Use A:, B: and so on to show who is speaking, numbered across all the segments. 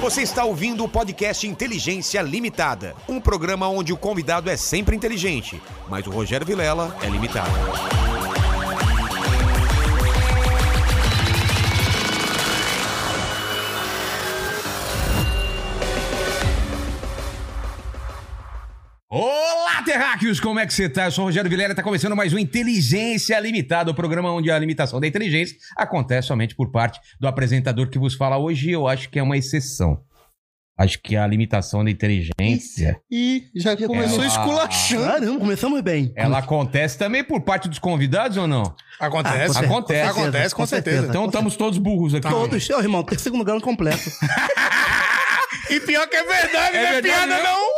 A: Você está ouvindo o podcast Inteligência Limitada, um programa onde o convidado é sempre inteligente, mas o Rogério Vilela é limitado.
B: Olá, terráqueos! Como é que você tá? Eu sou o Rogério Vilela e tá começando mais um Inteligência Limitada, o programa onde a limitação da inteligência acontece somente por parte do apresentador que vos fala hoje. Eu acho que é uma exceção. Acho que a limitação da inteligência,
C: E já começou
B: Ela-
C: esculachando. Caramba, começamos bem.
B: ela acontece também por parte dos convidados ou não?
D: Acontece.
B: Ah, com certeza.
D: Acontece, com certeza. então,
B: Então estamos todos burros aqui.
C: Todos, ô irmão, terceiro lugar completo.
D: E pior que é verdade,
B: É
D: não é
B: verdade, né?
D: piada, não.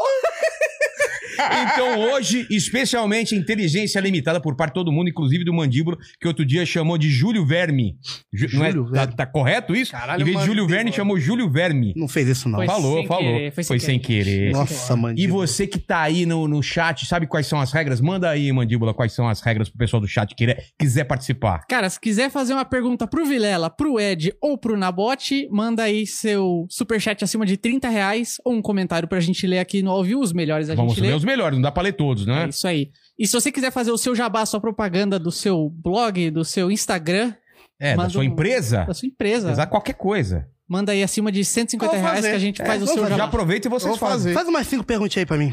B: Então hoje, especialmente inteligência limitada por parte de todo mundo, inclusive do Mandíbulo, que outro dia chamou de Júlio Verme. Ju- não é,
C: Júlio
B: tá,
C: Verme.
B: tá correto isso?
D: Caralho,
B: em vez de Júlio
D: Mandíbula.
B: Verne, chamou Júlio Verme.
C: Não fez isso, não.
E: Foi
B: falou,
E: sem
B: falou.
E: querer,
B: foi,
E: foi
B: sem,
E: sem
B: querer.
E: querer.
D: é.
C: Nossa,
B: E
C: mandíbula.
B: você que tá aí no, no chat, sabe quais são as regras? Manda aí, Mandíbula, quais são as regras pro pessoal do chat que quiser participar.
E: Cara, se quiser fazer uma pergunta pro Vilela, pro Ed ou pro Nabote, manda aí seu superchat acima de 30 reais ou um comentário pra gente ler aqui no ao vivo. Os melhores a
B: Vamos
E: gente lê.
B: ver os melhores, não dá pra ler todos,
E: É
B: né?
E: isso aí. E se você quiser fazer o seu jabá, a sua propaganda do seu blog, do seu Instagram,
B: É, da
E: Manda
B: sua
E: um-
B: empresa.
E: da sua empresa,
B: Exato, qualquer coisa.
E: manda aí acima de 150
D: Vou
E: reais
D: fazer.
E: que a gente
B: É,
E: faz o
C: vou
E: seu
C: fazer.
B: Já
E: jabá.
B: aproveita e vocês
D: Vou
B: fazem.
D: fazer.
C: Faz umas cinco perguntas aí pra mim.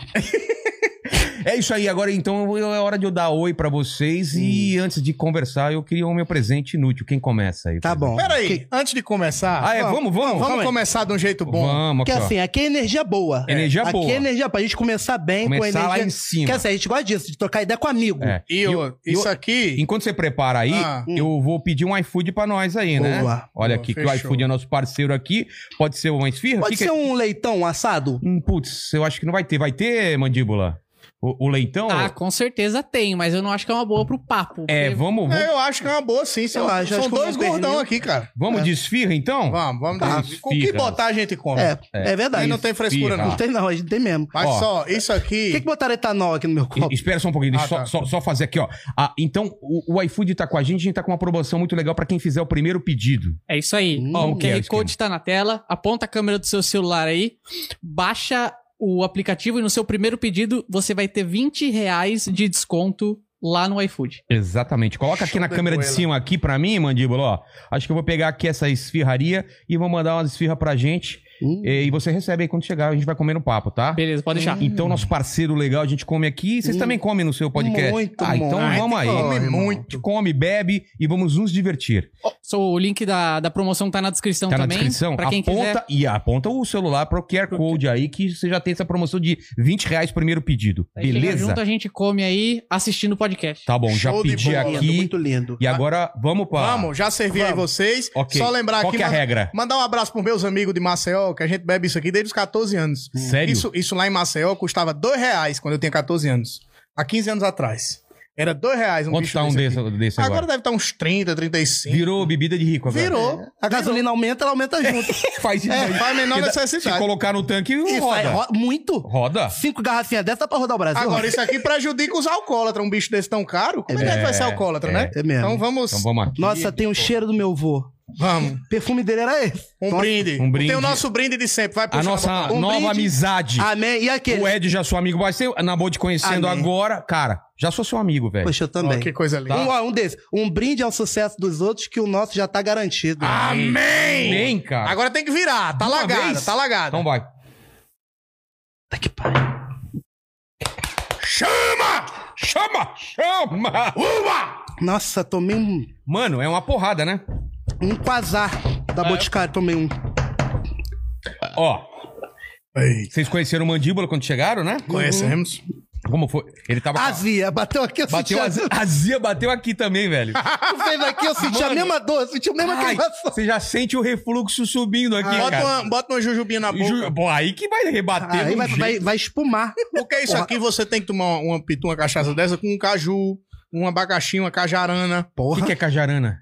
B: É isso aí, agora então eu- é hora de eu dar oi pra vocês e antes de conversar eu queria o meu presente inútil. Quem começa aí?
C: Tá bom.
D: Peraí, antes de começar.
B: Ah, é? Vamos, vamos?
D: Vamos
C: Calma aí.
D: começar de um jeito bom.
B: Vamos,
C: Porque
B: aqui, ó.
C: assim, aqui é energia boa.
B: Energia
C: aqui
B: boa.
C: é energia pra gente começar bem com a
B: Começar
C: energia.
B: lá em cima.
C: Porque assim, a gente gosta disso, de trocar ideia com amigo.
B: É.
D: E o-
B: e o-
D: isso aqui.
B: Enquanto você prepara aí,
D: Ah.
B: eu vou pedir um iFood pra nós aí, né?
C: Boa.
B: Olha
D: Boa,
B: aqui, que o
D: fechou.
B: iFood é nosso parceiro aqui. Pode ser uma esfirra?
C: Pode
B: Que que
C: ser
B: é-
C: um leitão assado?
B: Hum, putz, eu acho que não vai ter. Vai ter, mandíbula? O, o leitão?
E: Ah, com certeza tem, mas eu não acho que é uma boa pro papo.
B: é,
E: porque-
B: vamos,
D: É,
B: vamos,
D: eu acho que é uma boa, sim. São,
C: Eu acho,
D: são
C: acho que eu
D: dois
C: vou
D: gordão
C: pernil.
D: aqui, cara.
B: vamos de esfirra então?
D: Vamos, vamos.
B: Tá,
D: dar- Com o que
B: fica.
D: botar a gente come.
C: É, é,
D: Aí
C: verdade.
D: não tem frescura,
B: Fica.
C: Não
D: não.
C: tem, não, a gente tem mesmo.
D: Mas
B: Ó.
D: só, isso
C: Por que,
D: aqui.
C: que botaram etanol aqui no meu
B: E-
C: copo?
B: Espera só um pouquinho, deixa
D: Ah,
B: só,
D: tá.
B: só, só fazer aqui, ó. Ah, então, o, o iFood tá com a gente, a gente tá com uma promoção muito legal pra quem fizer o primeiro pedido.
E: É isso aí.
C: Hum.
B: Ó,
E: o
B: que é
E: QR
B: isso,
E: Code tá na tela, aponta a câmera do seu celular aí, baixa o aplicativo e no seu primeiro pedido você vai ter 20 reais de desconto lá no iFood.
B: Exatamente. Coloca aqui
D: Show
B: na
D: de
B: câmera de
D: bola.
B: cima aqui pra mim, mandíbula, ó. Acho que eu vou pegar aqui essa esfirraria e vou mandar uma esfirra pra gente.
C: Hum.
B: E, e você recebe aí quando chegar, a gente vai comer no papo, tá?
E: Beleza, pode deixar.
B: Então, nosso parceiro legal, a gente come aqui. Vocês
C: Hum.
B: também comem no seu podcast?
C: Muito
B: ah, então
C: bom. Ai,
B: vamos aí.
C: tem
D: Come
C: irmão.
B: A
D: muito.
B: gente come, bebe e vamos nos divertir.
E: So, o link da, da promoção tá na descrição
B: tá na
E: também.
B: descrição?
E: Pra quem
B: aponta
E: quiser.
B: e aponta o celular pro QR Code aí, que você já tem essa promoção de 20 reais primeiro pedido.
E: Aí chega
B: Beleza?
E: Junto a gente come aí assistindo o podcast.
B: Tá bom, já
D: Show de
B: pedi
D: bola.
C: Lindo,
B: aqui.
C: Muito lindo.
B: E agora vamos para.
D: Vamos, já servi aí
C: Vamos.
D: vocês.
B: Ok.
D: Só lembrar
B: Qual
D: aqui.
B: que é a
D: manda-
B: regra?
D: Mandar um abraço pros meus amigos de Maceió, que a gente bebe isso aqui desde os 14 anos.
B: Sério?
D: Isso, isso lá em Maceió custava dois reais quando eu tinha 14 anos. Há 15 anos atrás. Era dois reais um
B: Quanto
D: bicho
B: tá um
D: desse
B: desse,
D: aqui.
B: desse
D: Agora,
B: agora?
D: deve estar uns 30, 35.
B: Virou bebida de rico agora.
D: Virou.
C: A gasolina aumenta, ela aumenta junto.
B: Faz isso
D: né? É, tá.
B: aí.
D: faz a menor
B: Porque dá- Se
D: necessidade.
B: colocar no tanque,
C: E sai
B: roda.
C: ro- muito.
B: Roda.
C: Cinco garrafinhas dessa dá pra rodar o Brasil.
D: Agora, isso aqui prejudica os alcoólatras. Um bicho desse tão caro. Como é, que vai ser alcoólatra,
B: é.
D: né?
C: É mesmo.
D: Então vamos.
B: Então vamos aqui.
C: Nossa, tem o cheiro do meu vô.
D: Vamos.
C: Perfume dele era esse.
D: Um
C: Nossa.
D: brinde.
B: Um brinde.
D: Tem o nosso brinde de sempre. Vai
B: A
D: puxar,
B: nossa
D: bota-
C: um
B: nova
C: brinde.
B: amizade.
C: Amém. E aquele?
B: O Ed já sou amigo, vai ser na boa te conhecendo
C: Amém.
B: agora. Cara, já sou seu amigo, velho.
C: Poxa, eu
D: Ó,
C: também.
D: que coisa
B: tá.
D: linda.
C: Um, ó, um desses. Um brinde ao sucesso dos outros que o nosso já tá garantido.
B: Ah!
D: Amém!
B: Amém, cara.
D: Agora tem que virar. Tá
B: Uma
D: lagada,
B: vez?
D: tá lagada.
B: Então vai.
C: Né? Tá que pai.
B: Chama! Chama! Chama!
C: Nossa, tomei um,
B: Mano, é uma porrada, né?
C: um quasar da
B: Ah, é?
C: Boticário. Tomei um.
B: Ó,
C: Então,
D: Ei,
B: vocês conheceram o Mandíbula quando chegaram, né?
D: Conhecemos.
C: Uhum.
B: Como foi? Ele tava...
C: Azia. Bateu aqui, eu
B: Bateu
C: senti.
B: azia. azia, bateu aqui também, velho.
C: a- Tu fez aqui, eu senti a
B: Mano.
C: mesma dor. Eu senti a mesma
B: Ai,
C: queimação.
B: Você já sente o refluxo subindo aqui,
D: Bota
B: cara.
D: uma, bota uma jujubinha na boca.
B: Ju... Bom, aí que vai rebater
C: Aí
B: de um
C: vai,
B: jeito.
C: vai, vai espumar.
D: Porque isso
C: Porra.
D: aqui você tem que tomar uma pitu, uma cachaça dessa com um caju, um abacaxi, uma cajarana.
B: O que,
C: Porra.
B: que é cajarana?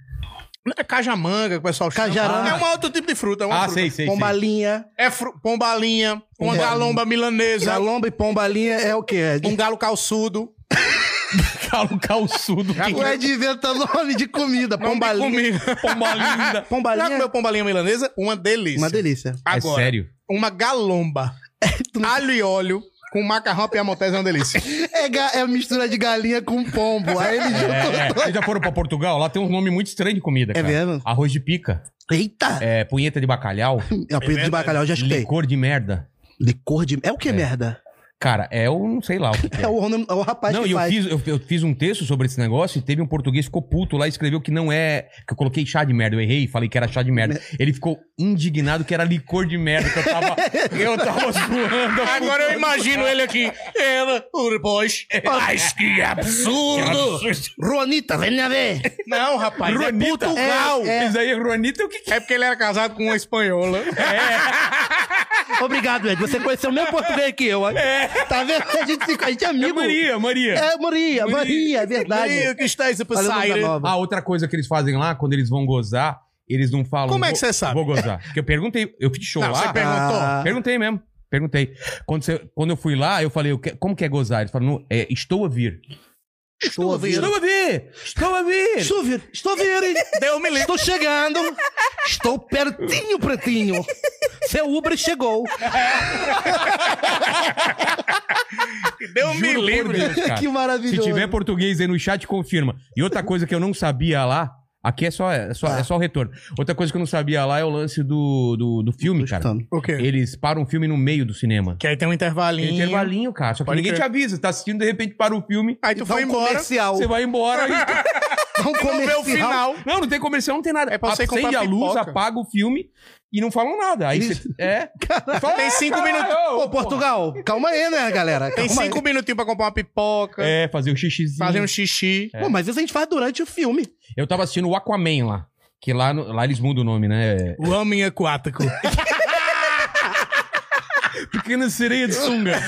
D: Não É cajamanga que o pessoal chama.
C: Cajarana.
D: É um outro tipo de fruta. É uma
B: Ah,
D: fruta.
B: sei, sei, sei.
C: Pombalinha.
D: É fru... pombalinha, uma
C: É.
D: galomba milanesa,
C: Galomba e pombalinha é o quê? Ed?
D: um galo calçudo.
B: Calo calçudo.
C: O Ed inventa é nome de comida.
D: Não me
C: Pombalinha.
D: comigo.
B: Pomba linda.
D: Já
C: Pombalinha é
D: comeu pombalinha milanesa? Uma delícia.
C: Uma delícia.
B: É
D: Agora,
B: sério.
D: uma galomba. Alho e óleo com macarrão à piamontese é uma delícia.
C: É, ga- é mistura de galinha com pombo. Aí ele
B: É,
C: juntou.
B: vocês já foram pra Portugal? Lá tem um nome muito estranho de comida,
C: É
B: cara.
C: mesmo?
B: Arroz de pica,
C: Eita! É
B: é, punheta de bacalhau,
D: É
C: Apelido de bacalhau, já escutei.
B: licor de merda.
C: Licor de. É o que, merda?
B: Cara, é o não sei lá o que que é.
C: É o, nome- é o rapaz
B: não,
C: que
B: e eu
C: faz.
B: fiz, eu, eu fiz um texto sobre esse negócio e teve um português que ficou puto lá e escreveu que não é. Que eu coloquei chá de merda. Eu errei, falei que era chá de merda. Ele ficou indignado que era licor de merda, que eu tava. eu tava zoando.
D: Agora eu imagino ele aqui. Ela, Urbos. Mas que absurdo!
C: Ronita, vem lá ver!
D: Não, rapaz. é
B: Juanita!
D: Portugal.
C: É, é.
B: Isso aí, Juanita, o que que
D: É porque ele era casado com uma espanhola.
C: Obrigado, Ed. Você conheceu o mesmo português que eu. É. Tá vendo? A gente, se- a gente é
B: é?
C: amigo.
B: Maria, Maria.
C: É, Maria, Maria, tipo, é verdade.
D: Ih, que está isso
C: Olha o nome da nova.
B: Ah, outra coisa que eles fazem lá, quando eles vão gozar, eles não falam.
D: Como é que
B: "Vou-
D: você sabe?"
B: Vou gozar. Porque eu perguntei, eu fiz show
D: Não,
B: lá.
D: você perguntou.
C: Ah.
B: Perguntei mesmo. Perguntei. Quando, você- quando eu fui lá, eu falei, "Eu que- como que é gozar? Eles falaram, "Não, é, estou a vir.
C: Estou ouvindo.
B: Estou a vir! Estou a vir!
C: Estou ouvindo. Estou ouvindo, hein?
D: Deu me
C: Estou chegando. Estou pertinho, pretinho. Seu Uber chegou.
D: Deu
B: Juro
D: me
B: por
D: livre.
B: Deus, cara.
C: que
B: Se
C: maravilhoso.
B: tiver português aí no chat, confirma. E outra coisa que eu não sabia lá. Aqui é só, é, só, é só o retorno. Outra coisa que eu não sabia lá é o lance do, do, do filme, cara.
D: O quê?
B: Eles param o filme no meio do cinema.
D: Que aí tem um intervalinho.
B: Tem intervalinho, cara. Só que
D: Pode
B: ninguém
D: crer.
B: te avisa. Tá assistindo, de repente para o filme.
D: Aí tu
C: Dá
D: foi
C: um
D: embora.
C: comercial.
B: Você vai embora. e-
C: Dá um
D: Não vê o
C: comercial.
D: final.
B: Não, não tem comercial, não tem nada.
D: É pra você
B: Acende
D: comprar
B: a luz,
D: pipoca.
B: apaga o filme e não falam nada. Aí você. É. Fala,
D: Tem cinco
B: caralho,
D: minutos.
B: ô,
C: Ô, Portugal, calma aí, né, galera?
D: Tem
C: Calma aí.
D: cinco minutinhos pra comprar uma pipoca,
B: É, fazer o xixizinho.
D: né? fazer um xixi.
C: Pô, mas isso a gente faz durante o filme.
B: Eu tava assistindo o Aquaman lá. Que lá, no- lá eles mudam o nome, né?
D: O homem aquático.
B: Pequena sereia de sunga.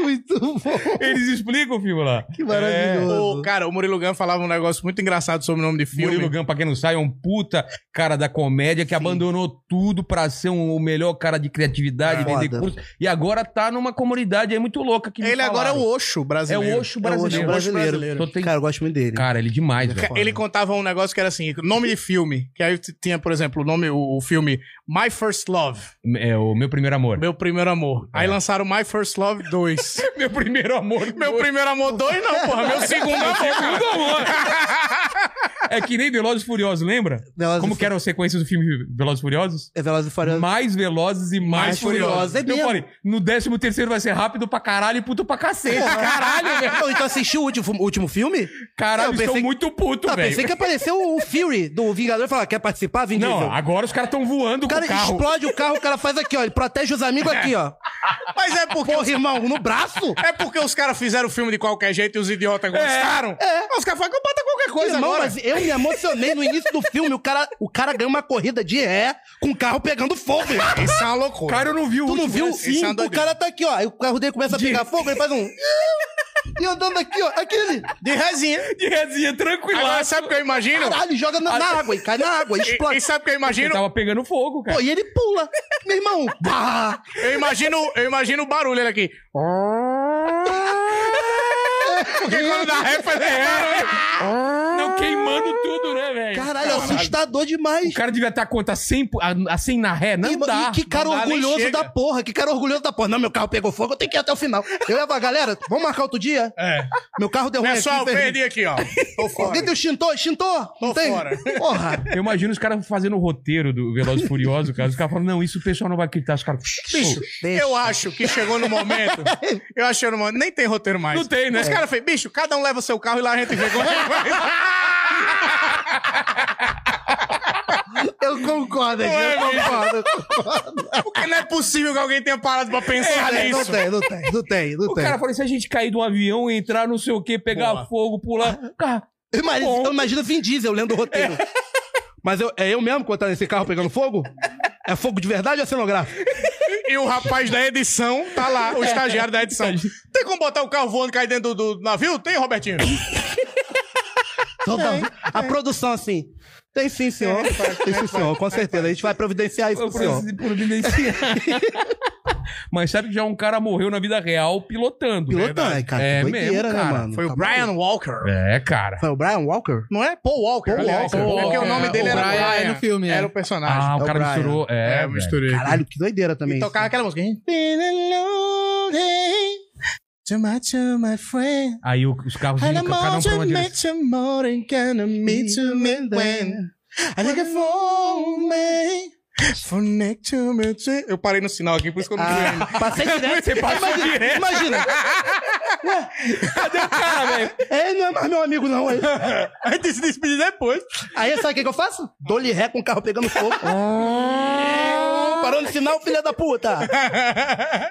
C: Muito bom.
B: Eles explicam É, o filme lá.
C: Que maravilhoso.
D: É,
C: É
D: O, cara, o Murilo Gun falava um negócio muito engraçado sobre o nome de filme.
B: Murilo Gun, pra quem não sabe, é um puta cara da comédia que abandonou tudo pra ser um- o melhor cara de criatividade,
C: Foda.
B: vender curso. E agora tá numa comunidade aí muito louca. Que me
D: Ele agora é
B: falaram.
D: o Osho
B: É
D: brasileiro.
B: o Osho
C: É o Osho
B: brasileiro.
C: brasileiro.
B: Tô ten-
C: Cara, eu gosto muito dele.
B: Cara, ele é demais, velho.
D: Ele contava um negócio que era assim, nome de filme. Que aí t- tinha, por exemplo, o nome, o, o filme My First Love,
B: É o meu primeiro amor.
D: Meu Primeiro Amor. Aí lançaram My First Love 2.
B: Meu primeiro amor.
D: meu Primeiro Amor 2 não, porra. Meu Segundo Amor.
B: É que nem Velozes e Furiosos, lembra?
C: Velozes
B: Como
C: e
B: que é? era a sequência do filme Velozes e Furiosos?
C: É Velozes e Furiosos.
B: Mais velozes e mais,
C: Mais
B: furiosos. Então
C: Furiosos, é
B: eu
C: mesmo.
B: falei, no décimo terceiro vai ser rápido pra caralho e puto pra cacete.
C: É,
B: Caralho, velho.
C: Não, então assistiu o último, o último filme?
B: Caralho,
C: Eu
B: estou
C: pensei-
B: muito puto,
C: Tá,
B: velho.
C: pensei que apareceu o Fury do Vingador e falar, quer participar, Vin Diesel?
B: Não, agora os caras estão voando
C: O cara
B: com o carro.
C: explode o carro, o cara faz aqui, ó. Ele protege os amigos aqui, ó.
D: Mas é porque...
C: Porra, irmão, no braço?
D: É porque os caras fizeram o filme de qualquer jeito e os idiotas gostaram? É. Os caras falaram, bota qualquer coisa
C: irmão,
D: agora.
C: mas eu me emocionei no início do filme. O cara, o cara ganha uma corrida de ré com o carro pegando fogo. irmão.
D: Isso é uma loucura.
B: Cara, eu não vi o
C: Tu não
B: último,
C: viu?
B: né?
D: Esse é uma
C: o
D: doideira.
C: cara tá aqui, ó. Aí o carro dele começa a pegar fogo, ele faz um. E andando aqui, ó. Aquele.
D: De resinha.
B: De resinha, tranquila.
D: Agora, sabe o que eu imagino?
C: Caralho, joga na, na água e cai na água,
D: E,
C: explode.
D: e sabe o que eu
B: Ele
D: imagino?
B: tava pegando fogo, cara.
C: Pô, e ele pula. Meu irmão. Bah!
D: Eu imagino, eu imagino o barulho ele aqui. Porque quando dá ré, né? faz
B: Não, queimando tudo, né, velho?
C: Caralho, é assustador demais.
B: O cara devia tá estar conta 100, po- a, a 100 na ré, não
C: E,
B: dá.
C: e que cara
D: não dá, nem
C: orgulhoso
D: chega.
C: da porra, que cara orgulhoso da porra. Não, meu carro pegou fogo, eu tenho que ir até o final. Eu ia falar, galera, vamos marcar outro dia?
D: É.
C: Meu carro deu ruim
D: Pessoal,
C: aqui.
D: perdi aqui, ó. Tô
C: Alguém
D: fora.
C: tem o extintor? Extintor? Não
D: Tô
C: tem?
D: fora.
C: Porra.
B: Eu imagino os caras fazendo o roteiro do Veloz e Furioso, cara. Os caras falando, não, isso o pessoal não vai acreditar. Os caras...
D: Bicho,
C: Deixa.
D: eu acho que chegou no momento. Eu achei no momento. Nem tem roteiro mais.
B: Não tem, né?
D: Os caras fez, bicho, cada um leva o seu carro e lá a gente vê como é que vai.
C: Eu concordo, Ed,
D: é
C: eu concordo. eu concordo.
D: Porque não é possível que alguém tenha parado pra pensar
C: É, Não
D: nisso.
C: tem, não tem, não tem, não
B: O
C: tem.
B: cara falou, se a gente cair do avião, entrar não sei o quê, pegar
D: Boa.
B: fogo, pular... Cara,
C: Imagina, eu imagino Vin Diesel lendo o roteiro.
D: É.
C: Mas eu- é eu mesmo que eu tava nesse carro pegando fogo? É fogo de verdade ou é cenográfico?
D: E o rapaz da edição tá lá, o estagiário da edição. Tem É. como botar o carro voando e cair dentro do, do navio? Tem, Robertinho?
C: Toda Então tá, a produção assim. Tem sim, senhor. Tem sim, senhor. Com certeza. A gente vai providenciar isso pro senhor.
B: Mas sabe que já um cara morreu na vida real pilotando.
C: Pilotando, é, cara.
B: É
C: É
B: mesmo,
C: doideira, né,
B: cara.
C: mano?
D: Foi o
C: Tá
D: Brian Walker.
B: É, cara.
C: Foi o Brian Walker?
D: Não é Paul Walker.
C: Paul
D: aliás.
B: Walker.
D: É porque o nome
E: É,
D: dele
E: o
D: era
E: Brian
D: Brian.
E: no filme, é.
D: Era o personagem.
B: Ah, o
C: É o
B: cara
C: Brian.
B: misturou. É, velho.
D: misturei.
C: Caralho, que doideira também.
D: E tocava aquela música. hein? Been a long day To my, to my friend.
B: Aí o- os carros
D: And
B: iam
D: I'm
B: cada
D: on
B: um pra
D: to
B: uma
C: né?
B: direção.
D: meet you more than gonna meet you when I look for me. For next to meet you. Eu parei no sinal aqui, por isso que eu não fui ainda.
C: Ah, passei direto.
B: Você passou
C: imagina,
B: direto.
C: Imagina.
B: Cadê o cara, velho?
C: É, não é mais meu amigo, não. Aí,
D: A gente se despedir depois.
C: aí sabe o que, que eu faço? Dou-lhe ré com o carro pegando fogo. Parou no sinal, filha da puta.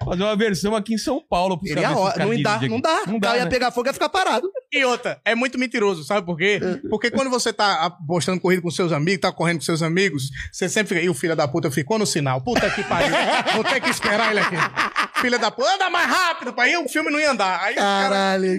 B: Fazer uma versão aqui em São Paulo. pros
C: Ele
B: caras
C: ia,
B: ver se
C: ó,
B: os caras
C: não, dá,
B: dirigem
C: não
B: aqui.
C: dá,
B: Não
C: O carro
B: dá,
C: ia
B: né?
C: pegar fogo e ia ficar parado.
D: E outra, é muito mentiroso, sabe por quê? Porque quando você tá apostando corrida com seus amigos, tá correndo com seus amigos, você sempre fica, e o filho da puta ficou no sinal. Puta que pariu. Vou ter que esperar ele aqui. Filha da puta, anda mais rápido, pai. E o filme não ia andar. Aí os caras-
C: Caralho,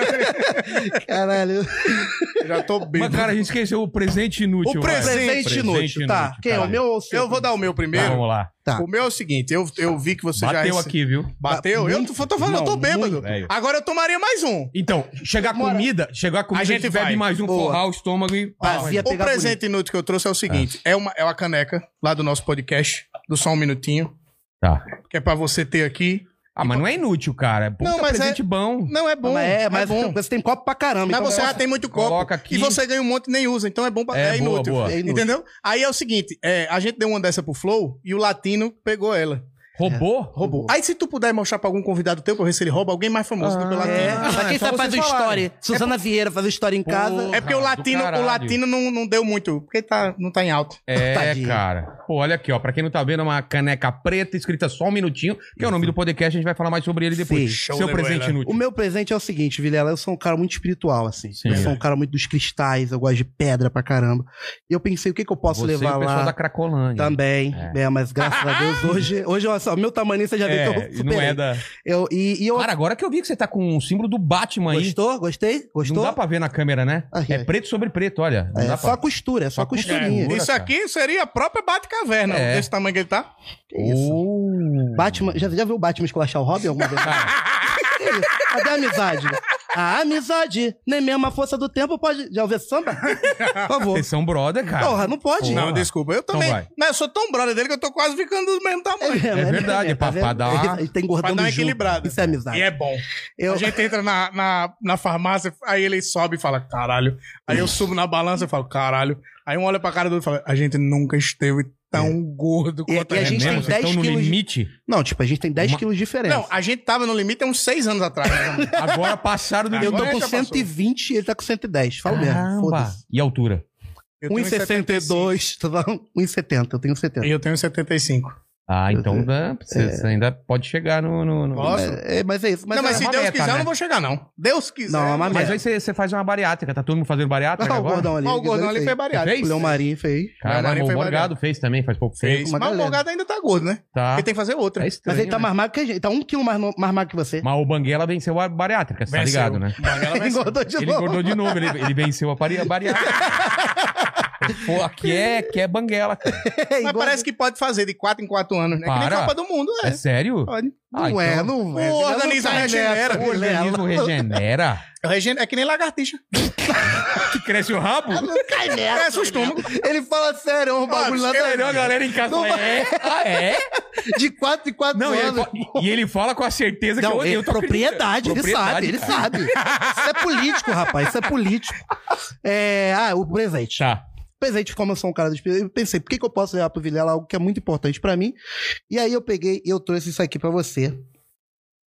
C: cara. Caralho.
D: Já tô bem.
B: Mas, cara, a gente esqueceu o presente
D: O
B: inútil. vai.
D: presente
C: inútil, tá. Quem é o
B: caralho.
C: meu ou o seu?
D: Eu vou dar o meu primeiro.
B: Tá, vamos lá.
C: Tá.
D: O meu é o seguinte, eu, eu vi que você já...
B: Bateu
C: é
D: rece-
B: aqui, viu?
D: Bateu? eu tô, tô falando, eu tô
C: Não,
D: bêbado.
C: muito,
B: velho.
D: Agora eu tomaria mais um.
B: Então, chegar comida, chegar comida,
D: A gente
B: bebe
D: vai.
B: mais um,
C: Boa.
B: forrar o estômago e...
C: Vazia
D: O
C: pegar
D: presente inútil que eu trouxe é o seguinte:
B: Ah.
D: é. uma, é uma caneca lá do nosso podcast, do Só Um Minutinho,
B: Tá.
D: que é pra você ter aqui.
B: Ah, mas não é inútil, cara. É puta
D: Não, mas é-
B: presente bom.
D: Não, é bom.
C: Mas é,
D: é
C: mas
D: bom.
C: você tem copo pra caramba.
D: Mas
C: então
D: você é já
C: coloca-
D: tem muito copo.
B: então, Coloca aqui.
D: E você ganha um monte e nem usa, então é bom pra.
B: É, boa,
D: É, inútil.
B: boa.
C: É inútil.
D: Entendeu? Aí é o seguinte: é, a gente deu uma dessa pro Flow e o latino pegou ela.
C: É,
B: Roubou?
D: Roubou. Aí se tu puder mostrar pra algum convidado teu pra ver se ele rouba alguém mais famoso do que o
B: Ah,
C: É,
D: latino.
C: pra quem
B: só
C: sabe fazer
B: vocês falarem.
C: história. Suzana Vieira fazer história em casa.
B: Porra,
D: É, porque o
B: do
D: latino, o
B: caralho.
D: latino não, não deu muito, porque tá, não tá em alta.
B: É,
C: Tadinho.
B: cara. Pô, olha aqui, ó. Pra quem não tá vendo, é uma caneca preta escrita só um minutinho, que é o nome do podcast, a gente vai falar mais sobre ele depois.
C: Sim. né,
D: Show
B: Seu
D: de
B: presente
D: bola.
B: inútil.
C: O meu presente é o seguinte, Vilela, eu sou um cara muito espiritual, assim.
B: Sim.
C: eu sou um cara muito dos cristais, eu gosto de pedra pra caramba. E eu pensei, o que que eu posso
B: Você e
C: levar
B: o pessoal
C: lá
B: da Cracolândia.
C: também,
B: É.
C: é. mas graças a Deus, hoje, hoje olha só, meu tamanho você já vê que
B: É,
C: eu
B: não
C: superei.
B: é da...
C: eu, e, e eu...
B: Cara, agora que eu vi que você tá com o símbolo do Batman aí.
C: Gostou? Gostei?
B: Não
C: Gostou?
B: dá pra ver na câmera, né?
C: Ai,
B: é
C: ai.
B: preto sobre preto, olha. Não
C: É
B: dá
C: só
B: pra...
C: costura, é só,
B: Só costura.
C: costurinha.
B: Pura,
D: Isso
B: cara.
D: aqui seria a própria Bate-Caverna,
B: tá. É.
D: desse tamanho que ele tá.
C: Que isso?
B: Oh.
C: Batman, já, já viu o Batman esculachar o Robin alguma vez?
B: Cara,
C: Que isso? Cadê a amizade? A amizade, nem mesmo a força do tempo pode. Já ouviu esse samba? Por favor.
B: vocês são brother, cara.
C: Porra, não pode.
B: Porra. Então
D: Não, desculpa. Eu também.
B: vai.
D: Né, eu sou tão brother dele que eu tô quase ficando do mesmo
C: É,
D: tamanho.
C: mesmo,
B: É
C: mesmo,
B: verdade,
C: mesmo,
B: pra-
C: tá vendo?
B: pra dar-
C: Ele tem gordão
D: pra dar uma
C: do Ju.
D: equilibrada.
C: Isso é amizade.
D: E é bom.
C: Eu,
D: A gente entra na, na, na farmácia, aí ele sobe e fala, caralho. Aí eu subo na balança e falo, caralho. Aí um olha pra cara do outro e fala, a gente nunca esteve tão gordo
C: E-
D: quanto
C: e
D: a
C: a
B: É
D: gente.
C: gente
B: mesmo?
C: tem
B: Vocês
C: 10
B: estão no
C: quilos de-
B: limite?
C: Não, tipo, a gente tem 10
B: Uma-
C: quilos de diferença.
D: Não, a gente tava no limite há uns seis anos atrás. né?
B: Agora passaram do
C: eu
B: limite.
C: tô
D: agora
C: com
D: já passou.
C: 120 e ele tá com 110. Fala mesmo.
B: Caramba.
C: Foda-se.
B: E a altura?
D: Eu
B: Um
D: tenho
C: 1,72. tá bom? 1,70. Eu tenho 70.
D: 75. Eu tenho 75.
B: Ah, então dá- você você ainda pode chegar no... no- no-
D: Posso?
C: É, mas é isso. Mas
D: não, mas
C: é-
D: se
B: uma
D: Deus
B: meta,
D: quiser,
B: né?
D: eu não vou chegar, não. Deus quiser.
C: Não, é uma
B: Mas
C: merda.
B: aí você, você faz uma bariátrica. Tá todo mundo fazendo bariátrica
C: Olha Ah, o
B: agora?
C: gordão ali.
D: Mas o gordão ali foi bariátrica.
B: Fez?
C: O Leão Marinho fez.
B: Caramba,
D: Marinho
B: o
D: foi
B: Morgado
D: bariátrica.
B: fez também, faz pouco tempo.
D: Fez.
C: Uma
D: Mas o
C: galera.
D: Morgado ainda tá gordo, né?
B: Tá.
D: Porque tem que fazer outra.
B: Tá
C: Mas
B: estranho,
C: ele tá
B: né?
C: mais magro que a gente. Tá um quilo mais, no- mais magro que você.
B: Mas o Banguela venceu a bariátrica, você tá
D: Venceu.
B: ligado, né?
D: Mas ela
C: Ele
D: vai ser-
C: engordou de
B: Ele
C: novo.
B: engordou de novo, ele, ele venceu a bari- a bariátrica. Pô, aqui é, aqui é Banguela, cara.
D: Mas parece que pode fazer de 4 em 4 anos, né? Que nem
B: Para.
D: Copa do Mundo,
B: É
D: é.
B: sério?
D: Pode.
B: Ah,
C: Não é,
B: então-
C: não
D: O
C: é.
D: organismo regenera.
B: O organismo regenera.
D: Regen- É que nem lagartixa.
B: Que cresce o rabo?
C: Cai
D: É
C: nessa.
D: estômago.
C: Ele fala sério, é um bagulho lá
B: Melhor a
C: da...
B: galera em casa.
C: Não
B: fala, é? Ah, é?
C: de 4 em 4
B: Não, e ele,
C: anos.
B: fa- e ele fala com a certeza que
C: Não,
B: eu,
C: é
B: eu tô
C: propriedade, ele sabe, ele
B: cara.
C: sabe. Isso é político, rapaz, isso é político. É, ah, o presente.
B: Tá.
C: Presente, como eu sou um cara dos presentes, eu pensei, por que, que eu posso levar pro Vilela algo que é muito importante pra mim? E aí eu peguei e eu trouxe isso aqui pra você.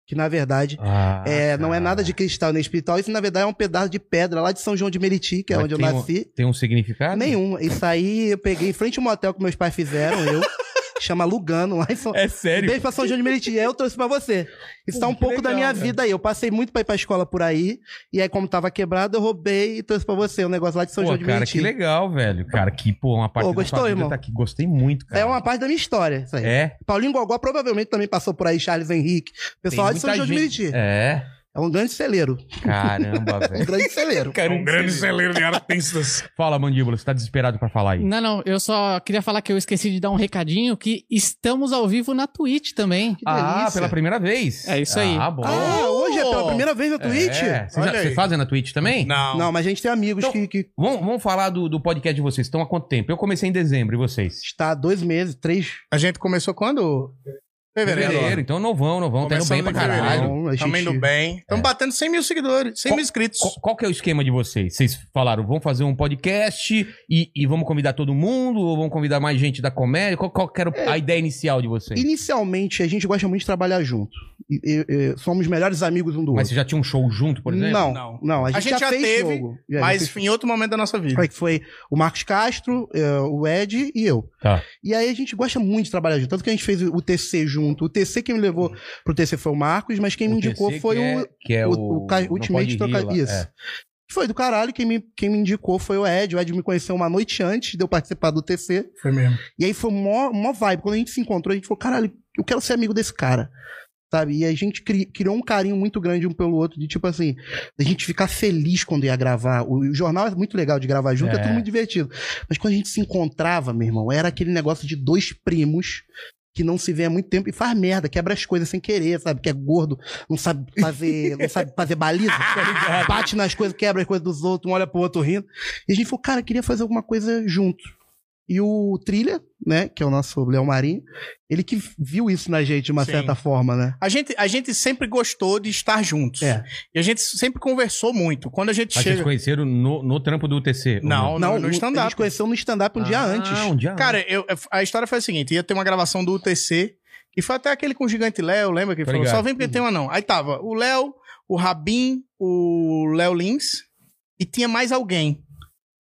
C: Que na verdade
B: Ah,
C: é, não é
B: tá.
C: nada de cristal nem espiritual, isso na verdade é um pedaço de pedra lá de São João de Meriti, que é
B: Mas
C: onde eu
B: tem um-
C: nasci.
B: Tem um significado?
C: Nenhum. Isso aí eu peguei em frente a um motel que meus pais fizeram, eu. Chama Lugano, lá em São,
B: É sério?
C: Beijo pra São João de Meriti. Eu trouxe pra você. Isso tá um
B: que
C: pouco da
B: legal,
C: minha
B: cara.
C: vida aí. Eu passei muito pra ir pra escola por aí. E aí, como tava quebrado, eu roubei e trouxe pra você. Um negócio lá de São
B: Pô,
C: João de
B: cara, que
C: Meriti.
B: legal, velho. Cara, que, pô, uma parte
C: Pô,
B: da sua
C: gostou,
B: vida
C: irmão?
B: tá aqui. Gostei muito, cara.
C: É uma parte da minha história, isso aí.
B: É?
C: Paulinho Gogó provavelmente também passou por aí, Charles Henrique. Pessoal
B: Tem
C: de São
B: muita
C: João de
B: gente-
C: Meriti.
B: É.
C: É um grande celeiro.
B: Caramba,
C: Um
B: velho.
C: grande celeiro.
D: É um grande celeiro de artistas.
B: Fala, mandíbula, você tá desesperado pra falar aí.
E: Não, não, eu só queria falar que eu esqueci de dar um recadinho que estamos ao vivo na Twitch também.
C: Que
B: Ah,
C: delícia.
B: pela primeira vez.
E: É isso aí.
B: Ah, bom.
C: Ah, hoje é pela primeira vez na Twitch?
B: É. Vocês já-
D: Olha aí.
B: Vocês fazem na Twitch também?
D: Não.
C: Não, mas a gente tem amigos
B: Então-
C: que, que
B: Vamos, vamos falar do, do podcast de vocês. Estão há quanto tempo? Eu comecei em dezembro, e vocês?
C: está há dois meses, três.
D: A gente começou quando? Fevereiro.
B: então não vão, não vão. Tá indo bem pra
D: Começando em
B: caralho.
D: fevereiro.
C: Então, a
D: Também
C: gente-
D: indo bem. Estamos batendo 100 mil seguidores, 100 mil inscritos.
B: Qual, qual que é o esquema de vocês? Vocês falaram, vamos fazer um podcast e, e vamos convidar todo mundo? Ou vamos convidar mais gente da comédia? Qual, qual que era o-
C: É.
B: a ideia inicial de vocês?
C: Inicialmente, a gente gosta muito de trabalhar junto. E- e- e somos melhores amigos um do
B: Mas
C: outro.
B: vocês já tinham um show junto, por exemplo?
C: Não,
D: Não.
C: não, A gente, já, fez
D: teve,
C: jogo. E aí,
D: Mas
C: fez-
D: em outro momento da nossa vida.
C: Aí que foi o Marcos Castro, eh, o Ed e eu.
B: Tá.
C: E aí a gente gosta muito de trabalhar junto. Tanto que a gente fez o TC junto. O TC quem me levou pro TC foi o Marcos, mas quem me
B: O
C: indicou
B: TC
C: foi
B: que é-
C: o.
B: que é
C: o-
B: o,
C: o ca-
B: Não
C: Ultimate
B: Pode Rir
C: Troca-
B: lá.
C: Isso.
B: É.
C: Foi do caralho, quem me, quem me indicou foi o Ed. O Ed me conheceu uma noite antes de eu participar do TC.
D: Foi mesmo.
C: E aí foi mó, mó vibe. Quando a gente se encontrou, a gente falou, caralho, eu quero ser amigo desse cara. Sabe? E a gente cri- criou um carinho muito grande um pelo outro, de tipo assim, a gente ficar feliz quando ia gravar. O, o jornal é muito legal de gravar junto, é.
B: É.
C: tudo muito divertido. Mas quando a gente se encontrava, meu irmão, era aquele negócio de dois primos que não se vê há muito tempo e faz merda, quebra as coisas sem querer, sabe? Que é gordo, não sabe fazer, não sabe fazer baliza, bate nas coisas, quebra as coisas dos outros, um olha pro outro rindo. E a gente falou, cara, queria fazer alguma coisa junto. E o Trilha, né, que é o nosso Léo Marinho, ele que viu isso na gente de uma
D: Sim.
C: certa forma, né?
D: A gente, a gente sempre gostou de estar juntos.
C: É.
D: E a gente sempre conversou muito. Quando a gente
B: Mas vocês
D: chega.
B: conheceram no, no trampo do UTC? ou
D: Não, não,
C: Não,
D: no, no
C: a
D: stand-up.
C: gente conheceu no stand-up um dia
B: Ah,
C: antes.
B: um dia
D: Cara, eu- a história foi a seguinte: ia ter uma gravação do UTC, e foi até aquele com o Gigante Léo, lembra que ele
B: Tô
D: falou?
B: ligado. Uhum.
D: Só vem porque tem uma não. Aí tava o Léo, o Rabin, o Léo Lins, e tinha mais alguém.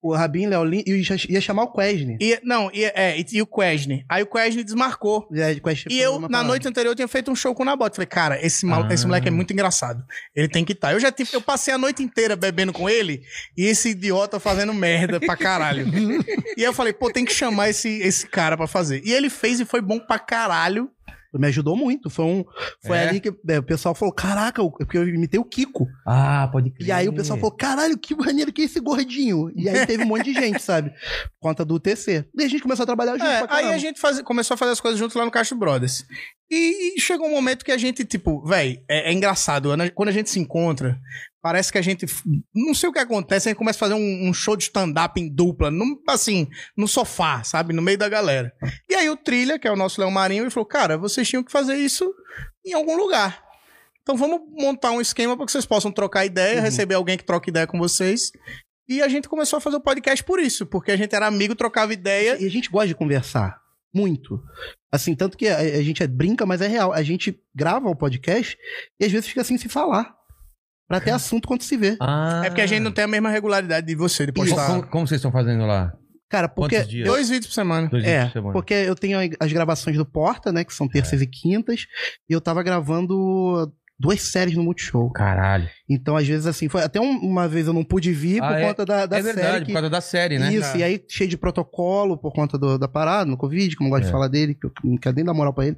C: O Rabin, Léo Lin, e ia ia chamar o Quesne.
D: E, não, e, é, e, e o Quesne. Aí o Quesne desmarcou.
C: E, aí, o Quesne
D: E
C: falou
D: eu,
C: uma
D: na
C: palavra.
D: noite anterior, tinha feito um show com o Nabote. Falei, cara, esse, mal,
B: Ah.
D: esse moleque é muito engraçado. Ele tem que estar. Eu já tive, eu passei a noite inteira bebendo com ele e esse idiota fazendo merda pra caralho. e aí eu falei, pô, tem que chamar esse, esse cara pra fazer. E ele fez e foi bom pra caralho.
C: Me ajudou muito. Foi, um, foi
B: É?
C: ali que é, o pessoal falou: caraca, eu- porque eu imitei o Kiko.
B: Ah, pode crer.
C: E aí o pessoal falou: caralho, que maneiro que é esse gordinho. E aí teve um monte de gente, sabe? Por conta do TC. E a gente começou a trabalhar junto pra
D: É, aí
C: caramba.
D: a gente faz- começou a fazer as coisas junto lá no Castro Brothers. E, e chegou um momento que a gente, tipo, véi, é, é engraçado. né? Quando a gente se encontra, parece que a gente. f- Não sei o que acontece, a gente começa a fazer um, um show de stand-up em dupla, num- assim, no sofá, sabe? No meio da galera. E aí o Trilha, que é o nosso Léo Marinho, ele falou: cara, vocês tinham que fazer isso em algum lugar. Então vamos montar um esquema para que vocês possam trocar ideia,
C: Uhum.
D: receber alguém que troque ideia com vocês. E a gente começou a fazer o podcast por isso, porque a gente era amigo, trocava ideia.
C: E a gente gosta de conversar. Muito. Assim, tanto que a, a gente é- brinca, mas é real. A gente grava o podcast e às vezes fica sem se falar. Pra
B: É.
C: ter assunto quando se vê.
B: Ah.
D: É porque a gente não tem a mesma regularidade de você de
B: Como-
D: postar
B: Como, como vocês estão fazendo lá?
C: Cara, porque.
B: Quantos dias?
D: dois vídeos por semana.
B: Dois dias
C: É,
B: por semana. É.
C: porque eu tenho as gravações do Porta, né? Que são terças e quintas. E eu tava gravando duas séries no Multishow.
B: Caralho.
C: Então, às vezes, assim, foi até um- uma vez eu não pude vir por
B: Ah, é.
C: conta da, da
B: é verdade,
C: série.
B: por
C: que-
B: causa da série, né?
C: Isso,
D: É.
C: e aí cheio de protocolo por conta do- da parada, no Covid, que eu não gosto
B: É.
C: de falar dele, que eu não quero nem dar moral pra ele.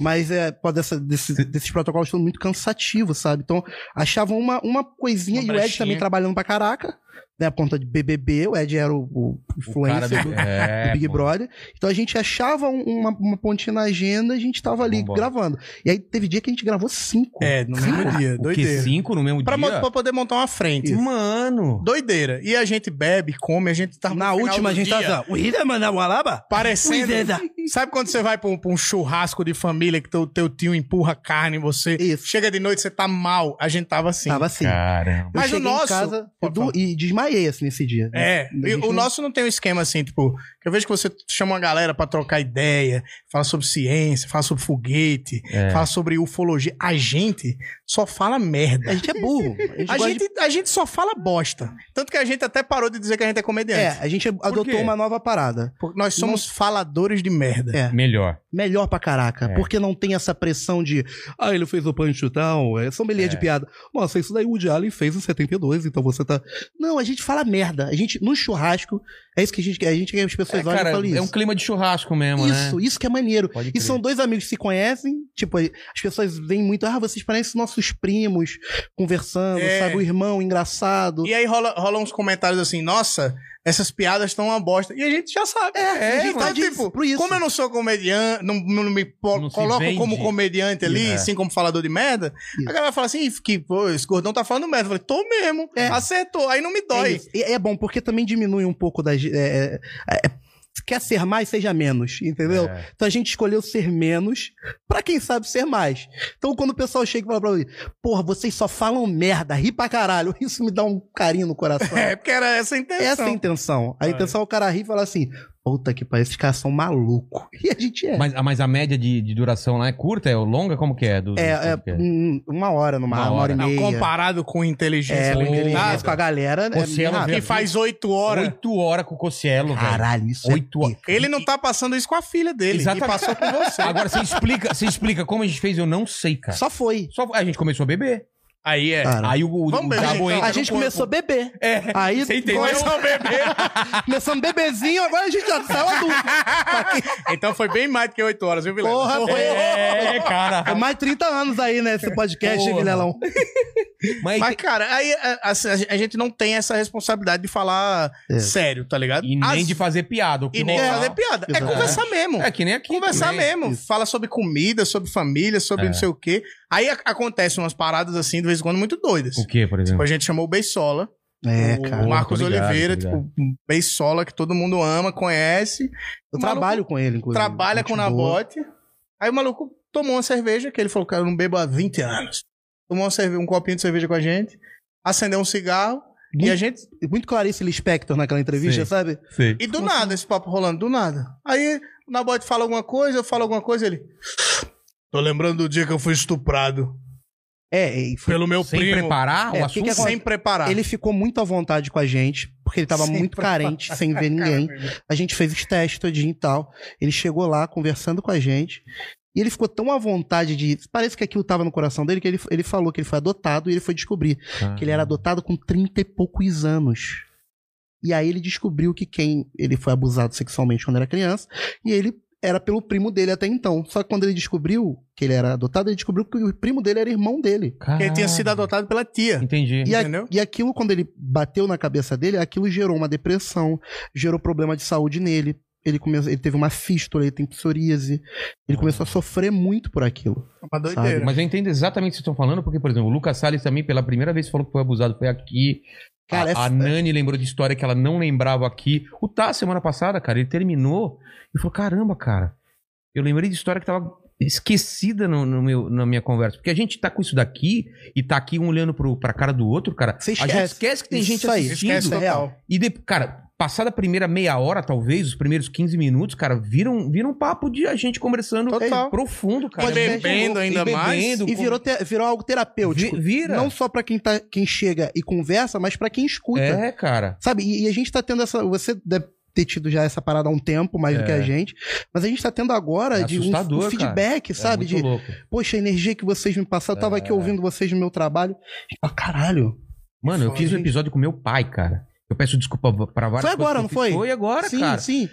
C: Mas é, por causa dessa- desse- desses protocolos são muito cansativos, sabe? Então, achavam uma, uma coisinha
D: Uma
C: e o Ed
D: brechinha.
C: também trabalhando pra caraca, né? A conta de BBB, o Ed era o, o
B: O cara
C: influencer
B: do,
C: do-
B: é,
C: do Big
B: pô.
C: Brother. Então a gente achava um- uma, uma pontinha na agenda, a gente tava ali
B: Vambora.
C: gravando. E aí teve dia que a gente gravou cinco.
D: É, no mesmo dia,
B: O que,
D: doideira.
B: cinco no mesmo
D: Pra, mo-
B: dia?
D: pra poder montar uma frente.
B: Mano!
D: Doideira. E a gente bebe, come, a gente tá. no
C: Na
D: final
C: última a
D: do
C: gente
D: dia
C: tava assim, ó, é, o Hidema na Walaba?
D: Parecendo.
C: Cuidado.
D: Sabe quando você vai pra um, pra um churrasco de família que teu, teu tio empurra carne em você?
C: Isso.
D: Chega de noite, você tá mal. A gente tava assim.
C: Tava assim.
B: Caramba.
C: Eu
D: Mas o
C: cheguei em
D: nosso-
C: casa, eu
D: Pode
C: du- e desmaiei assim Uhum. nesse dia.
D: É,
C: A
D: e
C: gente
D: o
C: não-
D: nosso não tem um esquema assim, tipo, que eu vejo que você chama uma galera pra trocar ideia, fala sobre ciência, fala sobre foguete,
B: É.
D: fala sobre ufologia. A gente só fala merda.
C: A gente é burro.
D: A
C: gosta de-
D: gente, a gente só fala bosta. Tanto que a gente até parou de dizer que a gente é
C: É,
D: comediante.
C: a gente adotou
B: quê?
C: uma nova parada.
D: Porque nós somos faladores de merda.
C: É.
B: Melhor.
C: Melhor pra caraca.
B: É.
C: Porque não tem essa pressão de. Ah, ele
B: É.
C: fez o punch down. É só meia de piada. Nossa, isso daí o Woody Allen fez em 72, então você tá. Não, Não, a gente fala merda. A gente, no churrasco, é isso que a gente quer. A gente quer que as pessoas
B: É,
C: olhem
B: cara,
C: e falem
B: é
C: isso.
B: um clima de churrasco mesmo,
C: Isso,
B: né?
C: isso que é maneiro.
B: Pode
C: E
B: crer.
C: são dois amigos que se conhecem, tipo, as pessoas veem muito, ah, vocês parecem nossos primos, conversando,
D: É.
C: sabe, o irmão engraçado.
D: E aí rola, rola uns comentários assim, nossa, essas piadas estão uma bosta. E a gente já sabe.
C: É,
D: a gente
C: mano.
D: tá tipo,
C: Por isso.
D: como eu não sou comediante, não, não me po-
B: Não se
D: coloco
B: vende.
D: como comediante ali,
B: É.
D: assim como falador de merda,
C: Isso.
D: a galera fala assim, "Ih, que, pô, esse gordão tá falando merda. Eu falei, tô mesmo,
C: É.
D: acertou, aí não me
C: É,
D: dói.
C: isso. E é bom, porque também diminui um pouco das. é, é, é, quer ser mais, seja menos, entendeu?
B: É.
C: Então a gente escolheu ser menos pra quem sabe ser mais. Então quando o pessoal chega e fala pra mim, porra, vocês só falam merda, ri pra caralho, isso me dá um carinho no coração.
D: É, porque era essa a intenção.
C: Essa é a intenção. A intenção é o cara rir e falar assim: puta que pariu, esses caras são malucos. E a gente é.
B: Mas, mas a média de, de duração lá é curta? É longa? Como que é? Do,
C: é,
B: do-
C: é,
B: como que
C: hum, uma hora numa
B: Uma
C: uma, hora.
B: hora.
C: e
D: Não,
C: meia.
D: comparado com inteligência
B: né?
C: é,
B: Tá
C: com
D: limitada,
C: inteligência, com a galera. é
B: Você
C: bem
B: não vê-
D: que
C: rápido.
D: faz oito horas.
B: Oito horas com o Cocielo, velho.
C: Caralho, isso
B: Oito
C: é.
B: horas.
D: Ele não tá passando isso com a filha dele.
B: Exatamente.
D: E passou com você.
B: Agora, você explica, você explica como a gente fez, eu não sei, cara.
C: Só foi.
B: Só, a gente começou a beber.
D: Aí é.
C: Cara.
B: Aí o, o,
D: Vamos
B: o
D: beber,
B: Jabo
D: então.
B: entra
C: A
B: no
C: gente
B: corpo.
C: começou a beber.
B: É.
C: Aí
B: Você entendeu?
C: começou-
D: Começou a beber.
C: começamos um bebezinho, agora a gente já saiu adulto. Tá
D: Então foi bem mais do que oito horas, viu, Então, Vilela?
C: Porra, foi.
B: É, cara.
C: É mais 30 anos aí, né? Esse podcast,
B: Porra.
C: Vilelão.
B: Mas,
D: Mas, cara, aí a, a- a gente não tem essa responsabilidade de falar
C: É.
D: sério, tá ligado?
B: e nem
D: As-
B: de fazer piada. O que
D: e nem de
B: rolar-
D: fazer piada. É
C: Exato.
D: conversar mesmo.
B: É que nem aqui.
D: Conversar
B: também.
D: mesmo. Fala sobre comida, sobre família, sobre
B: É.
D: não sei o quê. Aí a- acontecem umas paradas assim, de vez em quando, muito doidas.
B: O que, por
D: Tipo,
B: exemplo?
D: a gente chamou o Beisola.
C: É,
D: o
C: cara.
D: Marcos
B: tô ligado,
D: Oliveira,
B: tô
D: tipo,
B: ligado.
D: um Beisola que todo mundo ama, conhece.
C: Eu
D: o maluco
C: trabalho com ele, inclusive.
D: trabalha
C: Gente
D: com o
C: boa.
D: Nabote. Aí o maluco tomou uma cerveja, que ele falou, cara, eu não bebo há 20 anos. Tomou uma cerve- um copinho de cerveja com a gente, acendeu um cigarro, e a gente.
C: Muito Clarice Lispector naquela entrevista,
B: Sim.
C: sabe?
B: Sei.
D: E do nada, esse papo rolando, do nada. Aí o Nabote fala alguma coisa, eu falo alguma coisa, ele. Tô lembrando do dia que eu fui estuprado
C: É, e foi
D: pelo meu
B: Sem
D: primo.
B: preparar
C: É,
B: o
C: o que
B: assunto?
C: que
D: Sem preparar.
B: Ah.
C: Ele ficou muito à vontade com a gente, porque ele tava
D: Sem
C: muito carente, sem ver ninguém. A gente fez os testes todinho e tal. Ele chegou lá conversando com a gente. E ele ficou tão à vontade de. Parece que aquilo tava no coração dele, que ele, ele falou que ele foi adotado e ele foi descobrir
B: Ah.
C: que ele era adotado com 30 e poucos anos. E aí ele descobriu que quem. Ele foi abusado sexualmente quando era criança. E ele era pelo primo dele até então. Só que quando ele descobriu que ele era adotado, ele descobriu que o primo dele era irmão dele.
D: Porque ele tinha sido
B: Caralho.
D: adotado pela tia.
B: Entendi.
C: E, a-
D: Entendeu?
C: e aquilo, quando ele bateu na cabeça dele, aquilo gerou uma depressão, gerou problema de saúde nele. Ele, começou, ele teve uma fístula, ele tem psoríase. Ele começou a sofrer muito por aquilo.
D: Uma doideira.
B: Mas eu entendo exatamente o que vocês estão falando, porque, por exemplo, o Lucas Salles também, pela primeira vez, falou que foi abusado, foi aqui. a,
C: Cara, é-
B: a Nani lembrou de história que ela não lembrava aqui. O Tá, semana passada, cara, ele terminou e falou: caramba, cara, eu lembrei de história que tava esquecida no, no meu, na minha conversa. Porque a gente tá com isso daqui e tá aqui um olhando pro, pra cara do outro, cara.
C: Você
B: A gente
C: esquece.
B: esquece que tem gente
C: Isso aí,
B: assistindo.
C: esquece real.
B: E, de, cara, passada a primeira meia hora, talvez, os primeiros 15 minutos, cara, viram, viram um papo de a gente conversando É
D: Total.
B: profundo, cara.
D: E bebendo ainda mais.
C: E virou, te- virou algo terapêutico.
B: Vi- vira.
C: Não só pra quem, tá, quem chega e conversa, mas pra quem escuta.
B: É, cara.
C: Sabe? E, e a gente tá tendo essa. Você deve ter tido já essa parada há um tempo, mais do que a gente. Mas a gente tá tendo agora
B: É
C: de um- um,
B: assustador,
C: feedback, sabe?
B: é
C: de,
B: muito louco.
C: poxa, a energia que vocês me passaram, eu tava
B: É.
C: aqui ouvindo vocês no meu trabalho. E fala, caralho.
B: Mano, eu
C: Foda,
B: fiz um
C: gente.
B: episódio com meu pai, cara. Eu peço desculpa pra várias
C: Foi
B: coisas
C: agora,
B: que eu
C: não
B: fiz.
C: foi?
B: Foi agora,
C: sim,
B: cara.
C: sim.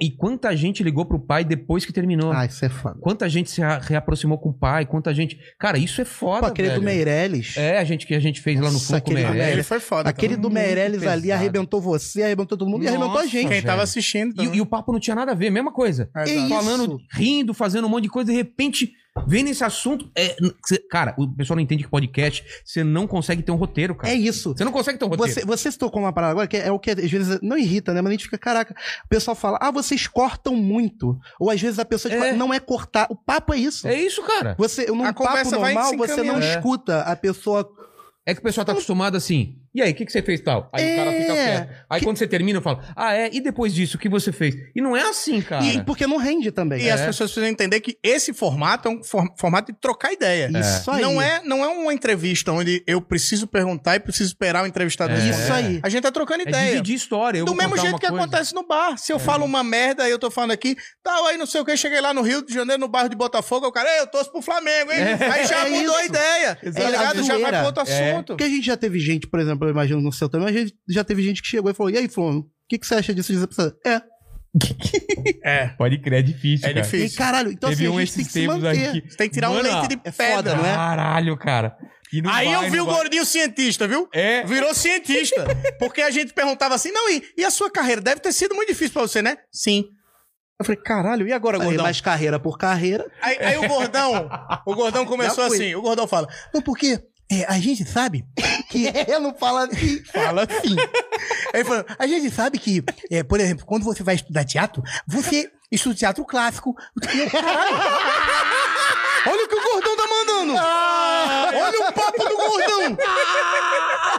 B: E quanta gente ligou pro pai depois que terminou.
C: Ah, isso é foda.
B: Quanta gente se a- reaproximou com o pai, quanta gente... Cara, isso é
C: Pô,
B: foda,
C: aquele
B: velho.
C: do Meirelles.
B: É, a gente que a gente fez lá no
C: Nossa,
B: Fundo com o
C: aquele do
B: Meirelles.
D: Ele foi foda.
C: Aquele
D: cara.
C: do
B: muito
C: Meirelles ali
B: pesado.
C: arrebentou você, arrebentou todo mundo e arrebentou a
B: Nossa,
C: gente.
D: Quem tava
B: velho.
D: assistindo.
B: E, e o papo não tinha nada a ver, mesma coisa.
D: também.
C: E isso?
B: tá Falando, rindo, fazendo um monte de coisa, de repente, vem nesse assunto. é, n- cê- cara, o pessoal não entende que podcast, você não consegue ter um roteiro, cara.
C: É isso.
B: Você não consegue ter um roteiro.
C: Você, você se tocou uma parada agora que é, o que às vezes não irrita, né? Mas a gente fica, caraca, o pessoal fala, ah, vocês cortam muito. Ou às vezes a pessoa tipo,
B: É.
C: não é cortar. O papo é isso.
B: É isso, cara.
C: Você, num
D: A
C: papo
D: conversa vai
C: normal,
D: se
C: você não
D: encaminhando.
B: É.
C: escuta a pessoa
B: É que o pessoal tá acostumado assim. E aí, o que, que você fez tal? Aí o cara
C: É,
B: fica quieto. Aí
C: que-
B: quando você termina, eu falo, ah, é? E depois disso, o que você fez? E não é assim, cara.
C: E porque não rende também.
D: E as pessoas precisam entender que esse formato é um for- formato de trocar ideia.
C: Isso aí.
D: Não é, não é uma entrevista onde eu preciso perguntar e preciso esperar o entrevistador.
B: É.
D: responder.
C: Isso aí.
D: A gente tá trocando
B: É
D: ideia.
B: dividir história. Eu
D: do
B: vou
D: mesmo
B: contar
D: jeito
B: uma
D: que
B: coisa. É.
D: acontece no bar. Se eu falo uma merda, aí eu tô falando aqui, tal, aí não sei o que, cheguei lá no Rio de Janeiro, no bairro de Botafogo, aí o cara, "Ei, eu torço pro Flamengo, hein?
B: É.
D: Aí já
C: É
D: mudou a
C: isso.
D: ideia.
C: Exato.
D: Tá ligado? Já vai
C: Zoeira.
D: pra
B: É.
D: outro assunto.
C: Porque a gente já teve gente, por exemplo, exemplo, eu imagino no seu também, a gente já teve gente que chegou e falou: e aí, Fulano, o que, que você acha disso? Diz a pessoa, é.
D: É.
B: Pode crer, é difícil,
D: É
B: cara.
D: difícil.
C: E
D: Isso.
C: caralho, então
B: Teve
C: assim,
B: um
C: a gente tem
B: esses
C: que se
B: tempos
C: manter.
B: aqui.
D: Você tem que tirar
B: Mano,
D: um leite de pedra.
C: é foda, não é?
B: Caralho, cara. E não
D: Aí
B: vai,
D: eu vi
B: não
D: o
B: vai.
D: gordinho cientista, viu?
B: É.
D: Virou cientista. Porque a gente perguntava assim, não, e, e a sua carreira? Deve ter sido muito difícil pra você, né? Sim. Eu falei, caralho, e agora,
C: Falei,
D: gordão?
C: mas carreira por carreira.
D: Aí, aí o gordão, o gordão começou
C: Já fui.
D: assim, o gordão fala, não, porque é, a gente sabe
C: Que eu não falo assim.
D: Fala assim. Ele falou, a gente sabe que, é, por exemplo, quando você vai estudar teatro, você estuda teatro clássico. Olha o que o gordão tá mandando!
C: Ah, é.
D: Olha o papo do gordão!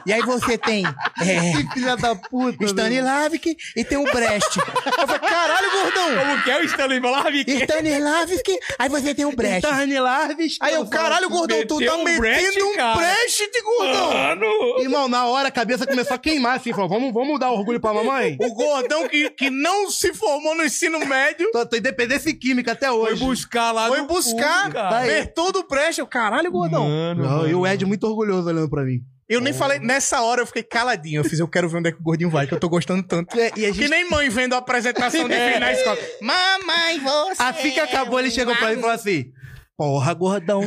D: E aí você tem é,
C: Que filha da puta.
D: o Stanislavski e tem o Brecht. Eu falei, caralho, gordão!
B: Como que é o Stanley Blavic?
D: Stanislavski, aí você tem o Brecht.
C: Stanilarves.
D: Aí eu, caralho, gordão, tu tá
B: Então, Meteu um Brecht,
D: metendo um
B: cara. Ah.
D: Brecht, gordão!
B: Mano!
C: Irmão, na hora a cabeça começou a queimar, assim, falou, vamos, vamos dar orgulho pra mamãe?
D: O gordão que, que não se formou no ensino médio
C: Tô, tô em dependência química até
B: Foi
C: hoje.
B: buscar lá
D: foi
B: Tá no
D: buscar
B: cu, cara.
D: Bertoldo Brecht. Eu, Caralho, gordão.
B: Mano,
C: Não, e o Ed muito orgulhoso olhando pra mim.
D: Eu nem falei. Nessa hora eu fiquei caladinho. Eu fiz, eu quero ver onde é que o gordinho vai, que eu tô gostando tanto.
C: É, e a
D: Que
C: gente...
D: nem mãe vendo a apresentação de
B: É.
D: filho na escola. Mamãe, você. é um
C: Assim que acabou, ele chegou pra mim e falou assim, porra, gordão.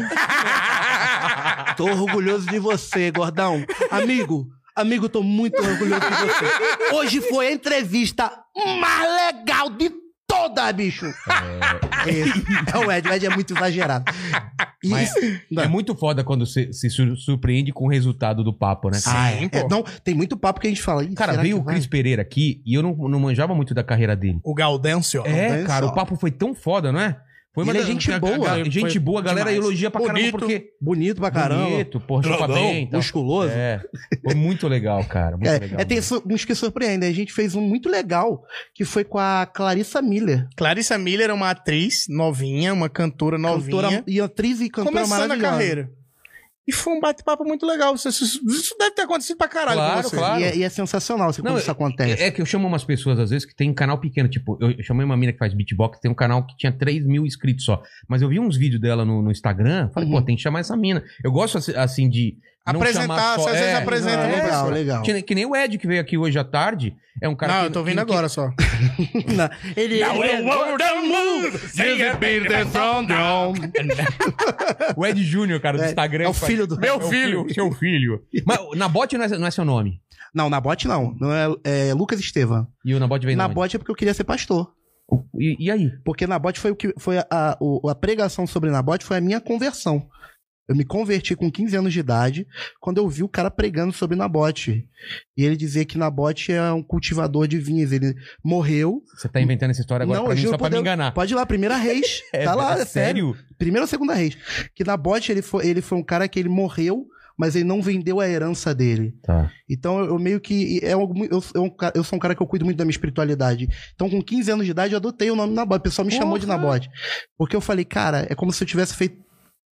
C: Tô orgulhoso de você, gordão. Amigo, amigo, tô muito orgulhoso de você. Hoje foi a entrevista mais legal de toda, bicho. É, é o Ed, o Ed é muito exagerado. E
B: Mas-
C: isso-
B: É muito foda quando se, se sur- surpreende com o resultado do papo, né? cara?
C: Ah, é. É, não, tem muito papo que a gente fala. "Ih,
B: Cara,
C: será
B: veio
C: que
B: o
C: vai?"
B: Cris Pereira aqui e eu não, não manjava muito da carreira dele.
D: O Gaudêncio. ó.
B: É,
C: Gaudêncio,
B: cara,
C: ó.
B: o papo foi tão foda, não é? Foi
C: Ele é
B: da-
C: gente
B: a- a-
C: boa.
B: a- gente
E: Foi
B: boa, a galera
E: demais.
B: elogia pra
D: Bonito.
B: caramba porque...
C: Bonito pra caramba.
B: Bonito, porra, chupa
C: Drogão,
B: bem. e tal.
C: musculoso.
B: É, foi muito legal, cara, muito
C: É,
B: legal.
C: é, tem su- uns que surpreendem. A gente fez um muito legal, que foi com a Clarissa Miller.
D: Clarissa Miller é uma atriz novinha, uma cantora novinha.
C: Cantora e atriz e cantora
D: começando a
C: maravilhosa.
D: carreira. E foi um bate-papo muito legal. Isso, isso- isso deve ter acontecido pra caralho
B: Claro,
D: com você.
B: claro.
C: E é, e é sensacional assim,
B: Não,
C: quando isso acontece.
B: É que eu chamo umas pessoas, às vezes, que tem um canal pequeno. Tipo, eu eu chamei uma mina que faz beatbox, tem um canal que tinha 3 mil inscritos só. Mas eu vi uns vídeos dela no, no Instagram, falei,
C: Uhum.
B: pô, tem que chamar essa mina. Eu gosto, assi- assim, de... não
D: Apresentar,
B: chamar
D: você às vezes
B: é,
D: apresenta.
C: Não,
D: uma pessoa.
C: Ah, legal, legal.
B: Que, que nem o Ed, que veio aqui hoje à tarde. É um cara
D: não,
B: que,
D: eu tô vindo
B: que-
D: agora só.
C: Não, ele, é ele-
B: que- o Ed Júnior, cara, do
C: É,
B: Instagram.
C: é o
B: que faz-
C: filho do-
B: Meu filho. Seu filho. Mas na bot não é, não é seu nome.
C: Não, na bot não. não é, é Lucas Estevam.
B: E o na bot vem
C: Na
B: onde?
C: bot é porque eu queria ser pastor.
B: O- E, e aí?
C: Porque na bot foi o que foi a, a, o- a pregação sobre na bot foi a minha conversão. Eu me converti com 15 anos de idade quando eu vi o cara pregando sobre Nabote. E ele dizia que Nabote é um cultivador de vinhas. Ele morreu.
B: Você tá inventando essa história agora
C: Não,
B: pra
C: eu
B: mim
C: juro
B: só pra
C: por
B: me
C: Deus.
B: enganar.
C: Pode ir lá, primeira reis.
B: É,
C: tá lá,
B: é
C: é sério. Primeira ou segunda reis. Que Nabote ele foi, ele foi um cara que ele morreu, mas ele não vendeu a herança dele.
B: Tá.
C: Então eu eu meio que. É um, eu, eu, um ca- eu sou um cara que eu cuido muito da minha espiritualidade. Então, com 15 anos de idade, eu adotei o nome Nabote. O pessoal me chamou de Nabote. Porque eu falei, cara, é como se eu tivesse feito.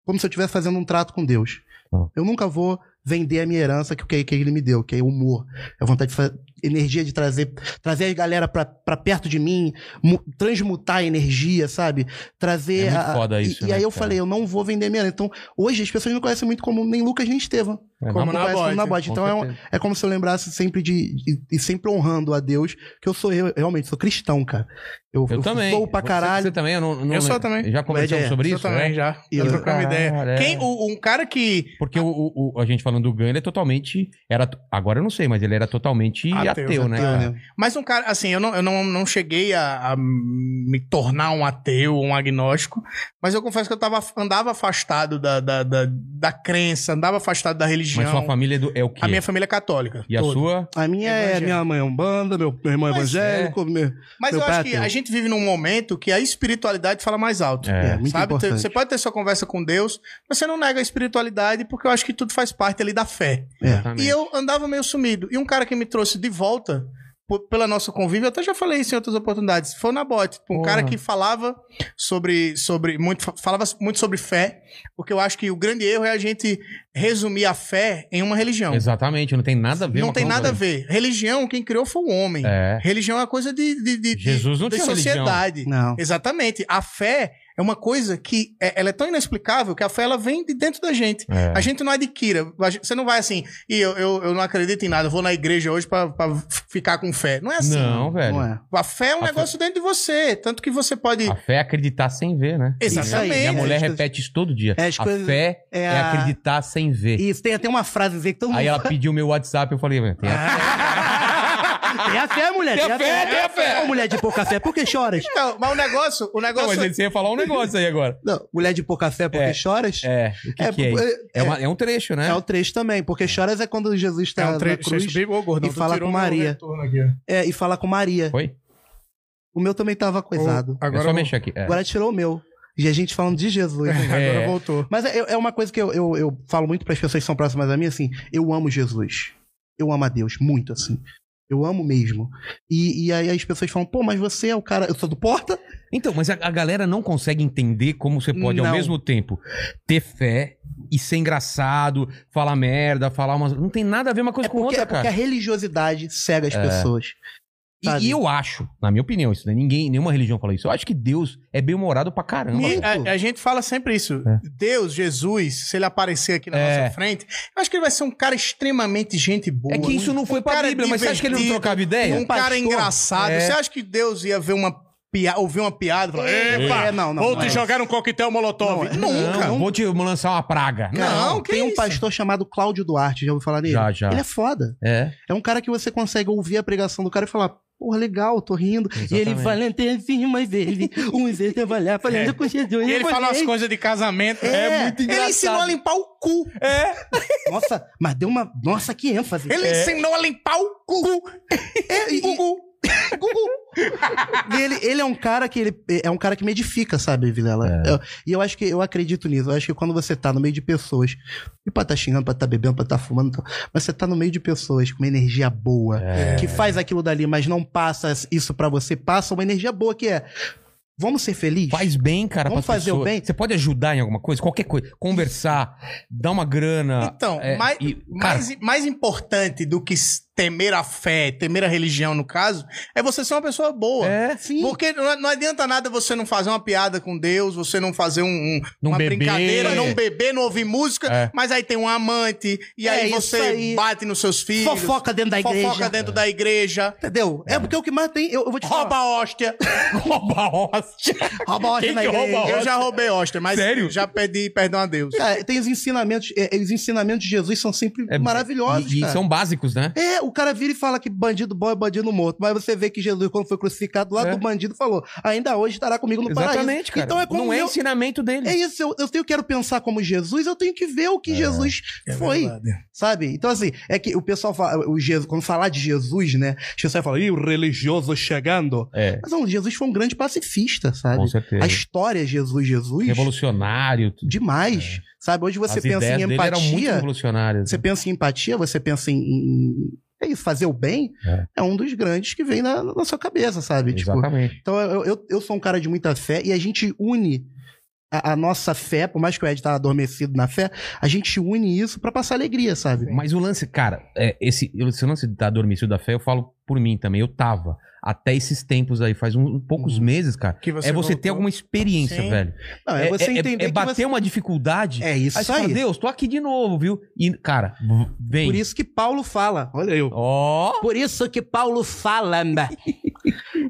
C: Como se eu estivesse fazendo um trato com Deus.
B: Ah.
C: Eu nunca vou vender a minha herança que, o que, que ele me deu, que é humor. É vontade de fa- energia de trazer trazer a galera pra, pra perto de mim, mu- transmutar a energia, sabe? Trazer
B: É muito
C: a-
B: foda
C: e-
B: isso,
C: E,
B: né,
C: aí eu
B: cara?
C: falei, eu não vou vender a minha herança. Então, hoje as pessoas não conhecem muito como nem Lucas nem Estevam.
B: É,
D: Como
C: Não
D: na
C: conhecem como
D: bote.
C: Nabote.
B: com
C: Então é, um,
B: certeza.
C: é como se eu lembrasse sempre de. de- e sempre honrando a Deus, que eu sou eu, realmente sou cristão, cara. Eu,
B: Eu também.
C: sou pra
B: Você-
C: caralho.
B: Você, também? Eu, não, não-
D: Eu sou também.
B: Já conversamos
C: Ed é.
B: sobre
D: Eu
B: isso?
D: também
B: né?
D: já.
C: E
D: Já
C: eu-
D: trocamos
B: Cara, é.
D: ideia. Quem, o- um cara que
B: Porque o, o- o- a gente falando do Gunn, ele é totalmente. Era, agora eu não sei, mas ele era totalmente
D: Ateu,
B: ateu, né?
C: Ateu,
B: cara?
C: né?
D: Mas um cara, assim, eu não, eu não, não cheguei a, a me tornar um ateu, um agnóstico, mas eu confesso que eu tava, andava afastado da, da, da, da crença, andava afastado da religião.
B: Mas sua família é, do, é o quê?
D: a minha família é católica.
B: e a
D: toda.
B: sua?
C: A minha é
D: Evangelho.
C: minha mãe é umbanda, meu, meu irmão é
D: Mas
C: evangélico. meu-
D: Mas
C: Meu
D: eu
C: pai
D: acho
C: é
D: que
C: ateu.
D: a gente vive num momento que a espiritualidade fala mais alto.
B: É.
C: É, muito
D: Sabe?
C: importante.
D: Você pode ter sua conversa com Deus, mas você não nega a espiritualidade, porque eu acho que tudo faz parte ali da fé.
C: É.
B: Exatamente.
D: E eu andava meio sumido. E um cara que me trouxe de volta po- pela nossa convívio, eu até já falei isso em outras oportunidades, foi o Nabote, um
B: Porra.
D: cara que falava sobre, sobre muito, fa- falava muito sobre fé, porque eu acho que o grande erro é a gente resumir a fé em uma religião.
B: Exatamente, não tem nada a ver
D: Não
B: uma
D: tem
B: com a
D: nada a
B: outra.
D: ver. Religião, quem criou foi o homem.
B: É.
D: Religião é uma coisa de, de, de, de-
B: Jesus não
D: de
B: tinha religião.
D: sociedade.
C: Não.
D: Exatamente. A fé É uma coisa que é- ela é tão inexplicável que a fé ela vem de dentro da gente.
B: É.
D: A gente não adquira. a gente- Você não vai assim, e eu, eu, eu não acredito em nada, eu vou na igreja hoje pra, pra f- ficar com fé. Não é assim.
B: Não, velho.
C: Não é.
D: A fé é um
B: A
D: negócio dentro de você. Tanto que você pode.
B: A fé é acreditar sem ver, né?
D: Exatamente.
C: Isso aí,
B: Minha
C: É,
B: mulher
C: as coisas-
B: repete isso todo dia.
C: É, as
B: a
C: coisas-
B: fé é,
C: é a-
B: acreditar sem ver.
C: Isso, tem até uma frasezinha que todo mundo.
B: Aí ela pediu meu WhatsApp, eu falei, "Ué, tem a...
C: Tem a fé, mulher.
B: Tem a fé, tem a fé.
C: Ô, mulher de pouca fé, por que choras?
D: Então, mas o negócio, o
B: Não,
D: negócio
B: mas você ia falar um negócio aí agora.
C: Não, mulher de pouca fé, por que
B: É.
C: choras?
B: É, o que é, que é, isso?
C: é,
B: é, uma- é um trecho, né?
C: é o trecho também, porque choras é quando Jesus está
D: É um
C: na
D: trecho
C: cruz
D: bíblico, ô, gordão,
C: e
D: tu
C: fala
D: tirou
C: com
D: meu
C: Maria.
D: retorno aqui, ó.
C: é, e fala com Maria.
B: Foi?
C: O meu também tava coisado.
D: Ô,
B: é só
D: Agora,
B: mexer aqui. É.
C: Agora tirou o meu. E a gente falando de Jesus. né?
D: agora
B: É.
D: voltou.
C: Mas é, é uma coisa que eu, eu, eu falo muito para as pessoas que são próximas a mim, assim, eu amo Jesus. Eu amo a Deus, muito, assim. Eu amo mesmo. E, e aí as pessoas falam, pô, mas você é o cara. Eu sou do Porta?
B: Então, mas a, a galera não consegue entender como você pode, ao
C: Não.
B: mesmo tempo, ter fé e ser engraçado, falar merda, falar umas. Não tem nada a ver uma coisa
C: É
B: com
C: porque,
B: outra,
C: é porque
B: cara. É.
C: a religiosidade cega as pessoas.
B: E-
C: sabe?
B: E, eu acho, na minha opinião, isso, né? Ninguém, nenhuma religião fala isso. Eu acho que Deus é bem-humorado pra caramba.
D: E
B: velho.
D: a, a gente fala sempre isso. É. Deus, Jesus, se ele aparecer aqui na
B: É.
D: nossa frente, eu acho que ele vai ser um cara extremamente gente boa. um
B: É que isso não foi pra
D: cara
B: Bíblia, mas você acha que ele não
D: divertido,
B: trocava ideia?
D: um cara
C: pastor.
D: engraçado.
B: É.
D: Você acha que Deus ia ver uma piada, ouvir uma piada e falar,
C: É,
D: epa,
C: não, não,
D: vou
C: não
D: te
C: é
D: jogar um coquetel molotov?
C: Não,
D: é. Nunca.
B: Não, vou te lançar uma praga.
D: Cara, Não, que
C: tem um
D: isso?
C: pastor chamado Cláudio Duarte, já ouviu falar dele?
B: Já, já.
C: Ele é foda.
B: É.
C: É um cara que você consegue ouvir a pregação do cara e falar, porra, legal, tô rindo. E ele
B: Exatamente.
C: falando assim, mas ele, um jeito de trabalhar, falando com Jesus.
D: É. E ele
C: eu
D: fala as
C: falei,
D: coisas de casamento.
C: É, muito
D: Ele ensinou a limpar o cu.
C: Nossa, mas deu uma. Nossa, que ênfase.
D: Ele ensinou a limpar o cu.
C: É, e-
D: Gugu.
C: Gugu. e ele, ele é um cara que ele é um cara que me edifica, sabe, Vilela?
D: É.
C: Eu- e eu acho que eu acredito nisso. Eu acho que quando você tá no meio de pessoas, e pra tá xingando, pra tá bebendo, pra tá fumando, então, mas você tá no meio de pessoas com uma energia
D: É.
C: boa, que faz aquilo dali, mas não passa isso pra você, passa uma energia boa que é. Vamos ser felizes?
B: Faz bem, cara,
C: Vamos
B: pras
C: fazer o bem?
B: Você pode ajudar em alguma coisa? Qualquer coisa. Conversar, dar uma grana.
D: Então,
B: é,
D: mais,
B: e, cara,
D: mais, mais importante do que temer a fé, temer a religião, no caso, é você ser uma pessoa boa.
B: É,
D: Porque não não adianta nada você não fazer uma piada com Deus, você não fazer um, um-
B: Não
D: uma
B: beber.
D: brincadeira, não beber, não ouvir música,
B: É.
D: mas aí tem um amante, e
C: É
D: aí
C: isso
D: você
C: aí.
D: bate nos seus filhos.
C: Fofoca dentro da igreja.
D: Fofoca dentro da igreja.
C: Entendeu? É porque o que mais tem. Eu, eu
B: Ah.
C: vou te
D: Rouba a hóstia.
B: rouba a hóstia.
C: Rouba a
B: Quem
C: na
B: que rouba a
C: igreja.
D: Eu já roubei hóstia, mas
B: Sério?
D: já pedi perdão a Deus.
C: Cara, tem os ensinamentos. é, é, os ensinamentos de Jesus são sempre
B: É,
C: maravilhosos.
B: E, e
C: cara.
B: são básicos, né?
C: É, o cara vira e fala que bandido bom é bandido morto. Mas você vê que Jesus, quando foi crucificado, lá
B: É.
C: do bandido falou: ainda hoje estará comigo no paraíso.
B: Exatamente, cara.
C: Então é como
B: não é
C: eu...
B: ensinamento dele.
C: É isso, eu, eu tenho, quero pensar como Jesus, eu tenho que ver o
B: É.
C: que Jesus foi, sabe? Então, assim, é que o pessoal fala, o Jesus, quando falar de Jesus, né? As pessoas falam, ih, o religioso chegando.
B: É,
C: Mas não, Jesus foi um grande pacifista, sabe?
B: com certeza.
C: A história Jesus, Jesus,
B: Revolucionário. tudo.
C: demais, sabe? Hoje você
B: É. As
C: pensa
B: ideias
C: em
B: dele eram muito
C: empatia,
B: revolucionárias.
C: você
B: né?
C: pensa em empatia, você pensa em. em- é isso, fazer o bem
B: É.
C: é, um dos grandes que vem na, na sua cabeça, sabe? Tipo,
B: Exatamente.
C: então eu, eu, eu sou um cara de muita fé e a gente une a, a nossa fé, por mais que o Ed tá adormecido na fé, a gente une isso pra passar alegria, sabe?
B: Mas o lance, cara, é, esse, esse lance da adormecido da fé, eu falo por mim também. Eu tava. Até esses tempos aí, faz um, poucos meses, cara.
D: Que
B: é você ter
D: voltou.
B: alguma experiência,
D: Sim.
B: velho.
C: Não, é, você entender
B: é
C: que
B: bater
C: você...
B: uma dificuldade.
C: É isso
B: aí
C: aí.
B: você fala, Deus, tô aqui de novo, viu? E, cara, v- vem.
C: Por isso que Paulo fala. Olha eu.
B: Ó.
C: Por isso que Paulo fala. né?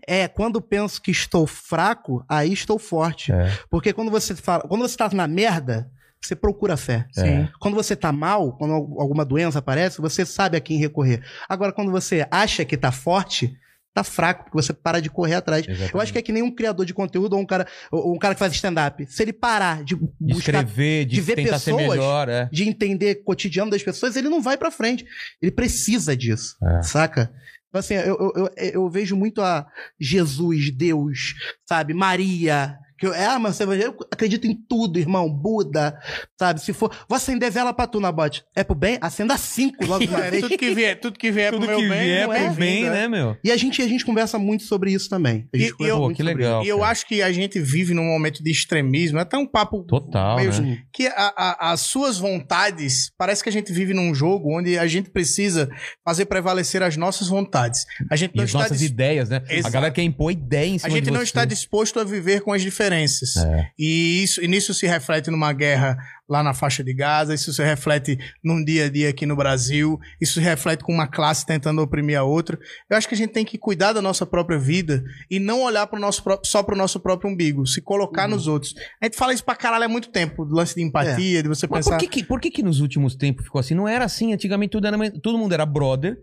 C: é, quando penso que estou fraco, aí estou forte. Porque quando você fala, quando você tá na merda, você procura fé.
B: Sim.
C: Quando você tá mal, quando al- alguma doença aparece, você sabe a quem recorrer. Agora, quando você acha que tá forte, tá fraco, porque você para de correr atrás. Eu acho que é que nem um criador de conteúdo ou um cara, ou um cara que faz stand-up. Se ele parar de
B: De
C: buscar
B: escrever, de,
C: de ver
B: tentar ser
C: pessoas.
B: melhor, é.
C: de entender o cotidiano das pessoas, ele não vai pra frente. Ele precisa disso,
B: É.
C: saca? Então, assim, eu, eu, eu, eu vejo muito a Jesus, Deus, sabe? Maria. Que eu, ah, mas você, vai- eu acredito em tudo, irmão. Buda, sabe? Se for. Vou acender vela pra tu na bote. É pro bem? Acenda cinco logo de uma
D: É,
C: vez.
D: tudo que vier, tudo que vier
B: Tudo
D: pro meu
B: que
D: bem,
B: vier
D: não
B: pro
D: é
B: bem,
D: vindo, é.
B: né, meu?
C: E a gente, a gente conversa muito sobre isso também. A gente
D: E-
C: conversa
D: eu-
B: Pô,
C: muito
B: que
C: sobre
B: legal.
D: E eu
B: cara.
D: acho que a gente vive num momento de extremismo, é até um papo
B: Total,
D: meio
B: né?
D: que a- a- as suas vontades, parece que a gente vive num jogo onde a gente precisa fazer prevalecer as nossas vontades. A gente
B: E
D: não
B: as
D: está
B: nossas
D: dis-
B: ideias, né? A
D: Exato.
B: galera quer impor ideia em
D: a
B: cima
D: gente
B: de
D: não
B: você.
D: está disposto a viver com as diferenças.
B: É.
D: E, isso, e nisso se reflete numa guerra lá na faixa de Gaza, isso se reflete num dia a dia aqui no Brasil, isso se reflete com uma classe tentando oprimir a outra. Eu acho que a gente tem que cuidar da nossa própria vida e não olhar pro nosso pró- só pro nosso próprio umbigo, se colocar
B: Uhum.
D: nos outros. A gente fala isso pra caralho há muito tempo, do lance de empatia, de você
B: É. Mas
D: pensar...
B: por, que, que- por que que nos últimos tempos ficou assim? Não era assim, antigamente tudo era- todo mundo era brother,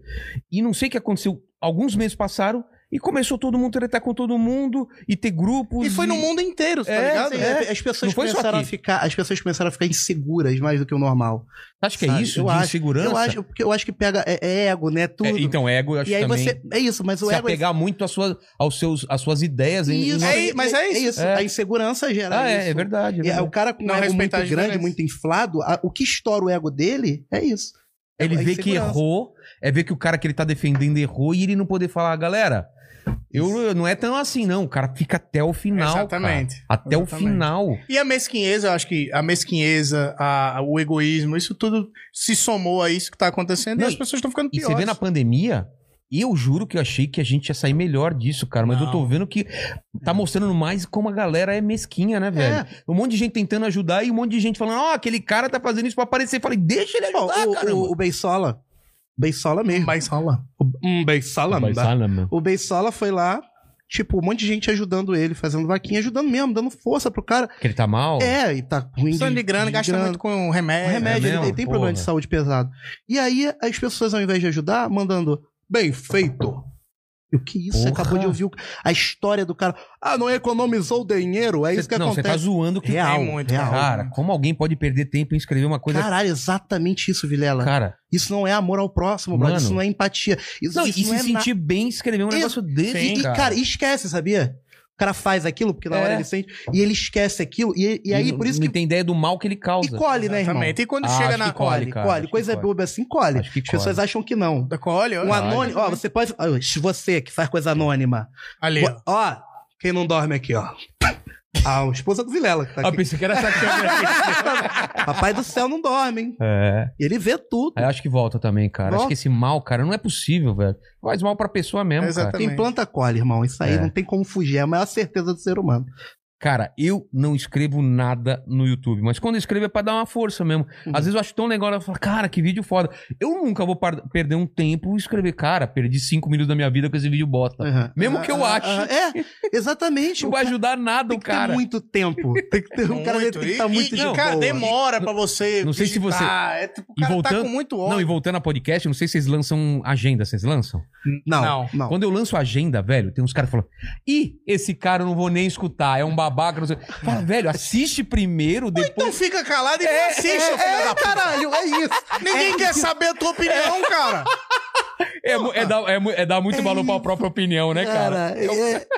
B: e não sei o que aconteceu, alguns meses passaram, e começou todo mundo a tretar com todo mundo, e ter grupos...
D: E foi no mundo inteiro, tá
B: É,
D: ligado?
B: sim.
C: É, as pessoas
B: Não foi só
C: começaram a
B: aqui.
C: ficar, as pessoas começaram a ficar inseguras mais do que o normal.
B: Acho que é
C: sabe?
B: isso,
C: Eu
B: de
C: acho-
B: insegurança?
C: Eu acho, porque eu acho que pega é, é ego, né? Tudo.
B: É, então, ego, eu acho
C: e aí
B: também...
C: você é isso, mas o
B: se
C: ego é
B: apegar muito às suas, aos seus, às suas ideias. em- em-
C: isso,
D: É, mas é isso.
B: É.
C: A insegurança gera
B: ah,
C: isso.
B: é, é verdade. é
C: E aí, o
B: verdade.
C: cara com
D: Não
C: um ego muito
D: respeitar as
C: grande,
D: diferenças.
C: muito inflado, a- o que estoura o ego dele é isso. É
B: ele
C: a
B: vê que
C: insegurança.
B: errou, é ver que o cara que ele tá defendendo errou e ele não poder falar, galera, eu, eu- não é tão assim, não. O cara fica até o final.
D: Exatamente.
B: cara. Até o
D: Exatamente.
B: final.
D: E a mesquinheza, eu acho que a mesquinheza, a- o egoísmo, isso tudo se somou a isso que tá acontecendo
B: Não,
D: e as pessoas estão ficando
B: E
D: piores.
B: você vê na pandemia. Eu juro que eu achei que a gente ia sair melhor disso, cara. Mas eu tô
D: Não.
B: vendo que
C: É.
B: tá mostrando mais como a galera é mesquinha, né, velho? Um monte de gente tentando ajudar e um monte de gente falando, ó, aquele cara tá fazendo isso pra aparecer. Falei, deixa ele
C: Ó,
B: ajudar,
C: o,
B: Ah, caramba.
C: o, o Beisola. Beisola mesmo.
D: Mas rola.
C: Um Beisola, não dá.
B: né,
C: O Beisola foi lá, tipo, um monte de gente ajudando ele, fazendo vaquinha, ajudando mesmo, dando força pro cara.
B: Que ele tá mal?
C: É, e tá ruim.
D: Precisando de grana, gasta muito com
C: O
D: remédio.
C: remédio,
B: É
C: ele- ele
B: mesmo?
C: tem problema de
B: Porra.
C: saúde pesado. E aí, as pessoas, ao invés de ajudar, mandando, bem feito. E o que isso? Você
B: Porra.
C: acabou de ouvir o- a história do cara. Ah, não economizou dinheiro? É isso que
B: não, você tá
C: acontece.
B: zoando que
C: Real,
D: Tem muito,
C: real.
B: Cara, como alguém pode perder tempo em escrever uma coisa.
C: Caralho, exatamente isso, Vilela.
B: Cara,
C: Isso não é amor ao próximo, brother.
B: Mano.
C: Isso não é empatia. Isso
B: não,
C: não,
B: e
C: isso
B: se
C: não é nada.
B: sentir bem escrever um
C: Isso,
B: negócio desse,
C: E, e,
B: cara.
C: cara, esquece, sabia? O cara faz aquilo, porque na
B: É.
C: hora ele sente. E ele esquece aquilo. E, e aí,
B: não-
C: por isso
B: não
C: que.
B: tem ideia do mal que ele
C: E
B: causa.
C: colhe, né, irmão?
D: Exatamente. E quando
B: Ah,
D: chega
B: acho
D: na
B: que colhe,
C: Colhe,
B: cara,
C: colhe.
B: acho que
C: Coisa
B: colhe.
C: boba assim, colhe.
B: Acho que
C: As pessoas
B: colhe.
C: acham que não.
D: Colhe,
C: Um
D: olha.
C: anônimo. Ó, você pode. ó, Você que faz coisa anônima.
D: Ali, ó.
C: Bo- Ó, quem não dorme aqui, ó. A esposa do Vilela que tá
B: Ah,
C: aqui.
B: pensei que era essa câmera.
C: Papai do céu não dorme, hein?
B: é.
C: Ele vê tudo.
B: Aí eu acho que volta também, cara. Acho
C: Volta.
B: que esse mal, cara, não é possível, velho. Faz mal pra pessoa mesmo, cara.
D: Exatamente.
C: Quem planta colhe, irmão. Isso aí
B: É.
C: não tem como fugir. É a maior certeza do ser humano.
B: Cara, eu não escrevo nada no YouTube, mas quando eu escrevo é pra dar uma força mesmo.
C: Uhum.
B: Às vezes eu acho tão legal, eu falo, cara, que vídeo foda. Eu nunca vou par- perder um tempo e escrever, cara, perdi cinco minutos da minha vida com esse vídeo bosta.
C: Uhum.
B: Mesmo que eu
C: Ah,
B: acho.
C: ah, É, exatamente.
B: Não
C: O
B: vai
C: cara
B: ajudar nada
C: tem
B: o
C: que ter
B: cara.
C: muito tempo. Tem que ter, o cara tem que
D: E-
C: estar muito
D: e,
C: de
D: e, cara,
C: boa.
D: demora pra você.
B: Não sei se
D: digitar,
B: você-
D: É, tipo, o
B: E
D: cara
B: voltando-
D: tá com muito
B: Não, e
D: ódio.
B: voltando a podcast, eu não sei se vocês lançam agenda, vocês lançam?
C: Não,
D: Não.
C: não.
B: Quando eu lanço agenda, velho, tem uns caras que falam: Ih, esse cara eu não vou nem escutar, é um babaca. Não sei. Fala, velho, assiste primeiro,
D: Então
B: depois.
D: fica calado e
B: É.
D: não assiste, filho da puta.
C: Caralho, é isso.
D: Ninguém quer saber a tua opinião, cara.
B: É, mu- é dar, é mu- é dar muito valor pra própria opinião, né, cara?
C: Cara,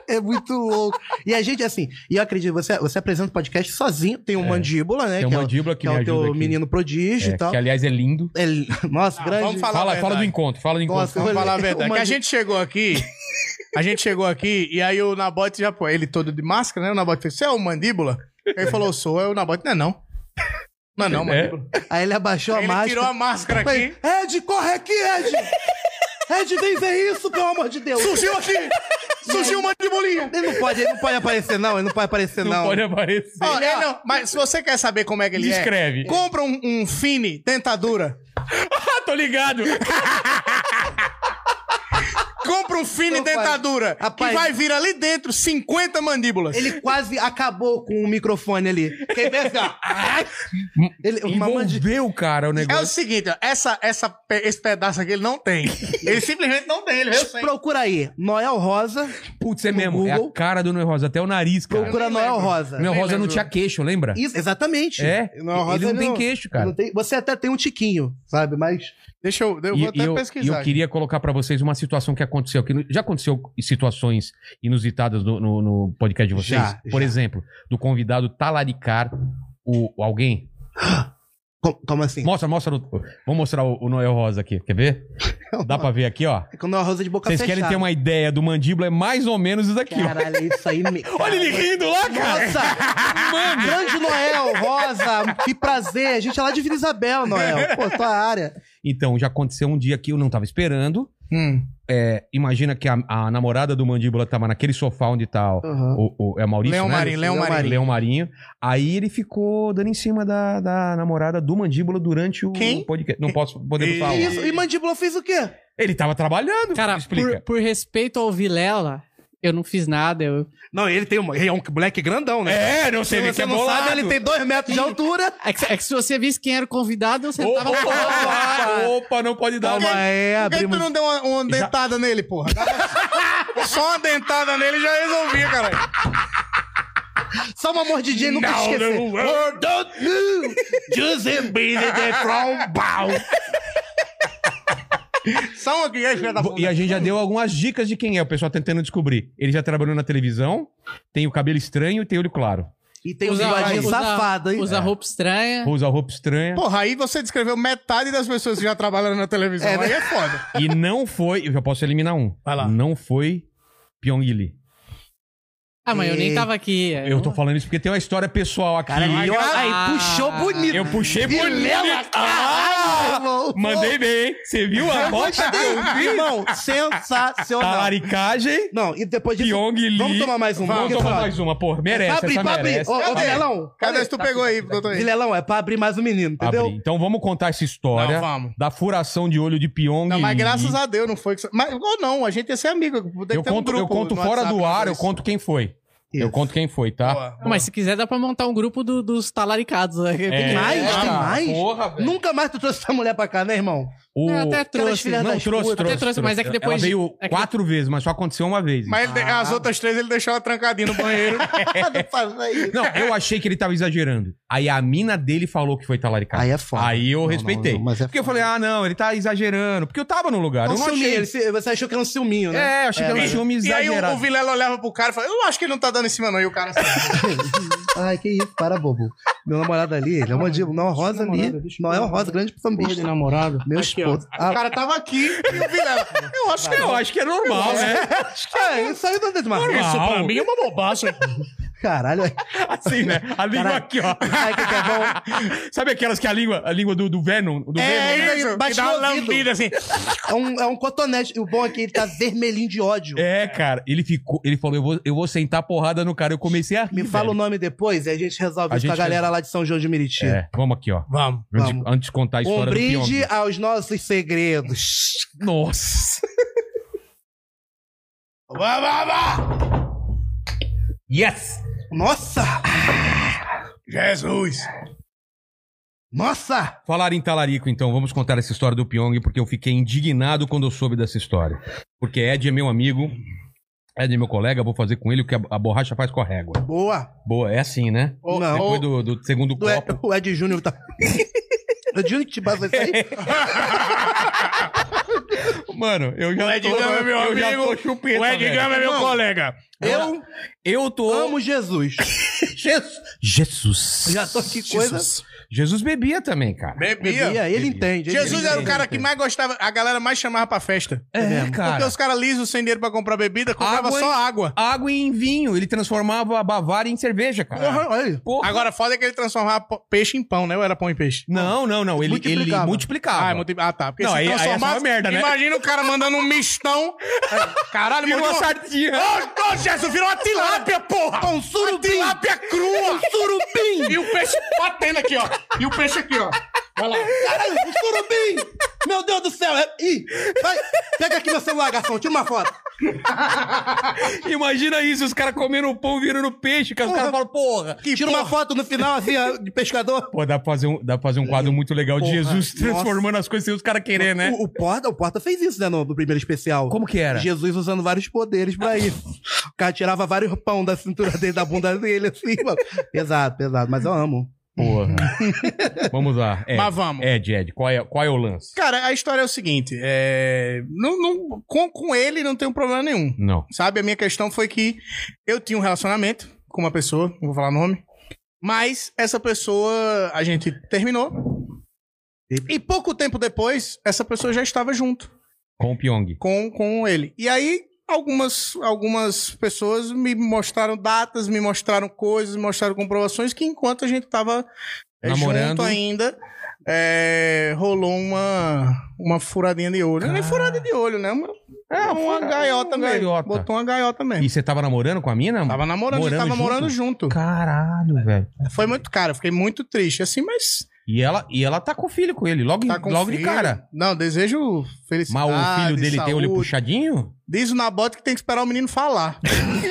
C: é, é muito louco. E a gente, assim, e eu acredito, você, você apresenta o podcast sozinho, tem o Mandíbula, né?
B: Tem
C: que
B: uma
C: é o,
B: mandíbula
C: que
B: que,
C: é
B: me
C: o
B: ajuda.
C: teu
B: aqui.
C: menino prodígio
B: É,
C: e tal.
B: que, aliás, é lindo.
C: Ele- nossa,
D: Ah,
C: grande.
D: vamos falar
B: Fala, fala
D: a
B: do
D: verdade.
B: encontro, fala do encontro.
C: Nossa,
B: fala.
D: Vamos falar a
C: Eu
D: verdade. Que a
C: mandei-
D: gente chegou aqui. A gente chegou aqui e aí o Nabote já pô, ele todo de máscara, né? O Nabote fez: Você é o mandíbula? Ele falou: Sou. Aí o Nabote: Não é não. Não é não,
B: É.
D: mandíbula.
C: Aí ele abaixou a
D: Ele
C: máscara.
D: tirou a máscara aqui.
C: Aí, Ed, corre aqui, Ed! Ed, vem ver isso, pelo amor de Deus!
D: Surgiu aqui! Surgiu o mandibulinho!
C: Ele não pode, ele não pode aparecer, não, ele não pode aparecer,
B: Não
C: não.
B: pode aparecer.
D: Ó, é, não, mas se você quer saber como é que ele
B: Descreve.
D: é, compra um, um Fini dentadura.
B: Ah, tô ligado.
D: Compra um Fini
C: Então,
D: dentadura.
C: pai, rapaz-
D: que vai vir ali dentro 50 mandíbulas.
C: Ele quase acabou com o microfone ali. Quem vê assim, ó. Ele, uma mandi-
B: Envolveu, cara, o
D: É o
B: negócio.
D: seguinte, ó, essa, essa, pe- esse pedaço aqui ele não tem. Ele simplesmente não tem, ele veio sem.
C: Procura aí, Noel Rosa.
B: Putz, é
C: no
B: mesmo. É a
C: Google.
B: cara do Noel Rosa, até o nariz, cara.
C: Procura
D: nem
C: Noel
D: lembro.
C: Rosa.
B: O Noel
D: nem
B: Rosa não
D: lembro.
B: tinha queixo, lembra?
C: Isso, exatamente.
B: É?
C: Noel Rosa,
B: Ele não tem queixo, cara.
C: não tem- você até tem um tiquinho, sabe? Mas.
D: Deixa eu, eu
B: E-
D: vou
B: e
D: até
B: eu,
D: pesquisar.
B: e eu
D: aqui.
B: queria colocar pra vocês uma situação que aconteceu. Que no- já aconteceu em situações inusitadas no, no- no podcast de vocês?
C: Já,
B: Por
C: já.
B: exemplo, do convidado talaricar o, o alguém.
C: Como, como assim?
B: Mostra, mostra. no- vou mostrar o, o Noel Rosa aqui. Quer ver? Dá pra ver aqui, ó.
C: É que o Noel Rosa de boca
B: Vocês
C: fechada.
B: querem ter uma ideia do mandíbula? É mais ou menos isso aqui, ó.
C: Caralho, isso aí. Me...
B: Olha ele rindo lá, cara.
C: Nossa! Grande Noel, Rosa, que prazer. A gente é lá de Vila Isabel, Noel. Pô, tua área.
B: Então, já aconteceu um dia que eu não tava esperando.
D: Hum.
B: É, imagina que a, a namorada do Mandíbula tava naquele sofá onde tá o,
C: Aham.
B: o- o- é o Maurício,
D: Leão
B: né?
D: Marinho, Leão
C: Leão
D: Marinho.
B: Leão Marinho. Aí ele ficou dando em cima da, da namorada do Mandíbula durante o
D: Quem?
B: podcast. Não posso
D: E-
B: poder falar.
C: E, isso, e mandíbula fez o quê?
B: Ele tava trabalhando.
E: Cara,
B: explica.
E: por, por respeito ao Vilela, eu não fiz nada. Eu...
D: Não, ele tem uma, ele é um moleque grandão, né?
B: É, não sei, ele
C: Você
B: quer
C: não
B: bolado.
C: sabe, ele tem dois metros de altura.
E: É, que, é que se você visse quem era o convidado, eu sentava
B: Opa,
E: na
B: opa,
E: porra.
B: opa, não pode dar
D: Calma
B: uma...
D: aí, Por que tu não deu uma, uma dentada nele, porra? Só uma dentada nele já resolvia, cara.
C: Só uma mordidinha e nunca esquecer.
D: Só uma que é filha da
B: E a gente já deu algumas dicas de quem é, o pessoal tentando descobrir. Ele já trabalhou na televisão, tem o cabelo estranho e tem olho claro.
C: E tem um bigodinho
E: usa-
C: safado, hein?
E: Usa roupa
C: É.
E: estranha.
B: Usa roupa estranha.
D: Porra, aí você descreveu metade das pessoas que já trabalharam na televisão.
C: É, né?
D: Aí é foda.
B: E não foi. Eu já posso eliminar um.
D: Vai lá.
B: Não foi Pyong Ili.
E: Ah, mas eu nem tava aqui.
B: Eu tô falando isso porque tem uma história pessoal aqui.
C: Caralho, e olha aí,
E: Ah.
C: puxou bonito.
B: Eu puxei
C: Vilela,
B: bonito.
C: caralho,
B: Ah!
C: irmão.
B: Mandei bem, hein? Você viu a
C: Gostei,
B: bota?
C: irmão. Sensacional.
B: Talaricagem.
C: Não, e depois disso.
B: Pyong Lee.
C: Vamos tomar mais um.
B: Vamos
C: porque,
B: tomar
C: pô,
B: mais uma, pô. Merece,
C: Pra abrir,
B: essa
C: pra abrir.
B: merece.
C: Ô, ô,
B: Cadê?
C: Vilelão.
D: Cadê esse que tu pegou aí? tá Botou aí.
C: Vilelão, é pra abrir mais um menino,
B: Pra
C: entendeu?
B: abrir. Então vamos contar essa história
D: Não, vamos.
B: da furação de olho de Pyong
D: Não, mas
B: Lee.
D: graças a Deus não foi. Que... Mas, ou não, a gente ia ser amigo. Tem
B: Eu
D: que ter um
B: conto, eu
D: grupo
B: conto
D: no
B: fora
D: WhatsApp
B: do ar, eu
D: depois.
B: conto quem foi. Eu
C: Isso.
B: conto quem foi, tá?
D: Boa,
E: Não, Ah, mas se quiser, dá pra montar um grupo do- dos talaricados. né?
B: É,
C: mais? Tem
B: cara,
C: mais?
B: Porra, velho.
C: Nunca mais tu trouxe essa mulher pra cá, né, irmão?
B: O...
E: Eu até
C: Aquelas
E: trouxe.
C: filhas
B: Não,
C: das
B: trouxe,
C: putas.
B: trouxe.
E: trouxe, mas é que depois-
B: Ela veio
E: é que-
B: quatro vezes, mas só aconteceu uma vez.
D: Mas ele- as outras três ele deixou ela trancadinha no banheiro.
C: Não faz isso.
B: Não, eu achei que ele tava exagerando. Aí a mina dele falou que foi talaricada.
C: Aí é foda.
B: Aí eu
C: Não,
B: respeitei.
C: não, não, mas é
B: porque eu
C: foda.
B: falei, ah, não, ele tá exagerando. Porque eu tava no lugar,
C: É um
B: eu não
C: ciúme,
B: achei.
C: ele se- Você achou que era um ciúminho, né?
B: É, eu achei que era um ciúme
D: e aí o, o
B: exagerado.
D: Vilela olhava pro cara e falava: Eu acho que ele não tá dando em cima, não. E o cara assim,
C: Ai, que isso, para, bobo. Meu namorado ali, ele é um mandíbula, não é o rosa ali. Não é o rosa, grande sambista.
E: namorado.
C: Meu
D: aqui, ó.
C: esposo.
D: O cara tava aqui e o Vilela. Eu acho que
B: Eu acho que é normal, né?
C: Ah, ele saiu da dentro de uma
B: Normal.
D: é uma bobagem.
C: Caralho.
B: Assim, né? A língua
C: Caralho.
B: aqui, ó.
C: Ai, que que é bom.
B: Sabe aquelas que a língua, a língua do, do Venom? Do Venom, né?
D: É,
C: isso,
D: isso.
C: bate
D: E dá uma
C: no ouvido.
D: lambida assim.
C: É um, é um cotonete. E o bom é que ele tá vermelhinho de ódio.
B: É, cara, ele ficou, ele falou, eu vou, eu vou sentar a porrada no cara. Eu comecei a rir,
C: Me fala o
B: velho.
C: nome depois e a gente resolve
B: A
C: isso com a
B: gente
C: galera lá de São João de Meriti.
B: É, vamos aqui, ó.
D: Vamos.
B: Antes,
C: Vamos.
B: antes de contar a
C: Um
B: história do
C: brinde
B: Pyong.
C: aos nossos segredos.
B: Nossa.
D: Vá, vá, vá.
B: Yes!
C: Nossa!
D: Jesus.
C: Nossa!
B: Falar em talarico, então, vamos contar essa história do Pyong, porque eu fiquei indignado quando eu soube dessa história. Porque Ed é meu amigo, Ed é meu colega, vou fazer com ele o que a, a borracha faz com a régua.
C: Boa!
B: Boa, é assim, né?
C: Ô, é não.
B: Depois do, do segundo
C: O Ed,
B: copo.
C: o Ed Júnior tá. O Ed Júnior que te passa assim? isso aí?
B: Mano, eu já
D: O Ed Gama é meu
B: eu já
D: amigo.
B: tô chupeta,
D: o Ed
B: velho.
D: Gama é meu colega.
C: Eu
B: Eu tô...
C: amo Jesus.
B: Jesus. Jesus.
C: Já tô que coisa.
B: Jesus bebia também, cara.
D: Bebia.
C: Bebia, ele entende. ele
D: Jesus
C: entende.
D: era o cara que mais gostava, a galera mais chamava pra festa.
B: É,
D: Porque
B: cara.
D: os caras lisos, sem dinheiro pra comprar bebida, comprava
B: Água,
D: só
B: hein?
D: água.
B: Água em vinho, ele transformava a Bavária em cerveja, cara.
C: Porra, olha aí.
B: Porra.
D: Agora, foda é que ele transformava po- peixe em pão, né? Ou era pão em peixe?
B: Não, não, não. Ele multiplicava.
C: Multiplicava.
B: Ele multiplicava.
D: Ah, é multi- ah, tá. Porque
B: Não,
D: se
B: aí- aí essa é uma
D: transformasse-
B: merda, né?
D: Imagina o cara mandando um mistão. Caralho,
B: Virou
D: mandou
B: uma
D: uma-
B: sardinha.
D: Ô, ô, Jesus, virou uma
B: Tá
D: tilápia, porra!
C: Um surubim.
D: Uma tilápia
B: Um
D: crua!
C: Surubim!
D: E o peixe batendo aqui, ó. E o peixe aqui, ó. Vai lá.
C: Caralho, um surubim! Meu Deus do céu! É... Ih, vai! Pega aqui meu celular, garçom, tira uma foto.
B: Imagina isso, os caras comendo pão, virando peixe, que os caras falam, porra.
C: tira uma foto no final, assim, ó, de pescador.
B: Pô, dá pra fazer um, dá pra fazer um quadro muito legal de
C: Porra,
B: Jesus transformando as coisas sem os caras querer, né?
C: O, o Porta, o Porta fez isso, né, no, no primeiro especial.
B: Como que era?
C: Jesus usando vários poderes pra isso. O cara tirava vários pão da cintura dele, da bunda dele, assim, mano. Pesado, pesado, mas eu amo.
B: Porra. vamos lá. Ed,
D: Mas vamos.
B: Ed, Ed, qual é, qual é o lance?
D: Cara, a história é o seguinte: é, não, não- com, com ele não tem um problema nenhum.
B: Não.
D: Sabe? A minha questão foi que eu tinha um relacionamento com uma pessoa, não vou falar nome. Mas essa pessoa a gente terminou. E pouco tempo depois, essa pessoa já estava junto
B: Com o Pyong.
D: com, com ele. E aí, algumas, algumas pessoas me mostraram datas, me mostraram coisas, me mostraram comprovações que enquanto a gente tava eh,
B: Namorando.
D: junto ainda, é, rolou uma, uma furadinha de olho. Não é nem furada de olho, né? Uma, é uma,
B: furada,
D: gaiota
B: uma
D: mesmo.
B: gaiota.
D: Botou uma gaiota mesmo.
B: E você tava namorando com a mina?
D: Tava namorando, a gente tava morando junto.
B: Caralho, velho.
D: Foi muito caro, eu fiquei muito triste, assim, mas.
B: E ela, e ela tá com o filho com ele, logo,
D: Tá com
B: logo de
D: filho.
B: cara.
D: Não, desejo
B: Mas
D: felicidade.
B: o filho dele tem olho
D: saúde.
B: puxadinho?
D: Diz o Nabote que tem que esperar o menino falar.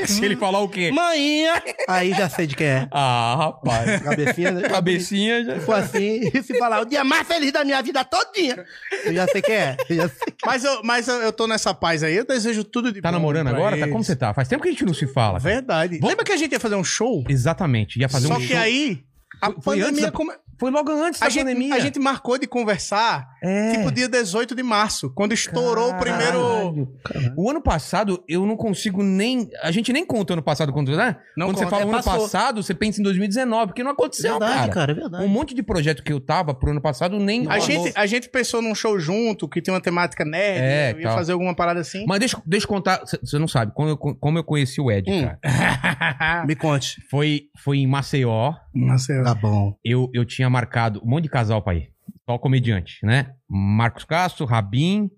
B: Se ele falar o quê?
D: Manhinha!
C: Aí já sei de quem é.
B: Ah, rapaz.
C: Cabecinha, né?
B: Cabecinha já.
C: Se for assim, e se falar o dia mais feliz da minha vida todinha, eu já sei quem é. Eu já sei.
D: Mas eu, mas eu eu tô nessa paz aí, eu desejo tudo de
B: Tá
D: bom
B: namorando
D: pra
B: agora? Tá,
D: eles.
B: como você tá? Faz tempo que a gente não se fala. cara.
D: Verdade.
B: Vou-
D: Lembra que a gente ia fazer um show?
B: Exatamente. Ia fazer
D: Só
B: um
D: que
B: show.
D: aí, a
B: foi antes
D: pandemia...
B: da-
D: come-
B: Foi logo antes da
D: A gente,
B: pandemia.
D: a gente marcou de conversar,
B: É.
D: tipo, dia 18 de março, quando estourou o primeiro...
B: primeiro. O ano passado, eu não consigo nem. A gente nem conta o ano passado, quando, né?
D: Não
B: quando você
D: conta,
B: fala
D: é,
B: ano
D: passou.
B: passado, você pensa em 2019, porque não aconteceu, cara.
C: é verdade.
B: Um monte de projeto que eu tava pro ano passado nem.
D: A
B: rolou.
D: gente, a gente pensou num show junto, que tem uma temática nerd,
B: É,
D: ia
B: tal.
D: fazer alguma parada assim.
B: Mas deixa, deixa eu contar. Você não sabe como eu, con- como eu conheci o Ed,
C: Hum.
B: cara. um
C: Me conte.
B: Foi, foi em Maceió.
D: Marcelo.
C: Tá bom.
B: Eu, eu tinha marcado um monte de casal pra ir. Só comediante, né? Marcos Castro, Rabin.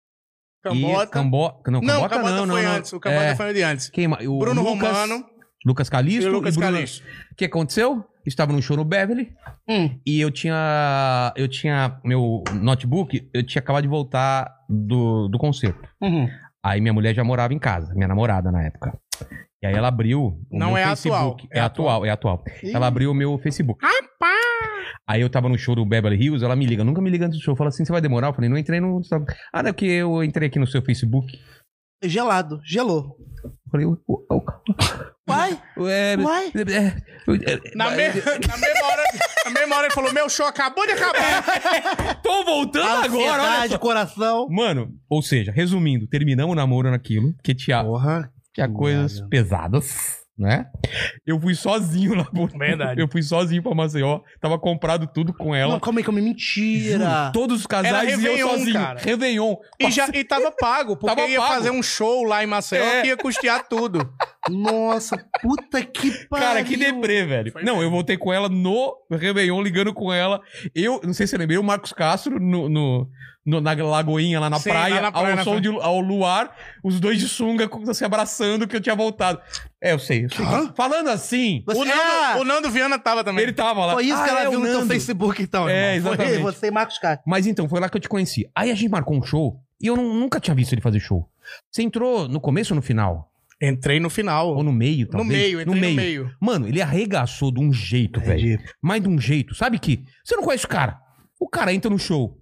B: E
D: Cambota.
B: Cambó... Não,
D: Não, o
B: Cambota
D: Cambota
B: não, não,
D: foi
B: não.
D: antes, o Cambota
B: É,
D: foi de antes.
B: quem ma- o
D: Bruno
B: Lucas-
D: Romano
B: Lucas Calixto
D: e o Lucas
B: Bruno-
D: Calixto.
B: O que aconteceu? Estava num show no Beverly
C: Hum.
B: e eu tinha. Eu tinha. Meu notebook, eu tinha acabado de voltar do, do concerto.
C: Uhum.
B: Aí minha mulher já morava em casa, minha namorada na época. E aí ela abriu. o
D: Não
B: meu
D: é
B: Facebook.
D: atual,
B: É,
D: é
B: atual, é atual.
D: Ih.
B: Ela abriu o meu Facebook. Rapaz! Aí eu tava no show do Beverly Hills, ela me liga, nunca me liga antes do show. Fala assim, você vai demorar? Eu falei, não entrei no. Ah, não, é que eu entrei aqui no seu Facebook.
C: Gelado, gelou.
B: Eu falei, o. o,
C: Uai,
B: o- é,
C: uai.
B: é, é, é,
D: Na, me- na mesma hora, na mesma hora ele falou: Meu show acabou de acabar.
B: Tô voltando agora, olha
C: Ansiedade, coração.
B: Mano, ou seja, resumindo, terminamos o namoro naquilo, que tinha,
C: Porra.
B: tinha coisas pesadas, né? Eu fui sozinho lá por.
D: Verdade.
B: Eu fui sozinho pra Maceió, tava comprado tudo com ela.
C: Não, calma aí, calma aí.
B: Juro,
C: Mentira.
B: todos os
D: Era
B: casais e eu
D: Réveillon,
B: sozinho.
D: cara.
B: Réveillon.
D: E, já, e tava pago, porque
B: Tava
D: ia
B: pago.
D: fazer um show lá em Maceió
B: É.
D: que ia custear tudo.
C: Nossa, puta que pariu.
B: Cara, que deprê, velho.
D: Foi
B: Não, eu voltei com ela no Réveillon, ligando com ela. Eu, não sei se você lembra, o Marcos Castro no, no- no- na lagoinha, lá na
D: Sim,
B: praia,
D: lá na praia,
B: ao
D: na
B: som
D: praia.
B: de, ao luar, os dois de sunga com- se abraçando que eu tinha voltado. É, eu sei. eu sei. Falando assim,
C: Você-
D: O Nando,
C: Ah,
D: o Nando Viana tava também.
B: ele tava lá.
C: Foi isso
B: Ah,
C: que ela
B: é,
C: viu
B: o
C: no teu
B: Nando.
C: Facebook, então.
B: É,
C: irmão.
B: exatamente.
C: Foi você e Marcos Castro.
B: Mas então, foi lá que eu te conheci. Aí a gente marcou um show e eu não- nunca tinha visto ele fazer show. Você entrou no começo ou no final?
D: Entrei no final.
B: Ou no meio,
D: no
B: talvez?
D: meio, entrei no meio.
B: Mano, ele arregaçou de um jeito,
C: É
B: velho. Mas de um jeito, sabe que? Você não conhece o cara. O cara entra no show.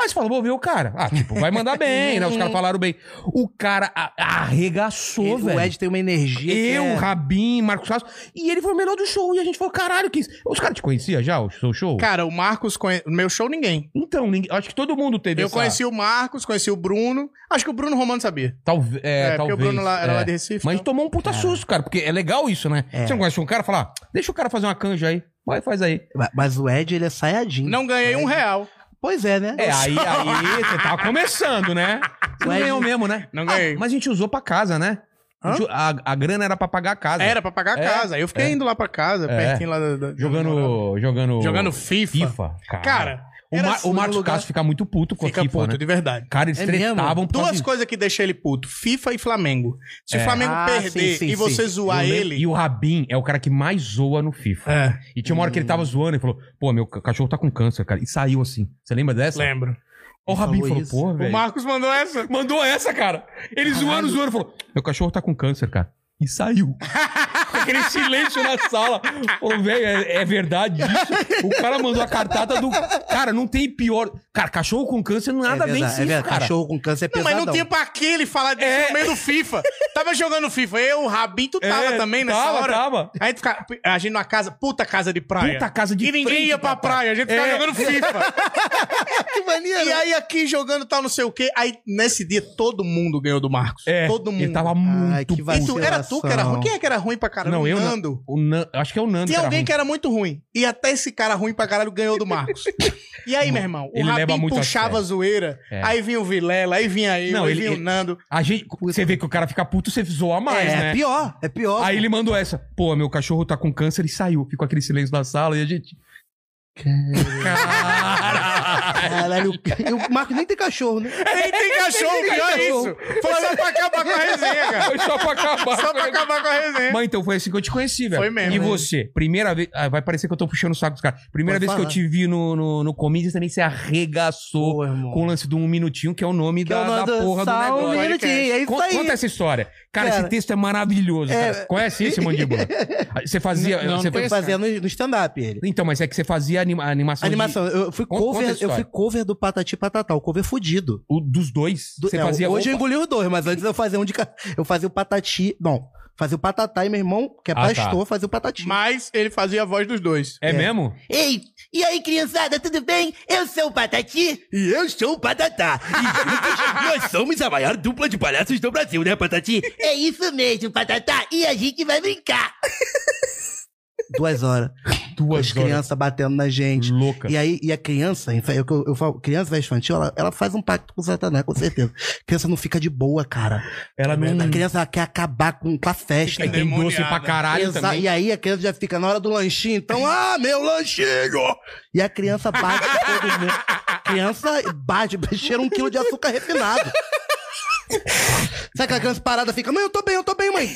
B: Aí você fala, vou ver o cara. Ah, tipo, vai mandar bem, né? Os caras falaram bem. O cara a- arregaçou,
C: Ele- o
B: velho.
C: Ed tem uma energia. que
B: Eu,
C: é-
B: Rabin, Marcos Castro. E ele foi o melhor do show. E a gente falou, caralho, que isso. Os caras te conheciam já, o seu show?
D: Cara, o Marcos conhe... no meu show ninguém.
B: Então, ninguém- acho que todo mundo teve
D: Eu
B: essa-
D: conheci o Marcos, conheci o Bruno. Acho que o Bruno Romano sabia.
B: Talve... É,
D: porque
B: talvez.
D: o Bruno lá- era
B: é.
D: lá de Recife.
B: Mas
D: então.
B: tomou um puta susto, cara. Porque é legal isso, né? Você não conhece um cara, fala, ah, deixa o cara fazer uma canja aí. Vai, faz aí.
C: Ma- Mas o Ed, ele é
B: então,
C: saiadinho.
D: Não ganhei um real.
C: Pois é, né?
B: É, aí, aí, você tava começando, né? Você não
C: Ué,
B: ganhou mesmo, né?
D: Não ganhei.
B: Ah, mas a gente usou pra casa, né? A, gente- a- a grana era pra pagar a casa.
D: Era pra pagar a
B: É,
D: casa. Eu fiquei
B: é.
D: indo lá pra casa,
B: É.
D: pertinho lá da, da-
B: Jogando. Jogando.
D: jogando FIFA.
B: FIFA. Cara.
D: Cara,
B: o,
D: era
B: Mar-
D: assim,
B: o Marcos
D: um lugar-
B: Castro fica muito puto com
D: fica
B: a FIFA,
D: puto,
B: né?
D: de verdade.
B: Cara, eles
C: É mesmo?
B: tretavam por causa
D: Duas
B: de-
D: coisas que deixam ele puto: FIFA e Flamengo. Se
B: É.
D: o Flamengo
C: Ah,
D: perder
C: sim, sim,
D: e você
C: sim.
B: Eu
D: zoar
B: lembro-
D: ele.
B: E o Rabin é o cara que mais zoa no FIFA.
D: É,
B: E tinha uma hora que ele tava zoando e falou: Pô, meu ca- cachorro tá com câncer, cara. E saiu assim. Você lembra dessa?
D: lembro.
B: Ó, O
C: Ele
B: Rabin
C: falou
B: falou:
C: isso.
B: Pô,
D: O
B: velho.
D: Marcos mandou essa.
B: Mandou essa, cara. Ele zoando, zoando, falou: Meu cachorro tá com câncer, cara. E saiu. Aquele silêncio na sala. Falou, velho, é, é verdade isso. O cara mandou a cartada do. Cara, não tem pior. Cara, cachorro com câncer não nada
C: é
B: vem
C: verdade,
B: isso,
C: é verdade.
B: cara.
C: Cachorro com câncer é
D: Não,
C: pesadão.
D: mas não tinha pra que ele falar disso
B: É.
D: no meio do FIFA. Tava jogando FIFA. Eu, o Rabin, tu tava
B: É,
D: também nessa
B: tava,
D: hora.
B: Tava.
D: Aí tu fica, a gente numa casa, puta casa de praia.
B: Puta casa de
D: E ninguém
B: frente
D: ia pra praia, a gente ficava
B: É.
D: jogando FIFA.
C: Que maneiro.
D: e aí aqui jogando tal, não sei o quê. Aí nesse dia todo mundo ganhou do Marcos.
B: É,
D: todo mundo.
B: Ele tava muito.
C: que
B: puto.
D: E tu, era tu que era ruim? Quem é que era ruim pra caralho?
B: Não, eu não.
D: Nando.
B: O Nan- Acho que é o Nando.
D: Tem
B: que era
D: alguém
B: ruim.
D: que era muito ruim. E até esse cara ruim pra caralho ganhou do Marcos. E aí, meu irmão, o
B: Ele leva
D: Rabin
B: muito a
D: puxava a
B: sério.
D: zoeira,
B: É.
D: aí vinha o Vilela, aí vinha eu,
B: Não,
D: aí
B: ele-
D: vinha
B: ele-
D: o Nando.
B: A gente... Você vê que o cara fica puto, você zoa mais,
C: é,
B: né?
C: pior, é pior.
B: Aí ele mandou essa. Pô, meu cachorro tá com câncer e saiu. Ficou aquele silêncio na sala e a gente.
C: Caralho, e o Marco nem tem cachorro, né?
D: Nem tem cachorro, pior é isso. Foi só pra acabar com a resenha, cara.
B: Foi só pra acabar.
D: Só pra acabar com a resenha.
B: Mas então foi assim que eu te conheci, velho.
D: Foi mesmo,
B: E
D: né?
B: você? Primeira vez. Ah, vai parecer que eu tô puxando o saco dos caras. Primeira
C: Pode
B: vez
C: falar.
B: que eu te vi no, no, no Comedians também você arregaçou
C: Pô, irmão.
B: com o lance do Um Minutinho, que é o nome da, da porra do
C: Sal,
B: negócio.
C: Minutinho, é isso
B: Con-
C: aí.
B: Conta essa história. Cara,
C: Cara,
B: esse texto é maravilhoso. cara. Conhece isso, Mandíbula? Você fazia.
E: Não, não
B: você
E: conheço.
C: Fazia no, no stand-up ele.
B: Então, mas é que você fazia anima, animação. de-
C: Animação, eu fui,
B: Conta- conta a
C: cover, eu
B: história.
C: fui cover do Patati Patatá, o cover fudido.
B: o- dos dois.
C: Do-
B: você
C: é,
B: fazia.
C: hoje eu
B: Opa.
C: engoli os dois, mas antes eu fazia um de ca- Eu fazia o Patati. Não, fazia o Patatá e meu irmão, que é
B: Ah, tá.
C: pastor, fazia o Patati.
D: Mas ele fazia a voz dos dois.
B: É mesmo?
C: Ei, e aí, criançada, tudo bem? Eu sou o Patati.
F: E eu sou o Patatá. E juntos nós somos a maior dupla de palhaços do Brasil, né, Patati?
C: É isso mesmo, Patatá. E a gente vai brincar. Duas horas. Duas As crianças batendo na gente.
B: Louca.
C: E aí, e a criança, infa- eu, eu, eu falo, criança vai infantil, ela, ela faz um pacto com o Satanás, com certeza. criança não fica de boa, cara.
B: Ela não.
C: A criança ela quer acabar com, com a festa.
B: Aí tem doce pra caralho
C: Exa-
B: também.
C: e aí a criança já fica na hora do lanchinho, então, ah, meu lanchinho! E a criança bate todo mundo. Criança bate, cheira um quilo de açúcar refinado. Sabe aquela criança parada fica, não, eu tô bem, eu tô bem, mãe.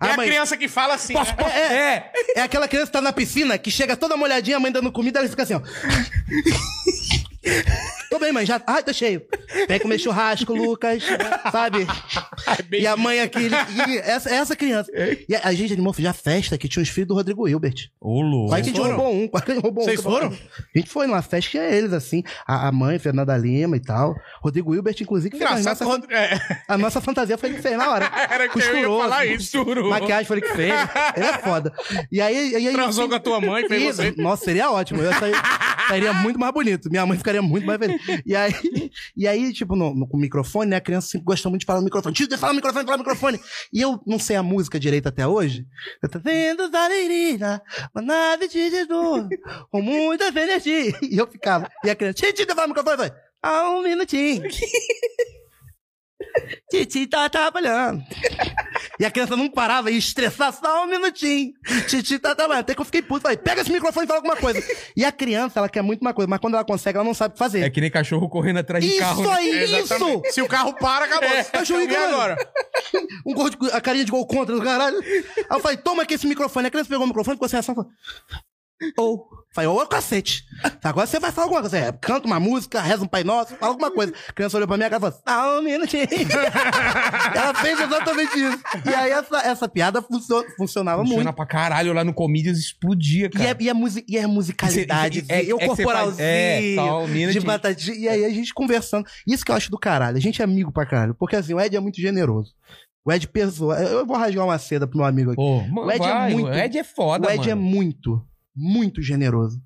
D: É
C: A
D: a
C: mãe-
D: criança que fala assim. né?
B: É.
C: é aquela criança que tá na piscina, que chega toda molhadinha, a mãe dando comida, ela fica assim, ó. Tô bem, mãe, já. Ai, tô cheio. Vem comer churrasco, Lucas, sabe? E a mãe aqui. e essa, essa criança.
D: É.
C: E a, a gente animou já festa que tinha os filhos do Rodrigo Hilbert.
B: Ô, louco.
C: Quase que a gente
D: foram?
C: roubou um, quase que a gente roubou um.
D: Vocês foram?
C: A gente foi numa festa que é eles, assim. A, a mãe, Fernanda Lima e tal. Rodrigo Hilbert, inclusive, que fez a
D: Engraçado.
C: nossa,
D: quando- é,
C: a nossa fantasia foi ele que fez na hora.
D: Era que eu ia
C: Costurou.
D: falar isso.
B: Uhum.
C: Maquiagem foi ele que fez. Ele é foda. E aí. E aí
D: Transou
C: assim,
D: com a tua mãe, fez
C: Isso.
D: você.
C: Nossa, seria ótimo. Eu saí- sairia muito mais bonito. Minha mãe ficaria muito mais feliz. E aí, e aí tipo, no, no- com o microfone, né? A criança sempre gosta muito de falar no microfone. Tio, fala no microfone, fala no microfone. E eu não sei a música direito até hoje. Eu tô vendo da menina, uma nave de Jesus, com muita energia. E eu ficava. E a criança, tio, tio, fala no microfone. Eu falei, ah, um minutinho. Titi tá trabalhando. E a criança não parava e estressar só um minutinho. Titi tá trabalhando. Até que eu fiquei puto. Falei, pega esse microfone e fala alguma coisa. E a criança, ela quer muito uma coisa, mas quando ela consegue, ela não sabe o que fazer.
B: É que nem cachorro correndo atrás de
C: isso
B: carro. né?
C: aí,
D: É,
C: isso!
D: exatamente. Se o carro para, acabou.
C: É, tá
D: e
C: julgando.
D: agora?
C: Um gol de, a carinha de gol contra do caralho. Aí eu falei, toma aqui esse microfone. A criança pegou o microfone, ficou sem ação. falou, Ou. Falei, ô, cacete. Agora você vai falar alguma coisa. É, Canta uma música, reza um Pai Nosso, fala alguma coisa. A criança olhou pra minha cara e falou, ah, um minutinho. Ela fez exatamente isso. E aí essa, essa piada funcio- funcionava
B: Funciona
C: muito.
B: pra caralho lá no Comedians explodia,
C: E
B: cara.
C: é, e é musi- e é musicalidade.
B: E cê- e- é-
C: e eu
B: é que cê faz-
C: corporalzinho.
B: é, tal, menina
C: de
B: de-
C: batatinha. E aí a gente conversando. Isso que eu acho do caralho. A gente é amigo pra caralho. Porque assim, o Ed é muito generoso. O Ed pesou. Eu vou rasgar uma seda pro meu amigo aqui.
B: Pô, mano,
C: O Ed é
B: vai,
C: muito-
B: O Ed é foda,
C: o Ed é
B: mano.
C: muito, muito generoso.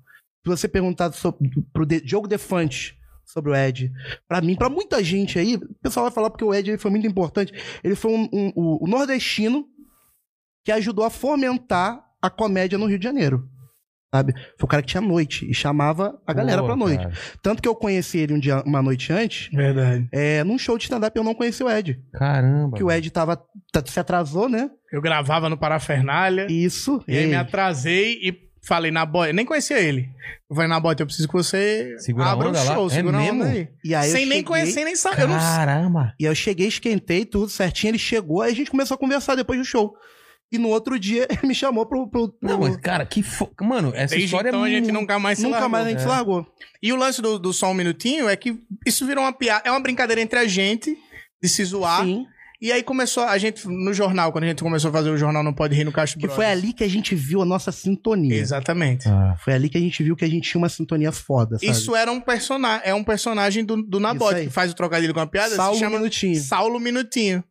C: Se você perguntar sobre, pro De- Diogo Defante sobre o Ed, pra mim, pra muita gente aí, o pessoal vai falar porque o Ed ele foi muito importante. Ele foi um- um- o- o nordestino que ajudou a fomentar a comédia no Rio de Janeiro. Sabe? Foi o cara que tinha noite e chamava a galera
B: Pô,
C: pra noite.
B: cara.
C: Tanto que eu conheci ele um dia, uma noite antes,
D: Verdade.
C: é, num show de stand-up eu não conheci o Ed.
B: Caramba.
C: Porque o Ed tava, tá- se atrasou, né?
D: Eu gravava no Parafernália.
C: Isso. é.
D: E aí
C: Ei.
D: me atrasei e falei na boia. Nem conhecia ele. Eu falei na boia, eu preciso que você
B: Segura a
D: abra
B: onda
D: um
B: lá.
D: show,
B: É
D: segura a onda
B: mesmo?
D: aí.
C: E aí eu
D: sem nem
C: cheguei-
D: conhecer, sem nem saber. Eu não sei.
B: Caramba.
C: E aí eu cheguei, esquentei tudo certinho, ele chegou, aí a gente começou a conversar depois do show. E no outro dia ele me chamou pro. pro, pro-
B: Não, mas, cara, que fo... Mano, essa
D: Desde
B: história
D: então
B: é
D: a gente
B: muito...
D: nunca mais se
C: Nunca
D: largou. É.
C: mais a gente se largou.
D: E o lance do, do só um minutinho é que isso virou uma piada. É uma brincadeira entre a gente de se zoar.
C: Sim.
D: E aí começou a gente, no jornal, quando a gente começou a fazer o jornal Não Pode Rir no Castro
C: Que
D: Brothers.
C: foi ali que a gente viu a nossa sintonia.
D: Exatamente.
B: Ah,
C: Foi ali que a gente viu que a gente tinha uma sintonia foda, sabe?
D: Isso era um personagem, é um personagem do, do Nabote,
C: aí.
D: que faz o trocadilho com a piada,
C: Saulo
D: se chama
C: um Minutinho.
D: Saulo Minutinho.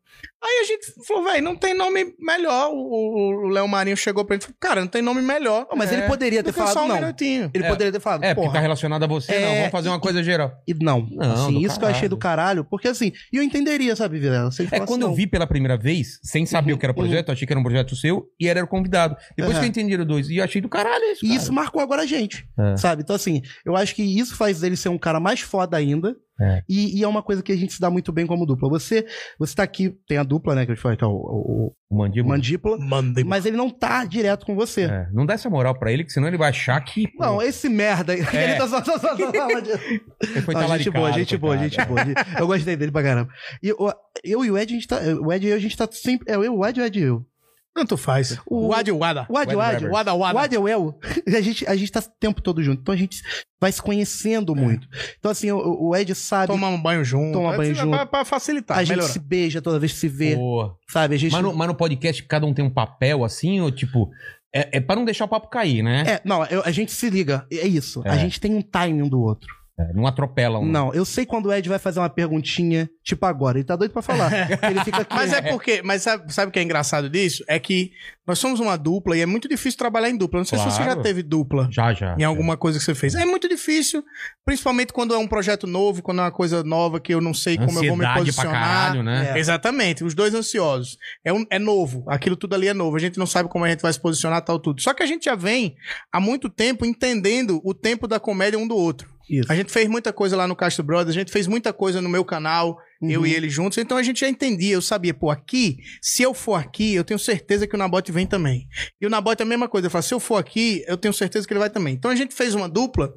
D: Aí a gente falou, velho, não tem nome melhor. O- O o Léo Marinho chegou pra ele e falou, cara, não tem nome melhor.
C: Não, mas
B: É.
C: ele poderia
D: do
C: ter
D: que só
C: falado
D: um
C: não.
D: minutinho.
C: Ele
B: É.
C: poderia ter falado,
B: É, porque
C: porra.
B: tá relacionado a você, não.
C: É,
B: Vamos fazer uma coisa geral.
C: E não.
B: Não,
C: Assim,
B: do
C: isso que eu achei
B: caralho.
C: do caralho. Porque assim, e eu entenderia, sabe, Vilela? Se ele
B: É
C: falasse
B: quando eu
C: não. Uhum.
B: vi pela primeira vez, sem saber o que era o projeto, eu achei que era um projeto seu e era o convidado. Depois
C: Aham.
B: que eu entendi os dois, e eu achei do caralho isso.
C: E
B: cara.
C: isso marcou agora a gente.
B: É.
C: Sabe? Então, assim, eu acho que isso faz ele ser um cara mais foda ainda.
B: É.
C: E, e é uma coisa que a gente se dá muito bem como dupla. Você, você tá aqui, tem a dupla, né? Que eu te falei que é o, o-
B: O
C: o
B: mandíbula.
C: mandíbula,
D: Mandei.
C: mas ele não tá direto com você.
B: É, Não dá essa moral pra ele, que senão ele vai achar que. pô,
C: Não, esse merda aí. Ele tá só, só, só, só fala de...
B: ele É. foi
C: Não, gente
B: talaricado,
C: boa, gente boa,
B: coitado.
C: gente boa. gente- Eu gostei dele pra caramba. E eu, eu e o Ed, a gente tá. O Ed e eu, a gente tá sempre. É eu, o Ed, o Ed e eu.
D: Tanto faz.
C: O-
D: O Wadi Wada.
C: O Ed, o Ed,
B: Weber.
D: Wada Wada.
C: é O Adel eu, a gente, a gente tá o tempo todo junto. Então a gente vai se
D: É.
C: conhecendo muito. Então, assim, o, o Ed sabe.
D: Tomar um banho junto.
C: Tomar banho
D: Assim,
C: junto.
D: Pra, pra facilitar,
C: a gente
D: melhorar.
C: se beija toda vez que se vê,
B: Boa.
C: sabe? A gente.
B: Mas no, mas no podcast cada um tem um papel assim, ou tipo. É, é pra não deixar o papo cair, né?
C: É, não, eu- a gente se liga. É isso.
B: É.
C: A gente tem um timing um do outro.
B: É, Não atropela um.
C: Não, eu sei quando o Ed vai fazer uma perguntinha, tipo agora. Ele tá doido pra falar. ele fica aqui.
D: Mas é porque, mas sabe, sabe o que é engraçado disso? É que nós somos uma dupla e é muito difícil trabalhar em dupla. Eu Não sei se você
B: Claro.
D: já teve dupla
B: Já, já.
D: em alguma coisa que você fez. É muito difícil, principalmente quando é um projeto novo, quando é uma coisa nova que eu não sei como eu vou me
B: Ansiedade pra
D: posicionar.
B: caralho, né?
C: É.
D: Exatamente, os dois ansiosos. É, um- é novo, aquilo tudo ali é novo. A gente não sabe como a gente vai se posicionar, tal, tudo. Só que a gente já vem há muito tempo entendendo o tempo da comédia um do outro.
C: Isso.
D: A gente fez muita coisa lá no Castro Brothers, a gente fez muita coisa no meu canal,
C: Uhum.
D: eu e ele juntos. Então a gente já entendia, eu sabia, pô, aqui, se eu for aqui, eu tenho certeza que o Nabote vem também. E o Nabote é a mesma coisa, eu falo, se eu for aqui, eu tenho certeza que ele vai também. Então a gente fez uma dupla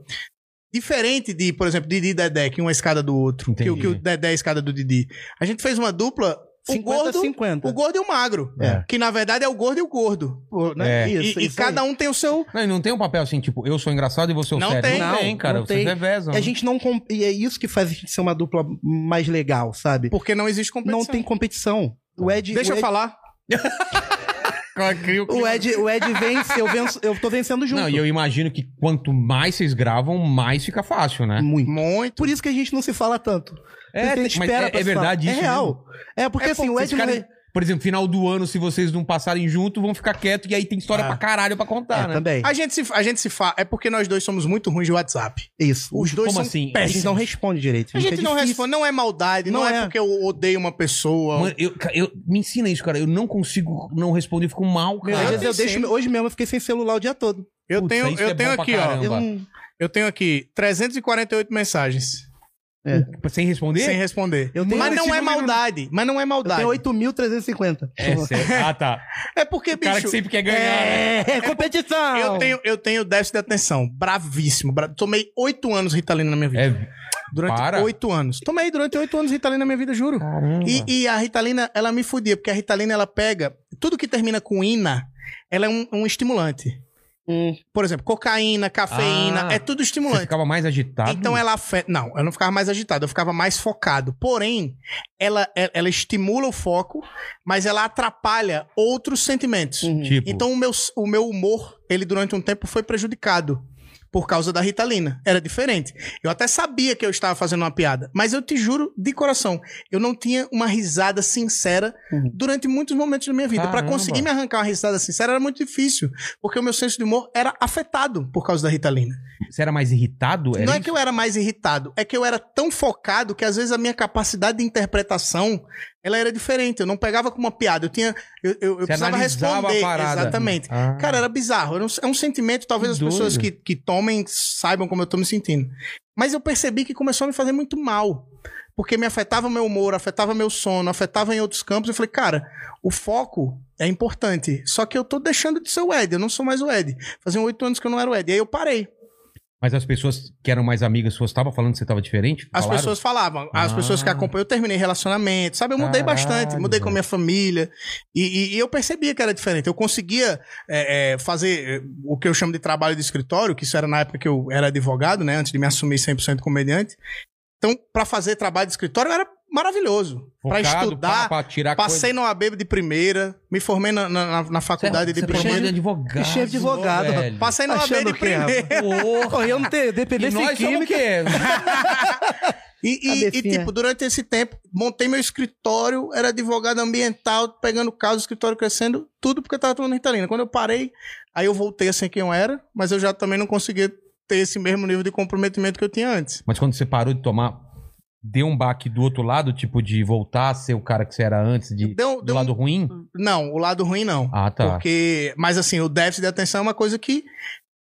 D: diferente de, por exemplo, Didi e Dedé, que um é a escada do outro, que, o-
B: Entendi.
D: que o Dedé é a escada do Didi. A gente fez uma dupla, o gordo,
C: 50.
D: o gordo e o magro.
B: É.
D: Que na verdade é o gordo e o gordo. né?
B: É.
D: E- e cada um tem o seu,
B: Não, e não tem um papel assim, tipo, eu sou engraçado e você é o
D: Não
B: sério.
D: tem.
B: não tem,
C: Não,
B: cara. né?
C: não
B: Vocês
C: tem.
D: um
B: revezam.
C: E a gente não. com- E é isso que faz a gente ser uma dupla mais legal, sabe?
D: porque não existe competição.
C: Não tem competição. O Ed.
D: Deixa
C: o Ed,
D: eu falar.
C: O Ed, o Ed vence, eu, venço, eu tô vencendo junto.
B: Não, e eu imagino que quanto mais vocês gravam, mais fica fácil, né?
C: Muito.
D: Muito.
C: Por isso que a gente não se fala tanto.
B: É,
C: a gente
B: mas é-
C: pra
B: é
C: se
B: verdade
C: falar.
B: isso
C: É real. É porque
B: É,
C: assim,
B: pô,
C: o
B: vocês
C: Ed. não
B: ficarem- Por exemplo, final do ano, se vocês não passarem junto, vão ficar quietos e aí tem história
D: Ah.
B: pra caralho pra
C: É,
B: contar, né?
C: Também.
D: A gente se, a gente se fala. É porque nós dois somos muito ruins de WhatsApp.
C: Isso.
D: Os
B: Como
D: dois são
B: assim?
C: A gente
D: péssimos.
C: não responde direito.
D: A gente
C: é
D: não
C: difícil.
D: responde. Não é maldade, não,
C: Não
D: é,
C: é.
D: porque eu odeio uma pessoa.
B: Mano, eu, ca- eu- me ensina isso, cara. Eu não consigo não responder, eu fico mal,
C: Meu, às
B: cara.
C: vezes eu
D: Sim.
C: deixo, hoje mesmo eu fiquei sem celular o dia todo.
D: eu
B: Putz,
D: tenho,
B: isso
D: eu
B: é bom
D: tenho
B: pra
D: aqui, ó.
B: caramba.
C: Eu não-
D: Eu tenho aqui 348 mensagens
B: Sem responder?
D: sem responder.
C: Eu tenho-
D: mas não é
C: Esse número-
D: maldade. Mas não é
C: Eu
D: maldade.
C: tenho 8.350.
B: É, sério. Ah, tá.
D: É porque,
B: O cara que
D: bicho.
B: sempre quer ganhar. né?
C: É, competição!
D: Eu tenho, eu tenho déficit de atenção. Bravíssimo. bra- Tomei oito anos Ritalina na minha vida.
B: É,
D: durante
B: para.
D: oito anos. Tomei durante oito anos Ritalina na minha vida, juro.
B: caramba.
D: E, e a Ritalina, ela me fudia, porque a Ritalina, ela pega... Tudo que termina com ina, ela é um, um estimulante.
C: Hum.
D: Por exemplo, cocaína, cafeína,
B: Ah.
D: é tudo
B: Você
D: estimulante.
B: ficava mais agitado?
D: Então ela afeta... Não, eu não ficava mais agitado, eu ficava mais focado. Porém, ela, e- ela estimula o foco, mas ela atrapalha outros sentimentos.
B: Tipo,
D: Então o meu, o meu humor, ele durante um tempo foi prejudicado. Por causa da Ritalina. Era diferente. Eu até sabia que eu estava fazendo uma piada. Mas eu te juro, de coração, eu não tinha uma risada sincera
C: Uhum.
D: durante muitos momentos da minha vida. Pra
B: Hum. Caramba.
D: conseguir me arrancar uma risada sincera era muito difícil. Porque o meu senso de humor era afetado por causa da Ritalina.
B: você era mais irritado? Era
D: não é
B: isso?
D: que eu era mais irritado. É que eu era tão focado que às vezes a minha capacidade de interpretação ela era diferente. Eu não pegava com uma piada. Eu tinha. Eu, eu, eu
B: Você
D: precisava
B: analisava
D: responder.
B: a parada.
D: Exatamente.
B: Ah.
D: Cara, era bizarro. Era um- É um sentimento, talvez as
B: Que
D: pessoas que,
B: doido.
D: que tomem saibam como eu tô me sentindo. Mas eu percebi que começou a me fazer muito mal. Porque me afetava meu humor, afetava meu sono, afetava em outros campos. Eu falei, cara, o foco é importante. Só que eu tô deixando de ser o Ed, eu não sou mais o Ed. Faziam oito anos que eu não era o Ed. E aí eu parei.
B: Mas as pessoas que eram mais amigas suas estavam falando que você estava diferente?
D: As
B: Falaram?
D: pessoas falavam, as
B: Ah.
D: pessoas que acompanham, eu terminei relacionamento, sabe? Eu mudei
B: Caralho,
D: bastante, mudei com a
B: velho.
D: minha família. E, e- e eu percebia que era diferente. Eu conseguia é, é, fazer é, o que eu chamo de trabalho de escritório, que isso era na época que eu era advogado, né? Antes de me assumir 100% comediante. Então, pra fazer trabalho de escritório era maravilhoso. Pra
B: Focado,
D: estudar,
B: pá, pra tirar
D: passei na OAB de primeira, me formei na, na- na- na
B: coisa.
D: faculdade
B: Você
D: de
B: é formado em
D: primeira.
B: advogado.
C: Bicho é advogado.
B: velho.
D: Passei na OAB
C: Achando
D: de
C: o
B: é
C: quê, rapaz?
D: primeira.
B: Porra.
C: Porra, eu não tenho
B: um E
C: DPB sem
B: nós somos o
C: química.
B: quê?
D: E, e- e,
C: Cabecinha.
D: tipo, durante esse tempo, montei meu escritório, era advogado ambiental, pegando caso, escritório crescendo, tudo porque eu tava tomando Ritalina. Quando eu parei, aí eu voltei a ser quem eu era, mas eu já também não conseguia ter esse mesmo nível de comprometimento que eu tinha antes.
B: Mas quando você parou de tomar, deu um baque do outro lado, tipo, de voltar a ser o cara que você era antes, de,
D: Deu- Hum.
B: do
D: deu um
B: lado ruim?
D: Não, o lado ruim não.
B: Ah, tá.
D: Porque, mas assim, o déficit de atenção é uma coisa que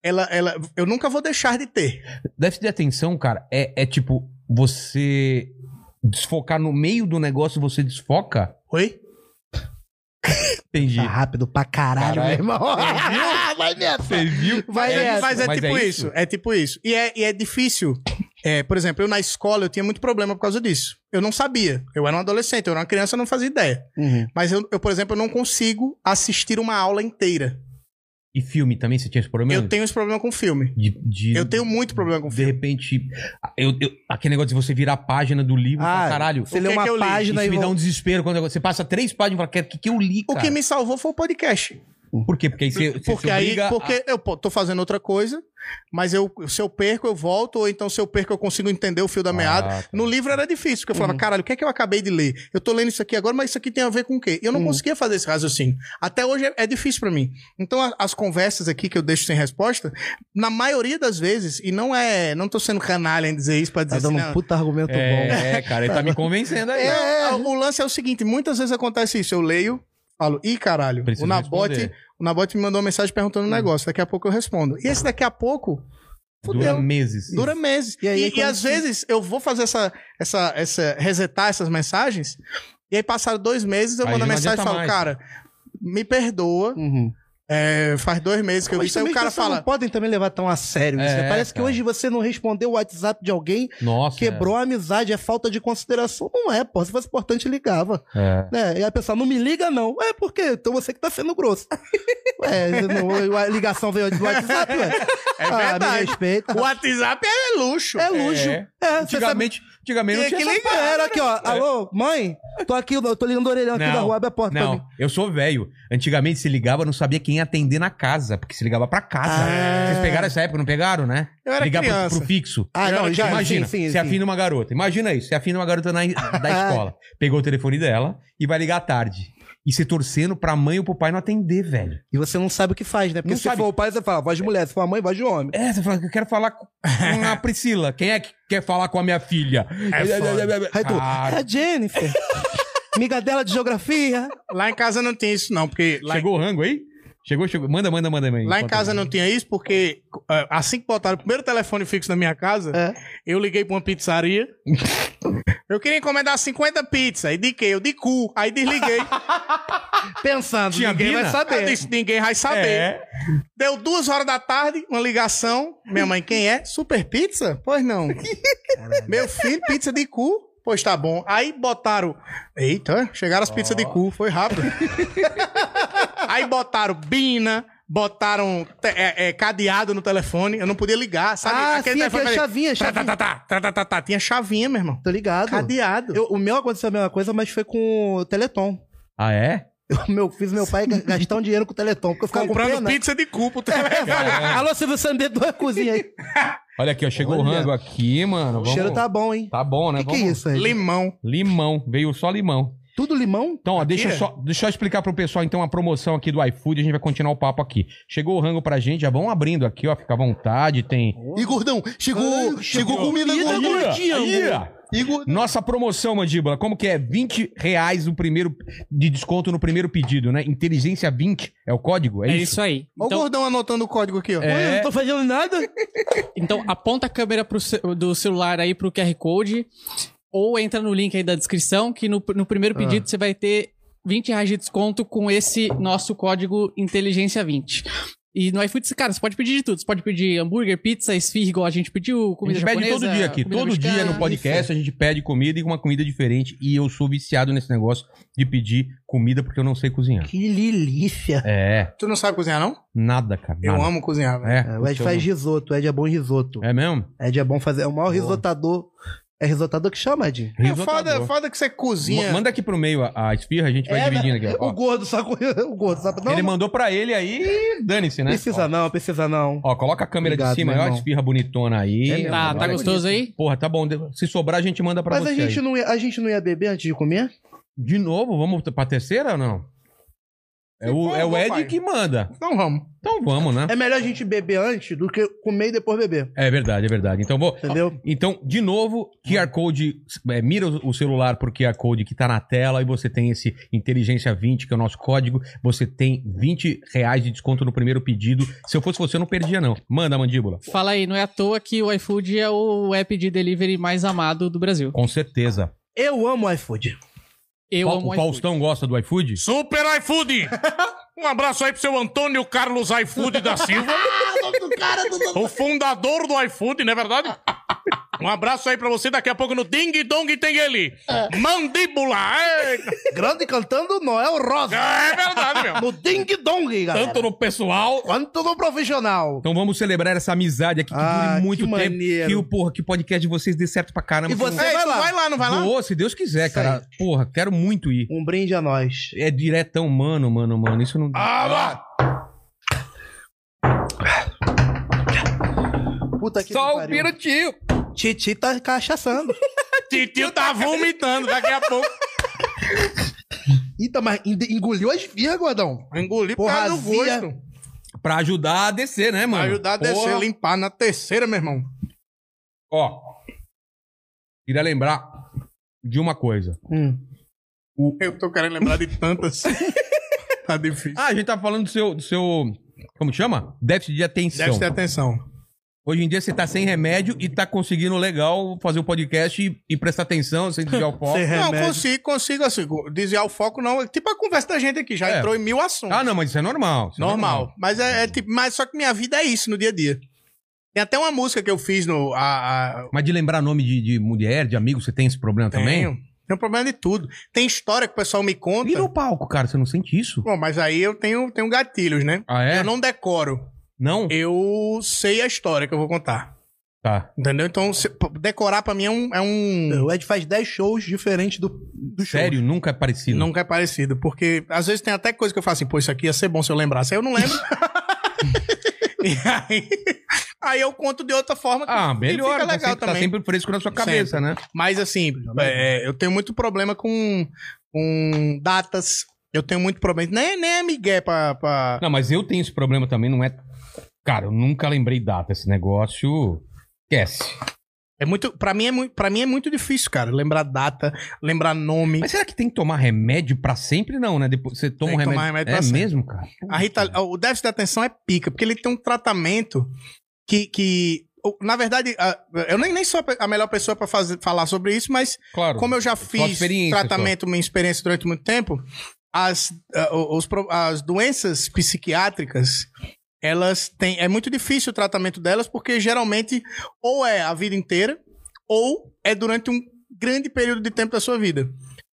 D: ela, ela, eu nunca vou deixar de ter.
B: Déficit de atenção, cara, é, é tipo. você desfocar no meio do negócio, você desfoca?
D: Oi?
B: Entendi.
C: Tá rápido pra caralho,
B: Caralho. É,
C: meu irmão. Vai nessa.
B: Você viu?
C: Vai
D: É,
C: nessa.
D: mas é
B: Mas
D: tipo
B: é
D: isso?
B: isso?
D: É tipo isso. E é, e é difícil. É, por exemplo, eu na escola eu tinha muito problema por causa disso. Eu não sabia. Eu era um adolescente, eu era uma criança, eu não fazia ideia.
C: Uhum.
D: Mas eu, eu, por exemplo, eu não consigo assistir uma aula inteira.
B: E filme também? Você tinha esse problema?
D: Eu tenho esse problema com filme.
B: De, de-
D: Eu tenho muito problema com
B: De
D: filme.
B: repente, eu- eu- aquele negócio de você virar a página do livro e falar,
C: Ah,
B: caralho, é
C: Você
D: O
C: lê
D: que
C: uma
D: que eu li?
C: página
B: isso me
C: e
B: dá um
C: volta.
B: desespero quando você passa três páginas e fala, "Cara, o que, que eu li,
D: O
B: cara?
D: que me salvou foi o podcast.
B: Por quê? Porque aí você, você
D: porque
B: se
D: aí,
B: obriga a-
D: porque é eu po- tô fazendo outra coisa, mas eu, se eu perco, eu volto, ou então se eu perco, eu consigo entender o fio da meada.
B: Ah, tá.
D: No livro era difícil, porque eu
C: Uhum.
D: falava, caralho, o que é que eu acabei de ler? Eu tô lendo isso aqui agora, mas isso aqui tem a ver com o quê? Eu não
C: Uhum.
D: conseguia fazer esse raciocínio. Até hoje é, é difícil pra mim. Então, a- as conversas aqui que eu deixo sem resposta, na maioria das vezes, e não é. Não tô sendo canalha em dizer isso pra
C: Tá
D: dizer
C: dando
D: assim,
C: um
D: não,
C: puta argumento bom.
B: É, é, cara, ele tá me convencendo aí.
D: é, o lance é o seguinte, muitas vezes acontece isso, eu leio, falo, ih, caralho,
B: Preciso
D: o Nabote,
B: responder.
D: o Nabote me mandou uma mensagem perguntando
C: Uhum.
D: um negócio, daqui a pouco eu respondo. E esse daqui a pouco,
B: Dura
D: fudeu.
B: meses.
D: Dura meses. E,
C: E aí,
D: e
C: quando
D: às
C: você-
D: vezes eu vou fazer essa, essa, essa. resetar essas mensagens. E aí, passaram dois meses, eu
B: Aí
D: mando a
B: não
D: mensagem e
B: adianta
D: falo,
B: mais.
D: cara, me perdoa.
C: Uhum.
D: é, faz dois meses que eu vi
C: Mas
D: isso. Aí
C: também
D: o cara
C: vocês
D: fala.
C: não podem também levar tão a sério isso. né?
B: É,
C: Parece que
B: cara. É.
C: hoje você não respondeu o WhatsApp de alguém,
B: Nossa.
C: quebrou a amizade, é falta de consideração. Não é, pô. Se fosse importante, ligava.
B: é. É.
C: Né? E a pessoa, não me liga não. É, por quê? Então você que tá sendo grosso. Ué, não, a ligação veio do WhatsApp, ué.
D: É
C: Ah, me
D: verdade.
C: respeita.
D: o WhatsApp é luxo.
C: É luxo.
B: É.
C: É, você sabe.
B: Antigamente, antigamente não
C: Tem
D: é
B: tinha
C: que
B: essa né?
C: ligar. Era aqui, ó. Alô, mãe? Tô aqui, eu tô ligando o orelhão aqui
B: Não,
C: da rua, abre a porta pra mim.
B: Não, eu sou velho. Antigamente se ligava, não sabia quem ia atender na casa, porque se ligava pra casa.
C: Ah.
B: Vocês pegaram essa época, não pegaram, né?
D: Eu era
B: Ligar pro-
D: criança.
B: Pro, fixo.
C: Ah, não, já,
B: Imagina,
C: sim, sim,
B: você
C: sim.
B: afina uma garota. Imagina isso, você afina uma garota na, da escola. Pegou o telefone dela e vai ligar à tarde. E você torcendo pra mãe ou pro pai não atender, velho.
C: E você não sabe o que faz, né? Porque
B: Não
C: se
B: sabe.
C: for o pai, você fala voz de mulher. Se for a mãe, voz de homem.
B: É, você fala, eu quero falar com a Priscila. Quem é que quer falar com a minha filha?
C: Aí tu,
B: Cara,
C: é a Jennifer. Amiga dela de geografia.
D: Lá em casa não tinha isso, não, porque. Lá,
B: Chegou o rango aí? Chegou, chegou. Manda, manda, manda. mãe.
D: lá em
B: Enquanto-
D: casa não tinha isso, porque é, assim que botaram o primeiro telefone fixo na minha casa,
C: É.
D: eu liguei pra uma pizzaria. eu queria encomendar 50 pizzas. E de quê? Eu de cu. Aí desliguei.
C: Pensando,
B: Tinha
C: ninguém
B: Bina?
C: vai
D: Eu
C: saber.
D: disse, ninguém vai saber.
B: É.
D: Deu duas horas da tarde, uma ligação. Minha mãe, quem é? Super pizza? Pois não. Meu filho, pizza de cu? Pois tá bom. Aí botaram. Eita, chegaram as pizzas de cu, foi rápido. Aí botaram Bina. Botaram te- é, é, cadeado no telefone, eu não podia ligar, sabe?
C: Ah, sim,
D: telefone
C: aquela chavinha,
D: tá, tá,
C: chavinha.
D: tá, tá, tá, tá, tá, tá. Tinha chavinha, meu irmão.
C: Tô ligado.
D: Cadeado.
C: Eu- o meu aconteceu a mesma coisa, mas foi com o Teleton.
B: Ah, é?
C: O meu, fiz meu pai ga- gastar um dinheiro com o Teleton, porque eu ficava
D: comprando
C: com pena.
D: pizza de cu pro telefone.
C: né? É, fala, Alô, Silvio Sandeiro, dois cozinha aí.
D: Tá
B: Olha aqui, ó. Chegou o
C: Olha.
B: rango aqui, mano.
C: O
B: Vamos-
C: cheiro tá bom, hein?
B: Tá bom,
C: O
B: né?
C: que, que é
B: Vamos-
C: isso aí?
D: Limão.
B: Limão. Veio só limão.
C: Tudo limão?
B: Então, ó, deixa, eu
D: é?
B: só, deixa eu explicar pro pessoal, então, a promoção aqui do iFood. A gente vai continuar o papo aqui. Chegou o rango pra gente. Já vão abrindo aqui, ó. Fica à vontade. Tem...
F: E gordão, chegou, chegou comida gordinha.
B: Ia! Nossa promoção, Mandíbula, como que é? 20 reais o primeiro de desconto no primeiro pedido, né? Inteligência 20 é o código? É,
E: É
B: isso?
E: isso aí.
D: Olha o
E: Então,
D: gordão anotando o código aqui, ó.
B: É.
C: Olha, eu não tô fazendo nada.
E: então aponta a câmera pro ce- do celular aí pro QR Code. Ou entra no link aí da descrição, que no, no
B: Ah.
E: primeiro pedido você vai ter 20 reais de desconto com esse nosso código Inteligência20. E no iFood, cara, você pode pedir de tudo. Você pode pedir hambúrguer, pizza, esfirra, igual a gente pediu,
B: a
E: comida
B: gente pede
E: japonesa,
B: todo dia aqui.
E: comida
B: Todo dia
E: mexicana.
B: no podcast a gente pede comida e uma comida diferente. E eu sou viciado nesse negócio de pedir comida porque eu não sei cozinhar.
C: Que lilícia.
B: É,
D: Tu não sabe cozinhar, não?
B: nada, cara.
D: Eu
B: nada.
D: amo cozinhar, velho.
B: É,
C: É, o Ed
B: eu-
C: faz risoto, o Ed é bom em risoto.
B: É mesmo?
C: Ed é bom fazer. É o maior risotador. É risotador que chama, Ed?
D: É
B: Risotador.
D: foda, foda que você
B: Ma-
D: cozinha.
B: Manda aqui pro meio a, a esfirra, a gente vai
C: É,
B: dividindo aqui.
C: né?
B: Ó.
C: O gordo só com o gordo, sabe? Não,
B: ele
C: não
B: mandou pra ele aí, dane-se, né?
C: precisa não, precisa não.
B: Ó, ó, coloca a câmera
C: Obrigado,
B: de cima, aí,
C: meu
B: ó a
C: irmão.
B: esfirra bonitona
C: É
B: aí.
C: mesmo,
E: Tá, tá
B: Olha-
E: gostoso aí?
B: Porra, tá bom. de- Se sobrar, a gente manda pra
C: Mas
B: você.
C: a gente,
B: aí.
C: não ia, a gente não ia beber antes de comer?
B: De novo, vamos pra terceira ou não? É o,
C: então
B: é o Ed que manda.
D: Não vamos.
B: Então vamos, né?
C: É melhor a gente beber antes do que comer e depois beber.
B: É verdade, é verdade. Então, vou,
C: Entendeu?
B: Então, de novo, QR Code, é, mira o o celular pro QR Code que tá na tela e você tem esse Inteligência 20, que é o nosso código. Você tem 20 reais de desconto no primeiro pedido. Se eu fosse você, eu não perdia, não. Manda, mandíbula.
E: Fala aí, não é à toa que o iFood é o app de delivery mais amado do Brasil.
B: Com certeza.
C: Eu amo o iFood.
E: Eu
B: Pa-
E: amo
B: o
E: iFood.
B: Faustão gosta do iFood?
D: Super iFood! Um abraço aí pro seu Antônio Carlos iFood da Silva. Ah, o fundador do iFood, não é verdade? Um abraço aí pra você. Daqui a pouco no Ding Dong tem ele. Mandíbula! É,
C: Grande cantando Noel Rosa.
D: é verdade, meu.
C: No Ding Dong, galera.
D: no pessoal.
C: Quanto no profissional.
B: Então vamos celebrar essa amizade aqui que
C: Ah,
B: dure muito
C: que
B: tempo.
C: maneiro.
B: Que o porra, que o podcast de vocês dê certo pra caramba.
C: E você
B: Então,
C: vai lá.
D: não vai lá?
B: Vou, se Deus quiser, cara. Porra, quero muito ir.
C: Um brinde a nós.
B: É diretão, mano, mano, mano. Isso não.
C: Puta que
B: Só o
C: pariu.
B: Pirotinho.
C: Titi tá cachaçando.
D: Titio tá vomitando daqui a pouco.
C: Eita, tá, mas en- engoliu as vias, gordão.
D: Engoli por
C: Porra,
D: causa do
C: azia.
D: gosto.
B: Pra ajudar a descer, né, mano?
D: Pra ajudar a
B: Porra.
D: descer, limpar na terceira, meu irmão.
B: Ó. Queria lembrar de uma coisa.
D: Eu tô querendo lembrar de tantas. tá difícil.
B: Ah, a gente tá falando do seu. Do seu como chama? Déficit de atenção.
D: Deve ter atenção.
B: Hoje em dia você tá sem remédio e tá conseguindo legal fazer o podcast e, e prestar atenção, sem desviar o foco.
C: Sem remédio.
D: Não, consigo, consigo, assim, desviar o foco, não. É Tipo a conversa da gente aqui, já
B: É.
D: entrou em mil assuntos.
B: Ah, não, mas isso é normal. isso é
D: normal. Mas é, é tipo, mas só que minha vida é isso no dia a dia. Tem até uma música que eu fiz no. A, a-
B: Mas de lembrar nome de, de mulher, de amigo, você tem esse problema também?
D: Tenho. Tem um problema de tudo. Tem história que o pessoal me conta.
B: E no palco, cara, você não sente isso?
D: Bom, mas aí eu tenho, tenho gatilhos, né?
B: Ah, é?
D: Eu
B: Não...
D: não decoro. Eu sei a história que eu vou contar.
B: Tá.
D: Entendeu? Então, se- p- decorar pra mim é um. É um...
C: O Ed faz 10 shows diferentes do, do show.
B: Sério, nunca é parecido.
D: Nunca é parecido, porque às vezes tem até coisa que eu falo assim, pô, isso aqui ia ser bom se eu lembrasse. Aí eu não lembro. e aí, aí eu conto de outra forma que,
B: Ah,
D: que
B: melhor.
D: fica
B: Tá
D: legal
B: sempre, tá
D: também.
B: sempre fresco na sua cabeça, né?
D: Mas assim, é, eu tenho muito problema com, com datas. Eu tenho muito problema. Nem, nem é migué pra. pra...
B: Não, mas eu tenho esse problema também, não é. Cara, eu nunca lembrei data. Esse negócio. Esquece.
D: É muito, pra, mim é muito, pra mim é muito difícil, cara. Lembrar data, lembrar nome.
B: Mas será que tem que tomar remédio pra sempre? Não, né? Depois você toma
D: Tem
B: um
D: que
B: remédio.
D: tomar remédio
B: é
D: pra sempre.
B: mesmo, cara?
D: A Rita- o déficit de atenção é pica, porque ele tem um tratamento que. que o- na verdade, a- eu nem, nem sou a pe- a melhor pessoa pra fazer, falar sobre isso, mas
B: Claro.
D: como eu já fiz
B: experiência,
D: tratamento, minha experiência durante muito tempo, as, ah, os pro- as doenças psiquiátricas, elas têm. É muito difícil o tratamento delas, porque geralmente ou é a vida inteira, ou é durante um grande período de tempo da sua vida.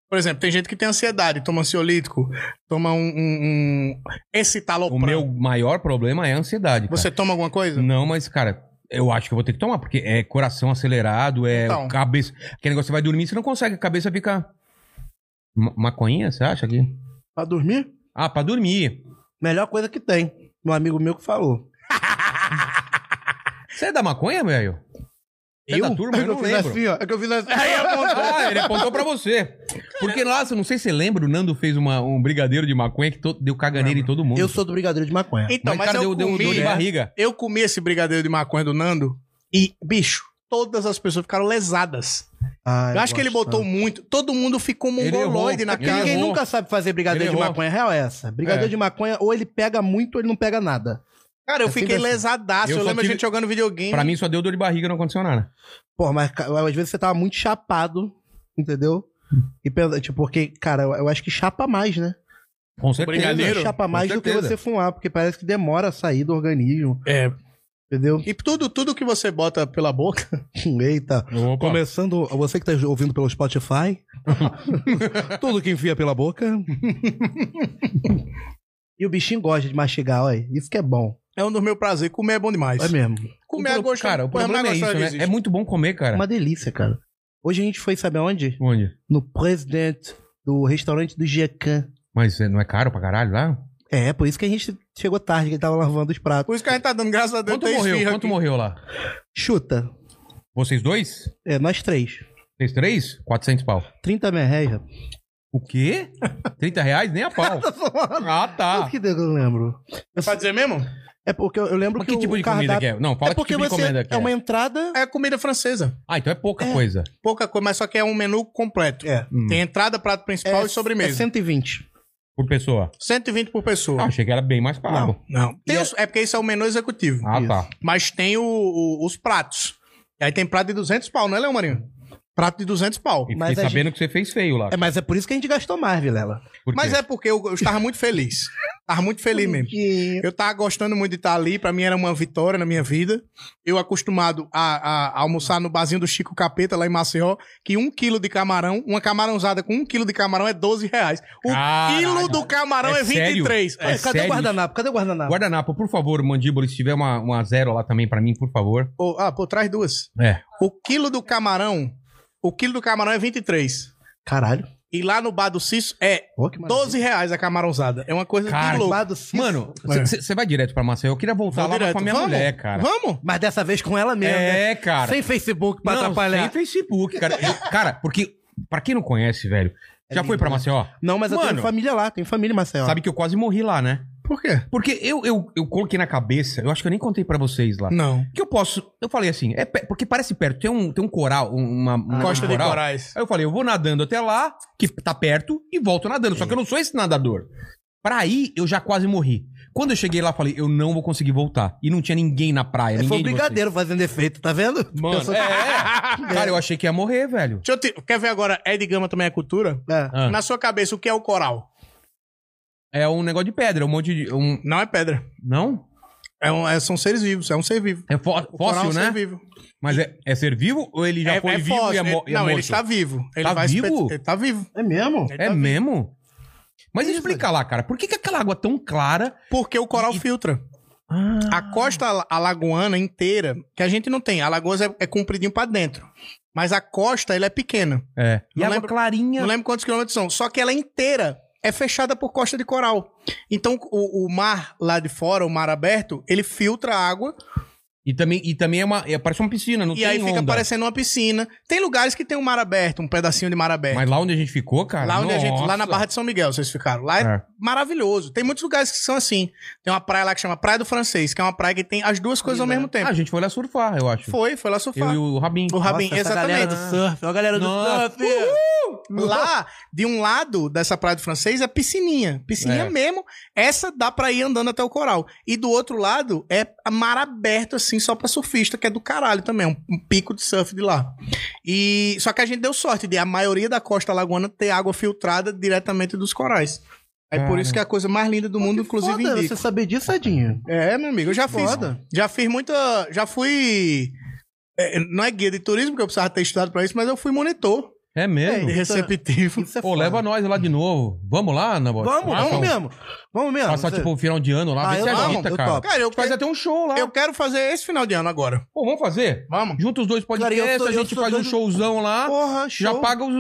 D: Por exemplo, tem gente que tem ansiedade, toma ansiolítico, toma um. um, um
B: O
D: escitalopram.
B: meu maior problema é a ansiedade.
D: Você toma alguma coisa?
B: Cara. Não, mas, cara. Eu acho que eu vou ter que tomar, porque é coração acelerado, é
D: Então.
B: cabeça. Aquele negócio, você vai dormir, você não consegue, a cabeça fica. Ma- maconhinha, você acha aqui?
C: Pra dormir,
B: Ah, pra dormir.
C: melhor coisa que tem. Um amigo meu que falou.
B: Você é da maconha, velho? Você é da turma? Eu não
C: fiz
B: lembro.
C: assim, ó. É que eu fiz assim.
B: Ah, ele apontou pra você. Porque lá, eu não sei se você lembra, o Nando fez uma- um brigadeiro de maconha que to- deu caganeira em todo mundo.
C: Eu sou do brigadeiro de maconha.
D: Então, mas,
B: cara, deu,
D: eu
B: deu um
D: comi-
B: dor
C: né?
B: de barriga.
D: Eu comi esse brigadeiro de maconha do Nando e, bicho, todas as pessoas ficaram lesadas.
C: Ah,
D: eu, acho que ele
C: gosto
D: botou muito. Todo mundo ficou
B: Ele
D: mongoloide
B: errou.
D: na
B: um Ele
D: casa.
C: Ninguém
B: errou.
C: nunca sabe fazer brigadeiro
B: Ele
C: de
B: errou.
C: maconha. A real é essa. Brigadeiro
B: É.
C: de maconha, ou ele pega muito ou ele não pega nada.
D: Cara, eu
C: É
D: fiquei
C: sempre assim.
D: lesadaço.
B: Eu
D: Eu,
B: só
D: lembro a
B: tive-
D: gente jogando videogame.
B: Pra mim só deu dor de barriga, não aconteceu nada.
C: Pô, mas ca- às vezes você tava muito chapado, entendeu? E pensa, tipo, porque, cara, eu, eu acho que chapa mais, né?
B: Com certeza.
D: Brigadeiro?
C: Chapa
B: Com
C: mais do que
B: certeza.
C: você fumar, porque parece que demora a sair do organismo,
D: É.
C: entendeu?
D: E tudo, tudo que você bota pela boca.
C: Eita.
B: Opa.
C: Começando, você que tá ouvindo pelo Spotify, tudo que enfia pela boca. e o bichinho gosta de mastigar, olha, isso que é bom.
D: É um dos meus prazeres. Comer é bom demais.
C: É mesmo.
D: Comer
B: O
D: é
B: pro-
D: gostoso.
B: Cara, o
C: um
D: Coisa mais
B: problema é isso,
D: gostosa
B: né?
D: que
B: É
D: existe.
B: muito bom comer, cara.
C: Uma delícia, cara. Hoje a gente foi, sabe aonde?
B: Onde?
C: No President, do restaurante do Jecan.
B: Mas é, não é caro pra caralho lá?
C: É, por isso que a gente chegou tarde, que ele tava lavando os pratos.
D: Por isso que a gente tá dando graças a Deus.
B: Quanto
D: tem
B: morreu?
D: esfirra
B: Quanto
D: aqui.
B: morreu lá?
C: Chuta.
B: Vocês dois?
C: É, nós três.
B: Vocês três? 400 pau.
C: 30 merreja.
B: O quê? 30 reais? Nem a pau. ah,
C: Por
B: tá.
C: que eu não lembro?
D: É pra dizer mesmo?
C: É porque eu eu lembro
B: Mas
C: que,
B: que tipo
C: o
B: de
C: cardápio...
B: comida que é? Não, fala
C: é
B: que
C: porque
B: tipo de
C: você
B: comida que é.
C: é uma entrada...
D: É comida francesa.
B: Ah, então é pouca
C: É.
B: coisa.
D: Pouca coisa, mas só que é um menu completo.
C: É.
B: Hum.
D: Tem entrada, prato principal e
C: É
D: sobremesa.
C: 120.
B: Por pessoa.
D: 120 por pessoa.
B: Ah, achei que era bem mais caro.
D: Não. Tem os- é porque isso é o menu executivo.
B: ah,
C: isso.
B: tá.
D: Mas tem o- o- os pratos. E aí tem prato de 200 pau, né, Léo Marinho? Prato de 200 pau.
B: E
C: Mas
B: fiquei
C: a
B: sabendo que você fez feio lá.
C: É, mas é por isso que a gente gastou mais, Vilela.
B: Por
D: Mas
B: quê?
D: é porque eu, eu estava muito feliz. Estava muito feliz mesmo.
C: Que...
D: Eu tava gostando muito de estar ali, pra mim era uma vitória na minha vida. Eu acostumado a, a almoçar no barzinho do Chico Capeta, lá em Maceió, que um quilo de camarão, uma camarãozada com um quilo de camarão é 12 reais. O
B: Caralho.
D: quilo do camarão
B: É
D: é,
B: sério?
D: 23. É.
B: Mas-
C: Cadê
B: sério?
C: o guardanapo? Cadê o guardanapo?
B: Guardanapo, por favor, mandíbula, se tiver uma, uma zero lá também pra mim, por favor.
D: Ô, ah, pô, traz duas.
B: É.
D: O quilo do camarão, o quilo do camarão é 23.
C: Caralho.
D: E lá no bar do Cício é
C: Ó, que maravilha.
D: 12 reais a camarãozada. É uma coisa
B: Cara,
D: de louco.
C: Lado Cício.
B: Mano,
C: É.
B: você vai direto pra Maceió. Eu queria voltar
D: Vou
B: lá
D: direto.
B: com a minha
D: Vamos?
B: mulher, cara.
D: Vamos?
C: Mas dessa vez com ela mesmo, né?
B: É, cara.
C: Sem Facebook pra
B: Não,
C: atrapalhar.
B: Sem Facebook, cara. Eu- cara, porque, pra quem não conhece, velho,
C: É
B: já
C: lindo,
B: foi pra
C: né?
B: Maceió?
C: Não, mas eu
B: Mano.
C: tenho família lá, tenho família em Maceió.
B: Sabe que eu quase morri lá, né?
D: Por quê?
B: Porque eu, eu, eu coloquei na cabeça, eu acho que eu nem contei pra vocês
C: Hum.
B: lá.
D: Não.
B: Que eu posso. Eu falei assim, é pe- porque parece perto, tem um, tem um coral, um- uma.
C: Ah,
B: uma
D: Costa de Corais.
B: Aí eu falei, eu vou nadando até lá, que tá perto, e volto nadando. Só que eu não sou esse nadador. Pra ir, eu já quase morri. Quando eu cheguei lá, eu falei, eu não vou conseguir voltar. E não tinha ninguém na praia,
C: É,
B: ninguém
C: Foi o
B: de vocês.
C: brigadeiro fazendo efeito, tá vendo?
B: Mano,
C: Pensou-
B: é, é. Cara, eu achei que ia morrer, velho.
D: Deixa eu te... Quer ver agora? É de gama também é cultura?
C: É.
B: Ah.
D: Na sua cabeça, o que é o coral?
B: É um negócio de pedra, um monte de. Um...
D: Não é pedra.
B: Não?
D: É um- é- são seres vivos, é um ser vivo.
B: É fó-
D: O coral é
B: fóssil,
D: um
B: né?
D: ser vivo.
B: Mas é, é ser vivo ou ele já
D: é,
B: foi
D: é
B: vivo
D: fóssil.
B: e é, mo-
D: Ele-
B: e é
D: Não, ele
B: morto?
D: está vivo. Ele
B: Tá
D: vai se
B: vivo?
D: pet- Ele tá vivo.
C: É mesmo?
D: Ele
B: É
D: tá vivo.
B: mesmo? Mas explica lá, cara. Por que, que aquela água tão clara.
D: Porque o coral
B: E-
D: filtra.
B: Ah,
D: A costa ala- alagoana inteira, que a gente não tem. Alagoas é, é compridinho pra dentro. Mas a costa, ela é pequena.
B: é. E
D: Não
B: água
D: lembro-
B: clarinha.
D: Não lembro quantos quilômetros são. Só que ela inteira é fechada por costa de coral. Então, o, o mar lá de fora, o mar aberto, ele filtra a água
B: E também, e também é uma. é- parece uma piscina, não
D: e
B: tem
D: aí fica
B: onda.
D: parecendo uma piscina. Tem lugares que tem um mar aberto, um pedacinho de mar aberto.
B: Mas lá onde a gente ficou, cara.
D: lá, onde a gente, lá
B: nossa.
D: na Barra de São Miguel, vocês ficaram. Lá é,
B: É.
D: maravilhoso. Tem muitos lugares que são assim. Tem uma praia lá que chama Praia do Francês, que é uma praia que tem as duas coisas ao mesmo
B: Ah,
D: tempo.
B: a gente foi lá surfar, eu acho.
D: Foi, foi lá surfar.
B: Eu e o Rabin.
D: O Rabin,
C: Nossa, essa galera
D: exatamente.
C: do surf, ó a galera do
B: Nossa.
C: surf.
D: Lá, de um lado dessa praia do francês, é piscininha. Piscininha
B: É.
D: mesmo. Essa dá pra ir andando até o coral. E do outro lado é a mar aberto, assim, só pra surfista, que é do caralho também. é Um, um pico de surf de lá. E Só que a gente deu sorte de a maioria da costa lagoana ter água filtrada diretamente dos corais. É por
B: Cara.
D: isso que é a coisa mais linda do mundo, inclusive
C: Foda
D: indico.
C: você saber disso, Sadinho.
D: É, meu amigo, eu já fiz.
C: Foda.
D: Já fiz muita. Já fui. é, não é guia de turismo, porque eu precisava ter estudado pra isso, mas eu fui monitor
B: É mesmo?
D: de
C: isso é-
D: receptivo.
C: Isso é
B: Pô, leva nós lá de novo. Vamos lá, na
C: Vamos, vamos mesmo. Vamos mesmo.
B: um- Passar,
C: Você-
B: tipo, o final de ano lá,
C: Ah,
B: vê se
C: eu topo,
B: agita,
C: eu
B: cara.
C: topo.
D: Cara, eu,
B: A gente faz até um show lá.
D: eu quero fazer esse final de ano agora.
B: Pô, vamos fazer?
D: Vamos.
B: Junta os dois podcasts,
C: Cara, eu sou-
B: a
C: eu
B: gente
C: sou
B: faz um
C: doido-
B: showzão lá,
C: Porra,
B: já
C: show.
B: paga os,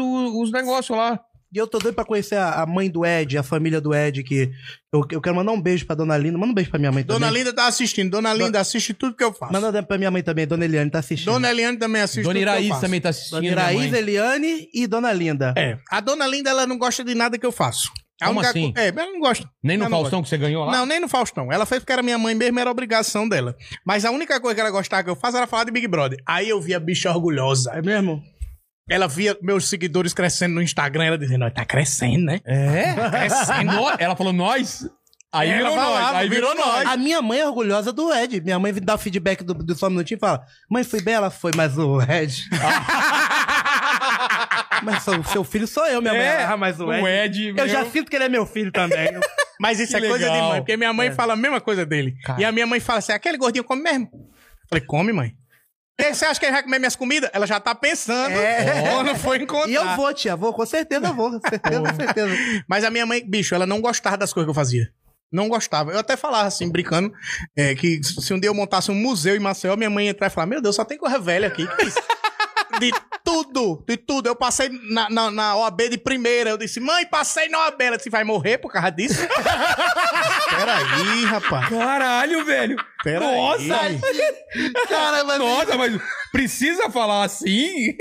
B: os negócios lá.
C: E eu tô doido pra conhecer a, a mãe do Ed, a família do Ed, que eu, eu quero mandar um beijo pra Dona Lina. Manda um beijo pra minha mãe
D: Dona
C: também.
D: Linda tá assistindo. Dona Linda assiste tudo que eu faço.
C: Manda um beijo pra minha mãe também, Dona Eliane tá assistindo.
D: Dona Eliane também assiste
B: Dona
D: tudo que eu
B: Iraís
D: faço.
B: também tá assistindo.
C: Dona
B: minha
C: Iraís, é
B: mãe.
C: Eliane e Dona Linda.
D: É. A Dona Linda, ela não gosta de nada que eu faço. A
B: Como
D: única
B: assim?
D: co- É, ela não gosta.
B: Nem no
D: Ela não
B: Faustão que você ganhou lá?
D: Não, nem no Faustão. Ela fez porque era minha mãe mesmo, era obrigação dela. Mas a única coisa que ela gostava que eu faço era falar de Big Brother. Aí eu via a bicha orgulhosa.
C: É mesmo?
D: Ela via meus seguidores crescendo no Instagram, ela dizendo, "Ó, tá crescendo, né?
B: É?
D: Crescendo.
B: No- Ela falou nós? Aí
D: Ela
B: virou nós.
D: falava,
B: aí virou
D: virou
B: nós.
D: nós.
C: A minha mãe é orgulhosa do Ed. Minha mãe dá o feedback do, do só um minutinho e fala: Mãe, foi bela? Foi, mas o Ed. mas sou- seu filho sou eu, minha mãe.
B: É,
C: Ah, mas o Ed.
B: O Ed.
C: Eu já sinto que ele é meu filho também.
D: Mas isso
B: Que
D: é coisa de
B: legal.
D: mãe, porque minha mãe fala a mesma coisa dele.
B: Cara.
D: E a minha mãe fala assim: aquele gordinho come mesmo? Eu falei, come, mãe. "E Você acha que ele vai comer minhas comidas? Ela já tá pensando quando foi encontrar.
C: e eu vou, tia, vou, com certeza eu vou. Com certeza, com certeza.
D: Mas a minha mãe, bicho, ela não gostava das coisas que eu fazia. Não gostava. Eu até falava assim, brincando, é, que se um dia eu montasse um museu em Maceió, minha mãe ia entrar e falar: Meu Deus, só tem coisa velha aqui. Que é isso? De tudo, de tudo. Eu passei na, na, na OAB de primeira. Eu disse, mãe, passei na OAB. Ela disse, vai morrer por causa disso? Peraí, rapaz.
B: Caralho, velho.
D: Pera
B: Nossa,
D: aí.
C: Cara, mas,
B: Nossa, mas precisa falar assim?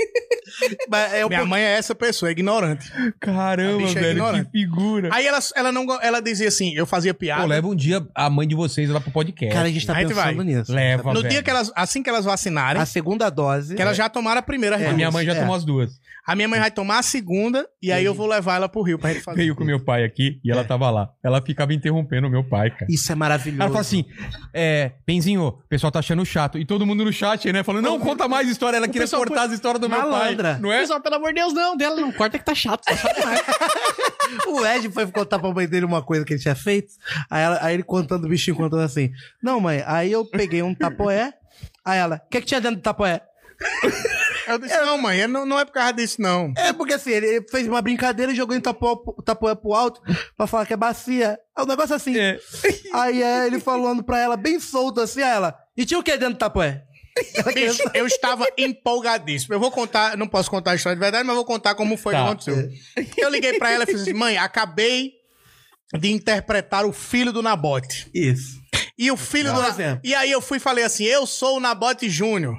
C: mas é um
D: Minha
C: pouco-
D: mãe é essa pessoa, é ignorante. A
B: Caramba,
D: bicha é
B: velho,
D: ignorante.
B: que figura.
D: Aí ela, ela, não, go- ela dizia assim, eu fazia piada.
B: Pô, leva um dia a mãe de vocês lá pro podcast.
C: Cara, a gente tá
D: A gente
C: pensando
D: vai.
C: nisso.
B: leva,
D: no
B: velho.
D: dia que elas, assim que elas vacinarem,
C: A segunda dose.
D: que elas já tomaram a primeira.
B: A
D: as
B: minha
D: duas.
B: mãe já
C: É.
B: tomou as duas.
D: A minha mãe vai tomar a segunda e aí eu vou levar ela pro Rio pra gente fazer.
B: Veio com meu pai aqui e ela tava lá. Ela ficava interrompendo o meu pai, cara.
C: Isso é maravilhoso.
B: Ela fala assim, é, Benzinho, o pessoal tá achando chato. E todo mundo no chat, né? Falando, não, conta mais história. Ela queria
E: pessoal
B: cortar as histórias do meu
C: Malandra.
B: pai. Não é?
E: Pessoal, pelo amor de Deus, não. Dela não corta que tá chato. Tá chato demais.
C: O Ed foi contar pra mãe dele uma coisa que ele tinha feito. Aí, ela- aí ele contando, o bichinho contando assim. Não, mãe, aí eu peguei um tapoé. Aí ela, o que, que tinha dentro do tapoé?
D: Eu disse, não, mãe, não, não é por causa disso, não.
C: É porque assim, ele, ele fez uma brincadeira e jogou em tapoé, o tapoé pro alto pra falar que é bacia. É um negócio assim.
B: É.
C: Aí é, ele falando pra ela, bem solto assim, aí ela, e tinha o que dentro do tapoé? Ela queria
D: Bicho, eu estava empolgadíssimo. Eu vou contar, não posso contar a história de verdade, mas vou contar como foi
B: Tá.
D: que aconteceu. Eu liguei pra ela e fiz assim: mãe, acabei de interpretar o filho do Nabote.
C: Isso.
D: E o filho
C: Dá
D: do
C: um
D: Nabote.
C: exemplo.
D: E aí eu fui e falei assim: eu sou o Nabote Júnior.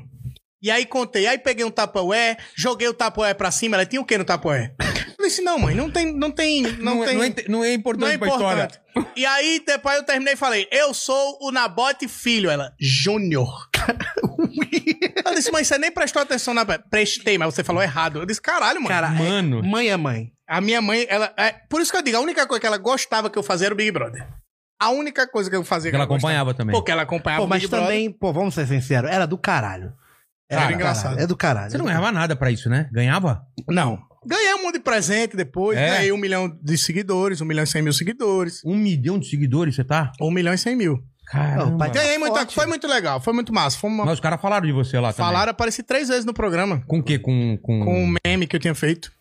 D: E aí contei, aí peguei um tapoé, joguei o tapoé pra cima, ela tinha o que no tapoé? Eu disse, não, mãe, não tem, não tem, não,
B: Não, é-
D: tem.
B: não é, inte- não é importante
D: Não é
B: pra história.
D: importante. E aí, depois eu terminei e falei, eu sou o Nabote Filho. Ela, Júnior. Ela disse, mas você nem prestou atenção na... Prestei, mas você falou errado. Eu disse, caralho, mano.
C: Cara,
B: Mano.
C: Mãe é mãe.
D: A minha mãe, ela... é, Por isso que eu digo, a única coisa que ela gostava que eu fazia era o Big Brother. A única coisa que eu fazia que
B: Ela
D: gostava.
B: acompanhava também.
D: Porque ela acompanhava
C: Pô,
D: o
C: mas
D: Big Brother.
C: também, pô, vamos ser sinceros, era do caralho.
D: Era
C: do
D: engraçado.
C: caralho, É do caralho.
B: Você não ganhava nada pra isso, né? Ganhava?
D: Não. Ganhei um monte de presente depois.
B: É?
D: Ganhei um milhão de seguidores, um milhão e cem mil seguidores.
B: Um milhão de seguidores, você tá?
D: Um milhão e cem mil.
B: Caramba.
C: pai-
D: Ganhei muita...
C: Ótimo.
D: Foi muito legal, foi muito Ah, tá massa. Foi uma...
B: Mas os caras falaram de você lá também.
D: Falaram, apareci três vezes no programa.
B: Com o quê? Com... com...
D: com um meme que eu tinha feito.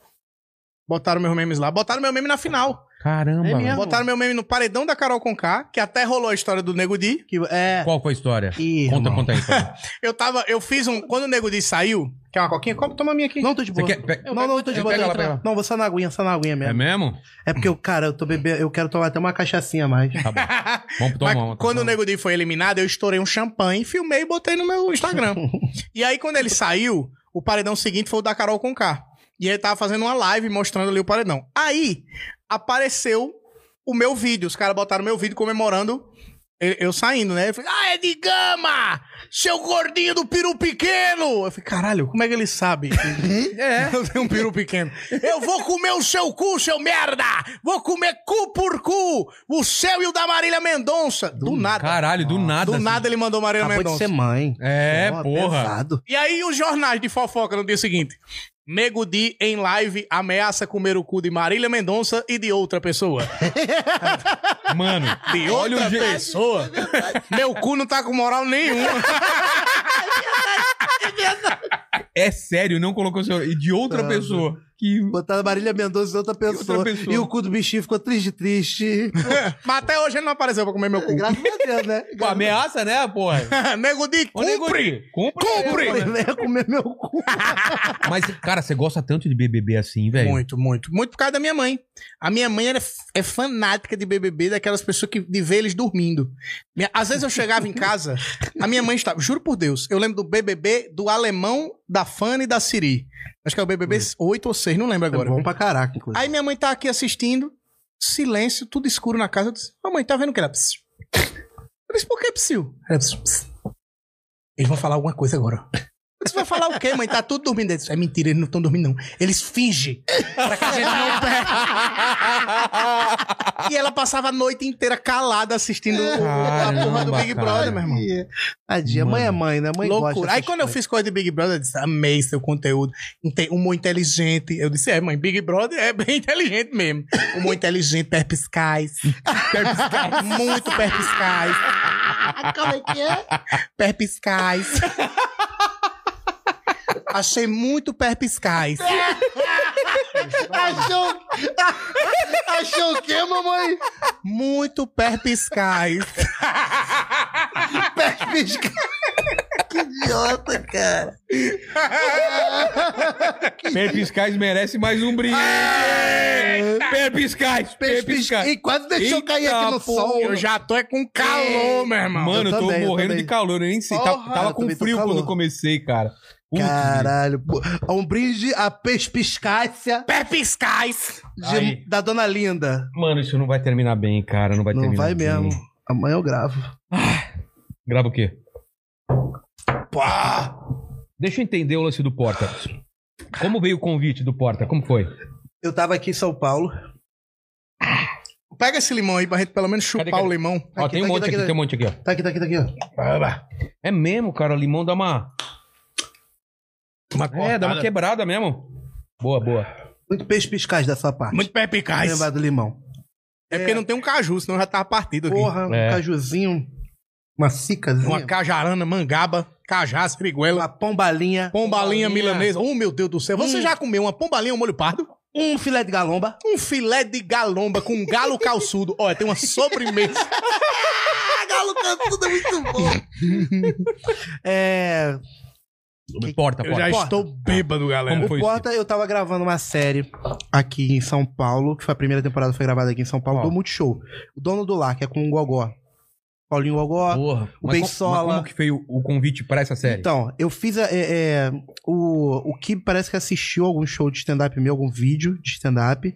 D: Botaram meus memes lá. Botaram meu meme na final.
B: Caramba.
C: É
B: mano.
C: mesmo?
D: Botaram meu meme no paredão da Carol Conká, que até rolou a história do Nego Di.
C: Que- é.
B: Qual foi a história?
C: Ih,
B: conta,
C: irmão.
B: conta aí. Conta.
D: Eu tava, eu fiz um. Quando o Nego Di saiu, quer uma coquinha? Como? Toma a minha aqui.
C: Não, tô de
B: Você
C: boa.
B: quer- pe-
C: Não, não, eu tô de
B: Eu
C: boa.
B: pego
C: eu
B: lá,
C: tô-
B: pego lá.
C: Não, vou só na aguinha, só na aguinha
B: é
C: mesmo.
B: mesmo?
C: É, porque eu, cara, eu tô bebendo, eu quero tomar até uma cachaçinha a mais.
B: Tá bom. Vamos tomar
D: Mas
B: uma. tá
D: quando o
B: tomar
D: Nego Di foi eliminado, eu estourei um champanhe, filmei e botei no meu Instagram. e aí, quando ele saiu, o paredão seguinte foi o da Carol Conká. E ele tava fazendo uma live mostrando ali o paredão. Aí, apareceu o meu vídeo. Os caras botaram meu vídeo comemorando eu, eu saindo, né? Eu falei, ah, é de gama! Seu gordinho do peru pequeno! Eu falei, caralho, como é que ele sabe? é. Eu tenho um peru pequeno. eu vou comer o seu cu, seu merda! Vou comer cu por cu! O seu e o da Marília Mendonça! Do, nada.
B: Caralho, do nada.
D: Do
B: assim.
D: nada ele mandou Marília
C: Acabou de
D: Mendonça.
C: ser mãe.
B: É,
C: Ó,
B: porra.
C: Pesado.
D: E aí os jornais de fofoca no dia seguinte. Nego Di, em live, ameaça comer o cu de Marília Mendonça e de outra pessoa.
B: Mano.
D: De
B: Olha
D: outra
B: o jeito-
D: pessoa? Meu cu não tá com moral nenhuma.
B: É sério, não colocou seu. E de outra
C: Tá,
B: pessoa. Que.
C: Botaram a Marília Mendonça e outra pessoa.
B: pessoa.
C: E o cu do bichinho ficou triste, triste.
D: Mas até hoje ele não apareceu pra comer meu cu.
C: Graças a Deus, né?
B: Pô, ameaça, né, porra?
D: Nego Di,
B: Ô, nego,
D: cumpre!
B: Cumpre!
D: Cumpre!
C: Ele né? ia comer meu cu.
B: né? Mas, cara, você gosta tanto de BBB assim, velho?
D: Muito, muito. Muito por causa da minha mãe. A minha mãe era, f- é fanática de BBB, daquelas pessoas que de ver eles dormindo. Minha- às vezes eu chegava em casa, a minha mãe estava. Juro por Deus, eu lembro do BBB do alemão, da Fanny e da Siri. Acho que é o BBB 8 ou 6, não lembro agora.
C: É Bom pra caraca, inclusive.
D: Aí minha mãe tá aqui assistindo, silêncio, tudo escuro na casa. Eu disse, mamãe, tá vendo o que era? Psiu. Eu disse, por que psiu? Ela disse, "Psiu." Eles vão falar alguma coisa agora. Você vai falar o quê, mãe? Tá tudo dormindo. Eles, é mentira, eles não estão dormindo, não. Eles fingem. Pra que a gente não pegue. E ela passava a noite inteira calada assistindo o- a porra do
B: Caramba,
D: Big
B: cara.
D: Brother, meu irmão.
C: Ih, Tadinha, mãe é mãe, né? Mãe
D: Loucura.
C: gosta
D: Aí quando eu fiz coisa de Big Brother, eu disse, amei seu conteúdo. Inte- Humor inteligente. Eu disse, é, mãe, Big Brother é bem inteligente mesmo. Humor inteligente, perpiscais. perpiscais. Muito perpiscais. Como é que é? Perpiscais. Achei muito perpiscais.
C: Achou... Achou o quê, mamãe?
D: Muito perpiscais.
C: Perpisca. que idiota, cara.
B: Perpiscais merece mais um brinde. Perpiscais, Perpiscais.
C: E quase deixou
B: Eita,
C: cair aqui no
B: Então, pô.
C: sol. né?
D: Eu já tô é com calor, meu irmão.
B: Mano, eu,
C: Eu
B: tô
C: também, eu
B: morrendo
C: também.
B: de calor. Eu nem sei. Tava-
C: Porra,
B: tava
C: eu
B: com
C: também tô
B: frio quando
C: calor.
B: eu comecei, cara. Putz,
C: Caralho, pô. Um brinde à perspicácia
D: Perpiscais.
C: de-
B: Aí.
C: da dona Linda.
B: Mano, isso não vai terminar bem, cara. Não vai
C: Não
B: terminar
C: vai
B: bem.
C: mesmo. Amanhã eu gravo.
B: Grava o quê? Deixa eu entender o lance do Porta. Como veio o convite do Porta? Como foi?
C: Eu tava aqui em São Paulo.
D: Pega esse limão aí pra gente pelo menos chupar
B: Cadê, cadê?
D: o limão.
B: ó, tem um
C: tá aqui,
B: monte
C: tá
B: aqui,
C: aqui, tá
B: tem um monte aqui, ó.
C: Tá aqui, tá aqui, tá aqui. ó.
B: É mesmo, cara. O limão dá uma. é, dá uma quebrada mesmo. Boa, boa.
C: Muito perspicaz da sua parte.
D: Muito perpicaz.
C: Lembrar do limão.
D: É porque não tem um caju, senão já tava partido aqui.
C: Porra, um
B: É.
C: cajuzinho. Uma cicazinha.
D: Uma cajarana, mangaba, cajás, friguela,
C: uma pombalinha.
D: pombalinha milanesa. Oh, meu Deus do céu. Você
C: Hum.
D: já comeu uma pombalinha ao molho pardo?
C: Um filé de galomba.
D: Um filé de galomba com um galo calçudo. Olha, tem uma sobremesa.
C: Galo cantudo é muito bom. é,
B: Porta,
D: Eu
B: porta.
D: já
C: Porta.
D: estou bêbado, galera.
B: Como foi?
C: O Porta, eu tava gravando uma série aqui em São Paulo, que foi a primeira temporada que foi gravada aqui em São Paulo,
B: Qual?
C: do Multishow. O dono do lar, que é com o Gogó. Paulinho Gogó.
B: Porra.
C: o
B: Mas co-
C: Beisola.
B: mas Como que veio o convite pra essa série?
C: Então, eu fiz a, é, é, o, o Kib parece que assistiu algum show de stand-up meu, algum vídeo de stand-up.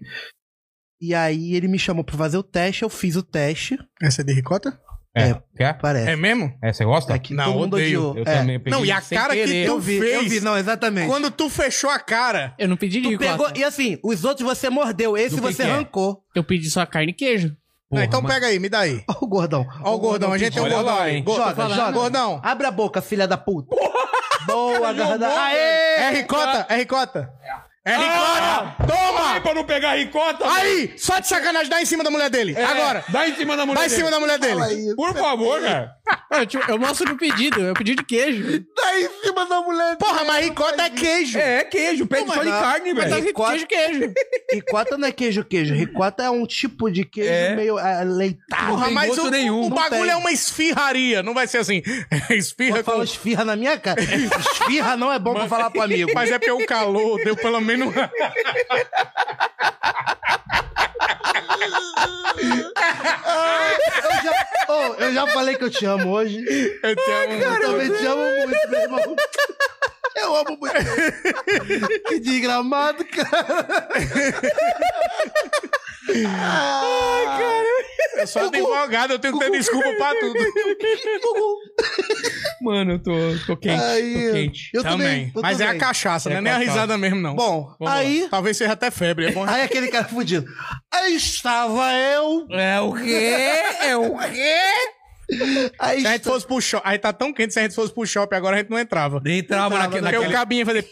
C: E aí ele me chamou pra fazer o teste, eu fiz o teste,
D: Essa é de ricota?
B: Quer?
C: parece.
D: É mesmo?
B: É, você gosta?
C: É que
D: Não,
C: todo mundo
D: odeio.
C: odiou.
B: Eu
C: É,
B: também peguei
D: Não, e a
B: sem
D: cara que
B: querer.
D: tu
C: Eu vi, eu
D: fez.
C: vi, não, exatamente.
D: Quando tu fechou a cara,
E: Eu não pedi de
C: tu
E: ricota.
C: pegou, e assim, os outros você mordeu, esse
B: Do que
C: você
B: que é?
C: arrancou.
E: Eu pedi só carne e queijo.
B: Porra,
D: Não, então
B: mas-
D: pega aí, me dá aí.
C: Ó o gordão.
D: Ó o gordão, a gente tem um
B: Olha
D: gordão
B: lá,
D: aí.
B: hein.
D: Go-
C: Joga,
D: Fala,
C: joga.
D: Gordão.
C: Abre a boca, filha da puta. Boa, garda.
D: É
C: Aê!
D: ricota, é ricota. É ricota.
B: Ai,
D: Toma!
B: pra não pegar ricota.
D: Aí, só de sacanagem, dá em cima da mulher dele.
B: É,
D: Agora.
B: Dá em cima da mulher.
D: Dá em
B: dele.
D: cima da mulher dele.
B: Por favor, cara.
E: Eu, tipo, eu mostro no pedido, eu pedi de queijo.
C: Tá em cima da mulher.
D: Porra, mas ricota é queijo.
B: É, queijo. Pede só de
C: não.
B: carne,
E: Mas
B: velho.
E: tava
C: Ricota.
E: queijo, Tá queijo.
C: Ricota não é queijo, queijo. Ricota é um tipo de queijo
B: É.
C: meio ah, leitado.
B: Porra, tem
D: mas
B: gosto
D: o,
B: nenhum.
D: o
B: Não
D: bagulho
C: tem.
D: é uma esfirraria. Não vai ser assim.
B: É
D: Esfirra
C: Eu
D: com...
C: falo esfirra na minha cara. Esfirra não é bom pra falar pro amigo.
D: Mas é porque o calor deu pelo menos... uma-
C: Eu já, Ô, eu já falei que eu te amo hoje.
D: Eu tenho um-
C: eu também te amo
D: é
C: muito, meu irmão. Eu amo muito. Que desgramado, cara.
D: Eu sou advogado, eu tenho que ter desculpa pra tudo.
B: Mano, eu tô, tô quente. Tô quente.
C: eu
D: Também.
C: eu
D: Mas é a
C: também.
D: cachaça,
B: É
D: não é nem a
B: cachaça.
D: risada mesmo, não.
C: Bom,
D: Vamos lá.
C: aí...
D: Talvez seja até febre. É bom.
C: Aí aquele cara fudido. Aí estava eu.
B: É o quê? É o quê?
C: Aí
D: Se a gente
C: estava...
D: fosse pro shopping. Aí tá tão quente, se a gente fosse pro shopping agora, a gente não entrava.
B: Entrava
D: Porque
C: né?
B: naquele...
D: o cabinho ia fazer.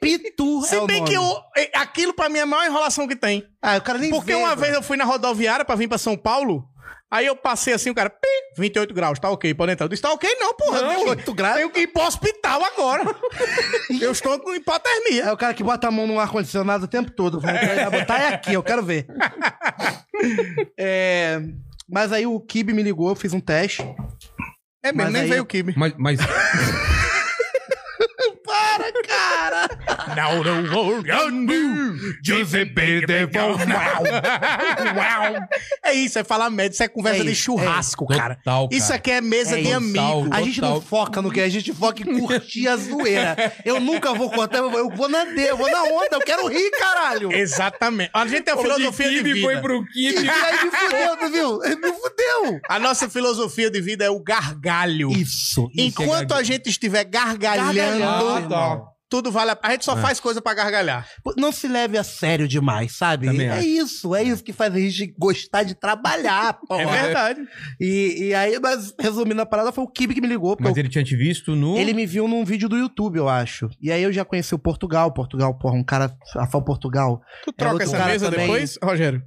C: Pitu. é
D: Se
C: o
D: bem
C: nome.
D: que eu, eh, aquilo pra mim é a maior enrolação que tem.
C: Ah, o cara nem
D: Porque
C: vê,
D: uma
C: mano.
D: vez eu fui na rodoviária pra vir pra São Paulo. Aí eu passei assim, o cara, pi, 28 graus, tá ok, pode entrar. Eu disse, tá ok, não, porra.
C: Não,
D: eu tenho-
C: 28 graus.
D: Tenho que ir pro hospital agora. eu estou com hipotermia.
C: É o cara que bota a mão no ar-condicionado o tempo todo. Falando, "Vai botar é aqui, eu quero ver. É, Mas aí o Kibe me ligou, eu fiz um teste.
D: É mesmo,
C: Mas
D: nem
C: aí-
D: veio o Kibe.
B: Mas, mas
D: Now the world Giuseppe de É isso, é falar merda, isso é conversa
C: É
D: de
C: isso,
D: churrasco, cara.
B: Total, cara.
D: Isso aqui é mesa
C: É
D: de
C: isso.
D: amigo.
C: A gente não
B: Total.
C: foca no que é, a gente foca em curtir a zoeira. Eu nunca vou cortar, eu vou- eu vou na de, eu vou na onda, eu quero rir, caralho.
D: Exatamente. A gente tem a filosofia de, vida.
B: foi pro
C: E
B: Kibe.
C: aí me fudeu, tu viu? Ele me fudeu.
D: A nossa filosofia de vida é o gargalho.
C: Isso. é
D: Enquanto a gente estiver gargalhando,
C: Gargalhando. É.
D: tudo vale a pena. A gente só faz coisa pra gargalhar.
C: Não se leve a sério demais, sabe?
B: Também
C: é
B: acho.
C: isso, é isso que faz a gente gostar de trabalhar, porra.
D: É verdade.
C: E, e aí, mas resumindo a parada, foi o Kibe que me ligou. Porque
B: Mas
C: eu-
B: ele tinha te visto no...
D: Hum?
C: ele... me viu num vídeo do YouTube, eu acho. E aí eu já conheci o Portugal. Portugal, porra, um cara. A Fal Portugal.
D: Tu
C: É
D: troca
C: outro
D: essa
C: cara
D: mesa
C: também.
D: depois, Rogério?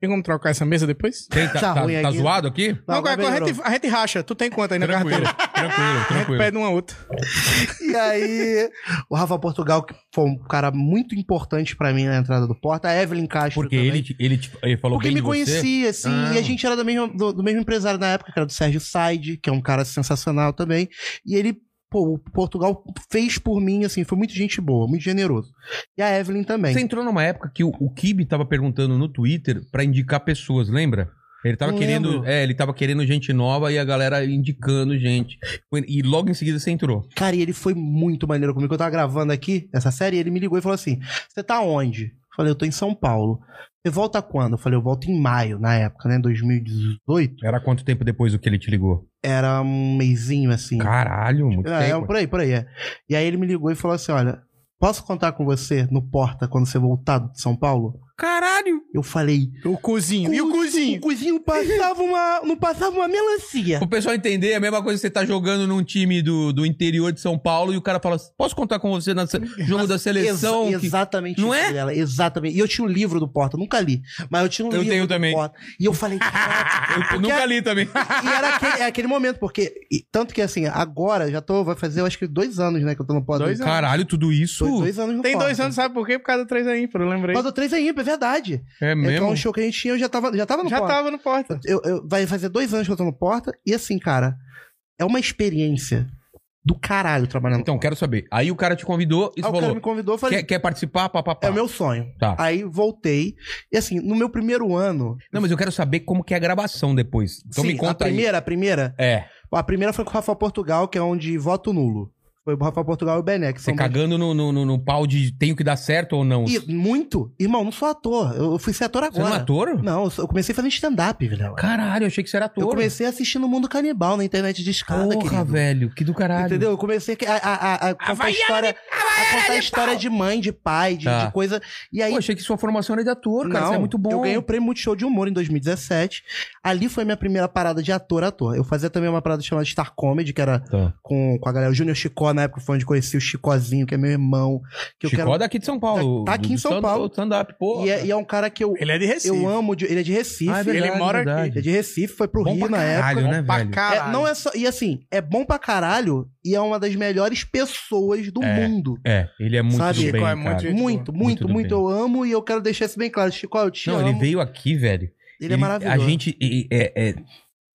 D: Tem como trocar essa mesa depois?
B: Tem, tá,
C: Tá
B: tá-
C: ruim
B: tá
C: aqui.
B: zoado aqui?
D: Não,
C: Agora é
D: agora a
C: melhorou.
D: gente, a gente racha. Tu tem quanto aí na
B: Tranquilo,
D: carteira?
B: tranquilo,
D: A gente
B: tranquilo.
D: pede uma outra.
C: E aí, o Rafa Portugal, que foi um cara muito importante pra mim na entrada do Porta, a Evelyn Castro.
B: Porque
C: também.
B: ele, te- ele, te- ele falou
C: Porque
B: bem
C: me
B: de você?
C: conhecia, assim,
B: Ah.
C: e a gente era do mesmo, do, do mesmo empresário na época, que era do Sérgio Said, que é um cara sensacional também. E ele pô, o Portugal fez por mim, assim, foi muito gente boa, muito generoso. E a Evelyn também.
B: Você entrou numa época que o, o Kibe tava perguntando no Twitter pra indicar pessoas, lembra? Ele tava
C: Eu
B: querendo,
C: lembro.
B: é, ele tava querendo gente nova e a galera indicando gente. Foi- E logo em seguida você entrou.
C: Cara, e ele foi muito maneiro comigo. Eu tava gravando aqui essa série, e ele me ligou e falou assim: Você tá onde? Eu falei, eu tô em São Paulo. Você volta quando? Eu falei, eu volto em maio, na época, né? 2018.
B: Era quanto tempo depois do que ele te ligou?
C: Era um mêsinho assim.
B: Caralho, muito
C: É, é,
B: tempo.
C: por aí, por aí. é. E aí ele me ligou e falou assim: Olha, posso contar com você no Porta quando você voltar de São Paulo?
B: Caralho!
C: Eu falei.
D: O cozinho. E o
C: O
D: cozinho?
C: cozinho passava uma. Não passava uma melancia.
B: Pro pessoal entender, é a mesma coisa que você tá jogando num time do, do interior de São Paulo e o cara fala assim, posso contar com você no jogo da seleção?
C: Ex-
B: que-
C: Exatamente
B: Não
C: isso
B: é?
C: dela, exatamente. E eu tinha um livro do Porta, nunca li. Mas eu tinha um
B: Eu
C: livro
B: tenho
C: do
B: também.
C: Porta. E eu falei, caraca.
B: Ah, Eu nunca li também.
C: e era aquele, é aquele momento, porque. e tanto que assim, agora já tô. Vai fazer, eu acho que dois anos, né, que eu tô no Porta.
D: Dois anos.
B: Caralho, tudo isso?
C: Dois, dois anos no
D: Tem
C: Porta.
D: dois anos, sabe por quê? Por causa do 3 a ímpar, eu lembrei.
C: Mas o três é ímpar, é verdade.
B: É
C: Então,
B: mesmo?
C: um show que a gente tinha, eu já tava, já tava no
D: Já
C: Porta.
D: tava no porta.
C: Eu, eu- vai fazer dois anos que eu tô no Porta. E assim, cara, é uma experiência do caralho trabalhando.
B: Então,
C: no Porta.
B: quero saber. Aí o cara te convidou e você
C: Aí o cara
B: falou,
C: me convidou, eu falei,
B: quer, quer participar? Pá, pá, pá.
C: é o meu sonho.
B: Tá.
C: Aí voltei. E assim, no meu primeiro ano.
B: Não, mas eu quero saber como que é a gravação depois. Então
C: sim,
B: me conta
C: a
B: aí.
C: primeira, a primeira.
B: É,
C: A primeira foi com o Rafael Portugal, que é onde voto nulo. Foi o Rafael Portugal e o Bené, que
B: você
C: são dois-
B: cagando no, no, no, no pau de tenho que dar certo ou não.
C: E
B: você
C: muito? Irmão, não sou ator. Eu eu fui ser ator agora.
B: não é um ator?
C: Não, eu sou- eu comecei fazendo stand-up, velho.
B: Caralho, eu achei que você era ator.
C: Eu comecei assistindo o Mundo Canibal na internet de escada,
B: Porra,
C: querido.
B: velho, que do caralho.
C: Entendeu? Eu comecei a, a, a, a contar a história, a contar a história de mãe, de pai, de,
B: Tá.
C: de coisa. E aí.
B: Pô, achei que sua formação era de ator, cara. Você é muito bom.
C: Eu ganhei o prêmio Multishow de Humor em 2017. Ali foi minha primeira parada de ator-ator. Eu fazia também uma parada chamada Star Comedy, que era
B: Tá.
C: com, com a galera. O Júnior Chicó, na época, foi onde conheci o Chicozinho, que é meu irmão. Que
B: Chicó
C: eu quero...
B: é daqui de São Paulo.
C: Tá- tá aqui
B: do-
C: em
B: do
C: São
B: stand-
C: Paulo.
B: do Stand-up, pô.
C: e, é, e é um cara que eu,
D: Ele é de Recife.
C: eu amo. de- ele é de Recife.
B: Ah, é verdade,
D: Ele mora
B: verdade.
C: ele é de Recife, foi pro
B: Bom
C: Rio
B: pra
C: na época.
B: caralho, né,
D: pra
B: velho?
D: caralho.
C: É, não é só. E assim, é bom pra caralho e é uma das melhores pessoas do
B: É.
C: mundo.
B: É, ele é muito
C: Sabe?
B: do bem,
D: Chicó
B: cara.
D: é muito Gente
C: muito,
B: boa. Muito
C: muito,
B: do
C: muito
B: bem.
C: eu amo e eu quero deixar isso bem claro. Chico, eu te
B: Não,
C: amo.
B: ele
C: Ele,
B: veio aqui, velho.
C: é maravilhoso.
B: A gente e- e- é, é,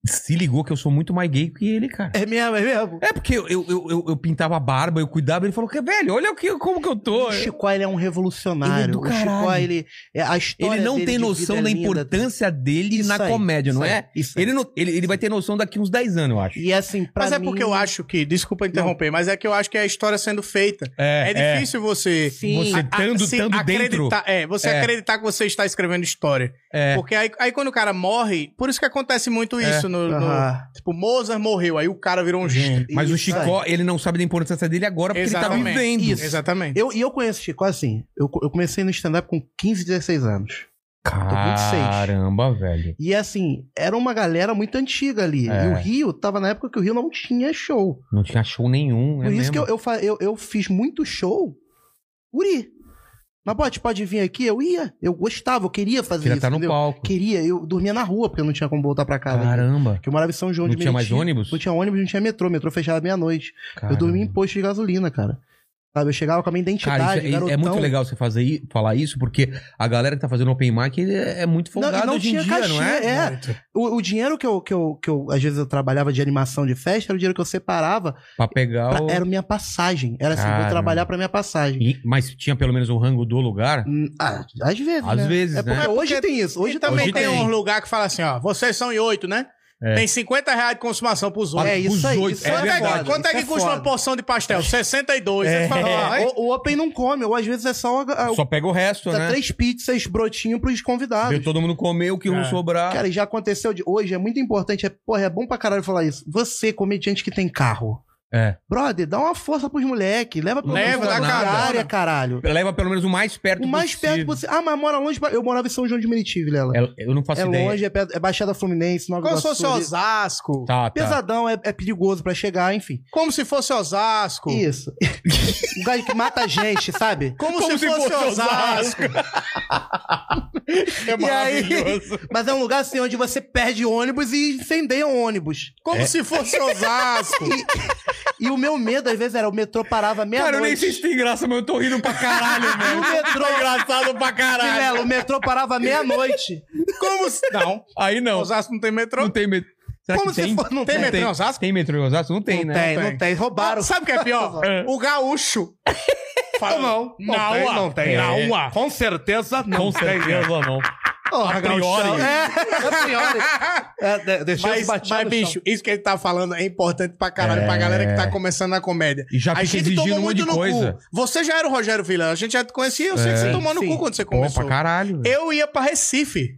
B: se ligou que eu sou muito mais gay que ele, cara.
C: É mesmo, é mesmo?
B: É porque eu, eu, eu, eu- eu pintava a barba, eu cuidava, ele falou que, velho, olha o que, como que eu tô.
C: O Chico, ele é um revolucionário.
B: Ele é do
C: o Chico,
B: caralho.
C: ele. é, A história
B: Ele não
C: dele
B: tem
C: de
B: noção
C: vida é
B: da
C: linda.
B: importância dele
C: Isso
B: na
C: aí,
B: comédia, não
C: isso
B: é?
C: aí, Isso aí.
B: Ele, não, ele, ele vai ter noção daqui uns 10 anos, eu acho.
C: E assim, pra
D: Mas é
C: mim-
D: porque eu acho que, desculpa interromper, mas é que eu acho que é a história sendo feita. É, difícil você.
C: Sim.
B: Você
D: a-
B: tando,
D: se
B: tando dentro.
D: acreditar, É, você
B: É.
D: acreditar que você está escrevendo história.
B: É.
D: Porque aí, aí quando o cara morre, por isso que acontece muito
B: É.
D: isso no, no-
C: Aham.
D: Tipo, Mozart morreu, aí o cara virou um
C: É
D: gênio.
B: Mas o
C: Isso aí.
B: Chicó, ele não sabe da importância dele agora porque ele tá
D: Exatamente.
B: vivendo.
C: Isso.
D: Exatamente.
C: Eu, e eu conheço o Chico assim. Eu, co- eu comecei no stand-up com 15, 16 anos. com 26.
B: Caramba, velho.
C: E assim, era uma galera muito antiga ali.
B: É.
C: E o Rio, tava na época que o Rio não tinha show.
B: Não tinha show nenhum. é
C: Por isso
B: mesmo.
C: que eu, eu, fa- eu, eu fiz muito show, guri. Na bote, pode vir aqui? Eu ia. Eu gostava, eu queria fazer
B: Queria
C: isso,
B: estar no
C: entendeu?
B: palco.
C: Queria, eu dormia na rua, porque eu não tinha como voltar pra casa.
B: Caramba.
C: Porque eu morava em São João
B: Não
C: de
B: tinha mais
C: Meriti.
B: ônibus?
C: Não tinha ônibus, não tinha metrô. Metrô fechava meia-noite. Eu
B: Caramba.
C: dormia em posto de gasolina, cara. Sabe, eu chegava com a minha identidade,
B: Cara, isso é- é,
C: garotão.
B: muito legal você fazer, i- falar isso, porque a galera que tá fazendo open mic ele é é muito
C: Não, e
B: folgada
C: não
B: hoje
C: tinha
B: em dia,
C: cachê,
B: não é?
C: é. O, o dinheiro que eu, que, eu, que eu, às vezes, eu trabalhava de animação de festa, era o dinheiro que eu separava.
B: Pra pegar
C: pra-
B: o...
C: era um minha passagem. Era assim,
B: Caramba.
C: vou trabalhar pra minha passagem.
B: E- mas tinha pelo menos o rango do lugar?
C: Hum, ah, às vezes,
B: Às
C: né?
B: vezes,
C: É porque
B: né?
C: hoje tem isso. Hoje
D: e também
B: hoje
D: tem,
B: tem.
D: um lugar que fala assim, ó, vocês são em oito, né?
B: É.
D: Tem 50 reais de consumação pros
B: Olha,
D: outros.
C: É isso aí.
B: oito,
C: isso
B: é
D: Quanto é,
B: verdade,
D: que- quanto é que
C: isso
D: custa
C: foda. É,
D: uma porção de pastel? 62. Você fala, ó, hein?
C: O, o Open não come, ou às vezes é só, a- a-
B: Só pega o resto,
C: dá
B: né?
C: tá três pizzas, brotinho pros convidados.
B: Vê todo mundo comer o que um
D: É.
B: sobrar.
C: Cara, e já aconteceu de hoje, é muito importante, é, porra, é bom pra caralho falar isso. Você, comediante que tem carro,
B: É.
C: brother, dá uma força pros moleque, leva pelo
D: Leva,
C: menos
D: dá
C: uma
B: nada.
C: diária, caralho.
B: Leva pelo menos o mais perto
C: O mais
B: possível.
C: perto possível. Ah, mas mora longe, pra- eu morava em São João de Meriti, Vilela.
B: É, eu não
C: É,
B: faço ideia.
C: longe, é, perto- é Baixada Fluminense, Nova
D: Como se
C: Iguaçu.
D: fosse
C: ali.
D: Osasco.
B: Tá, tá.
C: Pesadão, é, é perigoso pra chegar, enfim.
D: Como se fosse Osasco.
C: Isso. um gajo que mata a gente, sabe?
D: Como, se, fosse, Osasco.
B: é
C: E aí- mas é um lugar assim onde você perde ônibus e incendeia um ônibus.
D: Como se fosse Osasco.
C: E o meu medo, às vezes, era o metrô parava meia-noite.
B: Cara, eu nem sei se tem graça, mas eu tô rindo pra caralho,
C: E o
B: velho.
C: metrô,
B: engraçado pra caralho.
C: Vilela, o metrô parava meia-noite.
D: Como se... Não.
B: Aí não.
D: Osasco não tem metrô.
B: Não tem medo. Será
C: Como
B: que
C: se
B: tem?
C: for- não
D: Tem
C: tem?
D: metrô em Osasco?
B: Tem metrô em Osasco? Não tem,
C: Não
B: né?
C: tem, não
D: tem.
C: tem. Roubaram.
D: Sabe o que é pior?
C: É.
D: o gaúcho. Fala,
F: Não, não
D: Naua.
F: tem, não tem.
B: É.
D: Naua.
F: Com certeza não
B: Com
F: tem.
B: certeza não.
C: Porra,
F: A priori.
C: gauchão. É, a priori. É, de- deixou
D: Mas,
C: os batidos
D: mas
C: no
D: bicho,
C: chão.
D: isso que ele tá falando é importante pra caralho, pra galera que tá começando na comédia.
B: É. E já
D: a
B: fica
D: gente
B: exigindo
D: tomou
B: um monte
D: muito
B: de
D: no
B: coisa.
D: cu. Você já era o Rogério Vila, a gente já te conhecia, eu sei que você tomou no
C: sim.
D: cu quando você
B: Pô,
D: começou.
B: pra caralho.
D: eu ia pra Recife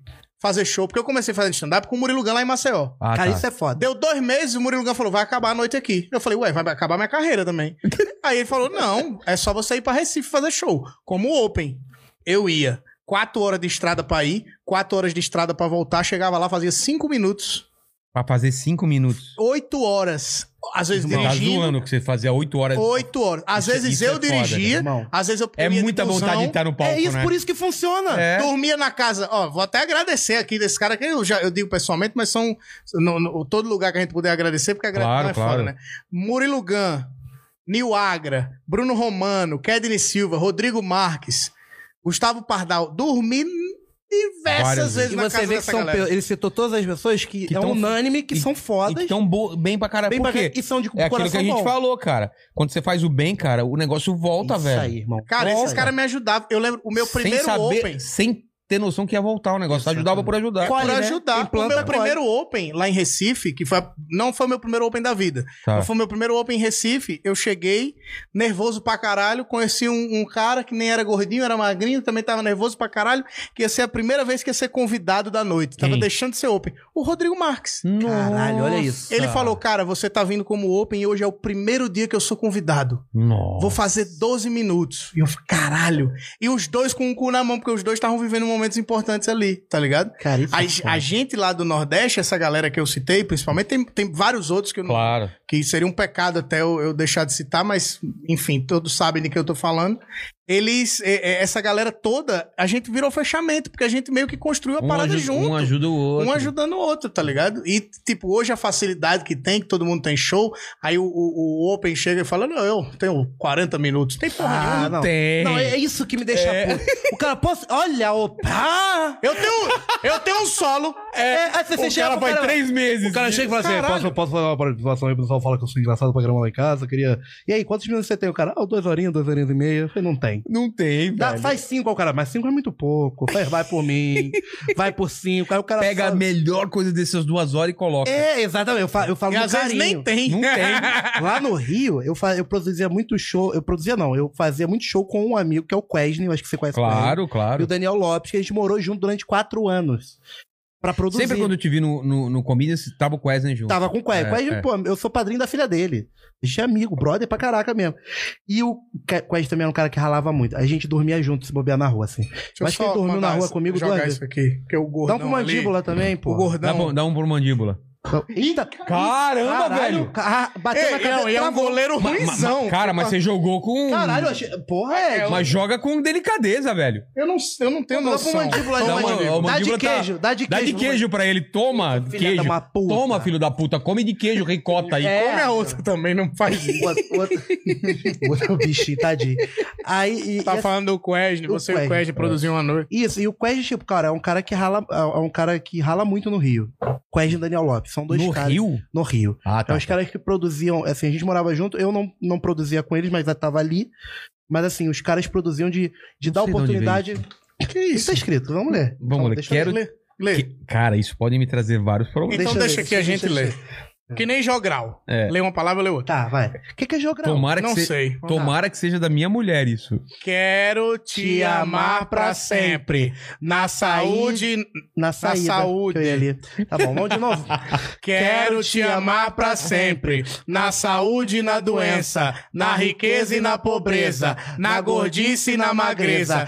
D: fazer show, porque eu comecei fazendo stand-up com o Murilo Gun lá em Maceió.
B: Ah,
C: Cara,
B: tá.
C: isso é foda.
D: Deu dois meses, o Murilo Gun falou, vai acabar a noite aqui. Eu falei, ué, vai acabar minha carreira também. Aí ele falou, não, é só você ir pra Recife fazer show. Como o Open. Eu ia. Quatro horas de estrada pra ir, quatro horas de estrada pra voltar, chegava lá, fazia cinco minutos,
B: Pra fazer cinco minutos.
D: oito horas. Às vezes
B: Você tá
D: dirigindo,
B: zoando que você fazia oito horas.
D: oito horas. Às
B: Isso-
D: vezes
B: isso é
D: eu
B: foda,
D: dirigia,
C: irmão.
D: às vezes eu
B: É
D: eu ia de
B: muita
D: busão.
B: vontade de estar no palco,
C: é isso,
B: né?
C: por isso que funciona.
B: É.
D: Dormia na casa. Ó, vou até agradecer aqui desse cara, que eu já eu digo pessoalmente, mas são no, no- todo lugar que a gente puder agradecer, porque a
B: Claro,
D: gratidão é
B: claro.
D: foda, né? Murilo Gun, Nil Agra, Bruno Romano, Kedney Silva, Rodrigo Marques, Gustavo Pardal. Dormi diversas
B: Várias
D: vezes
C: E
D: na
C: você
D: casa
C: vê que
D: dessa
C: são.
D: galera.
C: pe- Ele citou todas as pessoas que,
B: Que
C: é
B: tão-
C: unânime, que
B: e-
C: são
B: E
C: fodas.
B: que tão bo- bem pra caralho.
C: bem
B: Por
C: bacana,
B: quê?
C: e são de
B: É aquilo
C: coração
B: que a gente
C: bom.
B: falou, cara. Quando você faz o bem, cara, o negócio volta,
C: isso
B: velho.
C: aí, irmão.
D: Cara, esses
C: Volta.
D: caras me ajudavam. Eu lembro, o meu
B: Sem
D: primeiro
B: saber-
D: Open.
B: Sem ter noção que ia voltar o negócio. Ajudava por ajudar.
C: Qual-
D: É, Pra
C: né? Quem
D: ajudar. O
C: planta,
D: meu primeiro Open lá em Recife, que foi, a- não foi o meu primeiro Open da vida,
B: Tá.
D: Foi o meu primeiro Open em Recife. Eu cheguei nervoso pra caralho. Conheci um, um cara que nem era gordinho, era magrinho, também tava nervoso pra caralho. Que ia ser a primeira vez que ia ser convidado da noite. Tava
B: Quem?
D: deixando de ser Open. O Rodrigo Marques.
C: Caralho, olha isso.
D: Ele falou, cara, você tá vindo como Open e hoje é o primeiro dia que eu sou convidado.
B: Nossa.
D: Vou fazer 12 minutos. E eu falei, caralho. E os dois com o cu na mão, porque os dois estavam vivendo momentos importantes ali, tá ligado?
C: Cara, isso
D: A,
C: é foda.
D: a gente lá do Nordeste, essa galera que eu citei, principalmente, tem, tem vários outros que eu não-
B: Claro.
D: que seria um pecado até eu, eu deixar de citar, mas enfim, todos sabem de que eu tô falando. Eles, é, é, essa galera toda, a gente virou fechamento, porque a gente meio que construiu a
B: Um
D: parada
B: aju-
D: junto.
B: Um ajuda o outro.
D: Um ajudando o outro, tá ligado? E, tipo, hoje a facilidade que tem, que todo mundo tem show, aí o, o- o Open chega e fala: Não, eu tenho 40 minutos. Tem porra nenhuma.
C: Ah, não.
B: Tem.
C: Não, é isso que me deixa puto. O cara, posso. Olha, o. Ah!
D: Eu tenho, eu tenho um solo.
C: É, aí você chega pro cara-
B: três meses.
F: O cara chega e fala assim:
C: Caralho.
F: posso, posso fazer uma participação aí? O pessoal fala que eu sou engraçado pra gravar lá em casa. eu Queria.
C: E aí, quantos minutos você tem? O cara, ah, duas horinhas, duas horinhas e meia. Eu falei, não tem.
B: Não tem,
C: Dá-
B: velho.
C: faz cinco, aí o cara, mas cinco é muito pouco. Faz, vai por mim, vai por cinco. Aí o cara
B: Pega a
C: fala-
B: melhor coisa dessas duas horas e coloca.
C: É, exatamente. Eu falo, eu falo
D: E
C: com
D: às vezes
C: carinho.
D: nem tem.
B: Não tem.
C: Lá no Rio, eu, fa- eu produzia muito show. Eu produzia, não. Eu fazia muito show com um amigo, que é o Quesney, eu acho que você conhece o Quesney,
B: Claro,
C: E
B: claro.
C: o Daniel Lopes, que a gente morou junto durante quatro anos. Pra produzir.
B: Sempre quando eu te vi no, no, no Comedians, tava com o Wesley junto.
C: Tava com o Quesney.
B: É,
C: Quesney,
B: é.
C: pô, eu sou padrinho da filha dele. A gente é amigo, brother pra caraca mesmo. E o Que- Quesney também era um cara que ralava muito. A gente dormia junto, se bobear na rua, assim.
D: Deixa eu
C: Mas
D: só
C: quem dormiu na
D: mandar
C: rua
D: esse-
C: comigo
D: jogar
C: duas
D: isso aqui, porque o
C: Dá
D: gordão
C: um com
D: ali-
C: mandíbula também, pô.
D: O
B: Dá,
D: gordão.
B: pro- dá um por mandíbula.
C: Então, Eita,
B: Caramba,
C: caralho,
B: velho.
C: ca- ah, bateu na
D: Ei,
C: cabeça.
D: não, e é um
C: travou.
D: goleiro
B: Ma- ma- ma-
D: ruizão.
B: cara, mas você um- jogou com.
C: É, Caralho, eu achei... Porra, é.
B: Mas joga com delicadeza, velho.
D: Eu não, eu não tenho
C: Dá pro
D: noção.
C: mandíbula aí,
B: Dá uma-
C: mandíbula.
B: o
C: Dá de
B: mandíbula tá-
C: queijo, dá de queijo.
B: Dá de queijo pra ele. Toma,
C: Filha
B: queijo.
C: da uma puta.
B: Toma, filho da puta. Come de queijo, ricota aí.
C: É.
D: Come a outra também, não faz isso.
C: Outro, outro, outro bichinho, tadinho. Aí, e,
D: Tá
C: e-
D: falando do é. Quesne,
C: Do
D: você e o
C: Quesne.
D: Quesne produziam uma noite.
C: isso, e o Quest, tipo, cara, é um cara que rala, é um cara que rala muito no Rio. Quest e Daniel Lopes, são dois
B: No
C: caras
B: Rio?
C: no Rio.
B: Ah,
C: É os caras que produziam, assim, a gente morava junto, eu não, não produzia com eles, mas já tava ali. Mas assim, os caras produziam de, de dar
B: sei de onde
C: oportunidade. Que isso? tá escrito, vamos ler.
B: Vamos ler.
C: deixa eu
B: Quero
C: ler.
D: Lê.
B: Que- cara, isso pode me trazer vários problemas.
D: Então
C: deixa eu
D: deixa
C: ver,
D: que a
C: deixa
D: gente
C: eu ver.
D: lê. Que nem jogral.
B: É.
D: Lê uma palavra, lê outra.
C: Tá, vai. O que, que é jogral?
B: Tomara que,
D: Não
B: se-
D: sei.
B: Tomara que seja da minha mulher isso.
D: Quero te amar pra sempre. Na saúde,
C: Na saída.
D: saúde.
C: que eu ia ali. Tá bom, vamos de novo.
D: quero te amar pra sempre. Na saúde e na doença. Na riqueza e na pobreza. Na gordice e na magreza.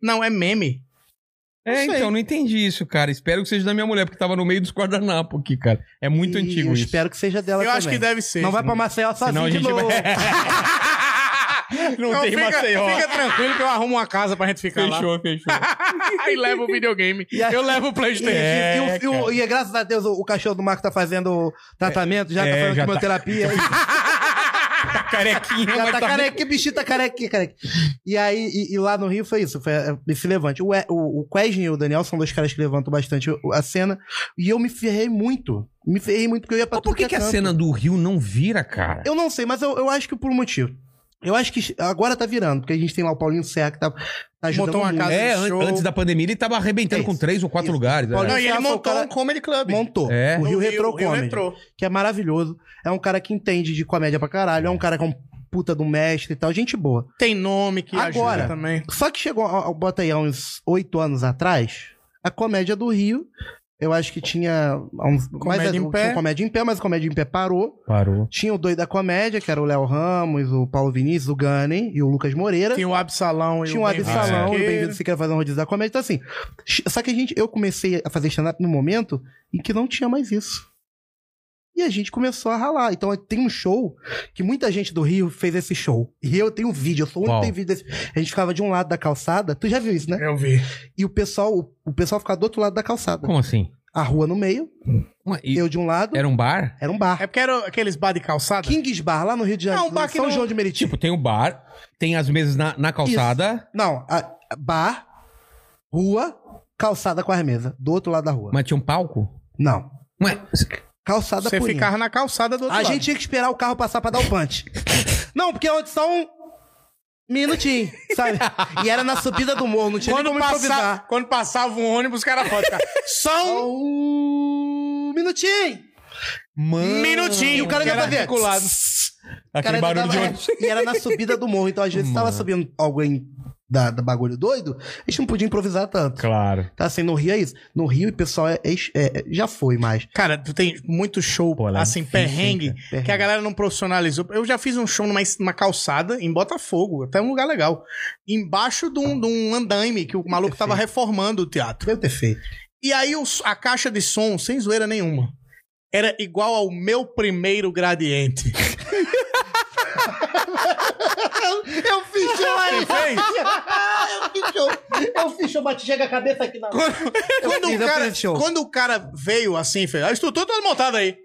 D: Não, é meme.
B: É,
D: Isso aí.
B: então, não entendi isso, cara. Espero que seja da minha mulher, porque tava no meio dos guardanapos aqui, cara. É muito
C: E
B: antigo
C: eu
B: isso.
C: Espero que seja dela
D: Eu
C: também.
D: acho que deve ser.
C: Não vai pra Maceió
B: Senão
C: sozinho
B: a
C: de
B: gente vai-
C: novo.
B: não tem
D: Então fica,
B: Maceió.
D: Fica tranquilo que eu arrumo uma casa pra gente ficar lá.
B: Fechou, fechou.
D: e levo o videogame.
C: E a-
D: Eu levo o Playstation.
B: É,
C: e, o- e o- e graças a Deus o, o cachorro do Marco tá fazendo tratamento, já
B: É,
C: tá fazendo
B: já tá.
C: quimioterapia. Tá.
B: tá carequinha,
C: Ela
B: mas
C: tá
B: tá
C: careca, que bichinho tá careca, que careca. E aí, e, e lá no Rio foi isso, foi é, esse levante. O, E- o, o Quesne e o Daniel são dois caras que levantam bastante o- a cena. E eu me ferrei muito. Me ferrei muito porque eu ia pra
B: Mas por
C: tudo
B: que,
C: é
B: que a
C: canto.
B: cena do Rio não vira, cara?
C: Eu não sei, mas eu, eu acho que por um motivo. Eu acho que agora tá virando, porque a gente tem lá o Paulinho Serra que tá, tá ajudando
D: Montou uma
C: muito.
D: casa
B: é,
D: do
B: an-
D: show.
B: antes da pandemia ele tava arrebentando
C: É
B: com
C: isso,
B: três ou quatro
C: isso.
B: lugares.
C: Olha,
B: é.
D: Não, e ele
C: Ela
D: montou
C: foi o cara-
D: um comedy club.
C: Montou.
B: É.
C: O Rio Retro
D: Rio
C: Comedy.
D: Retrô.
C: que é maravilhoso. É um cara que entende de comédia pra caralho. É um cara que é um puta do mestre e tal. Gente boa.
D: Tem nome que
C: Agora.
D: ajuda também.
C: Só que chegou, ó, ó, bota aí, há uns oito anos atrás, a comédia do Rio. Eu acho que tinha. há Uns,
D: Comédia
C: mais, um,
D: em
C: tinha
D: Pé.
C: comédia em pé, mas o comédia em pé parou.
B: Parou.
C: Tinha o doido da comédia, que era o Léo Ramos, o Paulo Vinícius, o Gunning e o Lucas Moreira.
D: Tinha o Absalão e
C: Tinha um
D: o Bem-vindo
C: Absalão,
D: Siqueira.
C: bem-vindo, você quer fazer um rodízio da comédia. Então, assim, ch- só que a gente, eu comecei a fazer stand-up no momento em que não tinha mais isso. E a gente começou a ralar. Então, tem um show que muita gente do Rio fez esse show. E eu tenho um vídeo, eu sou o único
B: Qual?
C: que tem vídeo desse. A gente ficava de um lado da calçada, tu já viu isso, né?
D: Eu vi.
C: E o pessoal, o, o pessoal ficava do outro lado da calçada.
B: Como assim?
C: A rua no meio,
B: Ué, e-
C: eu de um lado, era,
B: Era um bar?
C: um bar.
D: É porque era aqueles bar de calçada.
C: Kings Bar, lá no Rio de
D: É
C: Janeiro.
D: um bar que
C: São
D: não-
C: João de Meriti.
B: Tipo, tem o bar, tem as mesas na, na calçada,
C: Não, a- a- bar, rua, calçada com as mesas. Do outro lado da rua.
B: mas tinha um palco?
C: Não.
B: Ué,
C: Calçada
D: Você
C: por
D: ficava na calçada do outro
C: A
D: lado.
C: gente tinha que esperar o carro passar pra dar o punch. não, porque é só um minutinho, sabe? E era na subida do morro, não tinha
D: Quando,
C: nem como
D: passa...
C: improvisar.
D: Quando passava um ônibus, o cara pode ficar.
C: Só um minutinho.
B: mano.
D: Minutinho.
C: E o cara ainda
D: Era
C: tá vendo.
D: articulado.
C: O cara
B: Aquele
C: ainda
B: barulho
C: tava-
B: de
C: é,
B: ônibus.
C: E era na subida do morro, então às vezes tava subindo alguém da, da bagulho doido, a gente não podia improvisar tanto.
B: Claro.
C: Tá assim, no Rio é isso. No Rio, o pessoal é, é- é- já foi mais.
D: Cara, tu tem muito show,
B: Pô, lá é
D: assim,
B: difícil, hein,
D: perrengue,
C: cara? Perrengue.
D: que a galera não profissionalizou. Eu já fiz um show numa, numa calçada em Botafogo, até um lugar legal. Embaixo de um, de um andaime que o maluco tava reformando o teatro.
C: Deve ter feito.
D: E aí os- a caixa de som, sem zoeira nenhuma, era igual ao meu primeiro gradiente.
C: Eu fiz show aí.
D: Você fez?
C: Eu fiz show.
D: É
C: Eu fiz show, bati, chega a cabeça aqui na
D: Quando, quando
C: fiz,
D: o
C: eu
D: cara,
C: fiz show.
D: quando o cara veio assim, fez, a estrutura toda montada aí.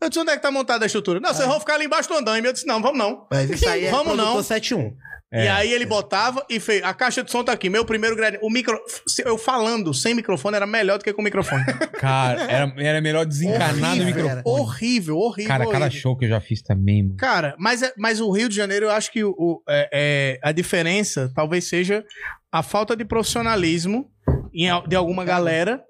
D: Eu disse, onde é que tá montada a estrutura? Não, vocês vão ficar ali embaixo do andaime. Eu disse, não, vamos não.
C: Mas isso aí é
D: Vamos não.
C: produtor 7-1.
B: É.
D: E aí ele botava e fez. A caixa de som tá aqui. Meu primeiro gradiente. O micro. se Eu falando sem microfone era melhor do que com microfone.
B: Cara, era, era melhor desencanar no
C: Horrível,
B: microfone.
C: cara.
D: horrível, horrível.
B: Cara, cada
D: horrível.
B: show que eu já fiz também, mano.
D: Cara, mas, é- mas o Rio de Janeiro, eu acho que o, o- é- é, a diferença talvez seja a falta de profissionalismo em al- de alguma galera.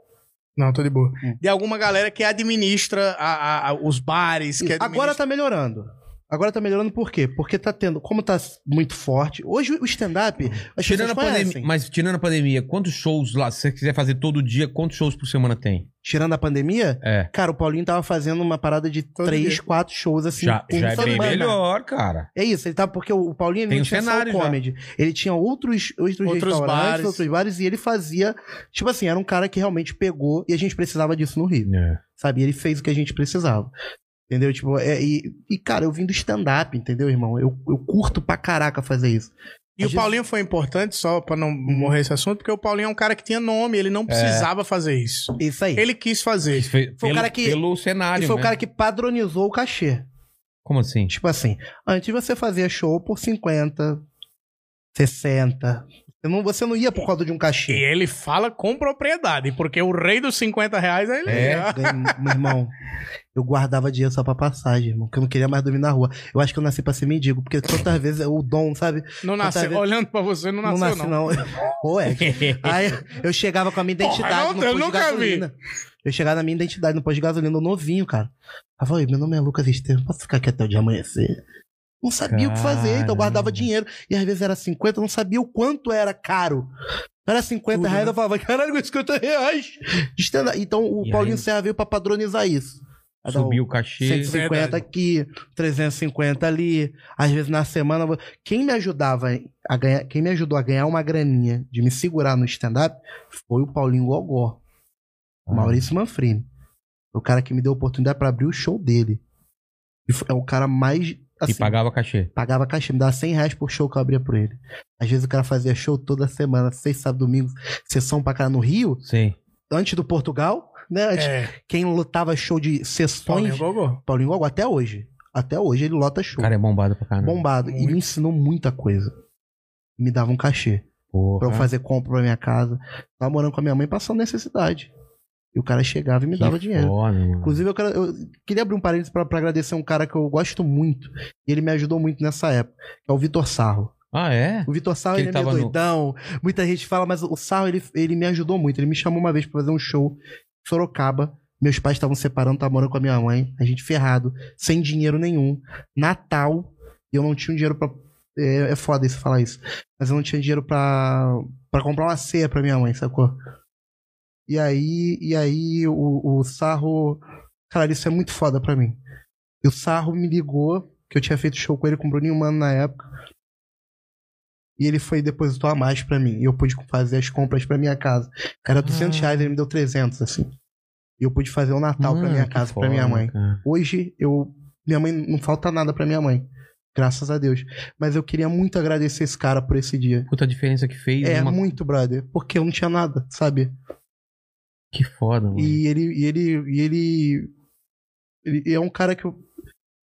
D: Não, tô de boa. De alguma galera que administra a- a- a- os bares. Que é
C: Agora
D: administra-
C: tá melhorando. Agora tá melhorando por quê? Porque tá tendo, como tá muito forte. Hoje o stand-up, as
B: Tirando
C: pessoas
B: a pandemia-
C: conhecem.
B: mas tirando a pandemia, quantos shows lá, se você quiser fazer todo dia, quantos shows por semana tem?
C: Tirando a pandemia,
B: É.
C: cara, o Paulinho tava fazendo uma parada de
D: Todo
C: três,
D: dia.
C: quatro shows assim
B: já
C: por
B: já é bem
C: semana.
B: melhor, cara.
C: É isso, ele tá porque o Paulinho ele
B: Tem
C: não
B: um
C: tinha
B: cenário
C: só
B: já.
C: o comedy. Ele tinha outros, outros,
D: Outros
C: restaurantes,
D: bares.
C: outros bares, e ele fazia. Tipo assim, era um cara que realmente pegou e a gente precisava disso no Rio.
B: É.
C: sabe? Ele fez o que a gente precisava. Entendeu? Tipo, é, e, e, cara, eu vim do stand-up, entendeu, irmão? Eu, eu curto pra caraca fazer isso.
D: E
C: Às
D: o
C: vezes-
D: Paulinho foi importante, só pra não morrer esse assunto, porque o Paulinho é um cara que tinha nome, ele
B: É.
D: não precisava fazer isso.
C: Isso aí. Ele
D: Ele quis fazer.
B: Isso foi,
C: Foi o
B: pelo,
C: cara que-
B: pelo cenário,
C: e foi o
B: né?
C: cara que padronizou o cachê.
B: Como assim?
C: Tipo assim, antes você fazia show por 50, 60. Você não, você não ia por causa de um
D: E
C: cachê.
D: ele fala com propriedade, porque o rei dos 50 reais é ele.
B: É.
C: Daí, Meu irmão, eu guardava dinheiro só pra passagem, irmão. Porque eu não queria mais dormir na rua. Eu acho que eu nasci pra ser mendigo, porque tantas vezes o dom, sabe?
D: Não nasceu.
C: Tá vendo?
D: Olhando pra você, não nasceu,
C: não
D: não.
C: nasci, não. Ou é. Aí eu chegava com a minha identidade
D: Porra, não,
C: no
D: eu
C: posto
D: nunca
C: de gasolina. Eu chegava na minha identidade no posto de gasolina, eu novinho, cara. Aí eu falei, meu nome é Lucas Esteves, posso ficar aqui até o dia amanhecer? Não sabia o que fazer, então eu guardava
B: Caramba.
C: dinheiro. E às vezes era 50, eu não sabia o quanto era caro. Era 50
D: Tudo,
C: reais,
D: né?
C: eu falava, caralho, 50 reais. de stand-up. Então o
B: E
C: Paulinho
B: aí?
C: Serra veio pra padronizar isso. Aí dá um-
B: Subiu o cachê.
C: 150
D: é Verdade.
C: aqui, 350 ali. Às vezes na semana. eu vou- Quem me ajudava a ganhar, quem me ajudou a ganhar uma graninha de me segurar no stand-up foi o Paulinho Gogó,
D: Ah.
B: Ah,
C: o Maurício Manfrini. O cara que me deu a oportunidade pra abrir o show dele. E foi- é o cara mais.
B: E
C: Assim,
B: pagava cachê.
C: pagava cachê, me dava 100 reais por show que eu abria por ele. Às vezes o cara fazia show toda semana, seis, sábado, domingo, sessão pra cá no Rio,
B: Sim.
C: antes do Portugal, né? Antes-
D: É.
C: Quem lutava show de sessões.
D: Paulinho Gogô.
C: Paulinho Gogó até hoje. Até hoje ele lota show.
B: cara é bombado pra caramba.
C: bombado. E me ensinou muita coisa. Me dava um cachê pra eu
B: Porra.
C: fazer compra pra minha casa. Tava morando com a minha mãe passando necessidade. E o cara chegava e me dava
B: Que
C: dinheiro.
B: Foda, mano.
C: Inclusive, eu, quero- eu queria abrir um parênteses pra, pra agradecer um cara que eu gosto muito. E ele me ajudou muito nessa época, que é o Vitor Sarro.
B: Ah, é?
C: O Vitor Sarro,
B: Que
C: ele,
B: ele
C: é meio
B: tava no-
C: doidão. Muita gente fala, mas o Sarro, ele, ele me ajudou muito. Ele me chamou uma vez pra fazer um show em Sorocaba. Meus pais estavam separando, tava morando com a minha mãe. A gente ferrado, sem dinheiro nenhum. Natal, e eu não tinha um dinheiro pra... É, é foda isso falar isso. Mas eu não tinha dinheiro pra, pra comprar uma ceia pra minha mãe, sacou? E aí, e aí o, o Sarro. Cara, isso é muito foda pra mim. E o Sarro me ligou, que eu tinha feito show com ele com o Bruninho Mano na época. E ele foi e depositou a mais pra mim. E eu pude fazer as compras pra minha casa. Cara, 200
B: Ah.
C: reais, ele me deu 300, assim. E eu pude fazer o Natal pra
B: Mano,
C: minha
B: Ah, que
C: casa, pra
B: foda,
C: minha mãe.
B: cara.
C: Hoje eu minha mãe não falta nada pra minha mãe, graças a Deus. Mas eu queria muito agradecer esse cara por esse dia.
B: Puta diferença que fez.
C: É
B: uma-
C: muito, brother, porque eu não tinha nada, sabe?
B: Que foda, mano.
C: E ele e ele e ele ele é um cara que eu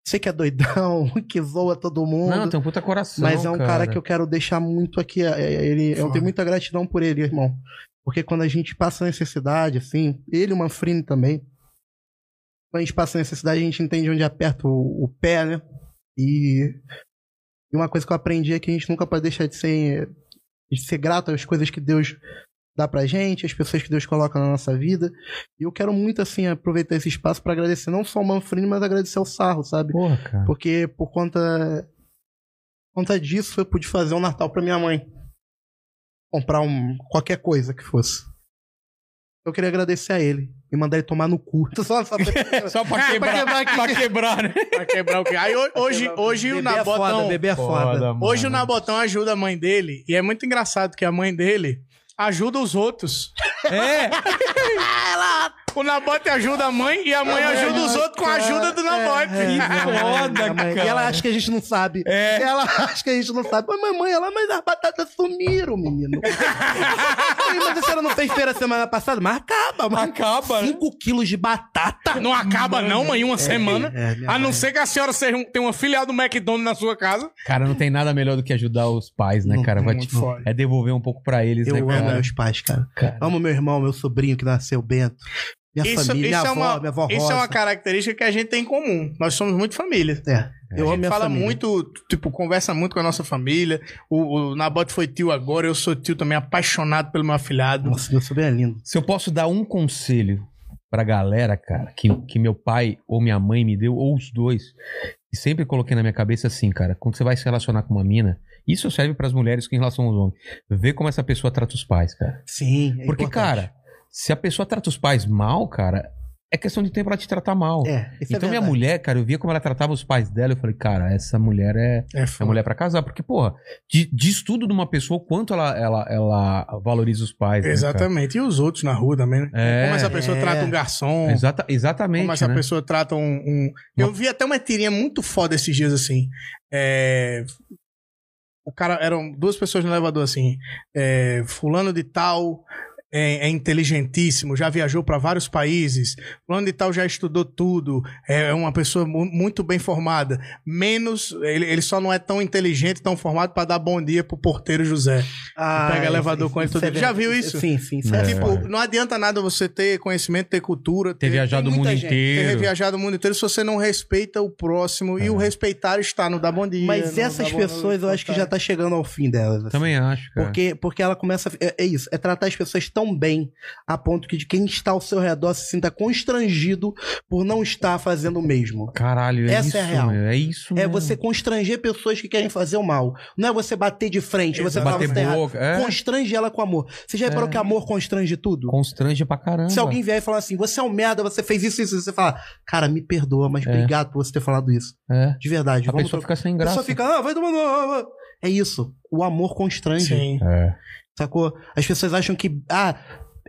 C: sei que é doidão, que zoa todo mundo.
B: Não, tem um puta coração.
C: Mas é um cara. que eu quero deixar muito aqui. é, é, Ele, eu
D: Foda.
C: tenho muita gratidão por ele, irmão. Porque quando a gente passa necessidade, assim, ele e o Manfrini também. Quando a gente passa necessidade, a gente entende onde aperta o, o pé, né? E, e uma coisa que eu aprendi é que a gente nunca pode deixar de ser, de ser grato às coisas que Deus dá pra gente, às pessoas que Deus coloca na nossa vida. E eu quero muito, assim, aproveitar esse espaço pra agradecer não só o Manfrini, mas agradecer o Sarro, sabe?
B: Porra, cara.
C: Porque por conta por conta disso eu pude fazer um Natal pra minha mãe. Comprar um qualquer coisa que fosse. Eu queria agradecer a ele e mandar ele tomar no cu. Só, só pra-
E: É, Só Ah, pra quebrar. pra quebrar, né?
D: Pra quebrar o quê? Aí ho- hoje, hoje o
C: Bebê é foda,
D: Nabotão.
C: bebê é foda.
D: Hoje o Nabotão ajuda a mãe dele. E é muito engraçado que a mãe dele ajuda os outros.
B: É!
D: O Nabote ajuda a mãe e a
C: É
D: mãe ajuda os outros com a ajuda do Nabote.
B: foda,
C: Minha é, mãe-
B: cara.
C: E ela acha que a gente não sabe.
D: É.
C: Ela acha que a gente não sabe. Mas mamãe, ela, mas as batatas sumiram, menino. Ai, mas a senhora não fez feira semana passada? Mas acaba, mano.
B: Acaba.
C: 5 quilos de batata.
D: Não acaba, não, mãe, uma semana.
C: é, minha
D: a não ser que a senhora seja um- tenha uma filial do McDonald's na sua casa.
B: Cara, não tem nada melhor do que ajudar os pais, né,
C: Não,
B: cara? Vai
D: muito
B: te-
D: foda.
B: É devolver um pouco pra eles,
C: Eu
B: né,
C: amo
B: cara?
C: meus pais, cara.
B: Cara.
C: Amo meu irmão, meu sobrinho que nasceu, Bento. Minha família, minha avó, minha avó
D: isso
C: Rosa.
D: é uma característica que a gente tem em comum. Nós somos muito família.
C: É, eu amo
D: a gente
C: minha
D: fala
C: família.
D: muito, tipo, conversa muito com a nossa família. O, o Nabote foi tio agora, eu sou tio também, apaixonado pelo meu afilhado.
C: Nossa, meu sobrinho é lindo.
B: Se eu posso dar um conselho pra galera, cara, que, que meu pai ou minha mãe me deu, ou os dois, e sempre coloquei na minha cabeça assim, cara, quando você vai se relacionar com uma mina, isso serve pras mulheres que em relação aos homens. Vê como essa pessoa trata os pais, cara.
C: Sim. é
B: Porque,
C: importante.
B: cara, se a pessoa trata os pais mal, cara, é questão de tempo ela te tratar mal.
C: É, isso é
B: Então, minha
C: verdade.
B: mulher, cara, eu via como ela tratava os pais dela. Eu falei, cara, essa mulher é,
D: É,
B: é mulher pra casar. Porque, porra, di- diz tudo de uma pessoa o quanto ela, ela, ela valoriza os pais. né, cara?
D: Exatamente. E os outros na rua também, né?
B: É.
D: Como essa pessoa
C: É.
D: trata um garçom.
B: Exata, exatamente.
D: Como essa
B: né?
D: pessoa trata um, um- Eu vi até uma tirinha muito foda esses dias assim. É, O cara. Eram duas pessoas no elevador assim. É, Fulano de tal. É, é inteligentíssimo, já viajou para vários países. Fulano de tal já estudou tudo, é uma pessoa mu- muito bem formada. Menos, ele, ele só não é tão inteligente, tão formado para dar bom dia pro porteiro José.
C: Ah,
D: pega
C: isso-
D: elevador com ele
C: isso
D: todo dia. Já
C: verdade.
D: viu isso?
C: Sim, sim. isso
B: É.
C: é
D: Tipo,
C: verdade.
D: não adianta nada você ter conhecimento, ter cultura,
B: Ter viajado o
C: muita
B: mundo
C: gente.
D: ter
B: inteiro. É.
D: viajado o mundo inteiro se você não respeita o próximo e o respeitar está no dar bom dia.
C: Mas
D: no
C: essas
D: dar boa
C: pessoas
D: noite,
C: eu acho que já tá chegando ao fim delas. assim.
B: Também acho, é. cara.
C: Porque, porque ela começa. a- É, é isso, é tratar as pessoas tão bem a ponto que de quem está ao seu redor se sinta constrangido por não estar fazendo o mesmo.
B: Caralho, é
C: Essa
B: isso,
C: é a real.
B: meu, é isso
C: É
B: mesmo.
C: você constranger pessoas que querem fazer o mal. Não é você bater de frente, você falar
B: bater
C: você tá errado.
B: boca. É,
C: Constrange ela com amor. Você já reparou que amor constrange tudo?
B: constrange pra É. caramba.
C: Se alguém vier e falar assim, você é um merda, você fez isso, isso, isso, você fala, cara, me perdoa, mas
B: É.
C: obrigado por você ter falado isso.
B: É.
C: De verdade.
B: A
C: vamos
B: pessoa
C: trocar.
B: fica sem
C: A
B: graça.
C: pessoa fica, ah, vai tomando. ah, ah." É isso. O amor constrange.
D: Sim.
B: É.
C: Sacou? As pessoas acham que, ah,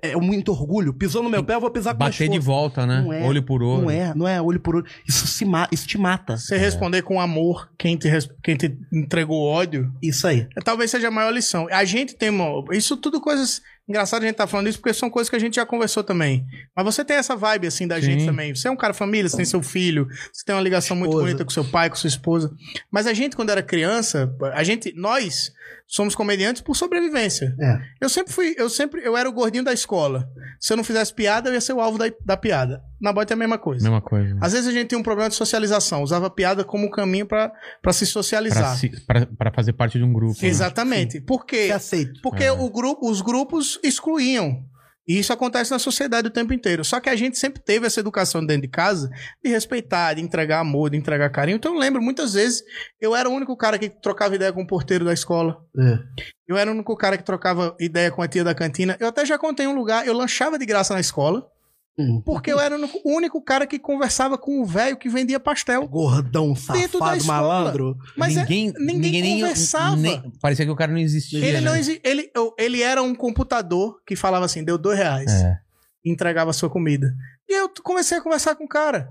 C: é muito orgulho. Pisou no meu pé, eu vou pisar com mais
B: Bater de
C: força.
B: volta, né?
C: Não é,
B: Olho por olho.
C: Não é, não é olho por olho. Isso, se ma isso te mata.
D: Você responder com amor quem te, res- quem te entregou ódio, é,
C: Isso aí.
D: talvez seja a maior lição. A gente tem uma. Isso tudo coisas Engraçado a gente tá falando isso porque são coisas que a gente já conversou também. Mas você tem essa vibe, assim, da
B: Sim.
D: gente também. Você é um cara família, você tem seu filho, você tem uma ligação muito
C: Esposa.
D: bonita com seu pai, com sua esposa. Mas a gente, quando era criança, a gente, nós somos comediantes por sobrevivência.
C: É.
D: Eu sempre fui, eu sempre, eu era o gordinho da escola. Se eu não fizesse piada, eu ia ser o alvo da, da piada. Na bota é a mesma coisa.
B: Mesma coisa.
D: Às vezes a gente tem um problema de socialização, usava a piada como um caminho pra pra se
B: Pra,
D: socializar.
B: se- pra- pra fazer parte de um grupo. né?
D: Exatamente. Por quê?
C: Te aceito.
B: É.
D: Porque o grupo, os grupos excluíam. E isso acontece na sociedade o tempo inteiro. Só que a gente sempre teve essa educação dentro de casa de respeitar, de entregar amor, de entregar carinho. Então eu lembro, muitas vezes, eu era o único cara que trocava ideia com o porteiro da escola.
C: É.
D: Eu era o único cara que trocava ideia com a tia da cantina. Eu até já contei um lugar, eu lanchava de graça na escola,
C: Hum.
D: porque eu era o único- o único cara que conversava com o velho que vendia pastel.
C: Gordão,
D: Dentro da
C: safado,
D: escola.
C: malandro.
D: Mas é-
B: ninguém,
D: ninguém
B: nem-
D: conversava.
B: parecia que o cara não existia.
D: ele, não
B: né?
D: exi- ele, eu- ele era um computador que falava assim, deu dois reais.
B: É.
D: e entregava a sua comida. E aí eu t- comecei a conversar com o cara.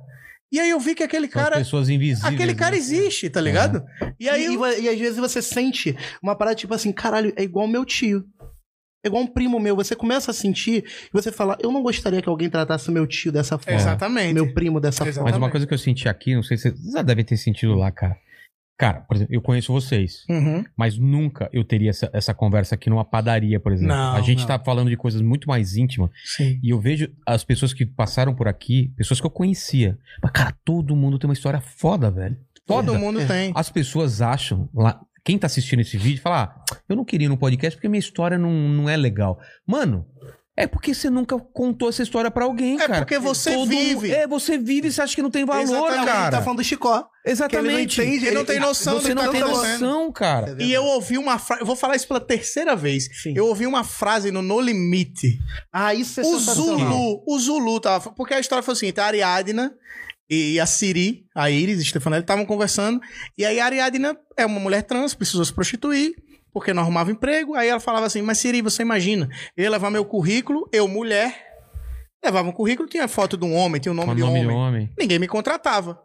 D: E aí eu vi que aquele
B: São as
D: cara.
B: pessoas invisíveis.
D: Aquele cara
B: né?
D: existe, tá ligado? E
C: E,
D: aí. eu-
C: e vo- e às vezes você sente uma parada tipo assim, caralho, é igual meu tio. É igual um primo meu. Você começa a sentir e você fala, eu não gostaria que alguém tratasse meu tio dessa forma.
B: É.
D: Exatamente.
C: Meu primo dessa
D: Exato.
C: forma.
B: Mas uma
D: Exatamente.
B: coisa que eu senti aqui, não sei se vocês já devem ter sentido lá, cara. Cara, por exemplo, eu conheço vocês,
D: Uhum.
B: mas nunca eu teria essa, essa conversa aqui numa padaria, por exemplo.
D: Não,
B: a gente
D: não.
B: tá falando de coisas muito mais íntimas
D: Sim.
B: e eu vejo as pessoas que passaram por aqui, pessoas que eu conhecia. Mas, cara, todo mundo tem uma história foda, velho. Foda.
D: Todo mundo
C: É.
D: tem.
B: As pessoas acham lá. Quem tá assistindo esse vídeo fala: ah, eu não queria ir no podcast porque minha história não, não é legal. Mano, é porque você nunca contou essa história pra alguém,
D: É
B: cara.
D: porque você
B: Todo
D: vive.
B: mu- É, você vive e você acha que não tem valor,
D: Exatamente,
C: A gente
B: cara.
C: tá falando do Chicó. Que ele não
B: Exatamente.
C: entende.
D: Ele não tem noção do
B: você
D: que
B: não
D: tá
B: tem
D: acontecendo.
B: noção, cara.
D: E eu ouvi uma frase. Eu vou falar isso pela terceira vez.
C: Sim.
D: Eu ouvi uma frase no No Limite.
C: Ah, isso é
D: O
C: sensacional.
D: Zulu, o Zulu tava. Porque a história foi o seguinte: a Ariadna e a Siri, a Iris e Stefanelli, estavam conversando. E aí a Ariadna é uma mulher trans, precisou se prostituir, porque não arrumava emprego. Aí ela falava assim: Mas Siri, você imagina, eu ia levar meu currículo, eu, mulher, levava um currículo, tinha foto de um homem, tinha o nome,
B: Com
D: de, um
B: nome
D: homem.
B: de homem.
D: Ninguém me contratava.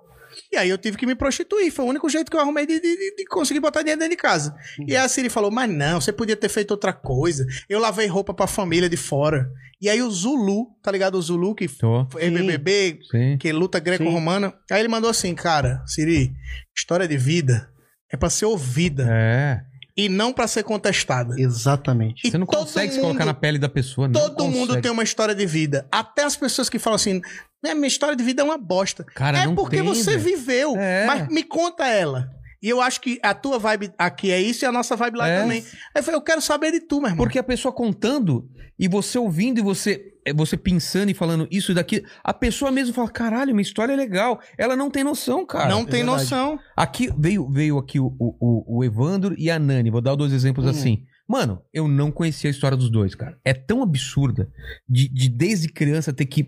D: E aí eu tive que me prostituir. Foi o único jeito que eu arrumei de, de- de- de conseguir botar dinheiro dentro de casa. E aí a Siri falou: Mas não, você podia ter feito outra coisa. Eu lavei roupa pra família de fora. E aí o Zulu, tá ligado? O Zulu, que f-
B: Tô,
D: é BBB,
B: sim.
D: que luta greco-romana. Aí ele mandou assim: Cara, Siri, história de vida é pra ser ouvida
B: É.
D: e não pra ser contestada.
C: Exatamente.
D: E
B: Você não
D: todo
B: consegue se
D: mundo-
B: colocar na pele da pessoa, não.
D: Todo mundo
B: consegue.
D: tem uma história de vida. Até as pessoas que falam assim: "Né, minha história de vida é uma bosta.
B: Cara,
D: é
B: não
D: porque
B: tem,
D: você
B: velho.
D: viveu.
B: É.
D: Mas me conta ela. E eu acho que a tua vibe aqui é isso e a nossa vibe lá
B: É.
D: também. Aí eu falei, eu quero saber de tu, meu irmão.
B: Porque a pessoa contando e você ouvindo e você é, você pensando e falando isso e daqui, a pessoa mesmo fala: caralho, minha história é legal. Ela não tem noção, cara. é
D: não tem
C: verdade.
D: noção.
B: Aqui veio, veio aqui o, o- o, o Evandro e a Nani. Vou dar dois exemplos
D: Hum.
B: assim. Mano, eu não conhecia a história dos dois, cara. É tão absurda de, de desde criança ter que,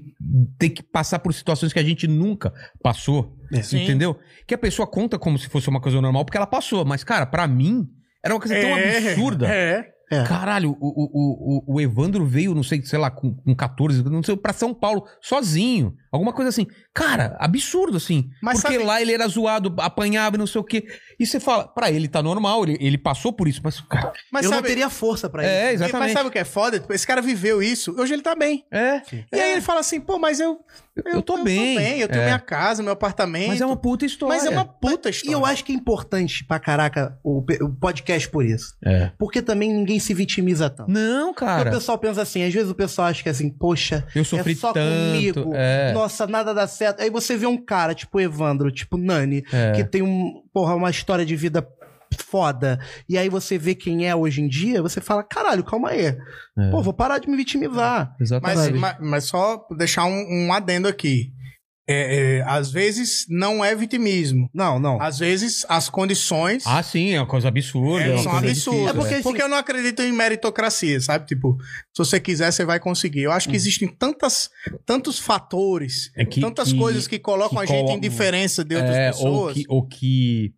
B: ter que passar por situações que a gente nunca passou.
D: Sim.
B: Entendeu? Que a pessoa conta como se fosse uma coisa normal porque ela passou. Mas, cara, pra mim, era uma coisa tão absurda.
D: É.
C: É.
B: Caralho, o, o, o, o Evandro veio, não sei, sei lá, com, com 14, não sei, pra São Paulo, sozinho. Alguma coisa assim. Cara, absurdo, assim.
D: Mas
B: porque
D: sabe-
B: lá ele era zoado, apanhava, não sei o quê. E você fala, pra ele tá normal, ele, ele passou por isso, mas, cara.
D: Mas
C: eu
D: sabe,
C: não teria força pra
B: É,
C: isso.
B: exatamente.
D: Mas sabe o que é foda? Esse cara viveu isso. Hoje ele tá bem.
B: É,
D: E aí ele fala assim, pô, mas eu...
B: eu, tô bem.
D: Eu tenho
B: É.
D: minha casa, meu apartamento.
B: Mas é uma puta história.
D: Mas é uma puta história.
C: E eu acho que é importante pra caraca o, pe- o podcast por isso.
B: É.
C: Porque também ninguém se vitimiza tanto.
B: Não,
C: Porque
B: cara.
C: o pessoal pensa assim, às vezes o pessoal acha que é assim, poxa,
B: Eu sofri
C: é só
B: tanto.
C: comigo.
B: É,
C: Nossa, nada dá certo. Aí você vê um cara, tipo Evandro, tipo Nani,
B: é.
C: que tem um, porra, uma história de vida foda. E aí você vê quem é hoje em dia, você fala, caralho, calma aí.
B: É.
C: Pô, vou parar de me vitimizar.
D: Mas,
B: Exatamente.
D: ma- mas só deixar um, um adendo aqui. É, é, às vezes não é vitimismo.
C: Não,
B: É.
C: não.
D: Às vezes as condições...
B: Ah, sim, é uma coisa absurda.
D: É,
B: uma
D: são
B: coisa
D: absurdos.
B: difícil, né?
C: É porque,
D: porque,
C: assim-
D: eu não acredito em meritocracia, sabe? Tipo, se você quiser, você vai conseguir. Eu acho que existem tantas, tantos fatores,
B: É Hum. que-
D: tantas
B: que-
D: coisas que colocam
B: que
D: a gente
B: colo-
D: em diferença de outras
B: É,
D: pessoas.
B: Ou que, ou que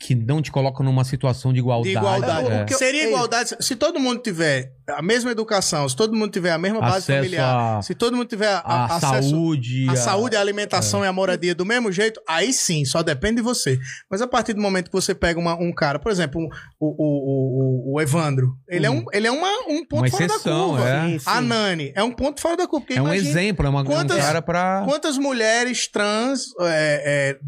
B: que não te colocam numa situação de igualdade.
D: De igualdade.
B: É.
D: O que eu- Seria igualdade se todo mundo tiver a mesma educação, se todo mundo tiver a mesma base
B: Acesso
D: familiar,
B: a-
D: se todo mundo tiver a,
B: A,
D: a- acesso
B: saúde. é.
D: a saúde, é a alimentação e a moradia do mesmo jeito, aí sim, só depende de você. Mas a partir do momento que você pega uma- um cara, por exemplo, um- o, o, o, o Evandro, ele é um, ele é uma, um ponto
B: Hum. Uma
D: fora
B: exceção,
D: da curva.
B: é.
C: Sim, sim.
D: A Nani é um ponto fora da curva. porque
B: É um
D: imagina-
B: exemplo, é uma,
D: Quantas-
B: um cara pra.
D: Quantas mulheres trans. é, é,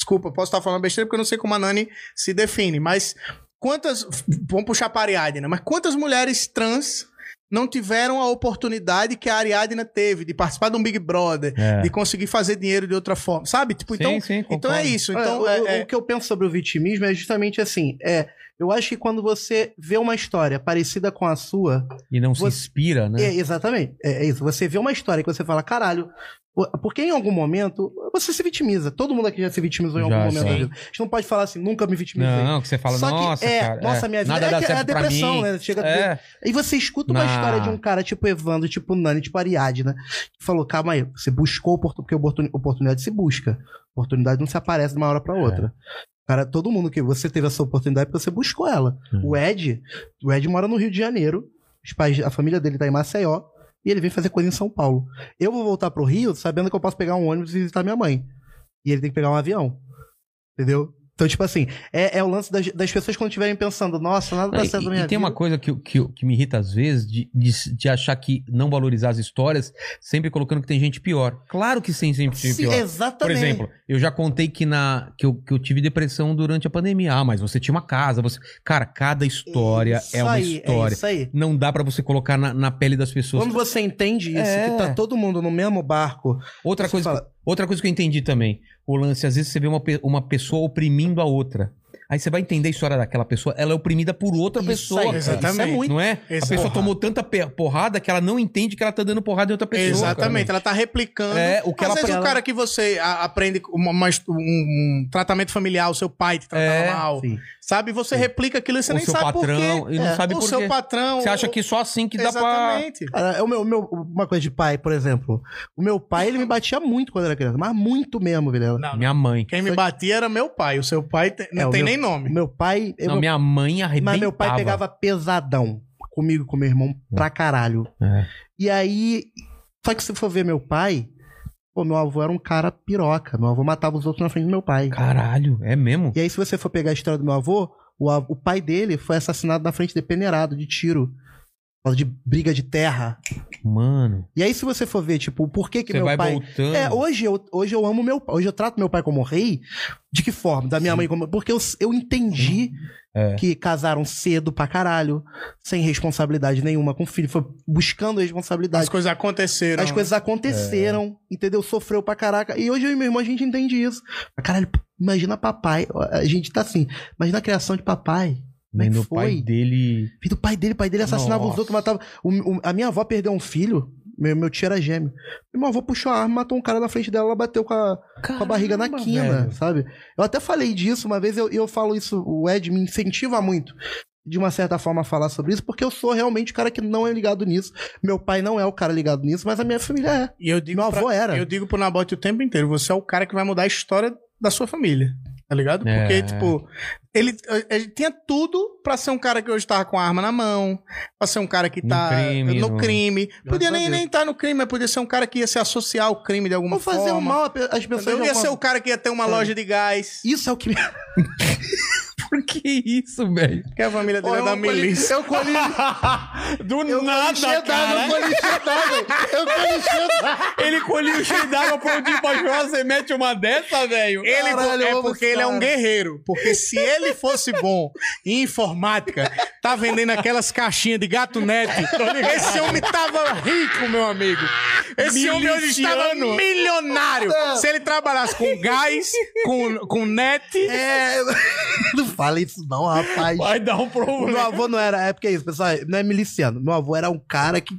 D: desculpa, posso estar falando besteira porque eu não sei como a Nani se define, mas quantas. Vamos puxar para a Ariadna, mas quantas mulheres trans não tiveram a oportunidade que a Ariadna teve de participar de um Big Brother,
B: É.
D: de conseguir fazer dinheiro de outra forma, sabe? Tipo,
B: Sim,
D: então,
B: sim,
D: então é
B: concordo.
D: isso.
C: Olha,
D: Então,
C: o,
D: é-
C: o-
D: é-
C: o que eu penso sobre o vitimismo é justamente assim, é, eu acho que quando você vê uma história parecida com a sua,
B: E não
C: Você-
B: se inspira, né?
C: é, exatamente, é, é isso, você vê uma história que você fala, caralho, o- porque em algum momento você se vitimiza, todo mundo aqui já se vitimizou em algum
B: Já,
C: momento da
B: sim.
C: vida. A gente não pode falar assim, nunca me vitimizei.
B: Não, que você fala,
C: Só que,
B: nossa,
C: é,
B: cara.
C: nossa, minha vida
B: nada
C: é
B: dá
C: que- é
B: certo pra
C: depressão,
B: mim.
C: né? Chega a
B: é.
C: E você escuta uma
B: Na-
C: história de um cara tipo Evandro, tipo Nani, tipo Ariadna, que falou: calma aí, você buscou oportunidade, porque oportuni- oportunidade se busca. Oportunidade não se aparece de uma hora pra
B: É.
C: outra. Cara, todo mundo que você teve essa oportunidade porque você buscou ela.
B: Hum.
C: O Ed, o Ed mora no Rio de Janeiro, os pais, a família dele tá em Maceió, e ele vem fazer coisa em São Paulo. Eu vou voltar pro Rio sabendo que eu posso pegar um ônibus e visitar minha mãe. E ele tem que pegar um avião. Entendeu? Então, tipo assim, é, é o lance das, das pessoas quando estiverem pensando, nossa, nada
B: Não,
C: tá
B: e-
C: certo na
B: É, e,
C: minha
B: tem
C: vida.
B: uma coisa que, que, que me irrita às vezes, de, de, de achar que não valorizar as histórias, sempre colocando que tem gente pior. Claro que sim, sempre tem
C: Sim,
B: pior.
C: exatamente.
B: Por exemplo, eu já contei que, na, que, eu, que eu tive depressão durante a pandemia. Ah, mas você tinha uma casa. Você... Cara, cada história
C: Isso
B: é uma
C: aí,
B: história.
C: É isso aí.
B: não dá pra você colocar na, na pele das pessoas.
C: Quando você entende isso,
B: É.
C: que tá todo mundo no mesmo barco.
B: Outra
C: você
B: coisa,
C: fala-
B: outra coisa que eu entendi também, o lance, às vezes você vê uma, pe- uma pessoa oprimindo a outra. Aí você vai entender a história daquela pessoa, ela é oprimida por outra
C: Isso
B: pessoa.
C: aí,
B: cara.
C: isso é
D: Exatamente.
C: muito.
B: Não é?
D: Essa
B: a pessoa
D: porrada.
B: tomou tanta pe- porrada que ela não entende que ela tá dando porrada em outra pessoa.
D: Exatamente, ela tá replicando.
B: É, o que
D: Às
B: ela-
D: vezes o
C: ela-
D: cara que você a- aprende uma- uma- um, um tratamento familiar, o seu pai te tratava
B: É,
D: mal,
C: Sim.
D: sabe? Você
B: Sim.
D: replica aquilo e você
B: Cara. O
D: nem
B: seu
D: sabe por
B: patrão,
D: quê.
B: e não
C: É,
B: sabe
D: o
B: por
D: seu
B: quê.
D: patrão.
B: Você acha
D: o-
B: que só assim que dá pra...
D: Exatamente.
C: Cara, é o meu, meu- uma coisa de pai, por exemplo. O meu pai, ele me batia muito quando era criança, mas muito mesmo, Vilela.
D: Não,
B: Minha mãe.
D: Quem me batia era meu pai. O seu pai te- não
C: É, o
D: tem
C: meu-
D: nem
C: O
D: nome.
C: meu pai. eu-
B: Não, minha mãe arrebentava.
C: mas meu pai pegava pesadão comigo e com meu irmão pra caralho.
B: É.
C: E aí. Só que se for ver meu pai. Pô, meu avô era um cara piroca. Meu avô matava os outros na frente do meu pai.
B: Caralho, é mesmo?
C: E aí, se você for pegar a história do meu avô, o, av- o pai dele foi assassinado na frente de peneirado, de tiro. Por causa de briga de terra.
B: Mano,
C: E aí, se você for ver, tipo, por que que
B: você
C: meu
B: vai
C: pai...
B: voltando.
C: É, hoje eu, hoje eu amo meu pai. Hoje eu trato meu pai como rei. De que forma? Da minha mãe como. Porque eu, eu entendi
B: É.
C: que casaram cedo pra caralho, sem responsabilidade nenhuma com o filho. Foi buscando responsabilidade.
D: As coisas aconteceram.
C: As coisas aconteceram, entendeu? Sofreu pra caraca. E hoje eu e meu irmão a gente entende isso. Mas, Caralho, imagina papai. A gente tá assim, imagina a criação de papai. Como é
B: Vendo
C: que
B: o pai
C: foi?
B: dele...
C: Filho do pai dele, o pai dele assassinava os
B: Nossa.
C: outros, matava. o- o- a minha avó perdeu um filho, meu, meu tio era gêmeo. E meu avô puxou a arma, matou um cara na frente dela, ela bateu com a, com a barriga na
B: Caramba,
C: quina,
B: velho.
C: sabe? Eu até falei disso uma vez, eu, eu falo isso, o Ed me incentiva muito, de uma certa forma, a falar sobre isso, porque eu sou realmente o cara que não é ligado nisso. Meu pai não é o cara ligado nisso, mas a minha família é.
D: E eu digo,
C: Meu
D: pra-
C: avô era.
D: eu digo pro Nabote o tempo inteiro: você é o cara que vai mudar a história da sua família. Tá ligado?
B: É.
D: Porque, tipo, ele, ele tinha tudo pra ser um cara que hoje tava com a arma na mão, pra ser um cara que
B: No
D: tá
B: crime,
D: no
B: no-
D: crime. Podia
C: a
D: nem
C: Deus.
D: nem estar no crime, mas podia ser um cara que ia se associar ao crime de alguma
C: Vou fazer o
D: forma.
C: mal às pessoas.
D: Eu
C: de
D: ia
C: alguma-
D: ser o cara que ia ter uma
C: Sabe?
D: loja de gás.
C: Isso é o que me.
B: Por que isso, velho?
D: Porque a família dele é
C: Eu
D: da
C: colhi-
D: milícia.
C: Eu colhi.
B: Do
C: Eu colhi cheio d'água, eu colhi cheio d'água. Eu colhi cheio d'água.
B: Ele colhia o cheio d'água
C: um
B: por de baixo, você mete uma dessa, velho?
D: Ele
C: Caralho, eu
D: é
C: amo
D: porque
C: esse
D: ele é um
C: cara.
D: guerreiro. Porque se ele fosse bom em informática, tá vendendo aquelas caixinhas de gato net. Esse homem tava rico, meu amigo. Esse homem hoje estava
B: Miliciano.
D: milionário. Se ele trabalhasse com gás, com, com net.
C: É. Não fala isso, não, rapaz.
B: Vai dar um
C: O
B: problema
C: meu avô não era. É porque é isso, pessoal. Não é miliciano. Meu avô era um cara que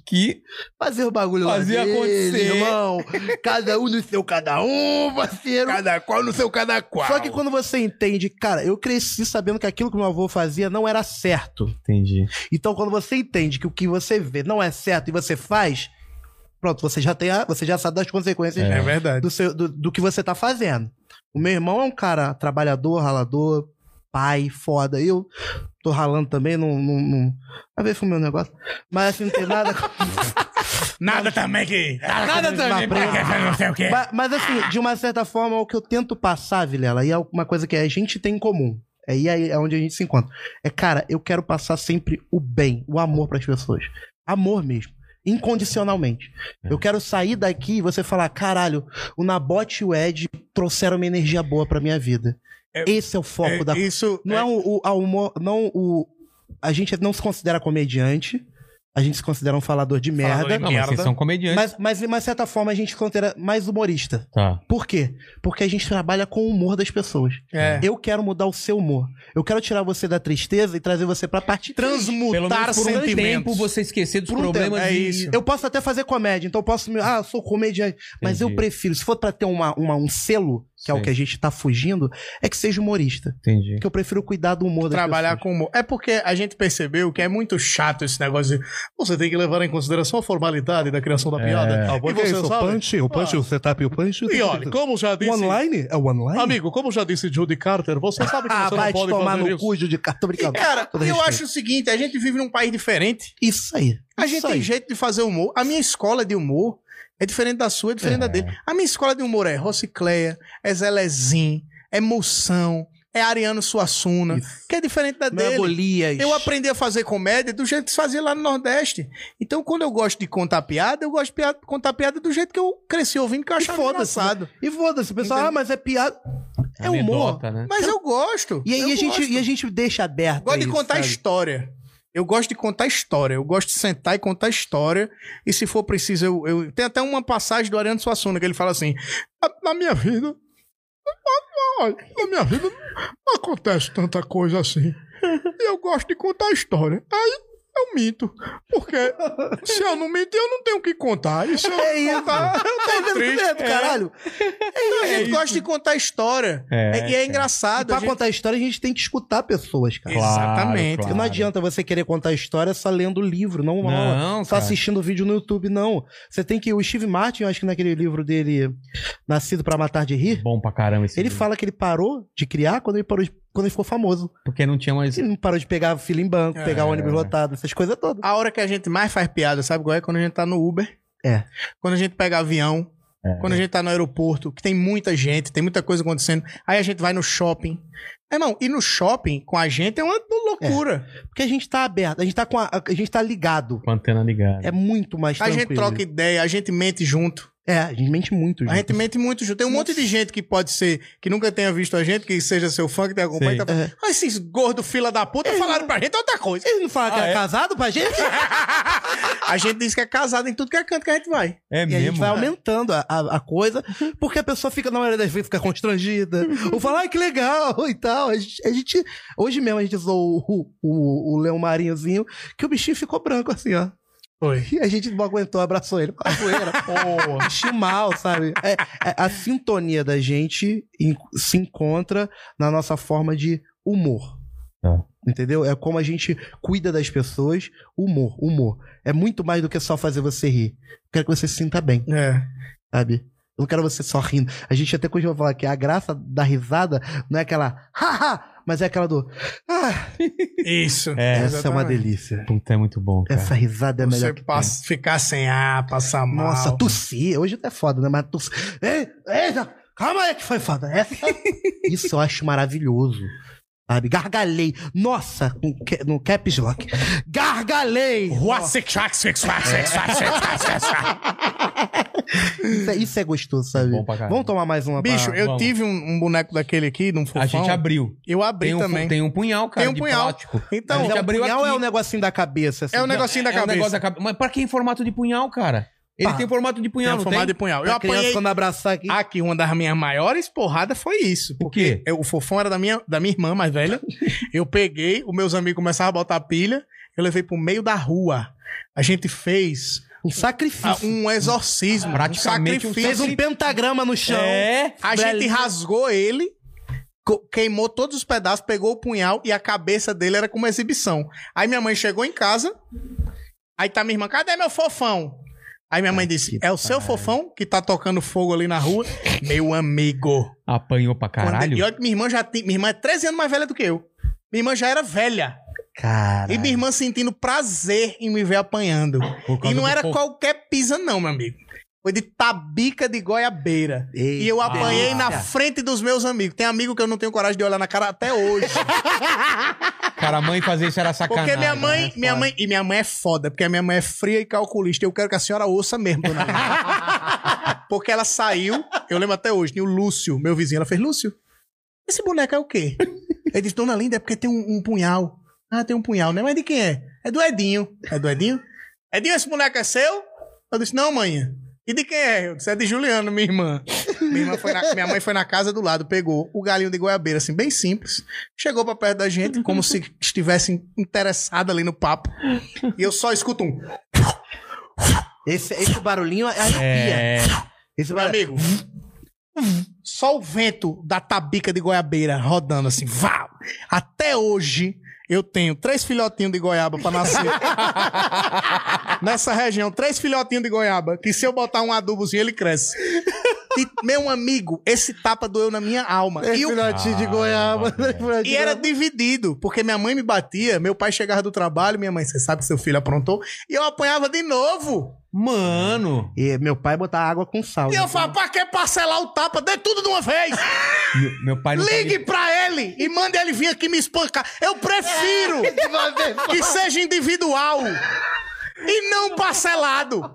B: aqui.
C: fazia o bagulho lá
B: Fazia
C: dele,
B: acontecer.
C: irmão. Cada um no seu cada um, parceiro.
D: Cada qual no seu cada qual.
C: Só que quando você entende, cara, eu cresci sabendo que aquilo que meu avô fazia não era certo.
B: Entendi.
C: Então, quando você entende que o que você vê não é certo e você faz, Pronto, você já tem a, você já sabe das consequências
D: É verdade.
C: do, seu- do- do que você tá fazendo. O meu irmão é um cara trabalhador, ralador, pai, foda. Eu tô ralando também, não. não, não... A ver foi o meu negócio. Mas assim, não tem nada.
D: Nada também que. Nada
C: que me aprenda.
D: Não sei o quê.
C: Ma- mas, assim, de uma certa forma, o que eu tento passar, Vilela, e é uma coisa que a gente tem em comum. É aí aí é onde a gente se encontra. É, cara, eu quero passar sempre o bem, o amor pras pessoas. Amor mesmo. Incondicionalmente. Eu quero sair daqui e você falar: caralho, o Nabote e o Ed trouxeram uma energia boa pra minha vida.
D: É-
C: Esse é o foco
D: É,
C: da
D: Isso.
C: não é, o, o- a humor- não o. A gente não se considera comediante. A gente se considera um falador de
D: Falador
C: merda.
D: de
B: Não, mas vocês
D: merda.
B: são comediantes.
C: Mas, mas de uma certa forma a gente se considera mais humorista.
B: Tá.
C: Por quê? Porque a gente trabalha com o humor das pessoas.
D: É.
C: Eu quero mudar o seu humor. Eu quero tirar você da tristeza e trazer você pra parte
B: Pelo
D: Transmutar
B: menos por um tempo
D: sentimentos.
B: você esquecer dos
C: Por um
B: problemas
D: tempo, é
B: e-
D: isso.
C: Eu posso até fazer comédia, então eu posso. me- Ah, eu sou comediante. Mas
B: Entendi.
C: eu prefiro, se for pra ter uma, uma- um selo, que é
B: Sim.
C: o que a gente tá fugindo, é que seja humorista.
B: Entendi.
C: Porque eu prefiro cuidar do humor das
D: Trabalhar
C: pessoas.
D: com humor. É porque a gente percebeu que é muito chato esse negócio de você tem que levar em consideração a formalidade da criação da piada.
G: Ah, bom,
D: E
G: que é
D: você
G: isso? O
D: sabe?
G: punch, o punch, o setup e o punch.
D: E olha, como já
G: o
D: disse.
G: online? É o online?
D: Amigo, como já disse Judy Carter, você sabe que
C: Ah,
D: você não
C: vai te
D: pode
C: tomar
D: fazer
C: no
D: isso.
C: cu, de cara. Tô brincando.
D: Cara,
C: Todo
D: eu
C: respeito.
D: acho o seguinte, a gente vive num país diferente.
C: Isso aí.
D: A
C: Isso
D: gente
C: aí.
D: tem jeito de fazer humor. A minha escola de humor é diferente da sua, é diferente da dele. A minha escola de humor é Rocicleia, é Zelezin, é Moção, é Ariano Suassuna, que é diferente da
C: Não é
D: dele.
C: Golias.
D: Eu aprendi a fazer comédia do jeito que se fazia lá no Nordeste. Então, quando eu gosto de contar piada, eu gosto de piada- contar piada do jeito que eu cresci ouvindo, que eu achava
C: foda-se, né?
D: engraçado.
C: E foda-se, o pessoal,
D: Entendeu?
C: ah, mas é piada. É humor.
B: Anedota, né?
D: Mas eu gosto.
C: Então, E aí
D: eu
C: a gente,
D: gosto.
C: e a gente deixa aberto.
D: Gosto de
C: É isso,
D: contar
C: sabe?
D: história. Eu gosto de contar história. Eu gosto de sentar e contar história. E se for preciso, eu. eu- Tem até uma passagem do Ariano Suassuna que ele fala assim: "A- Na minha vida. na- na- Na minha vida não acontece tanta coisa assim. E eu gosto de contar história. Aí eu minto. Porque se eu não mentir, eu não tenho o que contar. E se eu
C: É isso. é
D: contar, eu tô
C: Tá
D: triste.
C: entendendo,
D: É.
C: caralho?
D: A gente gosta de contar história.
B: É,
D: e é
C: E
D: engraçado.
C: pra
D: a gente-
C: contar história, a gente tem que escutar pessoas, cara.
B: Claro,
D: Exatamente.
C: Porque Não adianta você querer contar história só lendo livro, não uma aula.
B: Não,
C: Só
B: cara.
C: assistindo vídeo no YouTube, não. Você tem que. O Steve Martin, eu acho que naquele livro dele, Nascido pra Matar de Rir,
B: Bom pra caramba esse
C: ele
B: livro.
C: fala que ele parou de criar quando ele parou de- quando ele ficou famoso.
B: Porque não tinha mais...
C: Ele não parou de pegar fila em banco,
D: É.
C: pegar ônibus lotado, essas coisas todas.
D: A hora que a gente mais faz piada, sabe qual é? Quando a gente tá no Uber.
C: É.
D: Quando a gente pega avião. Quando a gente tá no aeroporto, que tem muita gente, tem muita coisa acontecendo. Aí a gente vai no shopping. É, irmão, e no shopping com a gente é uma loucura.
C: Porque a gente tá aberto, a gente tá com a, a gente tá ligado.
B: Com a antena ligada.
C: É muito mais
D: a
C: tranquilo.
D: gente troca ideia, a gente mente junto.
C: É, a gente mente muito,
D: A gente mente muito junto. Tem um monte de gente que pode ser, que nunca tenha visto a gente, que seja seu fã, que te
B: Sim.
D: acompanha. Tá... falando, Ah, esses gordos fila da puta
C: É.
D: falaram pra gente outra coisa.
C: Eles não falam que é, casado pra gente?
D: A gente diz que é casado em tudo que é canto que a gente vai.
B: É
C: e a gente vai aumentando a, a- a coisa, porque a pessoa fica, na maioria das vezes, fica constrangida. ou fala, ai, que legal, e tal. A gente, a gente- hoje mesmo a gente usou o, o, o Leão Marinhozinho, que o bichinho ficou branco assim, ó.
D: Oi.
C: E a gente não aguentou, abraçou ele. com a poeira. Pô, bichinho mal, sabe? É- é- a sintonia da gente em- se encontra na nossa forma de humor.
B: Tá.
C: Entendeu? É como a gente cuida das pessoas. Humor, humor. É muito mais do que só fazer você rir. Eu quero que você se sinta bem,
D: É.
C: sabe? Eu não quero você só rindo. A gente até costuma falar que a graça da risada não é aquela haha, mas é aquela do ah,
D: Isso.
B: É,
C: essa é uma
D: Exatamente.
C: delícia.
B: Puta, é muito bom, cara.
C: Essa risada é a melhor
D: Você
C: que tem.
D: passa- ficar sem ar, passar mal.
C: Nossa, tossir. Hoje até é foda, né? Mas tossir. Ei, ei, não. calma aí que foi foda. Essa- tá- Isso eu acho maravilhoso. Sabe? Gargalei. Nossa, com ca- no caps lock. Gargalei. Nossa, Isso, é, isso é gostoso, sabe?
B: Bom pra caramba.
C: Vamos tomar mais uma
D: Bicho,
C: pra-
D: eu
B: vamos.
D: tive um, um boneco daquele aqui, de um fofão.
B: A gente abriu.
D: Eu abri
B: Tem um,
D: também.
B: tem um punhal, cara,
D: Tem um
B: de
D: punhal.
B: plástico.
D: Então,
B: a gente
C: Mas é um
B: abriu
C: punhal
B: aqui.
C: é um negocinho da cabeça. assim.
D: É um negocinho da
B: É um
D: cabeça.
B: negócio da cabeça. Mas pra que em formato de punhal, cara? Ele
C: Pá.
B: tem formato de
D: Tem
B: punhal,
D: um
B: não
D: formato
B: tem?
D: de punhal. Eu
C: Pra criança
D: apanhei Ah,
C: quando abraçar aqui.
D: aqui, uma das minhas maiores porradas foi isso.
B: O quê?
D: Eu- o fofão era da minha, da minha irmã mais velha. Eu peguei, os meus amigos começaram a botar pilha, eu levei pro meio da rua. A gente fez
C: Um
D: ah,
C: sacrifício.
D: um exorcismo,
B: Praticamente
D: um
B: um
C: Fez
D: sacrifício.
C: um pentagrama no chão.
B: É.
D: A gente rasgou ele, co- queimou todos os pedaços, pegou o punhal e a cabeça dele era como exibição. Aí minha mãe chegou em casa, aí tá minha irmã, cadê meu fofão? Aí minha mãe disse: É o seu fofão que tá tocando fogo ali na rua? Meu amigo.
B: Apanhou pra
D: Quando-
B: caralho.
D: E olha que minha irmã já tem. Minha irmã é 13 anos mais velha do que eu. Minha irmã já era velha.
B: Cara.
D: E minha irmã sentindo prazer em me ver apanhando.
B: Por causa
D: E não
B: do
D: era
B: fofo.
D: qualquer pisa, não, meu amigo. Foi de tabica de goiabeira. E eu apanhei na frente dos meus amigos. Tem amigo que eu não tenho coragem de olhar na cara até hoje.
B: Cara, a mãe fazer isso era sacanagem.
D: Porque minha mãe,
B: né?
D: minha mãe, e minha mãe é foda, porque a minha mãe é fria e calculista. Eu quero que a senhora ouça mesmo, dona Ana. Porque ela saiu, eu lembro até hoje, tinha o Lúcio, meu vizinho, ela fez, Lúcio, esse boneco é o quê? Ele disse, dona Linda, é porque tem um, um punhal. Ah, tem um punhal, né? Mas de quem é? É do Edinho. É do Edinho? Edinho, esse boneco é seu? Eu disse, não, mãe. E de quem é? Eu disse, é de Juliano, minha irmã. Minha, irmã foi na- minha mãe foi na casa do lado, pegou o galinho de goiabeira, assim, bem simples. Chegou pra perto da gente, como se estivesse interessada ali no papo. E eu só escuto um.
C: Esse, esse barulhinho arrepia.
B: É.
C: Esse
D: Meu
C: barulho.
D: amigo. Só o vento da tabica de goiabeira rodando assim, vá! Até hoje eu tenho três filhotinhos de goiaba pra nascer. Nessa região, três filhotinhos de goiaba, que se eu botar um adubozinho ele cresce. E, meu amigo, esse tapa doeu na minha alma.
C: É
D: E o
C: filhotinho de
B: Ah,
C: goiaba.
B: mano.
C: filhotinho
D: e era
C: de
D: dividido, porque minha mãe me batia, meu pai chegava do trabalho, minha mãe, você sabe que seu filho aprontou, e eu apanhava de novo.
B: Mano.
C: goiaba. E meu pai botava água com sal.
D: E
C: né?
D: eu falava, pra que parcelar o tapa? Dê tudo de uma vez!
B: Meu, meu pai É, não. tá
D: Ligue pra ele e mande ele vir aqui me espancar. Eu prefiro
B: É.
D: que seja individual e não parcelado.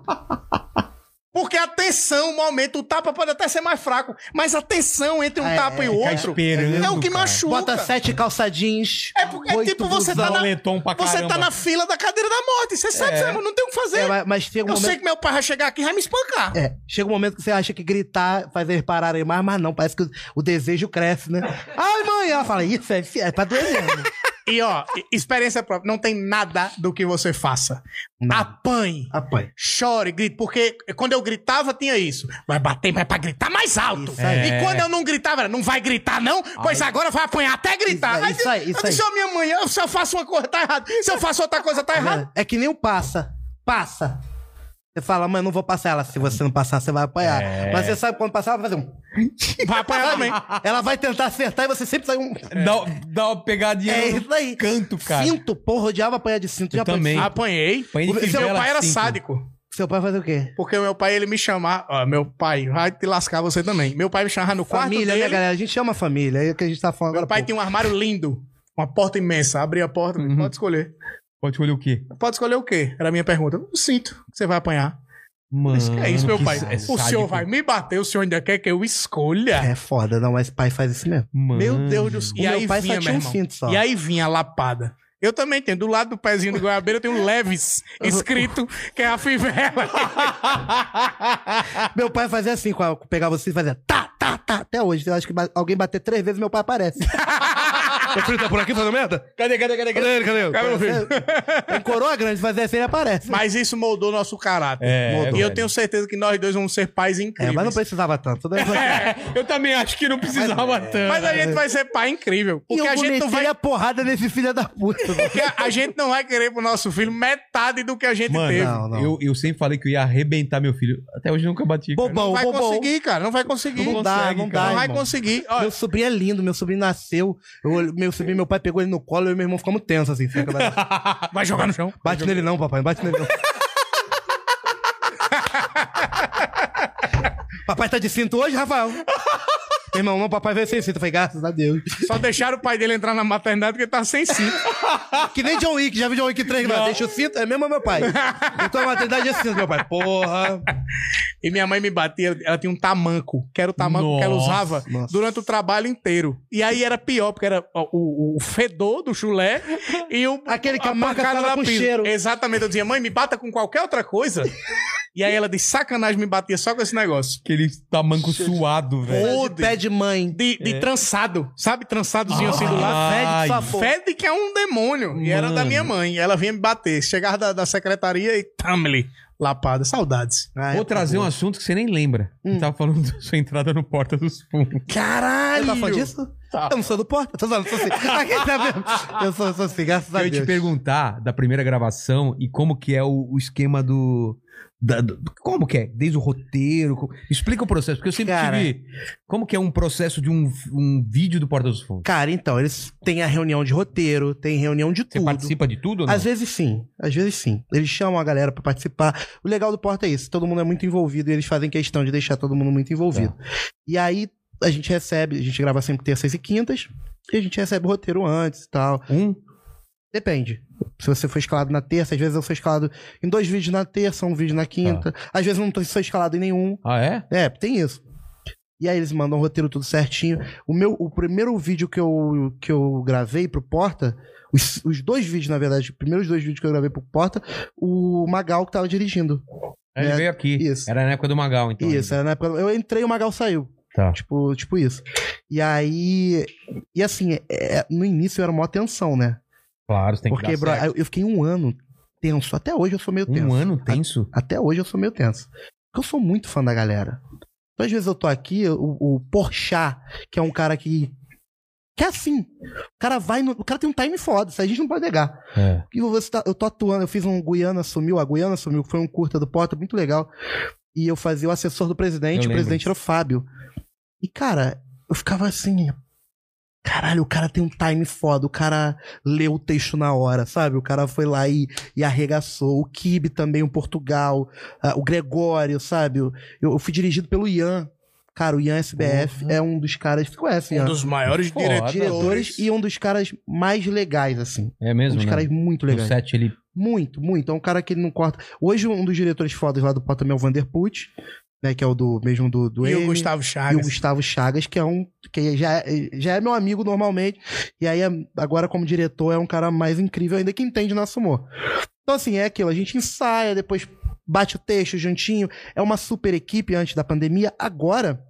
D: Porque a tensão, o momento, o tapa pode até ser mais fraco, mas a tensão entre um
C: É,
D: tapa e o
B: Ficar
D: outro
B: esperando.
D: é o que
B: cara.
D: machuca.
C: Bota sete calça jeans.
D: É porque,
C: oito
D: tipo, você tá
C: blusão.
D: na-
B: Moletom pra
D: Você tá
B: caramba.
D: na fila da cadeira da morte. Você sabe, você não tem o que fazer.
C: É, mas, mas chega um
D: eu
C: momento.
D: sei que meu pai vai chegar aqui e vai me espancar.
C: É, chega um momento que você acha que gritar faz eles pararem mais, mas não, parece que o, o desejo cresce, né? Ai, mãe, ela fala, isso é, fi- é pra doer mesmo.
D: E ó, experiência própria. Não tem nada do que você faça. Apanhe.
C: Apanha.
D: Chore, grite, porque quando eu gritava tinha isso. Vai bater, mas é pra gritar mais alto.
C: Isso aí. É.
D: E quando eu não gritava, era, não vai gritar não, pois agora vai apanhar até gritar.
C: Isso aí, isso aí,
D: eu disse,
C: isso aí.
D: "Ô, minha mãe, eu- se eu faço uma coisa tá errado, se eu faço outra coisa tá errado.
C: É que nem o passa. Passa. Você fala, mãe, não vou passar ela. Se você não passar, você vai apanhar. Mas você sabe quando passar, ela vai fazer um.
D: Vai apanhar também.
C: Ela vai tentar acertar e você sempre sai um.
B: É. Dá, dá uma pegadinha.
C: É
B: no
C: isso aí.
B: Canto, cara.
C: Cinto, porra, odiava apanhar de cinto.
B: Eu
C: Já apanhei de
B: também.
C: cinto.
D: Apanhei.
B: Apanhei de
D: O- Seu
B: fivela
D: pai era
B: cinco.
D: sádico.
C: Seu pai fazia o quê?
D: Porque o meu pai, ele me chamava... Ó, meu pai, vai te lascar você também. Meu pai me chamava no quarto
C: Família, né,
D: dele.
C: galera? A gente chama família. É o que a gente tá falando
D: Meu
C: agora.
D: pai
C: pô.
D: tinha um armário lindo. Uma porta imensa. Abria a porta,
C: Uhum.
D: pode escolher.
B: Pode escolher o quê?
D: Pode escolher o quê? Era a minha pergunta. Um cinto que você vai apanhar.
C: Hum,
B: Mano.
D: Isso que é isso, meu
B: que
D: pai.
B: sa- é
D: o senhor
B: sádico.
D: vai me bater, o senhor ainda quer que eu escolha?
C: É foda, não, mas pai faz isso mesmo.
B: Mano.
D: um
G: Hum.
D: Meu Deus do céu.
C: O meu pai só tinha um cinto só.
D: E aí vinha a lapada. Eu também tenho. Do lado do pezinho do goiabeira eu tenho Leves escrito, que é a fivela.
C: Meu pai fazia assim, com a- pegava você e fazia tá, tá, tá. Até hoje, eu acho que ba- alguém bater três vezes, meu pai aparece.
G: Meu filho tá por aqui fazendo merda?
B: Cadê, cadê, cadê?
G: Cadê ele? Cadê ele?
C: É, em Coroa Grande, fazia assim, ele aparece.
D: Mas isso moldou nosso caráter.
B: É,
D: moldou. E eu
B: velho.
D: tenho certeza que nós dois vamos ser pais
C: É,
D: incríveis.
C: mas não precisava tanto. Né?
D: É,
B: Eu também acho que não precisava tanto.
D: Mas a gente vai ser pai incrível.
C: E
D: Porque a
C: eu
D: gente
C: gente
D: não vai.
C: a porrada nesse filho da puta.
D: Porque a gente não vai querer pro nosso filho metade do que a gente
B: Mano,
D: teve.
C: não, não.
B: Eu, eu sempre falei que eu ia arrebentar meu filho. Até hoje eu nunca bati. cara.
C: Bobão,
D: Não vai
C: bobão.
D: conseguir, cara. Não vai conseguir.
C: Não dá, não
B: consegue, cara.
C: dá.
D: Não vai
C: irmão.
D: conseguir. Ó,
C: Meu sobrinho é lindo, meu sobrinho nasceu. Eu olho- meu sobrinho, meu pai pegou ele no colo e meu irmão ficamos tensos assim. saca?
D: Vai jogar no chão.
C: Bate nele não, papai, não bate nele não. papai tá de cinto hoje, Rafael? Meu irmão, não, papai veio sem cinto. Eu falei, graças a Deus.
D: Só deixaram o pai dele entrar na maternidade porque tá sem cinto.
C: Que nem John Wick, já vi John Wick 3, não. Deixa o cinto, é mesmo meu pai. Então a maternidade é cinto, meu pai. Porra.
D: E minha mãe me batia, ela tinha um tamanco, que era o tamanco que ela
B: Nossa,
D: usava
C: nossa.
D: durante o trabalho inteiro. E aí era pior, porque era ó, o, o fedor do chulé e o.
C: Aquele que a marca
D: pancada
C: tava
D: na
C: com
D: pista.
C: cheiro.
D: Exatamente. Eu dizia, mãe, me bata com qualquer outra coisa. e aí ela de sacanagem me batia só com esse negócio.
B: Aquele tamanco tá suado, velho.
C: Pé de- Pé de mãe.
D: De, de trançado, sabe? Trançadozinho assim
C: Ah.
D: do lado.
B: Ai,
C: Fede de sabor.
D: Fede que é um demônio. E era da minha mãe. Ela vinha me bater. Chegava da, da secretaria e tamle. Lapada. Saudades.
C: Ah, é, Hum.
B: Vou trazer um assunto que você nem lembra. Eu Tava falando da sua entrada no Porta dos Fundos.
D: Caralho!
C: Você tá falando disso? Eu não sou do porta. Tô zoando, sou sim. Aqui, tá vendo? Eu sou, sou sim, graças a
B: eu ia te
C: Deus.
B: perguntar da primeira gravação e como que é o, o esquema do, da- do- Como que é? Desde o roteiro. co- Explica o processo, porque eu sempre
C: Cara.
B: tive. Como que é um processo de um, um vídeo do Porta dos Fundos?
C: Cara, então, eles têm a reunião de roteiro, tem reunião de
B: Você
C: tudo.
B: participa de tudo ou não?
C: Às vezes sim, às vezes sim. Eles chamam a galera pra participar. O legal do Porta é isso, todo mundo é muito envolvido e eles fazem questão de deixar todo mundo muito envolvido.
B: Tá.
C: E aí a gente recebe, a gente grava sempre terças e quintas, e a gente recebe o roteiro antes e tal.
B: Um?
C: Depende. Se você for escalado na terça, às vezes eu sou escalado em dois vídeos na terça, um vídeo na quinta.
B: Tá.
C: Às vezes eu não tô- sou escalado em nenhum.
B: Ah, é?
C: É, tem isso. E aí eles mandam o roteiro tudo certinho. O meu, o primeiro vídeo que eu, que eu gravei pro Porta, os, os dois vídeos, na verdade, os primeiros dois vídeos que eu gravei pro Porta, o Magal que tava dirigindo.
B: Ele
C: É,
B: veio aqui.
C: isso.
B: Era na época do Magal, então.
C: isso,
B: ainda.
C: era na época, eu entrei e o Magal saiu.
B: Tá.
C: Tipo, tipo isso. E aí. E assim, é, no início era mó tensão, né?
B: Claro, você tem que
C: Porque,
B: dar
C: bro,
B: certo.
C: eu- eu fiquei um ano tenso. Até hoje eu sou meio tenso.
B: Um ano tenso?
C: Até hoje eu sou meio tenso. Porque eu sou muito fã da galera. Então, às vezes eu tô aqui, o, o Porchat, que é um cara que. Que é assim. O cara vai no. O cara tem um time foda, isso a gente não pode negar.
B: É.
C: E você tá- eu tô atuando, eu fiz um Guiana Sumiu, a Guiana Sumiu, que foi um curta do Porta, muito legal. E eu fazia o assessor do
B: Eu
C: presidente, o
B: lembro
C: presidente era o Fábio. E, cara, eu ficava assim. Caralho, o cara tem um time foda, o cara leu o texto na hora, sabe? O cara foi lá e, e arregaçou. O Kibe também, o Portugal, ah, o Gregório, sabe? Eu, eu fui dirigido pelo Ian. Cara, o Ian SBF é um dos caras. Você conhece,
D: Um
C: Ian?
D: dos maiores
B: Foda.
D: diretores.
C: diretores e um dos caras mais legais, assim.
B: É
C: Um
B: mesmo,
C: dos
B: né?
C: caras muito
B: No
C: legais.
B: set ele...
C: Muito, muito. É um cara que ele não corta. Hoje, um dos diretores fodas lá do Pó também é o Vanderput, né? Que é o do mesmo do, do
D: E o
C: M,
D: Gustavo
C: e o
D: Chagas.
C: Gustavo Chagas, que é um. que já, é- já é meu amigo normalmente. E aí, é- agora, como diretor, é um cara mais incrível ainda que entende nosso humor. Então, assim, é aquilo. A gente ensaia, depois bate o texto juntinho. É uma super equipe antes da pandemia. Agora.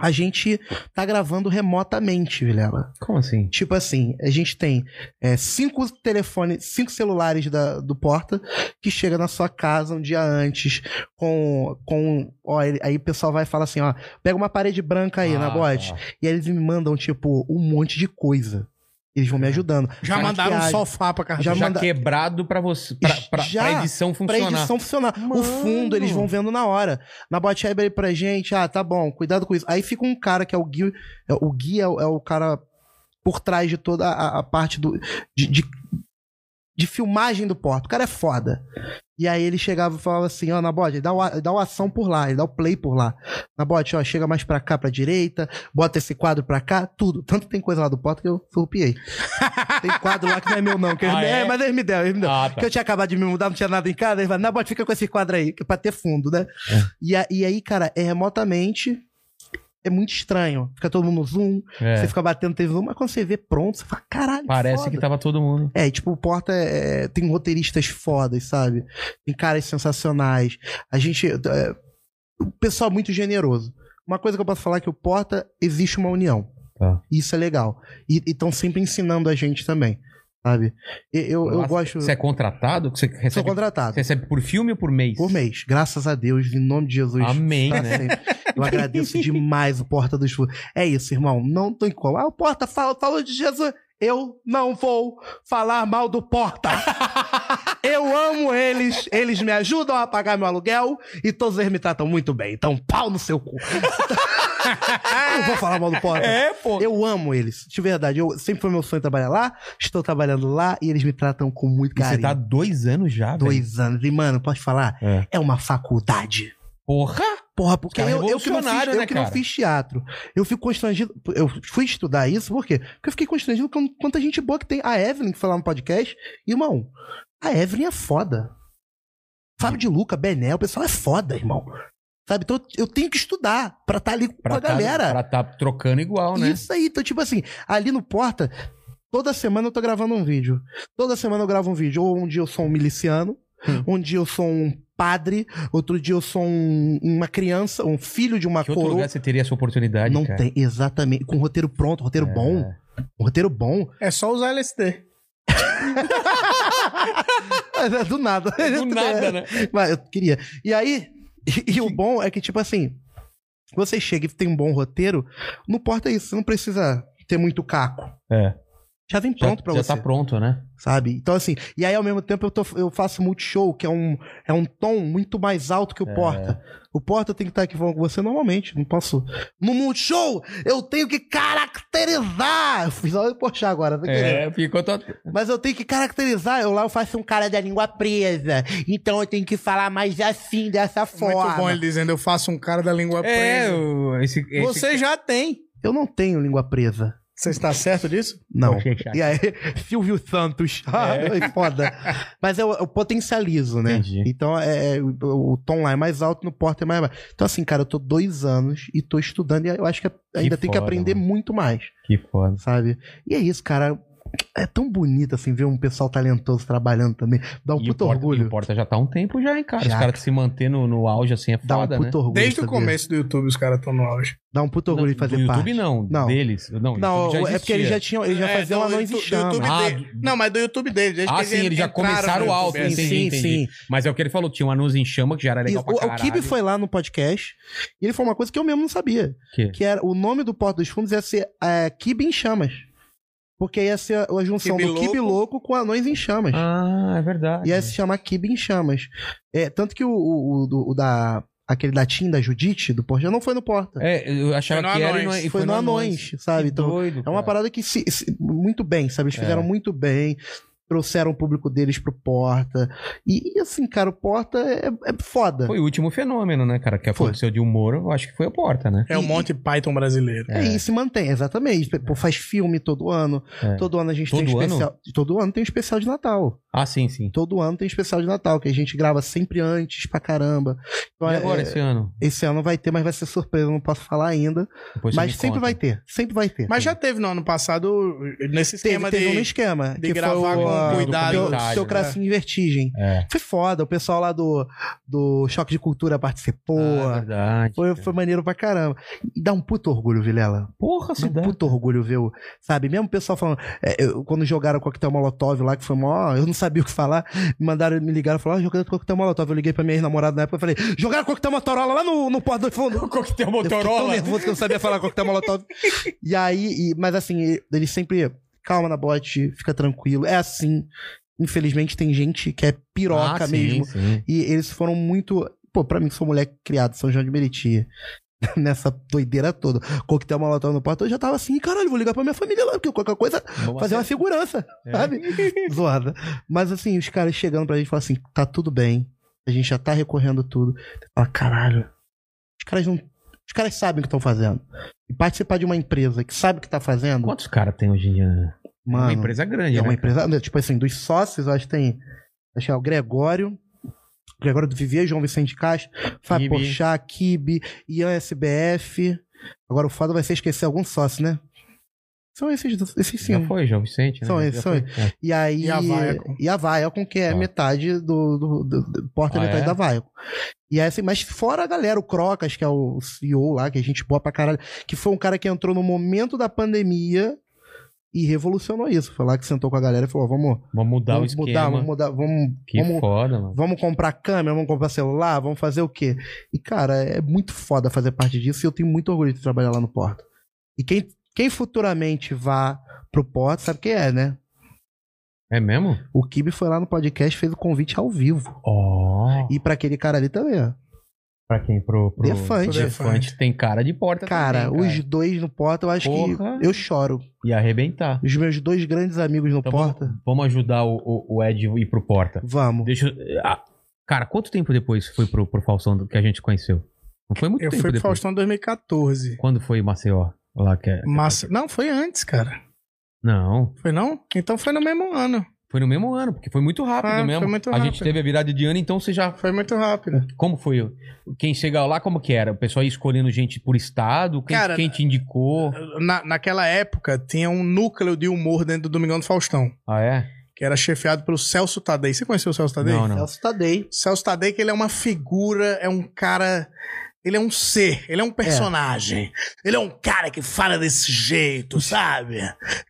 C: A gente tá gravando remotamente, Vilela.
B: Como assim?
C: Tipo assim, a gente tem é, cinco telefones, cinco celulares da- do Porta que chega na sua casa um dia antes com. com ó, ele- aí o pessoal vai falar assim: ó, pega uma parede branca aí na
B: Ah,
C: bote.
B: tá.
C: E aí eles me mandam, tipo, um monte de coisa. Eles
B: É.
C: vão me ajudando.
D: Já mandaram um
C: Maquiagem,
D: sofá pra Cardoso.
B: Já,
C: Já manda-
B: quebrado pra você. Pra, pra-
C: Já
B: pra edição
C: Pra
B: funcionar.
C: edição funcionar. O fundo eles vão vendo na hora. Na bote abre pra gente, ah, tá bom, cuidado com isso. Aí fica um cara que é o Gui. é- O Gui é, o- é o cara por trás de toda a, a parte do. De, de, de filmagem do porto. O cara é foda. E aí ele chegava e falava assim, ó, na bote, dá o, a- dá o ação por lá, ele dá o play por lá. Na bote, ó, chega mais pra cá, pra direita, bota esse quadro pra cá, tudo. Tanto que tem coisa lá do porto que eu surrupiei. tem quadro lá que não é meu, não. Que eles
B: Ah,
C: me-
B: é?
C: é, mas eles me deram, eles me deram.
B: Ah, tá.
C: Porque eu tinha acabado de me mudar, não tinha nada em casa. Ele falou, na bota, fica com esse quadro aí, que é pra ter fundo, né? E, a- e aí, cara, é remotamente. É muito estranho. Fica todo mundo no Zoom,
B: É.
C: você fica batendo televisão, mas quando você vê pronto, você fala, caralho,
B: Parece
C: foda.
B: que tá tava todo mundo.
C: É, e, tipo, o Porta é- tem roteiristas fodas, sabe? Tem caras sensacionais. A gente. É, o pessoal é muito generoso. Uma coisa que eu posso falar é que o Porta existe uma união.
B: Tá.
C: Isso é legal. E estão sempre ensinando a gente também, sabe? E- Eu, eu
B: Nossa,
C: gosto.
B: Você é contratado? Você
C: Sou
B: recebe,
C: contratado.
B: você recebe por filme ou por mês?
C: Por mês, Tá graças a Deus, em nome de Jesus.
B: Amém,
C: pra
B: né?
C: sempre. Eu agradeço demais o Porta dos Fundos. É isso, irmão. Não tô em qual. Ah, o Porta fala, falou de Jesus. Eu não vou falar mal do Porta. Eu amo eles, eles me ajudam a pagar meu aluguel e todos eles me tratam muito bem. Então, pau no seu cu. Eu não vou falar mal do Porta.
D: É, pô.
C: Eu amo eles, de verdade. Eu, sempre foi meu sonho trabalhar lá, estou trabalhando lá e eles me tratam com muito
B: E você
C: carinho.
B: tá há dois anos já, velho?
C: Dois anos. E, mano, posso falar?
B: É.
C: Tá É uma faculdade.
B: Porra!
C: Porra, porque
B: Cara,
C: eu, eu que, não fiz,
B: revolucionário, né,
C: eu que não
B: cara?
C: fiz teatro. Eu fico constrangido. Eu fui estudar isso, por quê? Porque eu fiquei constrangido com quanta gente boa que tem. A Evelyn, que foi lá no podcast. Irmão, a Evelyn é foda. Fábio de Luca, Bené, o pessoal é foda, irmão. Sabe? Então eu tenho que estudar pra estar ali com
B: Pra
C: a
B: tá,
C: galera.
B: Pra tá trocando igual, né?
C: Isso aí. Então, tipo assim, ali no Porta, toda semana eu tô gravando um vídeo. Toda semana eu gravo um vídeo. Ou um dia eu sou um miliciano,
B: Hum.
C: um dia eu sou um padre, outro dia eu sou um- uma criança, um filho de uma
B: Que outro
C: coroa.
B: lugar você teria essa oportunidade,
C: Não
B: cara? É.
C: tem, exatamente. Com roteiro pronto, roteiro bom. Um roteiro bom.
D: É só usar LSD.
C: É do nada.
B: Do nada, né?
C: Mas eu queria. E aí, e, e o bom é que, tipo assim, Você chega e tem um bom roteiro, não importa isso, você não precisa ter muito caco.
B: É.
C: Já vem
B: Já,
C: pronto pra
B: já
C: você.
B: tá pronto, né?
C: Sabe? Então, assim, e aí ao mesmo tempo eu, tô, eu faço multishow, que é um, é um tom muito mais alto que
D: É.
C: o Porta. O Porta tem que estar aqui falando com você normalmente, não posso. No multishow, eu tenho que caracterizar. Eu fiz aula de Porchat agora,
D: É.
C: tá querendo?
B: É, ficou todo.
C: Mas eu tenho que caracterizar, eu lá eu faço um cara da língua presa. Então eu tenho que falar mais assim, dessa forma.
D: Muito bom ele dizendo, eu faço um cara da língua
B: É,
D: presa.
B: o- esse, esse-
D: Você já tem.
C: Eu não tenho língua presa.
D: Você está certo disso?
C: Não.
B: Achei chato.
C: E aí, Silvio Santos. É. Foda. Mas eu, eu potencializo, né?
B: Entendi.
C: Então, é, é, o, o tom lá é mais alto, no porta é mais baixo. Então, assim, cara, eu tô dois anos e tô estudando e eu acho que ainda tem que
B: foda,
C: aprender
B: mano.
C: muito mais,
B: Que foda.
C: sabe? E é isso, cara. É tão bonito, assim, ver um pessoal talentoso trabalhando também. Dá um
B: E o
C: puto
B: Porta- e
C: orgulho.
B: o Porta já tá há um tempo já, hein, cara? Os
C: Já.
B: caras se manter no, no auge assim é
C: Dá
B: foda,
C: um
B: né?
C: puto orgulho.
D: Desde o
C: sabia?
D: começo do YouTube os caras estão no auge.
C: Dá um puto
B: Não,
C: orgulho de
B: do
C: fazer
B: YouTube
C: parte.
B: não,
C: Não.
B: deles. Não,
C: Não,
B: YouTube já
C: é porque ele já
B: existia.
C: tinha, ele já
D: É,
C: fazia
D: do-
C: uma noite
D: do-
C: em
D: do
C: chama.
D: YouTube
B: Ah,
D: dele. Não, mas do YouTube dele. Desde
B: Ah,
D: que
B: sim, eles já
D: entraram
B: começaram
D: no
B: alto,
D: YouTube,
B: sim,
D: assim.
B: É, entendi, entendi. Mas é o que ele falou, tinha um anúncio em chama que já era legal
C: Isso,
B: pra
C: o, o
B: caralho.
C: Kibe foi lá no podcast e ele falou uma coisa que eu mesmo não sabia.
B: Que?
C: Que era o nome do Porta dos Fundos ia ser é, Kibe em Chamas. Porque ia ser a, a junção
D: Kibe
C: do Kibe
D: Louco.
C: Louco com Anões em Chamas.
B: Ah, é verdade.
C: Ia se chamar Kibe em Chamas. É, tanto que o, o- o do- o da. Aquele da Tim, da Judite, do Porta, não foi no Porta.
B: É, eu achava
D: Foi no
B: que era e
D: Anões.
B: não, é, e
C: foi, no Anões, sabe?
B: Que
C: Então,
B: doido,
C: É uma
B: cara.
C: parada que se, se- muito bem,
B: É.
C: sabe? Eles fizeram muito bem, trouxeram o público deles pro Porta. E, e assim, cara, o Porta é, é foda.
B: Foi o último fenômeno, né, cara? Que
C: Foi.
B: aconteceu de humor, eu acho que foi a porta, né?
D: É o Monty Python brasileiro.
C: É, e se mantém, exatamente. Pô, faz filme todo ano.
B: É.
C: Todo ano a gente tem
B: Todo
C: um
B: ano?
C: especial. Todo ano tem um especial de Natal.
B: Ah, sim, sim.
C: Todo ano tem um especial de Natal, que a gente grava sempre antes pra caramba. Então,
B: E
C: é-
B: agora,
C: é-
B: esse ano?
C: esse ano vai ter, mas vai ser surpresa, não posso falar ainda.
B: Depois você
C: mas
B: me
C: sempre
B: conta.
C: vai ter, sempre vai ter.
D: Mas já teve no ano passado, nesse
C: teve,
D: esquema
C: teve
D: de...
C: um esquema.
D: de
C: que
D: gravar
C: foi
D: com
C: o,
D: cuidado,
C: Teu,
B: né?
C: teu Cracinho em Vertigem.
B: É.
C: Foi foda, o pessoal lá do, do Choque de Cultura participou.
B: Ah, é verdade.
C: foi, foi maneiro pra caramba. E dá um puto orgulho, Vilela.
B: Porra,
C: Dá um
B: cidade.
C: puto orgulho ver o. Sabe, mesmo o pessoal falando. é, eu- quando jogaram coquetel molotov lá, que foi mó. Eu não sabia o que falar. Me mandaram, me ligaram e falaram: ah, jogaram coquetel molotov. Eu liguei pra minha ex-namorada na época e falei: jogaram coquetel motorola lá no, no porta do fundo.
B: Coquetel
C: Eu fiquei tão nervoso que eu não sabia falar coquetel molotov. e aí, e- mas assim, ele sempre calma na bote, fica tranquilo. É assim. Infelizmente tem gente que é piroca
B: Ah, sim,
C: mesmo.
B: sim.
C: E eles foram muito. Pô, pra mim que sou moleque criado, em São João de Meriti. Nessa doideira toda. Coquetel molotov no porta, eu já tava assim, caralho, vou ligar pra minha família lá, porque qualquer coisa,
B: Vamos
C: fazer uma
B: acertar.
C: segurança,
B: É.
C: sabe? Zoada. Mas assim, os caras chegando pra gente e falando assim, tá tudo bem, a gente já tá recorrendo tudo. Fala, caralho, os caras não. Os caras sabem o que estão fazendo. E participar de uma empresa que sabe o que tá fazendo,
B: Quantos caras tem hoje em dia?
C: mano.
B: uma empresa grande,
C: É uma
B: né, cara?
C: empresa, né, tipo assim, dos sócios, eu acho que tem acho que é o Gregório, Gregório do Vivier, João Vicente Castro, Fábio
B: Kibe.
C: Porchat, Kibe, Ian SBF. Agora o foda vai ser esquecer algum sócio, né? São esses, do- esses
B: Já
C: cinco.
B: foi, João Vicente, né?
C: São
B: Já
C: esses,
B: foi. É.
C: E aí.
D: E a Viacom.
C: E a Viacom, que é
B: Ah.
C: metade do. do- do- do- porta é
B: Ah,
C: metade
B: é?
C: da Viacom. E aí, assim, mas fora a galera, o Crocas, que é o CEO lá, que a gente boa pra caralho, que foi um cara que entrou no momento da pandemia e revolucionou isso. Foi lá que sentou com a galera e falou: ó, vamos
B: Vamos mudar o
C: vamos
B: um esquema.
C: mudar, vamos mudar, vamos,
B: Que
C: vamos,
B: foda, mano.
C: vamos comprar câmera, vamos comprar celular, vamos fazer o quê? E, cara, é muito foda fazer parte disso e eu tenho muito orgulho de trabalhar lá no Porto. E quem, quem futuramente vá pro Porto, sabe quem é, né?
B: É mesmo?
C: O Kibe foi lá no podcast, fez o convite ao vivo.
B: Ó.
C: E pra aquele cara ali também, ó.
B: Pra quem? Pro, pro,
C: Defante.
B: pro Defante tem cara de porta
C: Cara,
B: também,
C: os dois no Porto, eu acho
B: Porra.
C: que eu choro.
B: E arrebentar.
C: Os meus dois grandes amigos no
B: Então
C: Porta,
B: vamos, vamos ajudar o, o, o Ed a ir pro porta.
C: vamos.
B: Deixa eu- ah, cara, quanto tempo depois foi pro, pro Faustão do- que a gente conheceu? Não foi muito
D: Eu
B: tempo
D: fui pro
B: depois.
D: Faustão em 2014.
B: Quando foi Maceió? Lá que é-
D: Mas, não, foi antes, cara.
B: Não,
D: Foi não? Então foi no mesmo ano.
B: foi no mesmo ano, porque foi muito rápido
D: Ah, foi
B: mesmo.
D: muito
B: A gente
D: rápido.
B: teve a virada de ano, então você já.
D: Foi muito rápido.
B: Como foi? Quem chegava lá, como que era? O pessoal ia escolhendo gente por estado? Quem,
D: Cara,
B: quem te indicou?
D: Na, naquela época, tinha um núcleo de humor dentro do Domingão do Faustão,
B: Ah, é?
D: que era chefiado pelo Celso Tadei. Você conheceu o Celso Tadei?
B: Não, não.
C: Celso Tadei.
D: Celso Tadei, que ele é uma figura, é um cara. Ele é um ser, ele é um personagem. Ele é um cara que fala desse jeito, sabe?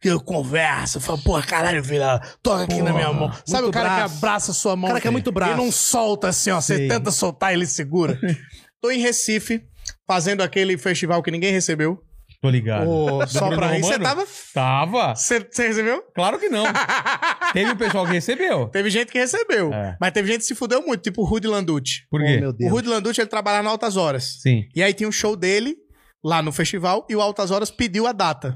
D: Que eu converso, fala, porra, caralho, vira, toca aqui na minha mão. Sabe o cara que abraça a sua mão?
C: Cara que é muito braço.
D: E não solta assim, ó. Você tenta soltar, ele segura. Tô em Recife, fazendo aquele festival que ninguém recebeu.
B: Tô ligado.
D: O só
B: Bruno
D: pra rir. Você
B: Romano?
D: tava.
B: Tava?
D: Você você recebeu?
B: Claro que não. Teve o pessoal que recebeu.
D: Teve gente que recebeu.
B: É.
D: Mas teve gente que se fudeu muito, tipo o Rudy Landucci.
B: Por quê?
C: Oh, meu
D: O
C: Deus.
D: Rudy Landucci, ele trabalhava na Altas Horas.
B: Sim.
D: E aí tinha um show dele lá no festival e o Altas Horas pediu a data.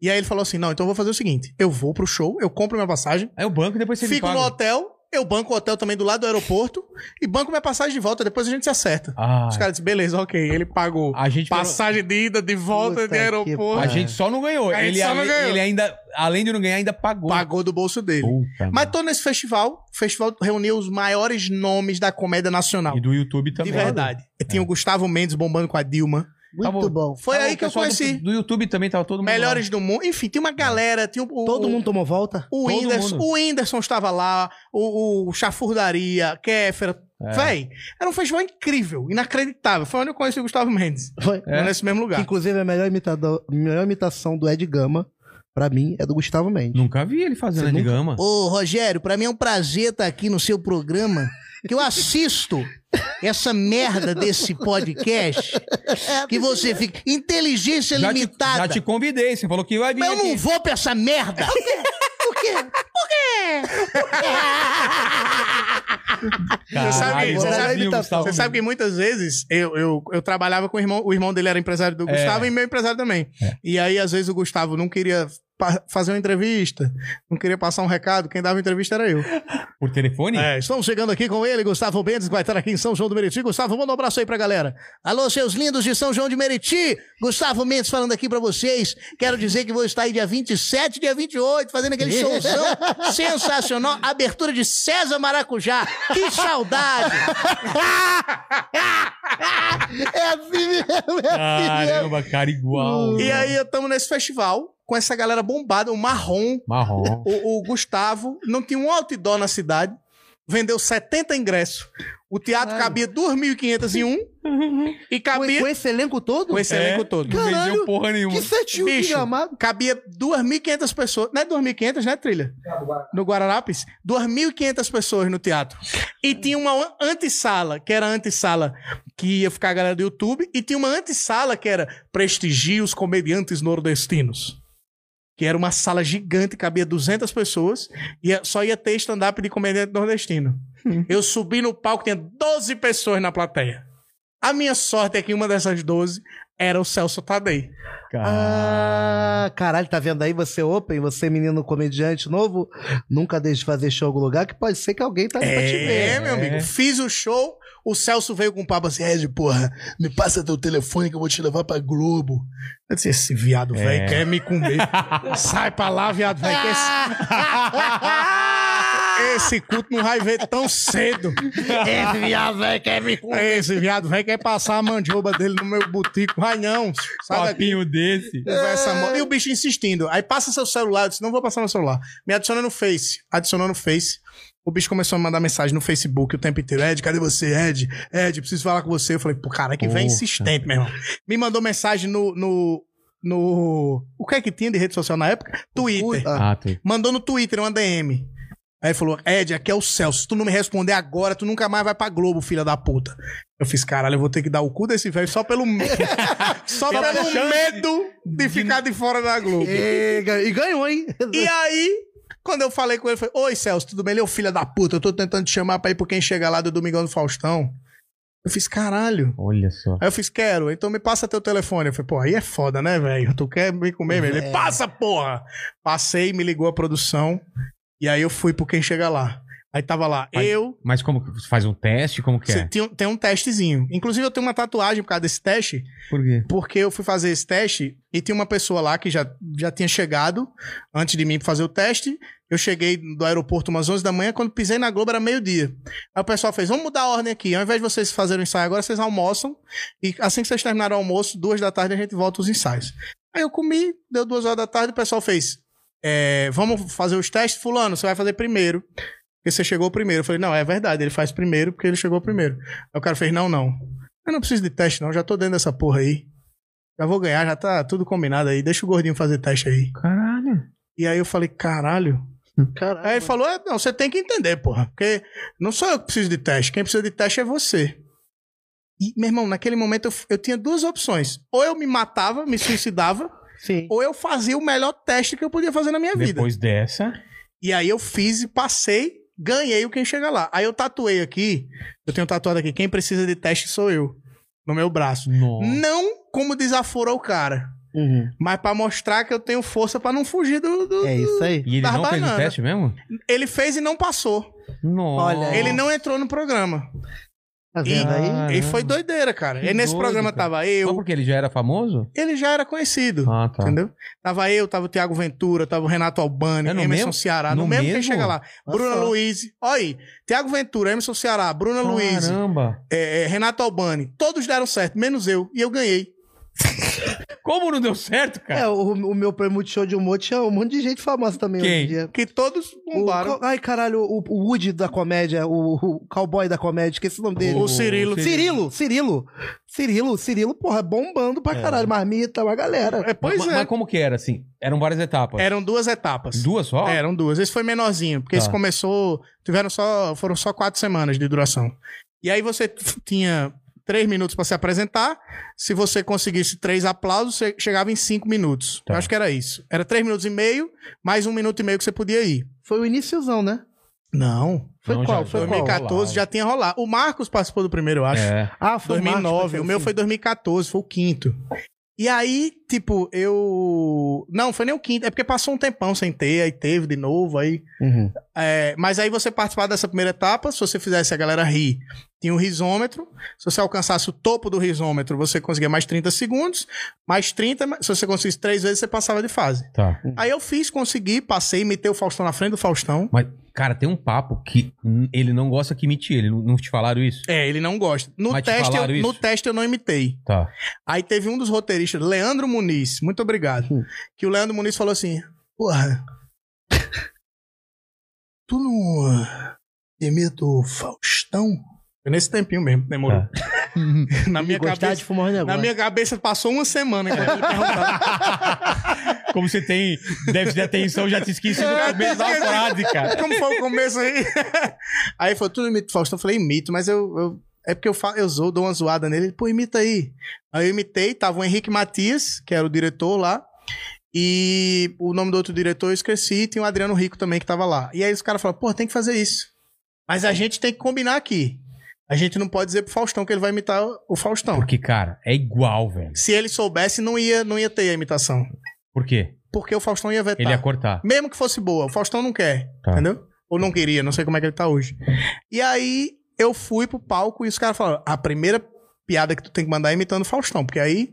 D: E aí ele falou assim: não, então eu vou fazer o seguinte: eu vou pro show, eu compro minha passagem,
B: Aí o banco e depois você me
D: fico
B: paga.
D: no hotel, eu banco o hotel também do lado do aeroporto e banco minha passagem de volta, depois a gente se acerta.
B: Ah,
D: Os caras disseram, beleza, ok. Ele pagou
B: a gente
D: passagem de ida, de volta,
C: Puta
D: de
C: que
D: aeroporto.
B: A gente só não ganhou.
D: A gente
B: ele,
D: só não
B: ale-
D: ganhou.
B: ele ainda, além de não ganhar, ainda pagou.
D: Pagou do bolso dele.
B: Puta,
D: Mas tô nesse festival. O festival reuniu os maiores nomes da comédia nacional.
B: mano. E do YouTube
D: De
B: também. É.
D: verdade. Tinha o Gustavo Mendes bombando com a Dilma.
C: Muito
B: Tá bom.
C: bom.
D: Foi
B: Tava
D: aí
B: o
D: que eu
B: pessoal do-
D: conheci.
B: Do, YouTube também tava todo mundo. lá.
D: Melhores do mundo. Enfim, tinha uma galera. Tinha o,
C: Todo
D: o-
C: mundo tomou volta?
D: O
B: É. Todo
D: Whindersson,
B: mundo.
D: o Whindersson estava lá, o, o Chafurdaria, Kéfera.
B: É.
D: Véi, era um festival incrível, inacreditável. Foi onde eu conheci o Gustavo Mendes. né,
C: Foi.
B: É.
D: Nesse mesmo
C: Que,
D: lugar.
C: inclusive, a melhor, imitador, a melhor imitação do Ed Gama, pra mim, é do Gustavo Mendes.
B: Nunca vi ele fazendo
C: Você
B: de
C: nunca-
B: gama.
D: Ô, Rogério, pra mim é um prazer estar aqui no seu programa, que eu assisto essa merda desse podcast, que você fica... Inteligência
B: É, Já te, já te convidei, você falou que vai vir.
D: Mas eu
B: aqui.
D: não vou pra essa merda! Por quê? Por quê?
B: Caralho,
D: sabe- você
B: eu
D: sabe-
B: vi o Gustavo
D: Você sabe que muitas vezes eu, eu, eu trabalhava com o irmão, o irmão dele era empresário do
B: É.
D: Gustavo e meu empresário também. E aí, às vezes, o Gustavo não queria pa- fazer uma entrevista, não queria passar um recado, quem dava entrevista era eu.
B: Por telefone?
D: É, estamos chegando aqui com ele, Gustavo Mendes, que vai estar aqui em São João do Meriti. Gustavo, manda um abraço aí pra galera. Alô, seus lindos de São João de Meriti. Gustavo Mendes falando aqui pra vocês. Quero dizer que vou estar aí dia 27, dia 28, fazendo aquele showzão sensacional. Abertura de César Maracujá. Que saudade!
C: É assim mesmo, é assim mesmo.
B: Caramba, cara, igual.
D: E aí, estamos nesse festival com essa galera bombada, o Marrom,
B: Marrom.
D: o, o Gustavo, não tinha um outdoor na cidade, vendeu 70 ingressos. O teatro cabia 2.500 em um e
C: Com, com
D: cabia
C: esse elenco todo?
D: com esse
B: É. um
D: elenco todo.
B: Não vendeu
C: Caralho,
B: porra nenhuma.
C: Que setinho de
D: Bicho,
C: gramado.
D: cabia 2.500 pessoas. Não é 2.500, né, Trilha? No Guararapes? 2.500 pessoas no teatro. E tinha uma antessala, que era a antessala que ia ficar a galera do YouTube, e tinha uma antessala que era prestigia os comediantes nordestinos. Que era uma sala gigante, cabia 200 pessoas, e ia- só ia ter stand-up de comediante nordestino. Eu subi no palco, tinha 12 pessoas na plateia. A minha sorte é que uma dessas 12 era o Celso Tadei.
C: Ah, caralho, tá vendo aí você open, você menino comediante novo, nunca deixe de fazer show em algum lugar que pode ser que alguém tá ali pra te
D: É,
C: ver.
D: meu amigo. Fiz o show, o Celso veio com um papo assim, Ed, porra, me passa teu telefone que eu vou te levar pra Globo. Eu disse, esse
C: É.
D: viado, velho, quer me comer. Sai pra lá, viado, velho. que
C: Ah!
D: Esse... esse culto não vai ver tão cedo.
C: É,
D: Esse viado, velho, quer me comer. Esse viado, velho, quer passar a mandioba dele no meu botico. Vai não, sai daqui.
B: Papinho um desse.
D: Conversa mole. E o bicho insistindo. Aí passa seu celular. Eu disse, não vou passar meu celular. Me adiciona no Face. Adicionou no Face. O bicho começou a me mandar mensagem no Facebook o tempo inteiro. Ed, cadê você? Ed, Ed, preciso falar com você. Eu falei, pô, cara, que vem
B: Poxa.
D: insistente, meu irmão. Me mandou mensagem no, no, no... O que é que tinha de rede social na época? Twitter.
C: Puta.
B: Ah, tu.
D: Mandou no Twitter uma DM. Aí falou, Ed, aqui é o Celso. Se tu não me responder agora, tu nunca mais vai pra Globo, filha da puta. Eu fiz, caralho, eu vou ter que dar o cu desse velho só pelo medo. só
B: Pela
D: pelo
B: chance
D: medo de ficar de fora da Globo.
C: E, ga- e ganhou, hein?
D: E aí, quando eu falei com ele, eu falei, oi, Celso, tudo bem? Ele, ô, filha da puta, eu tô tentando te chamar pra ir por quem chega lá do Domingão do Faustão. Eu fiz, caralho.
B: Olha só.
D: Aí eu fiz, quero, então me passa teu telefone. Eu falei, pô, aí é foda, né, velho? Tu quer me comer,
B: É.
D: velho? Ele, passa, porra! Passei, me ligou a produção, e aí eu fui por quem chega lá. Aí tava lá,
B: Aí,
D: eu.
B: Mas como que você faz um teste? Como que
D: Cê-
B: é?
D: Tem, um- tem um testezinho. Inclusive, eu tenho uma tatuagem por causa desse teste,
B: Por quê?
D: porque eu fui fazer esse teste e tinha uma pessoa lá que já, já tinha chegado antes de mim pra fazer o teste. Eu cheguei do aeroporto umas 11 da manhã, quando pisei na Globo era meio-dia. Aí o pessoal fez, vamos mudar a ordem aqui. Ao invés de vocês fazerem o ensaio agora, vocês almoçam. E assim que vocês terminarem o almoço, duas da tarde, a gente volta os ensaios. Aí eu comi, deu duas horas da tarde, o pessoal fez, é, vamos fazer os testes? Fulano, você vai fazer primeiro. Porque você chegou primeiro. Eu falei, não, é verdade, ele faz primeiro porque ele chegou primeiro. Aí o cara fez, não, não. Eu não preciso de teste, não, já tô dentro dessa porra aí. Já vou ganhar, já tá tudo combinado aí. Deixa o gordinho fazer teste aí.
B: Caralho.
D: E aí eu falei, caralho.
C: Caralho.
D: Aí ele falou: é, não, você tem que entender, porra. Porque não sou eu que preciso de teste. Quem precisa de teste é você. E, meu irmão, naquele momento eu, f- eu tinha duas opções. Ou eu me matava, me suicidava,
C: Sim.
D: ou eu fazia o melhor teste que eu podia fazer na minha É vida.
B: Depois dessa.
D: E aí eu fiz e passei, ganhei o Quem Chega Lá. Aí eu tatuei aqui, eu tenho tatuado aqui, quem precisa de teste sou eu, no meu braço. Não como desaforo ao cara,
C: Uhum.
D: mas pra mostrar que eu tenho força pra não fugir do... do-
C: É isso aí.
B: E ele
D: Tava
B: não fez o
D: tá banana.
B: teste mesmo?
D: Ele fez e não passou.
B: Nossa.
C: Olha,
D: Ele não entrou no programa.
C: Tá
D: E,
C: vendo aí?
D: e foi doideira, cara.
B: Que
D: e nesse
B: doido,
D: programa
B: cara.
D: tava
B: Só
D: eu,
B: porque ele já era famoso?
D: ele já era conhecido.
B: Ah, tá.
D: Entendeu? Tava eu, tava o Thiago Ventura, tava o Renato Albani,
B: É no
D: Emerson
B: mesmo?
D: Ceará, no,
B: No
D: mesmo, quem
B: mesmo?
D: chega lá.
C: Olha
D: Bruna
C: só.
D: Luiz, olha aí. Thiago Ventura, Emerson Ceará, Bruna Luiz,
B: Caramba.
D: é, é, Renato Albani, todos deram certo, menos eu, e eu ganhei.
B: Como não deu certo, cara?
C: É, o, o meu prêmio de show de humor tinha um monte de gente famosa também
B: Quem?
C: hoje em dia.
D: Que todos
C: O,
D: bombaram.
C: ai, caralho, o, o Woody da comédia, o, o cowboy da comédia, esqueci o nome dele.
D: O Cirilo.
C: Cirilo, Cirilo. Cirilo, Cirilo, porra, bombando pra caralho. Marmita, uma galera.
D: É, pois
B: mas,
D: é.
B: mas como que era, assim? Eram várias etapas.
D: Eram duas etapas.
B: Duas só?
D: É, Eram duas. Esse foi menorzinho, porque
B: Tá.
D: esse começou. Tiveram só. Foram só quatro semanas de duração. E aí você t- tinha três minutos pra se apresentar. Se você conseguisse três aplausos, você chegava em cinco minutos.
B: Tá.
D: Eu acho que era isso. Era três minutos e meio, mais um minuto e meio que você podia ir.
C: Foi o iniciozão, né?
D: Não.
C: Foi
B: Não,
C: qual?
B: já-
C: foi
B: já-
C: qual?
D: 2014 já tinha rolado. O Marcos participou do primeiro, eu acho.
B: É.
C: Ah,
D: Foi
C: o Marcos,
D: 2009. O meu
C: assim.
D: foi 2014, foi o quinto. E aí, tipo, eu. Não, foi nem o quinto. É porque passou um tempão sem ter, aí teve de novo, aí.
C: Uhum.
D: É, mas aí você participava dessa primeira etapa, se você fizesse a galera rir, tinha um risômetro. Se você alcançasse o topo do risômetro, você conseguia mais 30 segundos. Mais 30, se você conseguisse três vezes, você passava de fase.
B: Tá.
D: Aí eu fiz, consegui, passei, metei o Faustão na frente do Faustão.
B: Mas, cara, tem um papo que hum, ele não gosta que imite ele. Não, não te falaram isso?
D: É, ele não gosta. No,
B: Mas te
D: teste eu,
B: falaram
D: no
B: isso?
D: teste eu não imitei.
B: Tá.
D: Aí teve um dos roteiristas, Leandro Muniz, muito obrigado,
C: Hum.
D: que o Leandro Muniz falou assim: Porra, tu não ah, imita o Faustão? Foi Nesse tempinho mesmo, demorou.
B: Tá.
D: na, minha
C: Gostar
D: cabeça,
C: de fumar um
D: na
C: negócio.
D: minha cabeça passou uma semana. Cara, ele perguntava.
B: Como você tem déficit de atenção, já te esqueci do começo da frase, cara.
D: É, tá Como foi o começo aí? aí ele falou: Tu não imita o Faustão? Eu falei: Imito, mas eu. eu- é porque eu, falo, eu zoo, dou uma zoada nele. Ele, Pô, imita aí. Aí eu imitei, tava o Henrique Matias, que era o diretor lá. E o nome do outro diretor eu esqueci, e tem o Adriano Rico também que tava lá. E aí os caras falaram, pô, tem que fazer isso. Mas a gente tem que combinar aqui. A gente não pode dizer pro Faustão que ele vai imitar o Faustão.
B: Porque, cara, é igual, velho.
D: Se ele soubesse, não ia, não ia ter a imitação.
B: Por quê?
D: Porque o Faustão ia vetar.
B: Ele ia cortar.
D: Mesmo que fosse boa, o Faustão não quer,
B: Tá.
D: entendeu? Ou não queria, não sei como é que ele tá hoje. E aí eu fui pro palco e os caras falaram: a primeira piada que tu tem que mandar é imitando o Faustão, porque aí.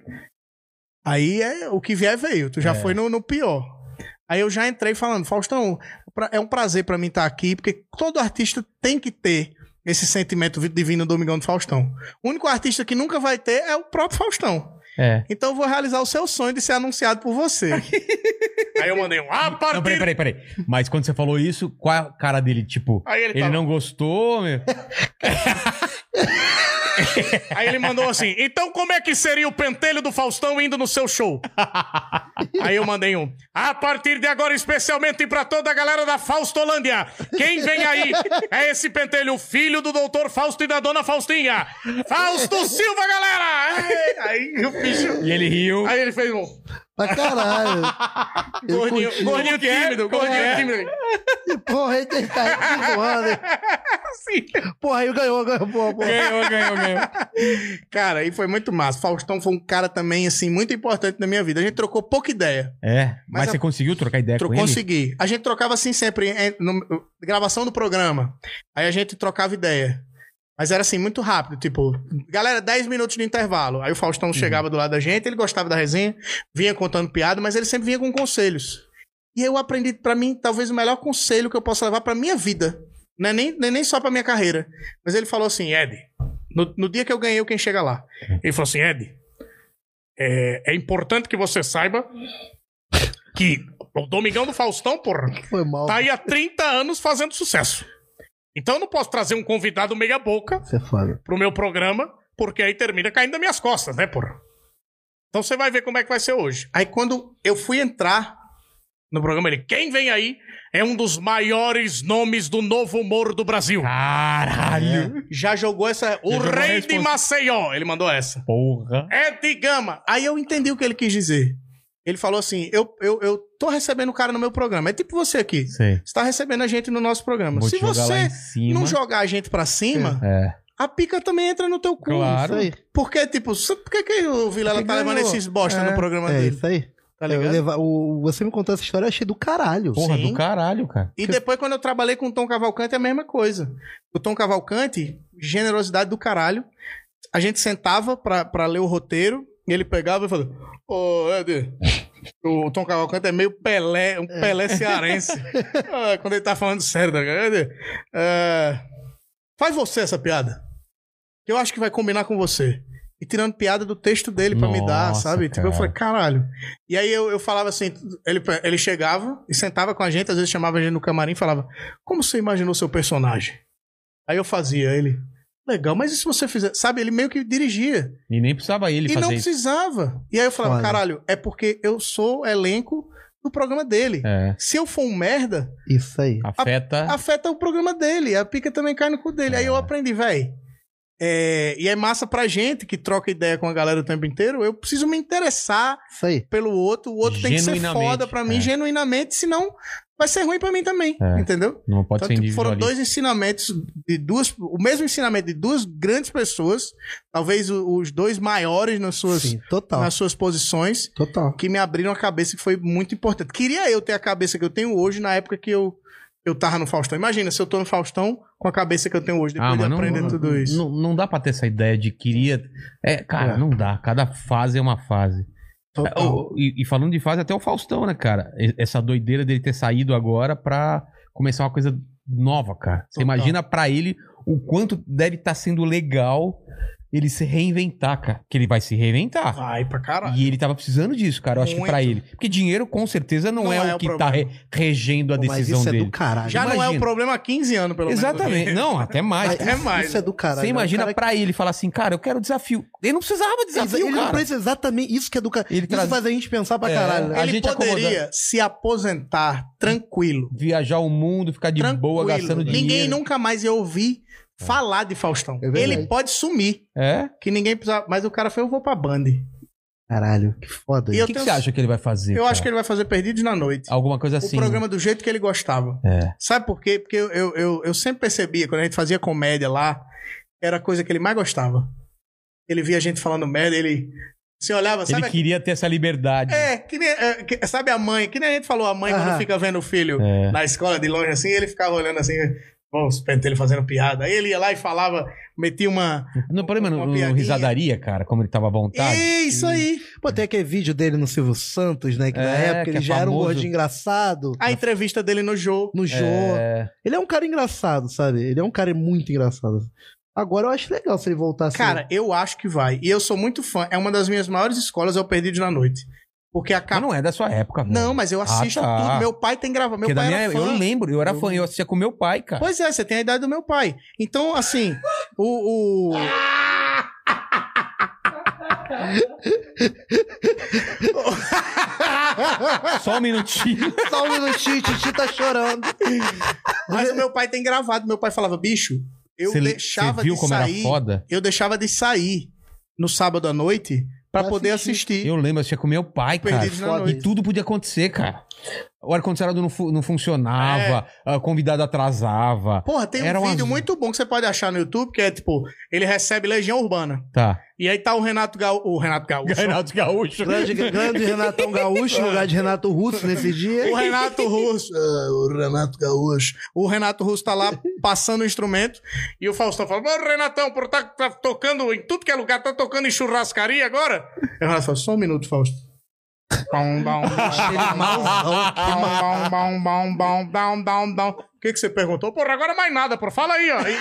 D: Aí é o que vier veio, tu já
B: É.
D: foi no, no pior. Aí eu já entrei falando: Faustão, pra- é um prazer pra mim estar aqui, porque todo artista tem que ter esse sentimento divino do Domingão do Faustão. O único artista que nunca vai ter é o próprio Faustão.
B: É.
D: Então eu vou realizar o seu sonho de ser anunciado por você. aí eu mandei um ah,
B: Não, peraí, peraí, peraí. Mas quando você falou isso, qual é a cara dele? Tipo,
D: Aí ele,
B: ele
D: tava-
B: não gostou, meu?
D: aí ele mandou assim: então como é que seria o pentelho do Faustão indo no seu show? aí eu mandei um. A partir de agora, especialmente pra toda a galera da Faustolândia, quem vem aí é esse pentelho, filho do doutor Fausto e da dona Faustinha. Fausto Silva, galera! Aí, aí o bicho.
B: E ele riu.
D: Aí ele fez um.
C: Pra caralho. Ele
D: Gordinho,
C: curtiu.
D: gordinho tímido, gordinho tímido.
C: Porra, ele tá aqui voando. hein?
D: Assim.
C: Porra, ele ganhou, ganhou. Boa, boa.
B: Ganhou, ganhou, ganhou.
D: Cara, aí foi muito massa. Faustão foi um cara também, assim, muito importante na minha vida. A gente trocou pouca ideia.
B: É, mas,
D: Mas
B: você
D: a-
B: conseguiu trocar ideia
D: Tro-
B: com ele?
D: consegui. A gente trocava assim sempre, é, no- gravação do programa. Aí a gente trocava ideia. Mas era assim, muito rápido, tipo, galera, 10 minutos de intervalo. Aí o Faustão
B: Uhum.
D: chegava do lado da gente, ele gostava da resenha, vinha contando piada, mas ele sempre vinha com conselhos. E eu aprendi, pra mim, talvez o melhor conselho que eu possa levar pra minha vida. Não é nem, nem, nem só pra minha carreira. Mas ele falou assim, Ed, no, no dia que eu ganhei o Quem Chega Lá, ele falou assim, Ed, é, é importante que você saiba que o Domingão do Faustão, porra,
C: Foi mal.
D: tá aí há 30 anos fazendo sucesso. Então eu não posso trazer um convidado meia boca
C: Você é foda.
D: pro meu programa, porque aí termina caindo nas minhas costas, né, porra? Então você vai ver como é que vai ser hoje. Aí quando eu fui entrar No programa ele, quem vem aí é um dos maiores nomes do novo humor do Brasil.
B: Caralho.
D: Já jogou essa. O
B: Ah. Já jogou a
D: rei de
B: resposta.
D: Maceió. Ele mandou essa.
B: Porra.
D: É de Gama. Aí eu entendi o que ele quis dizer. Ele falou assim: eu, eu, eu tô recebendo o cara no meu programa. É tipo você aqui.
B: Sei.
D: Você tá recebendo a gente no nosso programa.
B: Vou
D: Se
B: te jogar lá em
D: você
B: cima.
D: não jogar a gente pra cima,
B: É.
D: a pica também entra no teu cu.
B: Claro.
C: Isso aí.
D: Porque, tipo, sabe por que, que o Vilela
C: Ele
D: tá levando
C: ganhou.
D: esses bosta
C: É,
D: no programa
C: É
D: dele?
C: isso aí.
D: Tá
C: Eu
D: ligado?
C: levar- o- você me contou essa história, eu achei do caralho.
B: Porra
D: Sim.
B: do caralho, cara.
D: E depois, quando eu trabalhei com o Tom Cavalcante, é a mesma coisa. O Tom Cavalcante, generosidade do caralho. A gente sentava pra, pra ler o roteiro, e ele pegava e falava: Ô, Ed, o Tom Cavalcante é meio Pelé, um Pelé cearense. Ah, quando ele tá falando sério, tá ligado? Ed, é, faz você essa piada. Que eu acho que vai combinar com você. E tirando piada do texto dele pra me dar,
B: Nossa,
D: sabe? Tipo, eu
B: cara.
D: falei, caralho. E aí eu, eu falava assim, ele, ele chegava e sentava com a gente, às vezes chamava a gente no camarim e falava, como você imaginou seu personagem? Aí eu fazia ele, legal, mas e se você fizer? Sabe, ele meio que dirigia.
B: E nem precisava ele
D: e
B: fazer
D: não
B: isso.
D: precisava. E aí eu falava,
C: Foda.
D: caralho, é porque eu sou elenco do programa dele.
B: É.
D: Se eu for um merda,
C: Isso aí.
B: Afeta.
D: afeta o programa dele, a pica também cai no cu dele. Aí eu aprendi, véi. É, e é massa pra gente que troca ideia com a galera o tempo inteiro. Eu preciso me interessar
C: Isso aí.
D: pelo outro, o outro tem que ser
B: Genuinamente,
D: foda pra mim,
B: é.
D: genuinamente, senão vai ser ruim pra mim também,
B: É.
D: entendeu?
B: Não pode ser
D: então, tipo, foram
B: individualista.
D: dois ensinamentos de duas, o mesmo ensinamento de duas grandes pessoas, talvez o- os dois maiores nas suas,
C: Sim, total.
D: nas suas posições,
C: Total.
D: que me abriram a cabeça que foi muito importante. Queria eu ter a cabeça que eu tenho hoje na época que eu eu tava no Faustão. Imagina se eu tô no Faustão com a cabeça que eu tenho hoje depois
B: Ah,
D: de
B: mas não,
D: aprender
B: não,
D: tudo isso.
B: não, não dá pra ter essa ideia de queria. É, cara,
C: É.
B: não dá. Cada fase é uma fase. É,
C: Total.
B: o- E, e falando de fase, até o Faustão, né, cara? E- Essa doideira dele ter saído agora pra começar uma coisa nova, cara. Você
D: Total.
B: imagina pra ele o quanto deve estar sendo legal ele se reinventar, cara. Que ele vai se reinventar.
D: Vai Ah, pra caralho.
B: E ele tava precisando disso, cara. Eu acho que
D: Muito.
B: pra ele. Porque dinheiro, com certeza, não,
D: Não
B: é,
D: é
B: o
D: o
B: que tá
D: problema.
B: re- regendo a
C: Pô, Mas
B: decisão
C: isso é
B: dele.
C: do caralho.
D: Já não é
B: imagina.
D: o problema há 15 anos, pelo menos. né?
B: Exatamente. Não, até mais.
D: Mas- é mais.
C: Isso é do caralho.
B: Você imagina
C: O cara-
B: pra ele falar assim, cara, eu quero desafio. Ele não precisava de
C: Ele-
B: desafio,
C: ele não
B: cara.
C: precisa exatamente isso que é do caralho.
B: Ele
C: Isso
B: traz-
C: faz a gente pensar pra
B: É.
C: caralho. né?
B: A
D: Ele
B: gente
D: poderia
B: acomodando.
D: se aposentar tranquilo.
B: Viajar o mundo, ficar de
D: tranquilo.
B: boa, gastando
D: Ninguém
B: dinheiro.
D: nunca mais ia ouvir falar de Faustão.
C: É verdade.
D: ele pode sumir,
B: É?
D: que ninguém precisa. Mas o cara foi, eu vou pra Band.
C: Caralho, que foda.
D: E
B: O
D: eu
B: que, que
D: tenho-
B: você acha que ele vai fazer?
D: Eu
B: cara?
D: acho que ele vai fazer Perdidos na Noite.
B: Alguma coisa
D: O
B: assim.
D: programa do jeito que ele gostava.
B: É.
D: Sabe por quê? Porque eu, eu, eu, eu sempre percebia, quando a gente fazia comédia lá, era a coisa que ele mais gostava. Ele via a gente falando merda, ele. Você olhava, sabe?
B: Ele queria ter essa liberdade.
D: É, que nem, é, que- sabe a mãe? Que nem a gente falou, a mãe
C: Aham.
D: quando fica vendo o filho
B: É.
D: na escola de longe assim, ele ficava olhando assim, bom, os pentelhos fazendo piada. Aí ele ia lá e falava, metia uma.
B: No problema, é
D: Uma
B: no, no
D: piadinha.
B: risadaria, cara, como ele tava à vontade.
D: É isso aí!
C: Pô, tem aquele vídeo dele no Silvio Santos, né? Que na
B: É,
C: época
B: que
C: ele
B: é
C: já era um
B: famoso.
C: gordinho engraçado.
D: A entrevista dele no Jô.
C: No Jô.
B: É.
C: Ele é um cara engraçado, sabe? Ele é um cara muito engraçado. Agora eu acho legal se ele voltar assim.
D: Cara, eu acho que vai. E eu sou muito fã. É uma das minhas maiores escolas, é o Perdido na Noite. Porque a
B: Mas
D: capa.
B: não é da sua época, velho.
D: Não, mas eu assisto
B: Ah, tá.
D: tudo. Meu pai tem gravado. Meu
B: Porque da
D: pai
B: minha,
D: era fã.
B: eu lembro, eu era fã, eu assistia com meu pai, cara.
D: Pois é, você tem a idade do meu pai. Então, assim, o. o...
B: Só um minutinho.
C: Só um minutinho, Titi tá chorando.
D: Mas o meu pai tem gravado. Meu pai falava, bicho, eu
B: Você-
D: deixava
B: você viu
D: de
B: como
D: sair.
B: era foda?
D: Eu deixava de sair no sábado à noite pra
C: Pra
D: poder
C: assistir.
D: assistir.
B: Eu lembro, eu assistia com meu pai, cara.
D: Perdidos na
C: foda
D: noite.
B: E tudo podia acontecer, cara.
D: É.
B: O ar-condicionado não, fu- não funcionava, ah, convidado atrasava.
D: Porra, tem um
B: Era um
D: vídeo
B: azul.
D: muito bom que você pode achar no YouTube, que é tipo, ele recebe Legião Urbana.
B: Tá.
D: E aí tá o Renato Gaúcho. O Renato Gaúcho.
B: Renato Gaúcho.
C: Grande, grande Renatão Gaúcho, no lugar de Renato Russo nesse dia.
D: O Renato Russo. Ah, o Renato Gaúcho. O Renato Russo tá lá passando o instrumento. E o Faustão fala: Ô, Renatão, por tá, tá tocando em tudo que é lugar, tá tocando em churrascaria agora? E o Renato fala: só um minuto, Fausto. Bom, bom, bom, bom, bom, bom, bom, bom, bom. O que, que você perguntou? Porra, agora mais nada, porra. Fala aí, ó. E-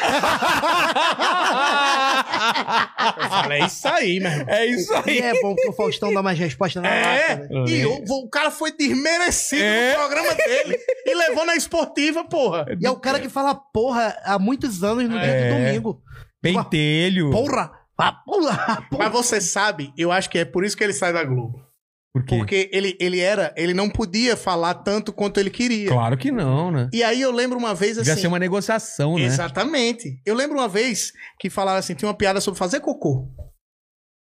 D: Eu falei, é isso aí, meu irmão.
B: É isso
C: E
B: aí.
C: é bom porque o Faustão dá mais resposta na lata, né?
D: É, e o, o cara foi desmerecido no programa dele e levou na esportiva, porra.
C: E é o cara que fala porra há muitos anos no dia
B: É.
C: do domingo.
B: Pentelho.
C: Porra! Ah, porra!
D: Mas você sabe, eu acho que é por isso que ele sai da Globo.
B: Por quê?
D: Porque ele, ele era, ele não podia falar tanto quanto ele queria.
B: Claro que não, né?
D: E aí eu lembro uma vez assim.
B: Devia ser uma negociação, né?
D: Exatamente. Eu lembro uma vez que falaram assim, tinha uma piada sobre fazer cocô.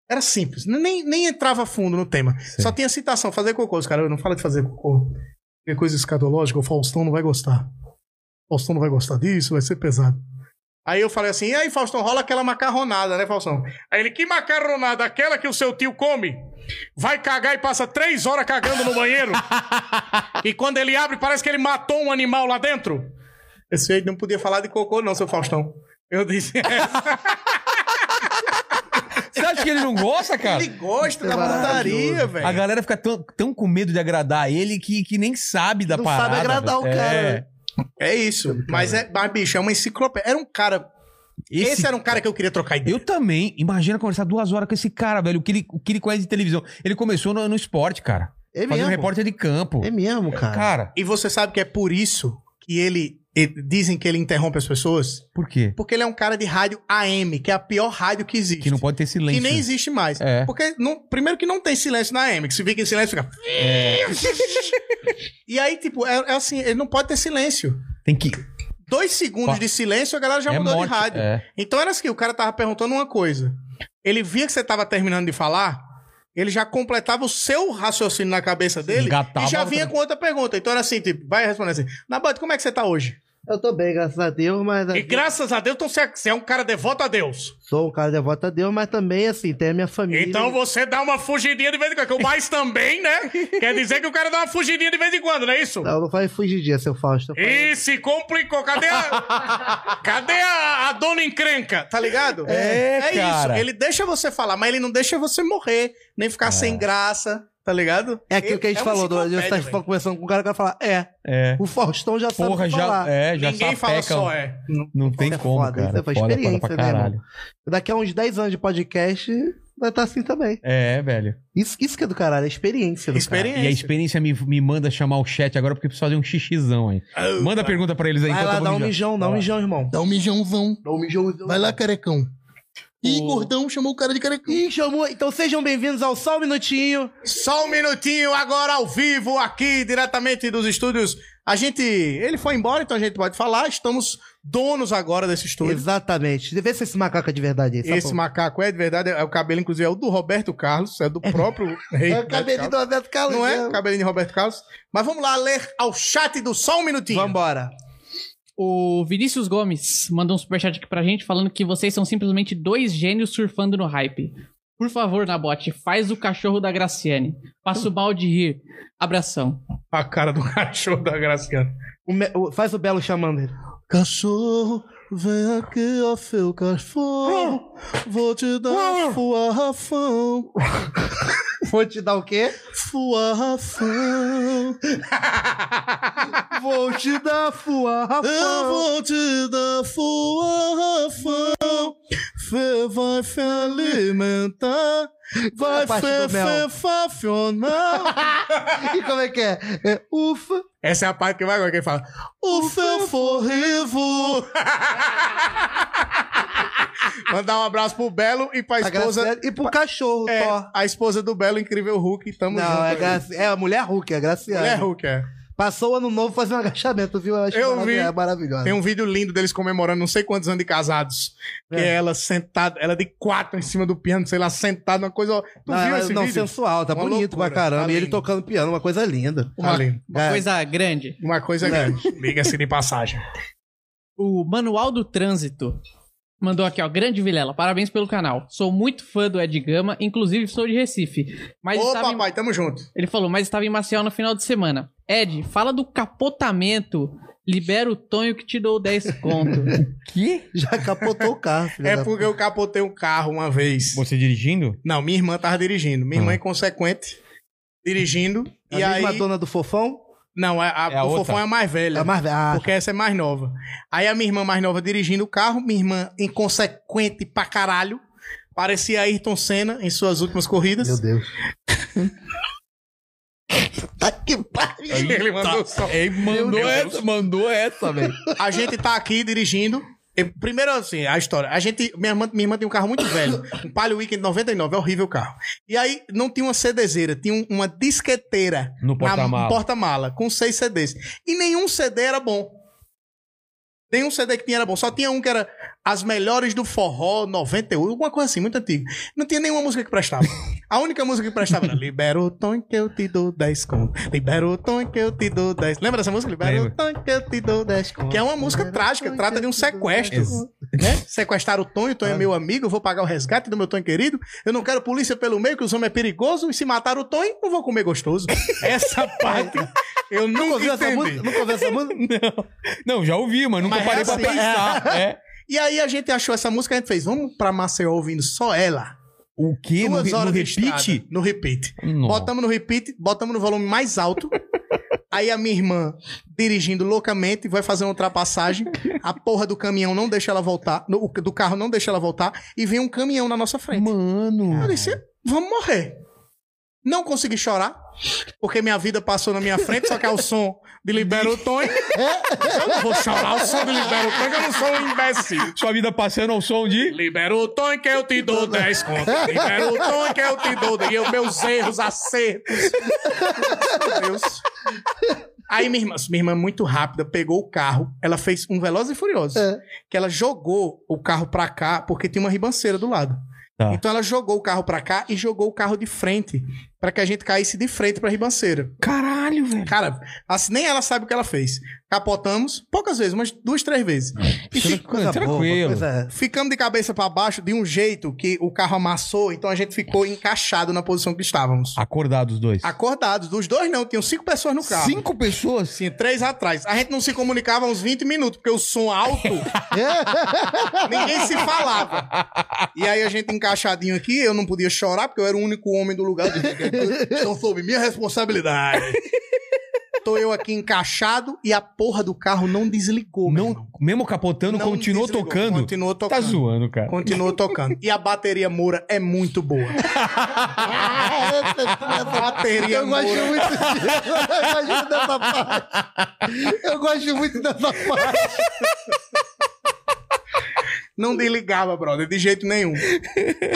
D: Era simples, nem, nem entrava fundo no tema. Só tinha citação, fazer cocô. Os caras, não fala de fazer cocô. Que coisa escatológica, o Faustão não vai gostar. Faustão não vai gostar disso, vai ser pesado. Aí eu falei assim, e aí, Faustão, rola aquela macarronada, né, Faustão? Aí ele, que macarronada? Aquela que o seu tio come? Vai cagar e passa três horas cagando no banheiro? e quando ele abre, parece que ele matou um animal lá dentro? Esse jeito não podia falar de cocô, não, seu Faustão. Eu disse,
B: É,
D: "É,
B: Você acha que ele não gosta, cara?
D: ele gosta da putaria, velho.
B: A galera fica tão, tão com medo de agradar ele que, que nem sabe da
C: Não sabe
B: parada.
C: agradar o
B: velho.
C: cara,
B: É.
C: né?
D: É isso. Mas, é, mas, bicho, é uma enciclopédia. Era um cara. Esse...
B: Esse-
D: era um cara que eu queria trocar ideia.
B: Eu também. Imagina conversar duas horas com esse cara, velho. O que ele, o que ele conhece de televisão. Ele começou no, no esporte, cara.
C: É
B: Fazendo
C: mesmo.
B: um repórter de campo.
C: É mesmo, cara.
B: Cara,
D: E você sabe que é por isso que ele, ele- Dizem que ele interrompe as pessoas?
B: por quê?
D: Porque ele é um cara de rádio AM, que é a pior rádio que existe.
B: Que não pode ter
D: Que
B: silêncio.
D: nem existe mais.
B: É.
D: Porque, não- primeiro, que não tem silêncio na AM, que se fica em silêncio, fica.
B: É.
D: e aí, tipo, é, é assim, ele não pode ter silêncio.
B: Tem que.
D: Dois segundos
B: Pá.
D: de silêncio, a galera já
B: é
D: mudou
B: morte.
D: de rádio.
B: É.
D: Então era assim, o cara tava perguntando uma coisa. Ele via que você tava terminando de falar, ele já completava o seu raciocínio na cabeça dele
B: Engatava
D: e já vinha
B: outra.
D: com outra pergunta. Então era assim, tipo, vai responder assim, Nabote, como é que você tá hoje?
C: Eu tô bem, graças a Deus, mas. assim,
D: E graças a Deus, então você é- você é um cara devoto a Deus.
C: Sou um cara devoto a Deus, mas também, assim, tem a minha família.
D: Então você dá uma fugidinha de vez em quando. que o mais também, né? Quer dizer que o cara dá uma fugidinha de vez em quando, não é isso?
C: Não, não vai fugir dia, seu Fausto. Eu falei-
D: E se complicou. Cadê a. Cadê a, a dona encrenca? Tá ligado?
B: É, cara.
D: Ele deixa você falar, mas ele não deixa você morrer, nem ficar sem graça, tá ligado?
C: É aquilo que a gente
D: É uma
C: falou, do, a gente
D: enciclopédia,
C: tá conversando com o cara, o cara fala, é,
B: um É.
C: o Faustão já sabe
B: Porra, já,
C: falar.
B: é,
D: velho.
B: já
D: Ninguém fala
B: sapeca.
D: só, é.
B: Não tem
C: É
B: como,
C: foda,
B: cara.
C: isso é
B: Foda, foda
C: experiência,
B: pra
C: né, irmão?
B: caralho.
C: Daqui a uns 10 anos de podcast, vai estar assim também.
B: É, velho.
C: Isso, isso que é do caralho, é experiência do
D: Experiência.
B: E a experiência me, me manda chamar o chat agora porque eu preciso fazer um xixizão aí. Manda pergunta pra eles aí.
C: cara. Vai
B: enquanto
C: lá,
B: eu
C: dá
B: vou
C: um
B: mijar.
C: mijão, dá um
B: Vai lá.
C: mijão, irmão.
F: Dá um mijãozão.
C: Dá um mijão.
F: Vai lá, carecão. Ih,
E: O-
F: gordão chamou o cara de carecão.
C: Ih, chamou. Então sejam bem-vindos ao Só um Minutinho.
D: Só um minutinho, agora ao vivo, aqui, diretamente dos estúdios. A gente. Ele foi embora, então a gente pode falar. Estamos donos agora desse estúdio.
C: Exatamente. Deve ser esse macaco é de verdade aí, sabe?
D: Esse macaco é de verdade, é o cabelo, inclusive, é o do Roberto Carlos, é do próprio rei.
C: É o cabelinho do Roberto Carlos.
D: Não é?
C: né?
D: Cabelinho de Roberto Carlos. Mas vamos lá ler ao chat do Só um Minutinho.
C: Vambora.
E: O Vinícius Gomes mandou um superchat aqui pra gente falando que vocês são simplesmente dois gênios surfando no hype. Por favor, Nabote, faz o cachorro da Graciane. Passo mal de rir. Abração.
D: A cara do cachorro da Graciana.
C: O me- o- faz o Belo chamando ele.
F: Cachorro, vem aqui, ó, seu cachorro. Vou te dar fuarrafão,
C: Vou te dar o quê?
F: fuarrafão.
C: Vou te dar fua,
F: Eu
C: rapaz.
F: vou te dar fuarrafão. Fê vai se alimentar. Vai
C: a parte
F: fê,
C: do mel?
F: fê, facionar.
C: E como é que é? é ufa.
D: Essa é a parte que vai agora, que ele fala.
F: O fê for rivo.
D: Mandar um abraço pro Belo e pra
C: A
D: esposa.
C: Graciela- E pro cachorro,
D: É,
C: Thor.
D: a esposa do Belo, incrível Hulk. Tamo junto.
C: Não, é,
D: aí.
C: graci... é a mulher Hulk, é Graciela.
D: Mulher Hulk, é.
C: Passou o ano novo fazendo agachamento, viu? Eu, acho
D: Eu
C: maravilhosa-
D: vi.
C: É maravilhosa.
D: Tem um vídeo lindo deles comemorando não sei quantos anos de casados. Que
C: É.
D: é ela sentada, ela de quatro em cima do piano, sei lá, sentada, uma coisa. ó. Tu
C: Não,
D: viu
C: ela-
D: esse
C: não,
D: vídeo?
C: sensual, tá
D: Uma
C: bonito pra
D: loucura,
C: caramba.
D: tá
C: e ele
D: lindo.
C: tocando piano, uma coisa linda.
D: Uma,
E: Uma coisa grande.
D: uma coisa grande. Liga-se de passagem.
E: O Manual do Trânsito mandou aqui, ó. Grande Vilela, parabéns pelo canal. Sou muito fã do Ed Gama, inclusive sou de Recife. Mas
D: Ô,
E: estava em-
D: papai, tamo junto.
E: Ele falou, mas estava em Marcial no final de semana. Ed, fala do capotamento. Libera o Tonho que te dou 10 conto.
B: Que?
C: Já capotou o carro, filho
D: É
C: da-
D: porque eu capotei um carro uma vez.
B: Você dirigindo?
D: Não, minha irmã tava dirigindo. Minha irmã
B: Hum.
D: é inconsequente, dirigindo.
C: É A
D: e aí.
C: mesma dona do fofão?
D: Não, a, a,
B: É a
D: o
B: outra.
D: fofão é a mais velha.
C: É mais velha. Ah,
D: Porque essa é mais nova. Aí a minha irmã mais nova dirigindo o carro, minha irmã inconsequente pra caralho. Parecia Ayrton Senna em suas últimas corridas.
C: Meu Deus. tá que pariu.
B: Tá.
D: Ele mandou só.
B: É, Ei, mandou essa, mandou essa, velho.
D: A gente tá aqui dirigindo. E, Primeiro, assim, a história. A gente, minha irmã, minha irmã tem um carro muito velho. Um Palio Weekend 99, é horrível o carro. E aí, não tinha uma CDzeira, tinha um- uma disqueteira.
B: No
D: na-
B: porta-mala.
D: porta-mala, com seis CDs. E nenhum CD era bom. Nenhum CD que tinha era bom. Só tinha um que era As Melhores do Forró 98, alguma coisa assim, muito antigo. Não tinha nenhuma música que prestava. A única música que prestava era Libera o tom que eu te dou 10 conto. Libera o tom que eu te dou 10. Lembra dessa música? Libera
B: Lembro.
D: o tom que eu te dou 10 conto. Que é uma música trágica, trata de um sequestro.
B: Ex-
D: Né? Sequestraram o Tom, o Tom é meu amigo, eu vou pagar o resgate do meu Tom querido. Eu não quero polícia pelo meio, que os homens é perigoso. E se matar o Tom, não vou comer gostoso. Essa parte eu
C: Nunca
D: nunca
C: ouviu essa
D: entendi.
C: música? Nunca ouviu essa música?
B: Não, já ouvi, mas nunca
D: Mas
B: parei
D: é
B: pra
D: assim.
B: pensar. É.
D: E aí a gente achou essa música, a gente fez, vamos pra Maceió ouvindo só ela.
B: O quê? No,
D: Duas
B: re- no
D: horas de
B: repeat?
D: estrada. No repeat.
B: Nossa.
D: Botamos no repeat, botamos no volume mais alto. Aí a minha irmã, dirigindo loucamente, vai fazer uma ultrapassagem. A porra do caminhão não deixa ela voltar. no- o- do carro não deixa ela voltar. E vem um caminhão na nossa frente.
B: Mano.
D: Eu disse, vamos morrer. Não consegui chorar, porque minha vida passou na minha frente, só que é o som de Libera o Tonho. Eu não vou chorar o som de Libera o Tonho, que eu não sou um imbecil.
B: Sua vida passando ao som de.
D: Libera o Tom que eu te dou 10 conto. Libera o Tom que eu te dou. E eu, meus erros, acertos. Meu Deus. Aí minha irmã, minha irmã muito rápida, pegou o carro. Ela fez um Veloz e Furioso.
C: É.
D: Que ela jogou o carro pra cá, porque tinha uma ribanceira do lado.
B: Tá.
D: Então ela jogou o carro pra cá e jogou o carro de frente. pra que a gente caísse de frente pra ribanceira.
B: Caralho, velho.
D: Cara, assim, nem ela sabe o que ela fez. Capotamos, poucas vezes, umas duas, três vezes. E
C: Isso é
D: ficou.
C: coisa boa,
B: tranquilo.
C: coisa-
D: Ficamos de cabeça pra baixo de um jeito que o carro amassou, então a gente ficou encaixado na posição que estávamos.
B: Acordados os dois.
D: Acordados, dos dois não, tinham cinco pessoas no carro.
B: Cinco pessoas?
D: Sim, três atrás. A gente não se comunicava há uns 20 minutos, porque o som alto, ninguém se falava. E aí a gente encaixadinho aqui, eu não podia chorar, porque eu era o único homem do lugar. Eu disse, é Estão sob minha responsabilidade. Tô eu aqui encaixado e a porra do carro não desligou. meu irmão.
B: Não, mesmo capotando,
D: Não
B: continuou
D: desligou,
B: tocando.
D: Continuou tocando.
B: Tá zoando, cara.
D: Continuou tocando. E a bateria Moura é muito boa.
C: Ah,
D: A bateria
C: Eu gosto
D: Moura.
C: muito disso. Eu gosto muito dessa parte. Eu gosto muito dessa parte.
D: Não desligava, brother, de jeito nenhum.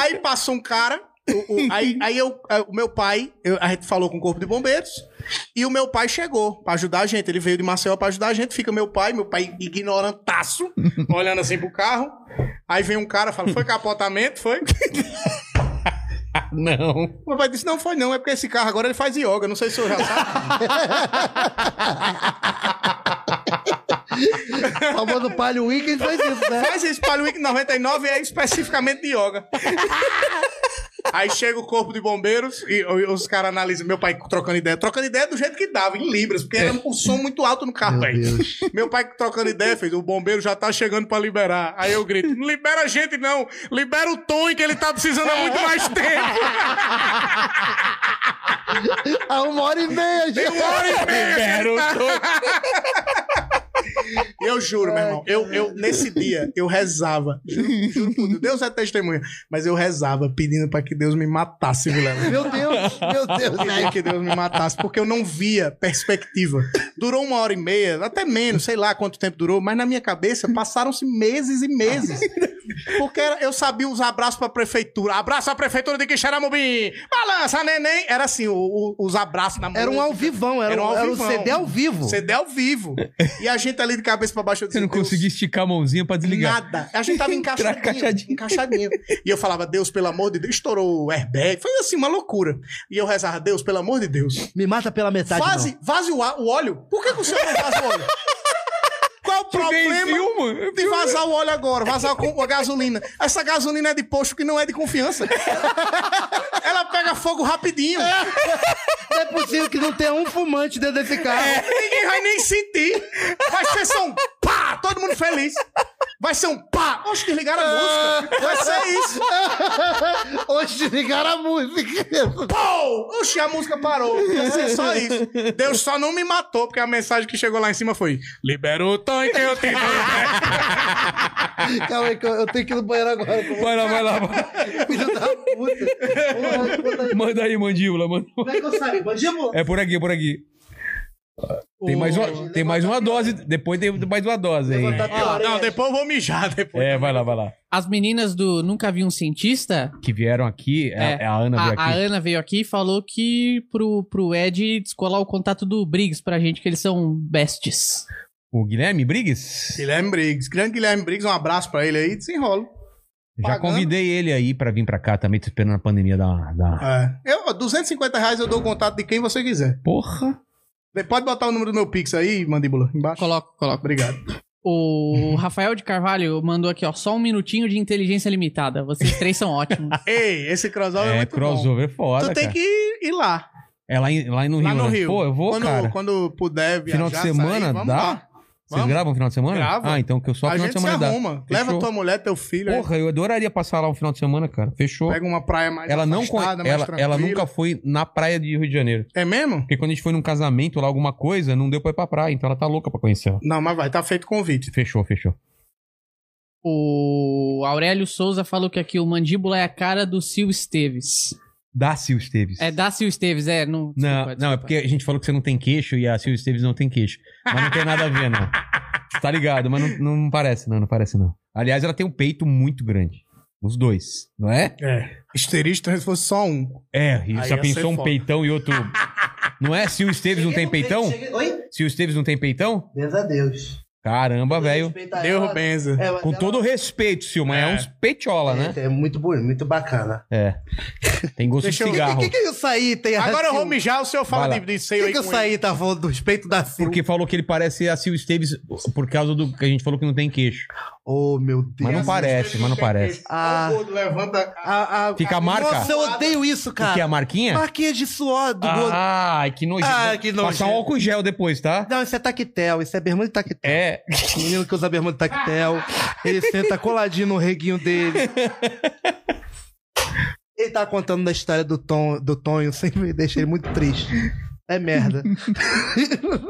D: Aí passou um cara. o- o- aí, aí eu, aí o meu pai, eu- a gente falou com o corpo de bombeiros e o meu pai chegou pra ajudar a gente. Ele veio de Maceió pra ajudar a gente. Fica meu pai, meu pai ignorantaço, olhando assim pro carro. Aí vem um cara, fala: "Foi capotamento, foi?"
B: Não.
D: O papai disse, não foi não, é porque esse carro agora ele faz yoga, não sei se o senhor já sabe.
C: O famoso Palio Weekend faz isso, né?
D: Faz esse Palio Week 99 é especificamente de yoga. Aí chega o corpo de bombeiros e, e os caras analisam, meu pai trocando ideia, trocando ideia do jeito que dava, em libras, porque era um som muito alto no carro,
C: Meu
D: velho.
C: Deus.
D: Meu pai trocando ideia, fez, o bombeiro já tá chegando pra liberar. Aí eu grito, não libera a gente não, libera o Tom que ele tá precisando há muito mais tempo.
C: Há uma hora e meia, gente.
D: Uma hora e meia que ele
B: Libera o
D: tá-
B: Tom.
D: Eu juro, meu irmão. Eu, eu, nesse dia, eu rezava. Juro, juro por Deus. Deus é testemunha. Mas eu rezava pedindo pra que Deus me matasse, Vilela.
C: Meu Deus, meu Deus. né?
D: Pedindo que Deus me matasse, porque eu não via perspectiva. Durou uma hora e meia, até menos, sei lá quanto tempo durou, mas na minha cabeça passaram-se meses e meses. Porque era- eu sabia os abraços pra prefeitura. Abraço à prefeitura de Quixeramobim! Balança, neném! Era assim, o- o- os abraços na mão.
C: Era um ao vivão, era,
D: Era um
C: um,
D: ao
C: era um
D: vivão.
C: CD ao vivo.
D: CD ao vivo. E a gente ali de cabeça pra baixo. eu
B: Você
D: disse,
B: não
D: "Deus,
B: conseguia esticar a mãozinha pra desligar.
D: Nada. A gente tava encaixadinho,
B: Encaixadinho.
D: encaixadinho. E eu falava, Deus, pelo amor de Deus, estourou o airbag. Foi assim, uma loucura. E eu rezava, Deus, pelo amor de Deus.
C: Me mata pela metade.
D: Vaze,
C: não.
D: vaze o, a- o óleo. Por que, que o senhor não vaza o óleo? Qual o problema
B: filma.
D: de vazar o óleo agora? Vazar com a gasolina. Essa gasolina é de posto que não é de confiança. Ela pega fogo rapidinho.
C: Não é possível que não tenha um fumante dentro desse carro.
D: É. Ninguém vai nem sentir. Vai ser só um pá, todo mundo feliz. Vai ser um pá. Oxe, desligaram a música. Vai ser isso.
C: Hoje desligaram a música.
D: Pou! Oxi, a música parou. Assim, só isso. Deus só não me matou, porque a mensagem que chegou lá em cima foi: Libera o Tonho que eu te dou.
C: Calma aí, que eu, eu tenho que ir no banheiro agora.
B: Vai lá, vai lá. vai.
C: Filho tá da puta. Porra, puta.
B: Manda aí, mandíbula, mano.
C: Como é que eu saio? Mandíbula?
B: É por aqui, é por aqui. Tem mais uma, tem mais uma dose. Depois tem mais uma dose aí.
D: Ah, não, depois eu vou mijar, depois.
B: É, vai lá, vai lá.
E: As meninas do Nunca Vi um Cientista,
B: Que vieram aqui. a-
E: É,
B: a, Ana veio
E: a,
B: aqui.
E: a Ana veio aqui e falou que pro, pro Ed descolar o contato do Briggs pra gente, que eles são bestes.
B: O Guilherme Briggs?
D: Guilherme Briggs. Grande Guilherme Briggs, um abraço pra ele aí, desenrolo.
B: Já
D: tá pagando.
B: convidei ele aí pra vir pra cá também, tô esperando a pandemia dar uma. dar uma-
D: É. Eu, 250 reais eu dou o contato de quem você quiser.
B: Porra!
D: Pode botar o número do meu Pix aí, mandíbula, embaixo.
E: Coloco, coloco.
D: Obrigado.
E: O Rafael de Carvalho mandou aqui, ó, só um minutinho de inteligência limitada. Vocês três são ótimos.
D: Ei, esse crossover é,
B: É,
D: muito bom.
B: crossover foda.
D: Tu tem
B: cara.
D: que ir, ir lá.
B: É lá, em- lá no Rio.
D: lá no
B: né?
D: Rio.
B: Pô, eu vou,
D: quando,
B: cara.
D: Quando puder viajar,
B: Final de semana
D: sair, vamos
B: dá?
D: lá.
B: Vocês
D: Vamos.
B: gravam final de semana?
D: Gravo.
B: Ah, então que eu só
D: A
B: final de
D: gente se
B: semana dá.
D: arruma. Leva
B: Fechou.
D: tua mulher, teu filho. aí
B: Porra, eu adoraria passar lá um final de semana, cara. Fechou.
D: Pega uma praia mais
B: Ela não conhe...
D: afastada, mais
B: ela, ela
D: tranquila.
B: nunca foi na praia de Rio de Janeiro.
D: É mesmo?
B: Porque quando a gente foi num casamento lá, alguma coisa, não deu pra ir pra praia. Então ela tá louca pra conhecer ela.
D: Não, mas vai, tá feito o convite.
B: Fechou, fechou.
E: o Aurélio Souza falou que aqui o mandíbula é a cara do Sil Esteves.
B: Dá Sil Esteves.
E: É da Sil Esteves, é? Não,
B: Não,
E: desculpa,
B: não, é
E: desculpa.
B: porque a gente falou que você não tem queixo e a Sil Esteves não tem queixo. Mas não tem nada a ver, não. Você tá ligado, mas não, não, não parece, não, não parece, não. Aliás, ela tem um peito muito grande. Os dois, não é?
D: É. Esterista se fosse só um.
B: É, e
D: Aí
B: só
D: ia ser
B: pensou um
D: foda.
B: peitão e outro. Não é? Sil Esteves não tem peitão?
C: Oi?
B: Sil Esteves não tem peitão?
C: Deus a Deus.
B: Caramba, velho.
C: Respeita ela.
D: Deus benza.
C: É, mas
B: Com
C: ela-
B: todo o respeito, Silma, é,
D: É.
B: uns peitiola, né?
C: É muito bonito, muito bacana.
B: Tem gosto
D: Deixa
B: de É
D: eu-
B: um cigarro. é
C: O que, é que eu saí? Tem
D: Agora eu vou
C: me.
D: mijar, o senhor
B: Vai
D: fala
B: lá.
D: de, de
C: O
D: seio
C: que,
D: aí
C: que eu
D: com
C: saí? Tá falando do respeito da Sil.
B: Porque falou que ele parece a Sil Esteves por causa do que a gente falou que não tem queixo.
C: Oh, meu Deus.
B: Mas não
D: ele.
B: parece, mas não parece.
C: Ah.
D: Ah. O gordo levanta...
C: A- a-
B: Fica a marca?
C: Nossa, eu odeio isso,
B: O que é a
C: cara.
B: marquinha?
C: Marquinha de suor do gordo.
B: Ah, ai, que nojento.
C: Ah, que nojento.
B: Passar um álcool gel depois, tá?
C: Não, isso é taquetel, isso é bermuda e taquetel.
B: É.
C: Menino que usa bermuda e taquetel. Ele senta coladinho no reguinho dele. Ele tá contando da história do, Tom, do Tonho, sempre deixa ele muito triste. É merda.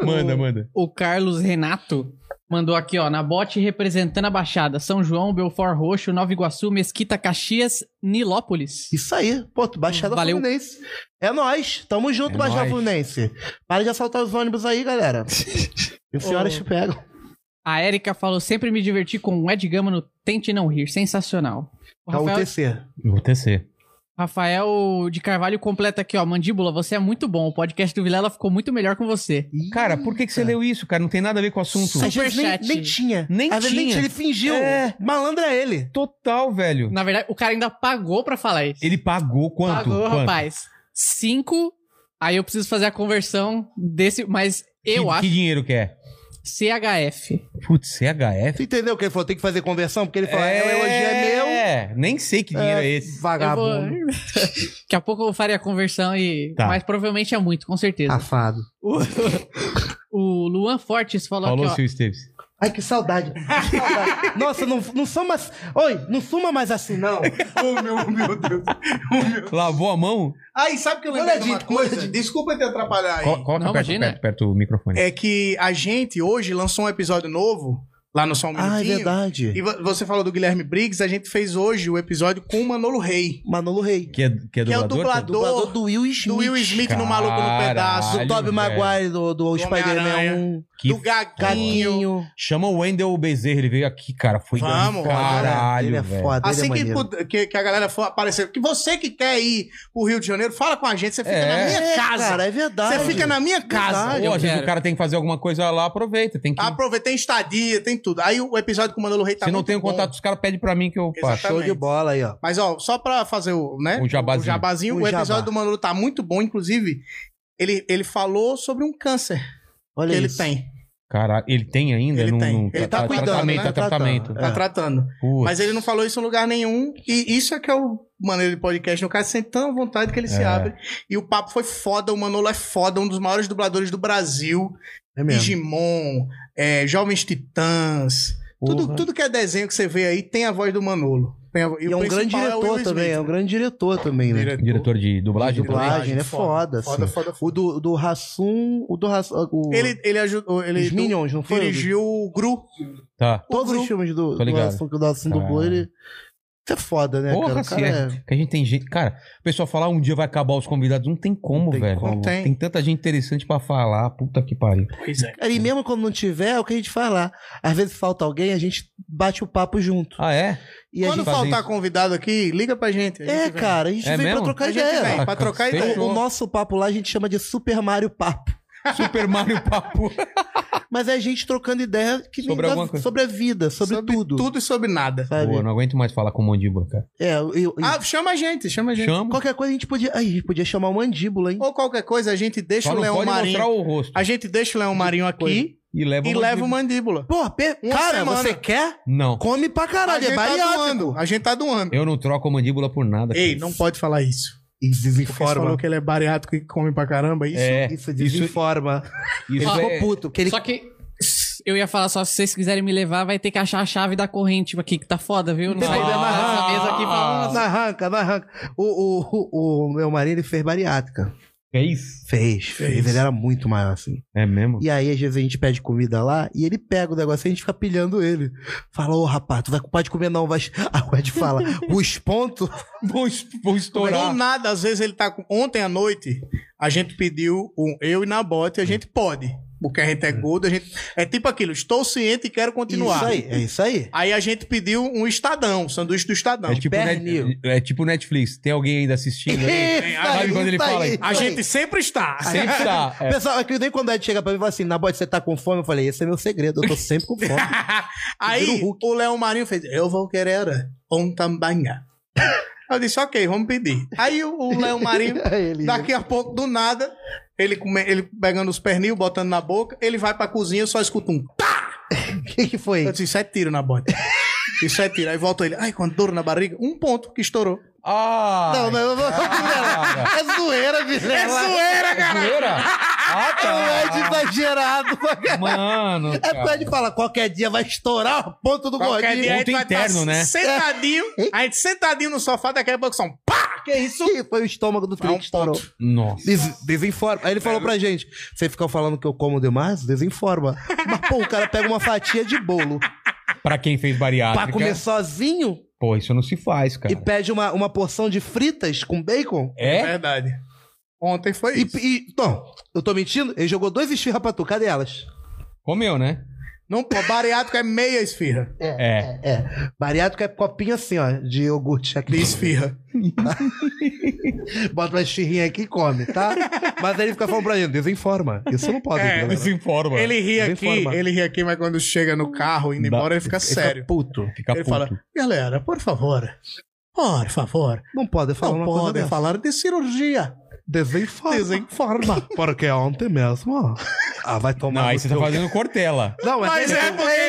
B: Manda, manda.
E: O Carlos Renato mandou aqui, ó, na bote representando a Baixada, São João, Belfort Roxo, Nova Iguaçu, Mesquita, Caxias, Nilópolis.
C: Isso aí, pô, Baixada
E: Valeu.
C: Fluminense. É nós, tamo junto,
B: É
C: Baixada
B: nóis.
C: Fluminense. Para de assaltar os ônibus aí, galera. E os senhoras te pegam.
E: A Érica falou, sempre me diverti com o Ed Gama no Tente Não Rir, sensacional. O
C: É o
E: Rafael,
C: TC.
B: Vou tecer.
E: Rafael de Carvalho completa aqui, ó, Mandíbula, você é muito bom, o podcast do Vilela ficou muito melhor com você.
B: Cara, por que, que você leu isso, cara? Não tem nada a ver com o assunto.
E: Sim.
C: Às vezes nem,
E: Superchat.
C: nem tinha.
B: Nem
C: Às vezes nem
B: tinha.
C: tinha, ele fingiu.
B: É.
C: Malandro é ele.
B: Total, velho.
E: Na verdade, o cara ainda pagou pra falar isso.
B: Ele pagou quanto?
E: Pagou,
B: Quanto?
E: rapaz. Cinco, aí eu preciso fazer a conversão desse, mas eu
B: que,
E: acho,
B: Que dinheiro que é?
E: CHF.
B: Putz, é CHF?
C: Tu entendeu que ele falou? Tem que fazer conversão? Porque ele falou, é, o elogio é
B: É, nem sei que
C: meu.
B: dinheiro é,
C: é,
B: esse.
E: Eu vou-
C: Vagabundo.
E: Daqui a pouco eu farei a conversão e.
B: Tá.
E: Mas provavelmente é muito, com certeza.
C: Safado.
E: O... o Luan Fortes falou,
B: Falou,
E: aqui, ó.
B: Sil Esteves.
C: Ai, que saudade. Que saudade. Nossa, não, não sou mais... Oi, não suma mais assim, não.
D: Oh, meu, meu Deus. Oh, meu.
B: Lavou a mão?
D: Aí, sabe que eu lembrei de uma coisa? Desculpa te atrapalhar aí.
B: Colo- Coloca
E: Não,
B: perto,
E: imagina.
B: perto, perto do microfone.
D: É que a gente hoje lançou um episódio novo, lá no Só Um
C: Ah, é
D: Minutinho. E
C: verdade.
D: vo- você falou do Guilherme Briggs, a gente fez hoje o episódio com o Manolo Rei.
C: Manolo Rei.
B: Que é, que é
D: Que é o
B: dublador?
D: dublador.
C: Dublador do Will Smith.
D: Do Will Smith no Maluco no
B: Caralho.
D: Pedaço.
C: Do Tobey
B: velho.
C: Maguire, do, do
D: Homem-Aranha.
C: Spider-Man 1.
B: Que
D: do Gaguinho.
C: Gatinho.
B: Chama o Wendel Bezerra, ele veio aqui, cara. Foi do
D: Vamos,
B: caralho,
C: né? Ele é
B: velho.
C: foda,
D: Assim
C: ele é
D: que,
C: maneiro.
D: puder- que, que a galera for aparecer, que você que quer ir pro Rio de Janeiro, fala com a gente. Você fica
B: É.
D: na minha
C: É,
D: casa.
C: cara, é verdade.
D: você fica na minha casa.
B: Pô, às vezes
E: quero.
B: o cara tem que fazer alguma coisa lá, aproveita. Tem que...
D: Aproveita, tem estadia, tem tudo. Aí o episódio com o Manolo Rei tá
B: Se não
D: muito
B: tem o
D: bom.
B: contato dos caras, pede pra mim que eu
D: Exatamente.
B: faço.
C: Show de bola aí, ó.
D: Mas, ó, só pra fazer o, né?
B: O Um jabazinho.
D: O, jabazinho,
C: O
D: o episódio
C: Um jabá.
D: do Manolo tá muito bom, inclusive. Ele, ele falou sobre um câncer
C: Olha
D: que ele
C: isso.
D: tem,
B: Cara, ele tem ainda?
D: Ele
B: não,
D: tem.
B: não-
D: Ele tá cuidando,
B: tratamento,
D: né?
B: tá tratamento.
C: Tratando.
D: tá
C: É.
D: tratando.
B: Putz.
D: Mas ele não falou isso em lugar nenhum. E isso é que é o maneiro de podcast. No caso, sem tão vontade que ele se
B: É.
D: abre. E o papo foi foda. O Manolo é foda, um dos maiores dubladores do Brasil.
C: É
D: Digimon, é, Jovens Titãs. Tudo,
B: Porra.
D: tudo que é desenho que você vê aí tem a voz do Manolo. Tem a,
C: E é um grande diretor também, é um grande diretor também, né?
B: Diretor de dublagem?
C: De dublagem. ele é foda,
D: Foda,
C: assim.
D: foda, foda.
C: O do, do Hassum, o do Hassum, o,
D: Ele, ele ajudou. Ele
C: os Minions, não foi?
D: dirigiu o Gru.
B: Tá.
C: Todos
D: o Gru.
C: os filmes do,
B: Tô
C: do
B: ligado.
C: Hassum, que o do Hassum
B: Caralho.
C: dublou, ele, Isso é foda, né,
B: Porra,
C: cara? O
B: se
C: cara
B: é.
C: é-
B: Que a gente tem gente. Cara, o pessoal falar um dia vai acabar os convidados. Não tem como,
C: tem
B: velho.
C: como.
B: Tem. tanta gente interessante pra falar. Puta que pariu.
E: Pois é.
C: Cara, e mesmo quando não tiver, é o que a gente faz lá. Às vezes falta alguém, a gente bate o papo junto.
B: Ah, é?
C: E a
D: Quando
C: gente...
B: faz
D: faltar
B: isso.
D: convidado aqui, liga pra gente. A
C: É,
D: gente
C: Ah,
D: vem.
C: cara, a gente
B: É
C: vem
B: mesmo?
C: pra trocar
D: A gente
C: ideia.
D: vem. pra trocar
B: cacete.
D: ideia.
C: O, o nosso papo lá a gente chama de Super Mario Papo.
B: Super Mario Papo.
C: Mas é a gente trocando ideia que nem
B: Sobre
C: da-
B: alguma coisa. né?
C: sobre a vida, sobre, tudo.
D: Tudo e sobre nada.
C: sabe?
B: Pô, não aguento mais falar com um o Mandíbula, cara.
C: É, eu- eu-
D: Ah, chama a gente, chama a gente.
B: Chama.
C: qualquer coisa a gente podia. Aí, a gente podia chamar o mandíbula, hein?
D: Ou qualquer coisa, a gente deixa
B: Só
D: o
B: não
D: é Leão
B: pode mostrar
D: Marinho.
B: o rosto.
D: A gente deixa o Leão Marinho aqui
B: E leva
D: e
B: o
D: leva o
B: Mandíbula.
D: mandíbula.
C: Pô, per-
D: Uma
C: cara,
D: semana.
C: você quer?
B: Não.
C: Come pra
D: A
C: caralho,
D: gente
C: é
D: tá
C: bariátrico.
D: doando. A gente tá doando.
B: Eu não troco a mandíbula por nada. cara.
D: Ei, não pode falar isso.
C: E
D: Porque você falou
C: desinforma.
D: que ele é bariátrico e come pra caramba. Isso
B: É,
C: Isso
B: isso,
C: desinforma. Ah, Ele
B: isso
C: ficou
B: é...
C: puto, porque ele
E: Só que eu ia falar só, se vocês quiserem me levar, vai ter que achar a chave da corrente aqui, que tá foda, viu? Não
C: tem
E: vai
C: problema,
E: dar essa
C: não.
E: mesa aqui
C: Ah,
E: falando.
C: Não arranca, não arranca. O, o, o, o meu marido ele fez bariátrica.
B: Fez?
C: Fez, fez, Ele era muito maior assim.
B: É mesmo?
C: E aí, às vezes, a gente pede comida lá e ele pega o negócio e a gente fica pilhando ele. Fala, ô rapaz, tu vai, pode comer não, vai. Aí o Ed fala, os pontos.
B: Vou, es- vou
D: Do é nada, às vezes ele tá com... Ontem à noite, a gente pediu um eu e na bote, a gente pode. Porque a gente é gordo, a gente... É tipo aquilo, estou ciente e quero continuar.
C: Isso aí, é isso aí.
D: Aí a gente pediu um Estadão, um sanduíche do Estadão.
B: É tipo,
C: pernil.
B: net... é tipo Netflix. Tem alguém ainda assistindo aí?
C: Isso
B: Sabe
C: aí,
B: quando ele
C: isso
B: fala
C: aí,
B: aí?
C: isso
D: A
C: aí.
D: gente sempre está.
B: Sempre tá. É.
C: Pessoal, é que nem quando o Ed chega pra mim e fala assim, na bote, você tá com fome? Eu falei, esse é meu segredo, eu tô sempre com fome. Vira o
D: Aí
C: Hulk.
D: o Léo Marinho fez, eu vou querer um tambanha. Eu disse, ok, vamos pedir. Aí o- o Léo Marinho,
C: Aí ele-
D: daqui a pouco, do nada, ele, come- ele pegando os pernil, botando na boca, ele vai pra cozinha, eu só escuto um
C: O que, que foi?
D: Eu disse, isso é tiro na bota. Isso é tiro. Aí volta ele, ai, com dor na barriga, um ponto que estourou.
B: Ah!
C: Não, não, eu vou.
B: cara.
C: É zoeira, Vilela. É
D: zoeira,
B: Zoeira? Ah,
C: O Ed
B: tá.
C: exagerado. pra caralho.
B: Mano.
C: É porque o
B: cara.
C: Ed fala, qualquer dia vai estourar o ponto do
D: Qualquer dia
C: gordinho.
D: a
B: Ponto
D: gente vai
B: interno,
D: tá
B: né?
D: sentadinho, a gente sentadinho no sofá, daqui a pouco são pá!
C: Que isso? Foi o estômago do
D: um
C: filho que estourou.
B: Nossa.
C: Des- desinforma. Aí ele falou pra gente: vocês ficam falando que eu como demais? Desinforma. Mas, pô, o cara pega uma fatia de bolo
B: Pra quem fez
D: Ah,
B: bariátrica.
C: pra comer sozinho
B: Pô, isso não se faz, cara.
C: e pede uma, uma porção de fritas com bacon?
B: É?
D: verdade. Ontem foi
C: E,
D: isso.
C: e- então, eu tô mentindo? Ele jogou dois esfirras pra tu, cadê elas?
B: Comeu, né?
D: Não, pô, bariátrico é meia esfirra.
B: É.
C: É. Bariátrico é copinho assim, ó, de iogurte aqui.
D: De esfirra.
C: Bota uma esfirrinha aqui e come, tá? Mas aí ele fica falando pra gente, desinforma. Isso não pode, galera.
B: é Desinforma.
D: Ele ri
C: Bem
D: aqui,
C: formado.
D: ele ri aqui, mas quando chega no carro
B: Dá-
D: indo embora, ele fica
C: Ele fica
D: sério.
C: é puto.
B: Fica
D: Ele
B: puto.
D: fala, galera, por favor, por favor,
C: Não pode falar
D: não
C: uma coisa
D: podem
C: dessa.
D: falar de cirurgia.
C: Desinforma.
D: Desinforma.
C: Porque ontem mesmo, ó. Ah, vai tomar.
B: Não, aí
C: no
B: você tá
C: seu-
B: fazendo cortela.
C: Não, mas,
D: Mas
C: ele,
D: é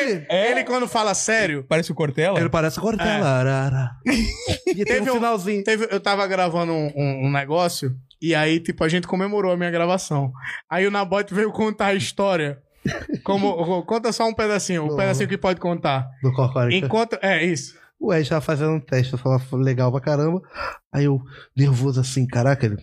C: ele,
D: porque ele quando fala sério,
B: Parece o cortela?
C: ele parece agora Arara. E tem um
D: Teve um-
C: finalzinho.
D: Teve- eu tava gravando um, um- um negócio e aí, tipo, a gente comemorou a minha gravação. Aí o Nabote veio contar a história. Como, conta só um pedacinho, um
C: Não.
D: pedacinho que pode contar.
C: Do Cocorica.
D: Enquanto. É, isso.
C: O Ed tava fazendo um teste, eu falava legal pra caramba. Aí eu, nervoso assim, caraca, ele.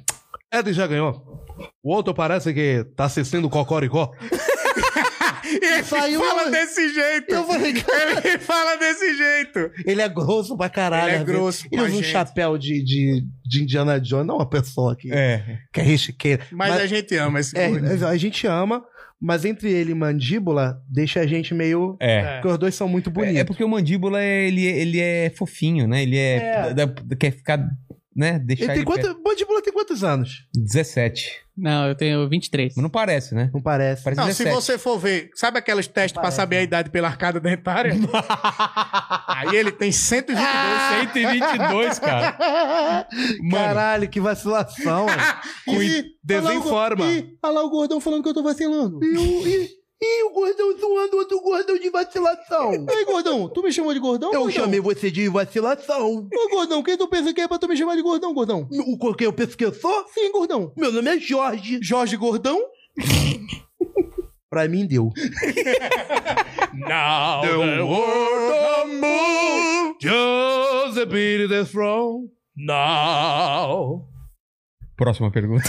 G: Eden já ganhou. O outro parece que tá assistindo Cocoricó.
D: E ele
C: Saiu-
D: fala desse jeito.
C: Eu falei,
D: Ele fala desse jeito.
C: Ele é grosso pra caralho.
D: Ele é
C: às vezes.
D: grosso
C: Ele
D: com a
C: usa um
D: gente.
C: chapéu de, de, de Indiana Jones, não uma pessoa que é,
B: É.
C: que é rechiqueira.
D: Mas, a gente ama esse
C: é,
D: gordo.
C: a gente ama, mas entre ele e mandíbula, deixa a gente meio.
B: É.
D: É.
C: Porque os dois são muito bonitos.
B: É porque o mandíbula, é- ele, ele é fofinho, né? Ele é. da- da- quer ficar. Né? Deixar
C: Ele
B: ele.
C: tem
B: perto.
C: quanto, mandíbula tem quantos anos?
B: 17.
E: Não, eu tenho 23.
B: Mas não parece, né?
C: Não parece.
B: Parece
D: Não, se
B: 17.
D: você for ver, sabe aqueles testes pra saber a idade pela arcada dentária? aí ele tem 122.
B: 122, cara. Mano,
C: Caralho, que vacilação.
G: Cui- Desinforma.
C: Olha lá o gordão falando que eu tô vacilando. E o, e, e o gordão zoando outro gordão de vacilação.
D: Ei, gordão, tu me chamou de gordão?
C: Eu
D: gordão?
C: chamei você de vacilação.
D: Ô, gordão, quem tu pensa que é pra tu me chamar de gordão, gordão?
C: O o que eu penso que eu sou?
D: Sim, gordão.
C: Meu nome é Jorge.
D: Jorge Gordão?
C: Pra mim deu.
G: Now
B: um
D: É um
G: the
B: É
G: world moon just a bit is wrong. Now.
B: próxima pergunta.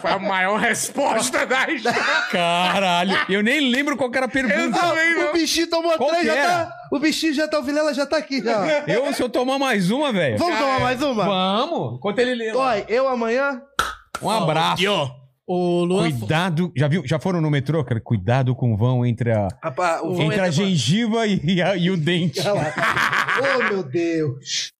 D: Foi a maior resposta da história.
B: Caralho. Eu nem lembro qual que era a
D: Eu
B: pergunta.
D: também,
C: O
D: não.
C: bichinho tomou
B: Qual
C: três,
B: que
C: já
B: era?
C: tá. O bichinho já tá, o Vilela já tá aqui, já.
B: Eu, se eu tomar mais uma, velho.
C: Vamos tomar mais uma?
B: Vamos. Enquanto ele lê. lá.
C: Olha, eu amanhã.
B: Um abraço.
D: E ó,
E: O Luan.
B: Cuidado. Já viu? Já foram no metrô, cara? Cuidado com o vão entre a,
C: Rapaz, o
B: entre a gengiva e, a- e o dente.
C: Olha lá. Oh, meu Deus.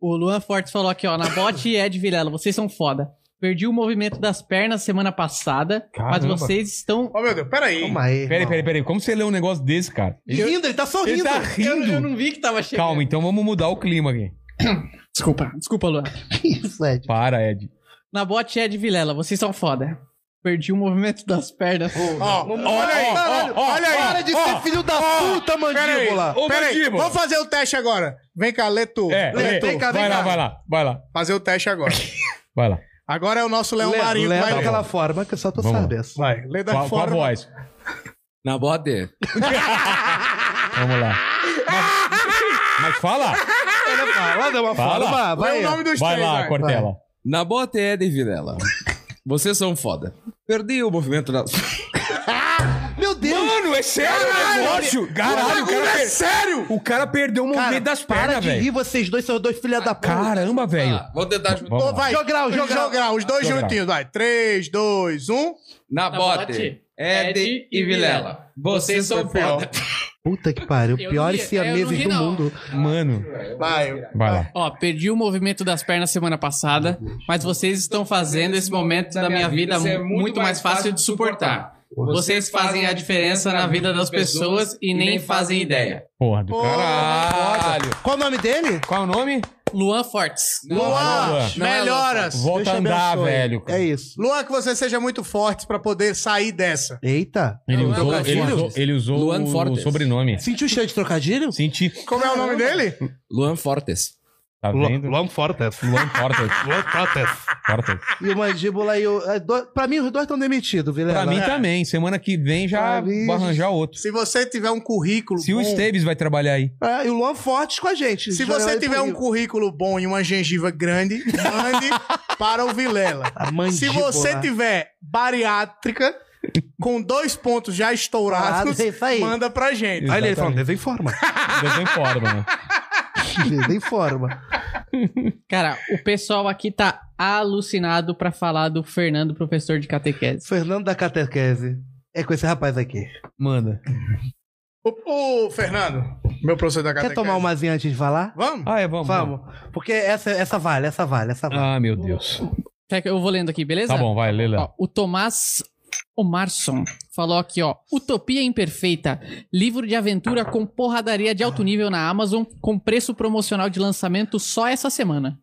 E: O Luan Fortes falou aqui, ó, na bote e Ed Vilela, vocês são foda. Perdi o movimento das pernas semana passada,
B: Caramba.
E: mas vocês estão.
D: oh meu Deus, peraí.
C: Calma aí.
B: Peraí,
C: irmão.
B: peraí, peraí. Como você lê um negócio desse, cara?
C: Rindo, ele tá
B: Ele
C: sorrindo.
B: tá
E: Eu, eu
B: rindo.
E: não vi que tava chegando.
B: Calma, então vamos mudar o clima aqui.
E: Desculpa, desculpa, Luan.
C: Que isso, é Ed?
B: Para, Ed.
E: Na bote e Ed Vilela, vocês são foda. Perdi o movimento das pernas.
D: Ó, olha aí,
C: Caralho,
D: ó, olha aí.
C: Para de
D: ó.
C: ser filho da puta,
D: Peraí,
C: mandíbula.
B: Ô,
D: peraí.
B: mandíbula.
D: Vamos fazer o teste agora. Vem cá, lê tu.
B: É,
D: Lê
B: lê.
D: tu.
C: vem cá,
B: vai
C: vem
B: lá,
C: cá.
B: vai lá, vai lá,
D: Fazer o teste agora.
B: vai lá.
D: Agora é o nosso Leão
C: Leva-
D: Marinho que
C: leva
D: vai ler.
C: aquela forma que só tu
B: Vamos lá.
C: sabe. essa.
D: Vai, lê da
B: Com a, com a
D: forma.
B: voz.
H: Na é. bode.
B: Vamos lá. Mas, mas fala.
C: Fala, deu uma
B: Fala.
C: forma. Vai.
D: Lê o nome dos
B: Vai
D: três.
B: lá, Cortella.
H: Na bota é Ed Vilela. Vocês são foda. Perdi o movimento das.
C: Meu Deus.
B: Mano, é sério o negócio? Caralho, o cara,
D: é
B: per-
D: sério!
B: o cara perdeu o movimento
C: Cara,
B: das
C: para
B: pernas,
C: de
B: velho.
C: rir, vocês dois são dois filha da puta.
B: Caramba, velho.
H: Ah, vou tentar juntar.
B: Vamos lá.
D: Vai,
C: Jogral, jogral.
D: jogral, os dois
B: Jogral.
D: juntinhos, vai. um. 3, 2, 1.
H: Na
E: é
H: é. bote, Ed e Vilela. Vocês são foda.
C: Puta que pariu.
E: Eu
C: Piores
E: não ri- é, eu não
C: siameses
E: ri,
C: do
E: não.
C: mundo.
B: Mano,
D: Vai.
B: vai lá.
E: Ó, perdi o movimento das pernas semana passada, mas vocês estão fazendo esse momento da minha vida
H: ser
E: é muito mais fácil de suportar. Vocês fazem a diferença na vida das pessoas e nem fazem ideia.
B: Porra do caralho.
C: Qual o nome dele?
B: Qual é o nome?
E: Luan Fortes.
D: Luan,
B: é Luan.
D: melhoras.
B: Volta
C: Deus
B: a
C: te
B: andar,
C: abençoe.
B: velho.
C: É isso.
D: Luan, que você seja muito forte pra poder sair dessa.
C: Eita.
B: Ele
H: Luan
B: usou,
H: Fortes.
B: ele usou, ele usou
H: Luan
B: o
H: Fortes.
B: sobrenome.
C: Sentiu o cheiro de trocadilho?
B: Senti.
D: Como é o nome dele?
H: Luan Fortes.
B: Tá vendo?
G: Luan Fortes.
B: Luan Fortes.
G: Luan Fortes.
B: Fortes.
C: E o mandíbula e o. é, do- Pra mim, os dois estão demitidos, Vilela.
B: Pra mim também. Semana que vem já
C: Pra mim-
B: vou arranjar outro.
D: Se você tiver um currículo
B: Se o
D: bom...
B: Esteves vai trabalhar aí.
C: É, e o Luan Fortes com a gente.
D: Se
C: Já
D: você
C: é
D: tiver um
C: disponível.
D: currículo bom e uma gengiva grande, mande para o Vilela.
C: A mandíbula.
D: Se você
C: né?
D: tiver bariátrica, com dois pontos já estourados,
C: Estourado, é isso aí.
D: manda pra gente.
G: Aí ele falando, desenforma.
B: Desenho forma, né?
C: Tem forma.
E: Cara, o pessoal aqui tá alucinado pra falar do Fernando, professor de catequese.
C: Fernando da Catequese. É com esse rapaz aqui.
B: Manda.
D: O, o Fernando, meu professor da
C: Quer
D: catequese.
C: tomar uma zinha antes de falar?
D: Vamos?
B: Ah, é, vamos.
C: Vamos. Porque essa, essa vale, essa vale, essa vale.
B: Ah, meu Deus.
E: Quer que eu vou lendo aqui, beleza?
B: Tá bom, vai, lê lá.
E: Ó, o Tomás Omarson falou aqui, ó. Utopia Imperfeita. Livro de aventura com porradaria de alto nível na Amazon, com preço promocional de lançamento só essa semana.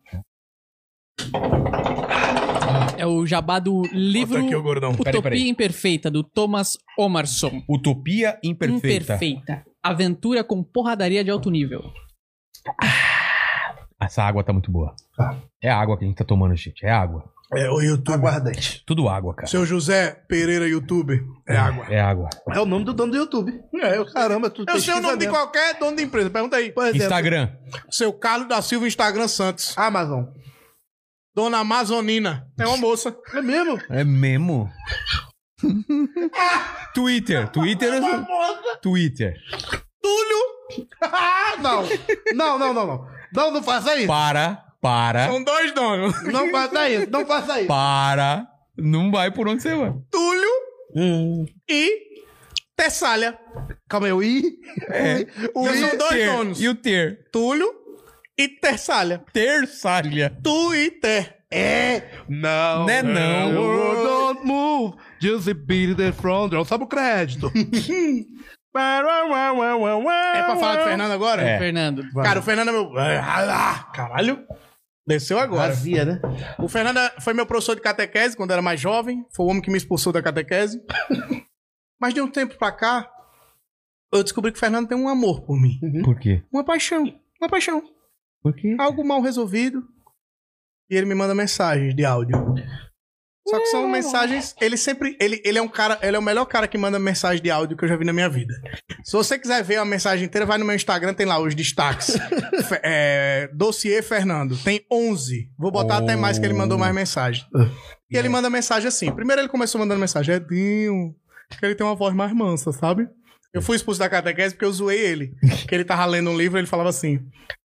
E: É o jabá do livro
D: aqui, ô gordão.
E: Utopia
B: Peraí, peraí.
E: Imperfeita, do Thomas Omarson.
B: Utopia imperfeita.
E: Imperfeita. Aventura com porradaria de alto nível.
B: Essa água tá muito boa. É água que a gente tá tomando, gente. É água.
D: É o YouTube.
C: Aguardante.
B: Tudo água, cara.
D: Seu José Pereira, YouTube. É
C: Ah.
D: água.
B: É água.
C: É o nome do dono do YouTube.
D: É, eu,
C: Caramba, tu
D: eu sei o
C: pesquisa
D: nome de
C: mesmo.
D: qualquer dono de empresa. Pergunta aí.
C: Por
G: é,
C: exemplo,
B: Instagram.
D: Seu Carlos da Silva, Instagram Santos.
C: Amazon.
D: Dona Amazonina. É uma moça.
C: É mesmo?
B: É mesmo? Twitter. Twitter. é- Twitter.
C: Ah, não. Não, não, não, não. Não, não faça isso.
B: Para, para,
D: São dois donos.
C: Não faça isso, não faça isso.
B: para. Não vai por onde você vai.
D: Túlio e Tessália.
C: Calma aí, o I. O I.
D: É. Eu
C: O
D: sou
C: I.
D: do- dois
B: Ter-
D: donos.
B: E o ter.
D: Túlio e Tessália.
B: Terçalha.
D: Twitter.
C: É. Não.
B: Né,
G: é,
B: não.
C: World Don't move. Just beat the front. door. Sabe o crédito.
D: É
C: é
D: pra falar do Fernando agora?
B: É.
E: Fernando.
D: Cara, o Fernando é meu. Ah, Caralho. Desceu agora.
C: Vazia, né?
D: O Fernando é- foi meu professor de catequese quando eu era mais jovem. Foi o homem que me expulsou da catequese. Mas de um tempo pra cá, eu descobri que o Fernando tem um amor por mim.
B: Por quê?
D: Uma paixão. Uma paixão.
B: Por quê?
D: Algo mal resolvido. E ele me manda mensagens de áudio. Só que são mensagens. Ele sempre. Ele, ele é um cara. Ele é o melhor cara que manda mensagem de áudio que eu já vi na minha vida. Se você quiser ver a mensagem inteira, vai no meu Instagram, tem lá os destaques. Fe- é, dossiê Fernando. Tem 11. Vou botar até mais que ele mandou mais mensagem. E ele manda mensagem assim. Primeiro ele começou mandando mensagem. Edinho. Que ele tem uma voz mais mansa, sabe? Eu fui expulso da catequese porque eu zoei ele. Que ele tava lendo um livro e ele falava assim.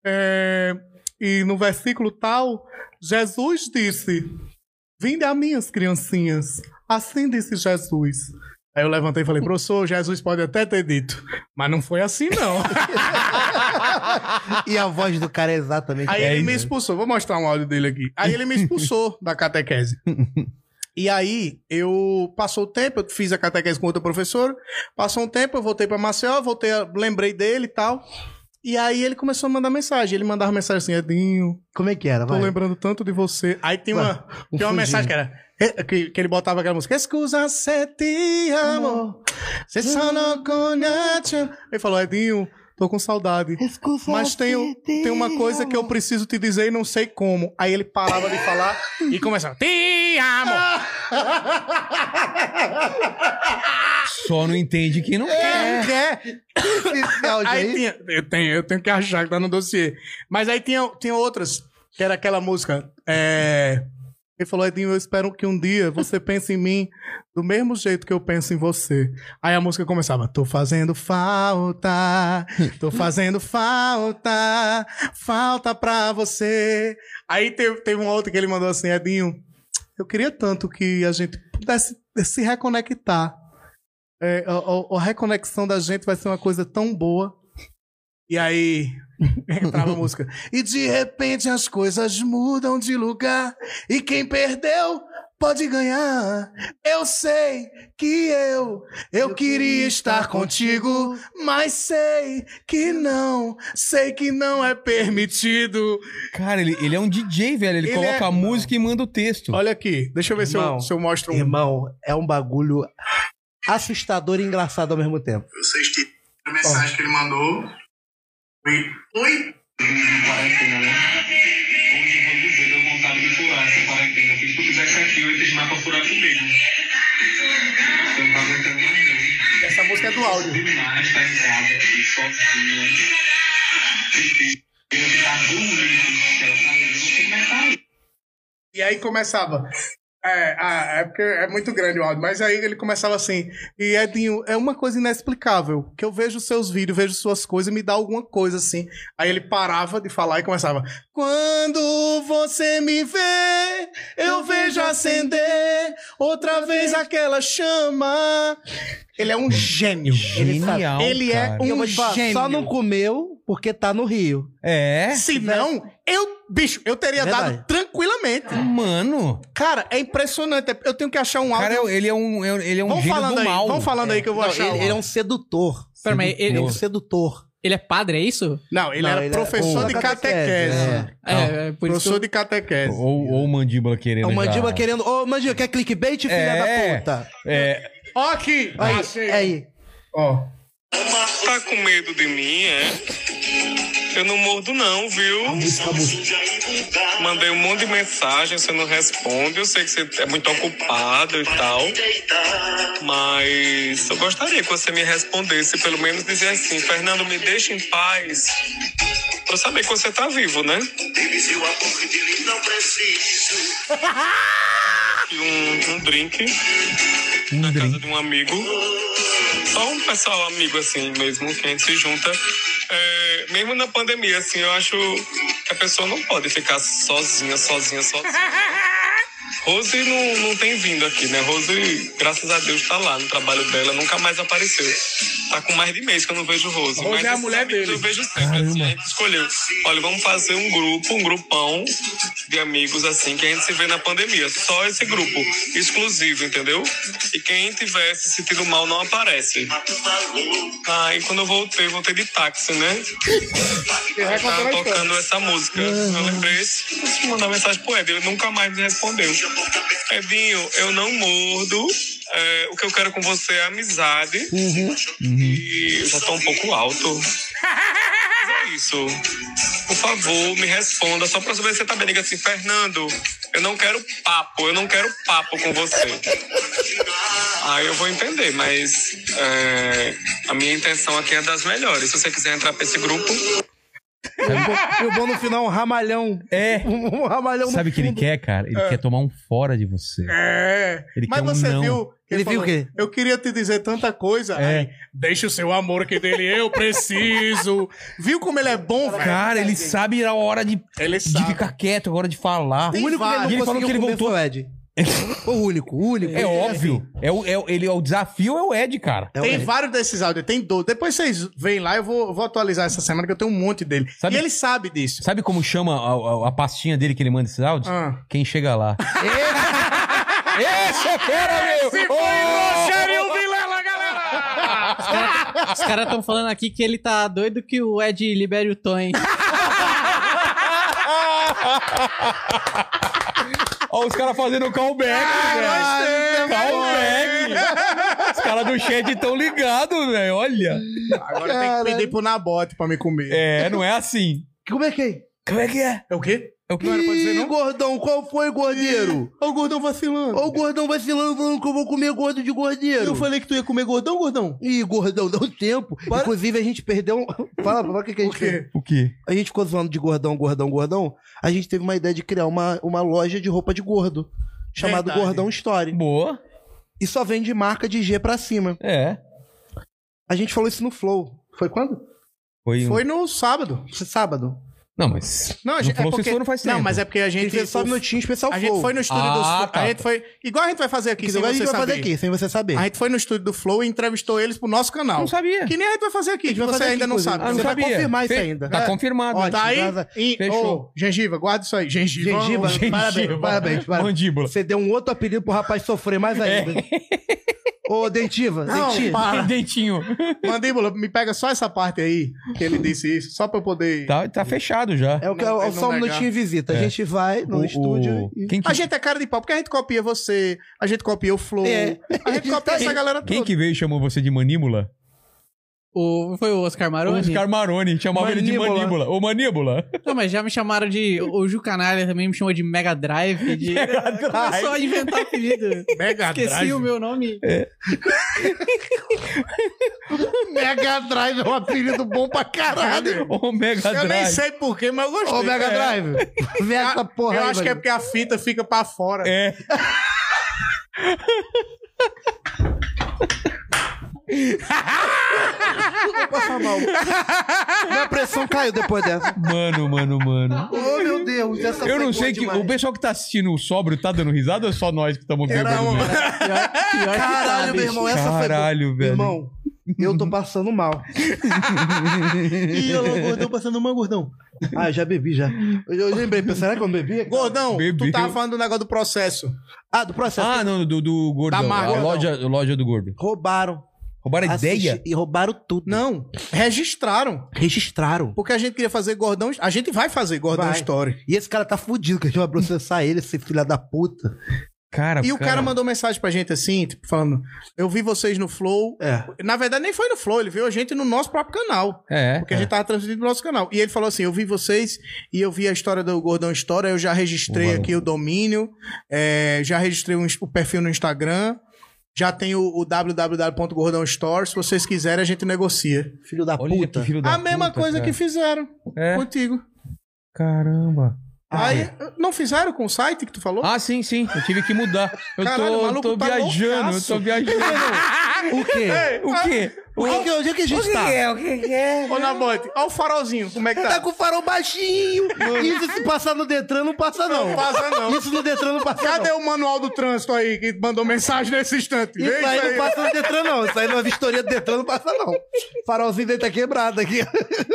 D: É, e no versículo tal, Jesus disse. Vinde a mim, as criancinhas. Assim disse Jesus. Aí eu levantei e falei, professor, Jesus pode até ter dito, mas não foi assim, não.
C: E a voz do cara é exatamente
D: Aí ele me
C: isso.
D: expulsou. Vou mostrar um áudio dele aqui. Aí ele me expulsou da catequese. E aí, eu passou o tempo, eu fiz a catequese com outra professora. Passou um tempo, eu voltei pra Maceió, voltei, a- lembrei dele e tal. E aí ele começou a mandar mensagem. Ele mandava mensagem assim, Edinho,
C: Como é que era?
D: Tô
C: Vai.
D: lembrando tanto de você. Aí tem
C: Vai,
D: uma,
C: um
D: tem uma
C: fundinho.
D: mensagem que era. eh, Que, que ele botava aquela música. Escusa se te amo. Se só não conhece. Ele falou, Edinho, tô com saudade. Mas tem, tem uma coisa que eu preciso te dizer e não sei como. Aí ele parava de falar e começava. Te amo!
B: Só não entende quem não quer.
D: Quer?
C: Esse áudio
D: Aí
C: aí.
D: tinha. Eu tenho, eu tenho que achar que tá no dossiê. Mas aí tinha, tinha outras, que era aquela música. É. Ele falou, Edinho, eu espero que um dia você pense em mim do mesmo jeito que eu penso em você. Aí a música começava, tô fazendo falta, tô fazendo falta, falta pra você. Aí teve, teve um outro que ele mandou assim, Edinho, eu queria tanto que a gente pudesse se reconectar. É, a, a- a reconexão da gente vai ser uma coisa tão boa. E aí entrava a música. E de repente as coisas mudam de lugar. E quem perdeu pode ganhar. Eu sei que eu, eu, queria estar contigo, mas sei que não, sei que não é permitido.
B: Cara, ele, ele é um DJ, velho. Ele,
D: Ele
B: coloca
D: é-
B: a música e manda o texto.
D: Olha aqui, deixa eu ver se eu,
C: Irmão,
D: se eu mostro um.
C: Irmão, é um bagulho assustador e engraçado ao mesmo tempo.
I: A mensagem que ele mandou foi: Oi? Hoje eu vou dizer, deu vontade de furar essa quarentena. Fiz tu fizesse aqui, eu ia te chamar pra furar comigo. Eu não tava aguentando mais não.
D: Essa música é do áudio.
I: Demais, tá em casa, aqui, sozinho. Difícil. Eu tá bonito. Eu falei, não sei como é que tá aí.
D: E aí começava. É, ah, é porque é muito grande o áudio, mas aí ele começava assim. E Edinho, é uma coisa inexplicável. Que eu vejo seus vídeos, vejo suas coisas e me dá alguma coisa assim. Aí ele parava de falar e começava. Quando você me vê, eu vejo acender outra vez aquela chama. Ele é um gênio.
B: Genial.
D: Ele é
B: cara.
D: um
C: E eu vou te falar,
D: gênio.
C: Só não né? comeu porque tá no Rio.
B: É.
D: Se não, eu, bicho, eu teria
C: Verdade.
D: dado tranquilamente.
B: Mano.
D: Cara, é impressionante. Eu tenho que achar um áudio.
B: Cara, ele é um, ele é um
D: vamos
B: gênio
D: falando
B: do
D: aí,
B: mal.
D: vamos falando aí que eu vou
C: Não,
D: achar.
C: ele,
D: um.
C: ele é um sedutor.
E: Pera, mas ele-
C: ele é um sedutor.
E: Ele é padre, é isso?
D: Não, ele
C: Não,
D: era
C: ele era-
D: professor
C: Pô,
D: de
C: catequese,
D: catequese.
C: é.
E: É, é por
D: Professor
E: isso.
D: de catequese.
B: Ou, ou mandíbula
C: É
B: querendo.
C: o
B: já-
C: Mandiba querendo. Ô, Mandiba, quer Um clickbait, filha
B: É.
C: da puta?
B: É,
D: Ó aqui!
C: Aí,
D: achei.
C: aí.
D: Ó.
I: Tá com medo de mim, é? Eu não mordo não, viu? Mandei um monte de mensagem, você não responde. Eu sei que você é muito ocupado e tal. Mas eu gostaria que você me respondesse, pelo menos dizer assim, Fernando, me deixa em paz. Pra eu saber que você tá vivo, né? E um, um drink na casa de um amigo só um pessoal amigo assim mesmo que a gente se junta É, mesmo na pandemia assim eu acho que a pessoa não pode ficar sozinha sozinha sozinha Rose não, não tem vindo aqui, né? Rose, graças a Deus, tá lá no trabalho dela, nunca mais apareceu. Tá com mais de mês que eu não vejo Rose.
D: Rose é a
I: esses
D: mulher
I: amigos
D: dele.
I: Eu vejo sempre, assim, a gente escolheu. Olha, vamos fazer um grupo, um grupão de amigos, assim, que a gente se vê na pandemia. Só esse grupo, exclusivo, entendeu? E quem tiver se sentindo mal não aparece. Ah, e quando eu voltei, voltei de táxi, né? Aí tava tocando essa música. Eu lembrei, se mandar mensagem pro Ed, ele nunca mais me respondeu. Edinho, eu não mordo. É, o que eu quero com você é amizade. E eu já tô um pouco alto. Mas é isso. O favor, me responda, só pra saber se você tá bem. Diga assim, Fernando, eu não quero papo, eu não quero papo com você. Aí eu vou entender, mas é, a minha intenção aqui é das melhores. Se você quiser entrar pra esse grupo,
D: E o bom no final é um ramalhão.
B: É.
D: Um, um ramalhão no
B: Sabe o que ele
D: fundo.
B: quer, cara? Ele quer tomar um fora de você.
D: É.
B: Ele
D: Mas
B: quer um
D: você
B: não.
D: viu.
C: Ele viu o quê?
D: Eu queria te dizer tanta coisa.
B: É.
D: Aí, deixa o seu amor que dele eu preciso. Viu como ele é bom, velho?
B: Cara, ele sabe a hora de,
D: Ele
B: de
D: sabe.
B: ficar quieto, a hora de falar.
C: O único que ele
B: E
C: não
B: ele falou
C: conseguiu
B: que ele
C: comer
B: voltou.
C: foi o Ed. o único, o único.
B: É óbvio. É o, é, o- ele, o desafio é o Ed, cara.
C: É o
D: tem
C: Ed.
D: vários desses áudios, tem 12. Depois vocês veem lá, eu vou, eu vou atualizar essa semana, que eu tenho um monte dele.
B: Sabe-
D: E ele sabe disso.
B: Sabe como chama a, a- a pastinha dele que ele manda esses áudios?
D: Ah.
B: Quem chega lá. Esse é fera, meu!
D: Vilela, galera!
E: Os caras estão falando aqui que ele tá doido que o Ed libere o Tom, hein?
B: Ó, os caras fazendo callback,
D: nós
B: velho.
D: temos,
B: Callback. Os caras do chat estão ligados, velho. Olha.
D: Agora tem que pedir pro Nabote pra me comer.
B: É, não é assim.
C: Como é que é?
B: Como é que é?
D: É o quê?
B: É o que
C: Ih, gordão, qual foi, gordeiro?
D: Olha o gordão vacilando.
C: Olha o gordão vacilando falando que eu vou comer gordo de gordeiro.
D: Eu falei que tu ia comer gordão, gordão?
C: Ih, gordão, dá um tempo. Inclusive, a gente perdeu um... Fala, fala o que, que a gente fez.
B: O quê?
C: A gente ficou zoando de gordão, gordão, gordão. A gente teve uma ideia de criar uma, uma loja de roupa de gordo. Chamado
D: Verdade.
C: Gordão Story.
B: Boa.
C: E só vende marca de G pra cima.
B: É.
C: A gente falou isso no Flow. Foi quando?
B: Foi, um-
D: Foi no sábado.
C: Sábado.
B: Não, mas.
D: Não, a
B: No
D: gente,
B: Flow
D: é porque...
B: vocês foram faz tempo.
D: Não, mas é porque a
C: A gente
D: gente...
C: fez só minutinho especial
D: A
C: Flow.
D: gente foi no estúdio
B: Ah,
D: do Flow.
B: tá.
D: A gente foi... Igual a gente vai fazer aqui,
C: Que
D: sem
C: agora a
D: você
C: gente vai
D: saber.
C: fazer aqui, sem você saber.
D: A gente foi no estúdio do Flow e entrevistou eles pro nosso canal.
B: Não sabia.
D: Que nem a gente vai fazer aqui, que
C: vai
D: você
C: fazer aqui,
D: ainda não
C: inclusive.
D: sabe.
B: Ah, não
D: Você vai
B: sabia.
C: confirmar isso
B: Fe-
C: ainda.
B: Tá
C: É.
B: confirmado.
C: Ótimo.
D: Tá aí?
C: Graças-
D: E,
B: Fechou.
D: ô, gengiva, guarda isso aí. Gengiva.
C: Gengiva,
B: Gengiva.
C: parabéns, parabéns, parabéns.
B: Mandíbula. É.
C: Você deu um outro apelido pro rapaz sofrer mais ainda. Ô, Dentiva,
D: Não,
C: Dentiva.
D: para.
B: Dentinho.
D: Mandíbula, me pega só essa parte aí, que ele disse isso, só pra eu poder...
B: Tá, tá fechado já.
C: É o que
D: Não,
C: é
D: ele
C: o- só
D: não
C: um
D: negar.
C: minutinho em visita.
B: É.
C: A gente vai no
B: O- o-
C: estúdio e...
B: Quem que,
D: A gente é cara de pau, porque a gente copia você, a gente copia o Flow,
C: É.
D: a gente copia essa galera
B: quem
D: toda.
B: que veio e chamou você de maníbula?
E: O, foi o Oscar
B: O
E: Maroni?
B: Oscar Maroni. Chamava ele de
C: Maníbula.
B: maníbula. Ô, maníbula.
E: Não, mas já me chamaram de... O Ju Canalha também me chamou de Mega Drive. é De... Mega Drive. Começou a inventar apelido.
D: Mega
E: Esqueci o meu nome.
D: Mega Drive é um apelido bom pra caralho.
B: Ô, Mega
D: Eu nem
B: Drive.
D: sei porquê, mas eu gostei. É.
C: Ô, Mega Drive, vê essa porra
D: eu
C: aí,
D: acho que é
C: mano.
D: porque a fita fica pra fora.
B: É.
C: Minha pressão caiu depois dessa.
B: Mano, mano, mano.
C: Ô, meu Deus, essa
B: Eu
C: foi
B: não
C: boa
B: sei que.
C: demais.
B: O pessoal que tá assistindo o sóbrio tá dando risada ou é só nós que estamos vendo?
D: Era um-
E: Pior,
C: Caralho,
E: pior que tá,
C: meu
E: bicho.
C: irmão, essa foi...
B: Caralho, velho.
C: Irmão, eu tô passando mal.
D: Ih, ô, gordão passando mão, gordão.
C: Ah, eu já bebi, já. Eu, eu lembrei, pensei, será que eu não bebi?
D: Gordão,
B: Bebeu.
D: tu tava falando do negócio do processo.
C: Ah, do processo.
B: Ah, não, do, do gordo.
D: Da marca,
B: a
D: não.
B: loja, loja do gordo.
C: Roubaram.
B: Roubaram a ideia?
C: Assisti- E roubaram tudo.
D: Não, registraram.
C: Registraram.
D: Porque a gente queria fazer gordão. A gente vai fazer gordão
C: Vai.
D: story.
C: E esse cara tá fudido, que a gente vai processar ele, esse filho da puta.
B: Cara,
D: E o cara mandou mensagem pra gente assim, tipo, falando: Eu vi vocês no Flow.
C: É.
D: Na verdade, nem foi no Flow, ele viu a gente no nosso próprio canal.
B: É.
D: Porque a gente tava transmitindo no nosso canal. E ele falou assim: Eu vi vocês e eu vi a história do Gordão História, eu já registrei
B: Boa.
D: aqui o domínio, é, já registrei o ins- o perfil no Instagram. Já tem o, o www.gordãostore. Se vocês quiserem, a gente negocia.
C: Filho da
B: Olha
C: puta.
B: que filho da
D: a mesma
B: puta,
D: coisa
B: cara.
D: que fizeram
B: É. Ah,
D: contigo.
B: Caramba.
D: Aí, não fizeram com o site que tu falou?
B: Ah, sim, sim. Eu tive que mudar. Eu
D: Caralho, o
B: tô,
D: maluco
B: tô
D: tá
B: viajando,
D: loucaço.
B: eu tô viajando.
C: O quê?
B: o quê?
C: O que, que, onde é que a gente tá?
D: ah,
B: O que que é?
D: Ô, Nabote, olha o farolzinho, como é que tá?
C: Tá com o farol baixinho. Isso se passar no Detran não passa, não.
D: Não passa, não.
C: Isso no Detran não passa,
D: Cadê
C: não.
D: o manual do trânsito aí que mandou mensagem nesse instante? Vê
C: Isso aí não passa no Detran, não. Isso aí na vistoria do Detran não passa, não. O farolzinho dele tá quebrado aqui.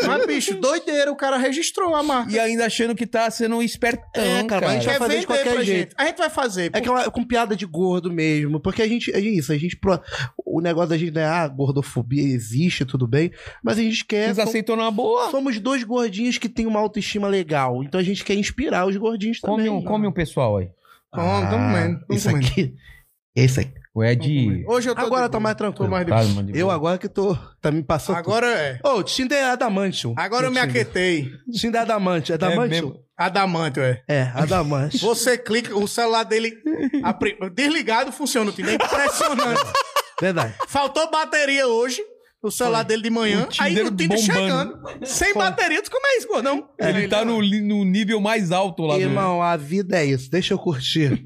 D: Mas, bicho, doideira, o cara registrou a marca.
B: E ainda achando que tá sendo um espertão,
C: É, cara,
B: cara.
C: mas a gente vai fazer de qualquer jeito.
D: A gente vai fazer.
C: É que é uma- com piada de gordo mesmo. Porque a gente. É isso, a gente. pro- O negócio da gente não é, ah, gordofobia existe, tudo bem. Mas a gente quer.
B: Eles aceitam na boa.
C: Somos dois gordinhos que tem uma autoestima legal. Então a gente quer inspirar os gordinhos
B: Come
C: também. Ah,
B: um, come um pessoal aí.
D: um, Come, tamo comendo, tamo
C: Isso
D: comendo.
C: aqui. É isso aí.
B: O Ed.
D: Hoje eu tô.
C: Agora
D: de
C: tá
D: boa.
C: mais tranquilo.
D: Tô mais de
B: Tá,
D: boa.
B: mano, de
C: Eu
B: boa.
C: agora que tô. Tá me passando. tudo.
D: Agora é.
C: Ô, Tinder é Adamantium.
D: Agora eu me
C: Meu Tinder.
D: aquetei.
C: Tinder é Adamantium. É Adamantium?
D: Adamante, é.
C: É, Adamantium.
D: Você clica, o celular dele a pri- desligado funciona o Tinder. É Impressionante.
C: Verdade.
D: Faltou bateria hoje. O celular dele de manhã. aí
B: Tinder
D: o Tinder
B: bombando.
D: chegando. Sem bateria, tu como é isso, gordão?
B: Ele tá no, li- no nível mais alto lá do.
C: Irmão, a vida é isso. Deixa eu curtir.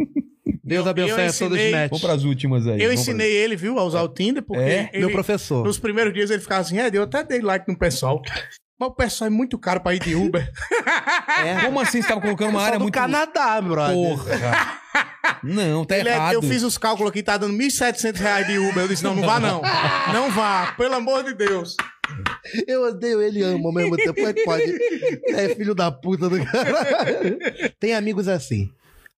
C: Deus abençoe a todos os
D: ensinei-
C: match.
B: Vamos pras últimas aí.
D: Eu
B: vamos pras-
D: ensinei ele, viu, a usar o Tinder, porque
B: É?
D: ele-
C: Meu professor.
D: nos primeiros dias ele ficava assim, é, eu até dei like no pessoal. Mas o pessoal é muito caro pra ir de Uber.
B: Como assim você tava colocando uma
C: Só
B: área
C: do
B: muito.
C: Canadá, brother.
B: Porra. Não, tá
D: Ele é-
B: errado.
D: eu fiz os cálculos aqui, tá dando 1.700 reais de Uber. Eu disse, não, não vá não. Não vá, pelo amor de Deus.
C: Eu odeio ele e amo ao mesmo tempo. Como é que pode? É filho da puta do cara. Tem amigos assim.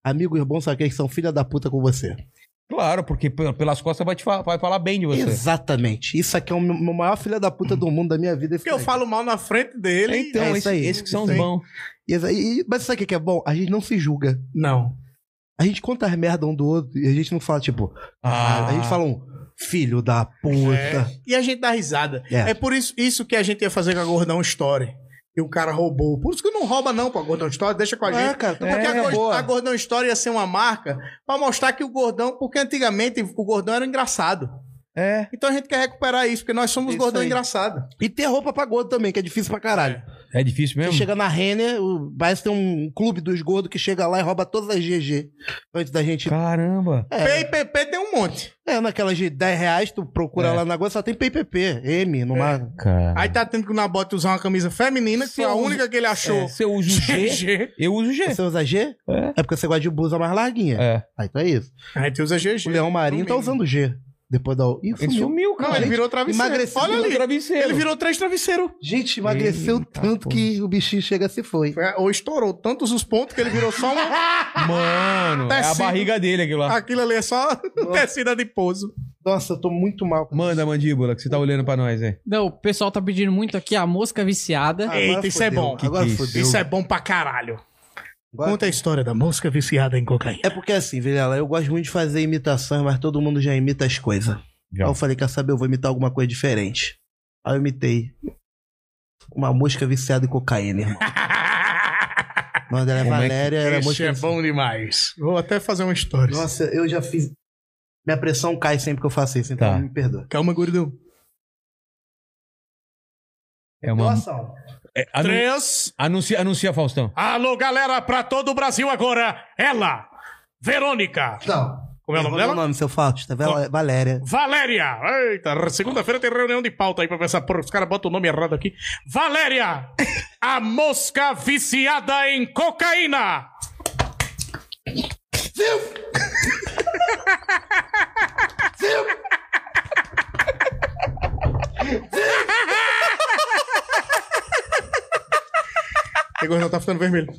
C: Amigos bons são aqueles é que são filha da puta com você.
B: Claro, porque pe- pelas costas vai, te fa- vai falar bem de você.
C: Exatamente. Isso aqui é o meu maior filha da puta do mundo, da minha vida.
D: Porque eu falo mal na frente dele.
B: Então,
C: É isso
B: esse-
C: aí.
B: esses que são os
C: Isso aí.
B: bons.
C: E- e- mas sabe o que que é bom? A gente não se julga.
D: Não.
C: A gente conta as merda um do outro e a gente não fala, tipo...
B: Ah.
C: "Ah", A gente fala um... Filho da puta.
D: É, E a gente dá risada.
C: É.
D: É, por isso, isso que a gente ia fazer com a Gordão Story. E o cara roubou. Por isso que não rouba, não, com a Gordão Story. Deixa com a gente.
C: cara.
D: Porque
C: é,
D: a, Gor-
C: boa.
D: a Gordão Story ia ser uma marca pra mostrar que o Gordão... Porque antigamente o Gordão era engraçado.
B: É.
D: Então a gente quer recuperar isso, porque nós somos
C: Isso
D: Gordão
C: aí.
D: engraçado.
C: E ter roupa pra gordo também, que é difícil pra caralho.
B: É difícil
C: Você
B: mesmo?
C: chega na Renner, o- parece que tem um clube dos gordos que chega lá e rouba todas as GG. Antes da gente.
B: Caramba.
D: É. PPP tem um monte.
C: É, naquelas de 10 reais, tu procura
B: É.
C: lá na agora, só tem PPP, M, numa.
B: Cara.
D: Aí tá tendo que o Nabote usar uma camisa feminina, que
B: Se
D: foi a
B: eu uso-
D: única que ele
C: É,
D: achou.
B: Se eu uso G,
D: GG.
B: eu uso G.
C: Você usa G?
B: É.
C: É porque você gosta de blusa mais larguinha.
B: É.
C: Aí então é isso.
D: A gente usa GG.
C: O Leão Marinho tá usando G. Depois da. Isso,
B: Ele sumiu,
D: Não,
B: cara.
D: ele virou travesseiro.
C: emagreceu,
D: Olha
B: Virou
D: ali.
B: travesseiro.
D: Ele virou três travesseiros.
C: Gente, emagreceu
B: Eita,
C: tanto
B: porra.
C: que o bichinho chega se foi.
D: Foi- É, Ou estourou tantos os pontos que ele virou só um.
B: Mano, é a
D: Tecido.
B: barriga dele aquilo lá.
D: Aquilo ali é só tecida de pouso.
C: Nossa, eu tô muito mal.
B: Manda, mandíbula, que você tá olhando pra nós aí.
E: Não, o pessoal tá pedindo muito aqui a mosca viciada.
C: Agora
D: Eita, isso é
C: fodeu.
D: bom.
C: Agora
B: Que que é
C: fodeu.
D: Isso é bom pra caralho.
C: Agora-
D: Conta a história da mosca viciada em cocaína.
C: É porque assim, Vilela, eu gosto muito de fazer imitações, mas todo mundo já imita as coisas.
B: Já.
C: Aí eu falei, quer saber, eu vou imitar alguma coisa diferente. Aí eu imitei uma mosca viciada em cocaína, irmão. O nome dela é
B: Como é que-
C: Valéria, era
D: Esse
C: mosca
D: é
C: vici-
D: bom demais. Vou até fazer uma história.
C: Nossa, eu já fiz... Minha pressão cai sempre que eu faço isso, então
B: Tá.
C: me perdoa.
D: Calma, gordão.
B: É uma...
C: Doação.
B: é, anu-
D: Três.
B: Anuncia, anuncia, Faustão.
D: Alô, galera, pra todo o Brasil agora. Ela, Verônica.
C: Não.
D: Como é o nome dela?
C: o nome, seu Fausto. Val- Valéria.
D: Valéria! Eita, segunda-feira tem reunião de pauta aí pra ver essa porra. Os caras botam o nome errado aqui. Valéria! A mosca viciada em cocaína! Viu? Viu? Viu? tá ficando vermelho.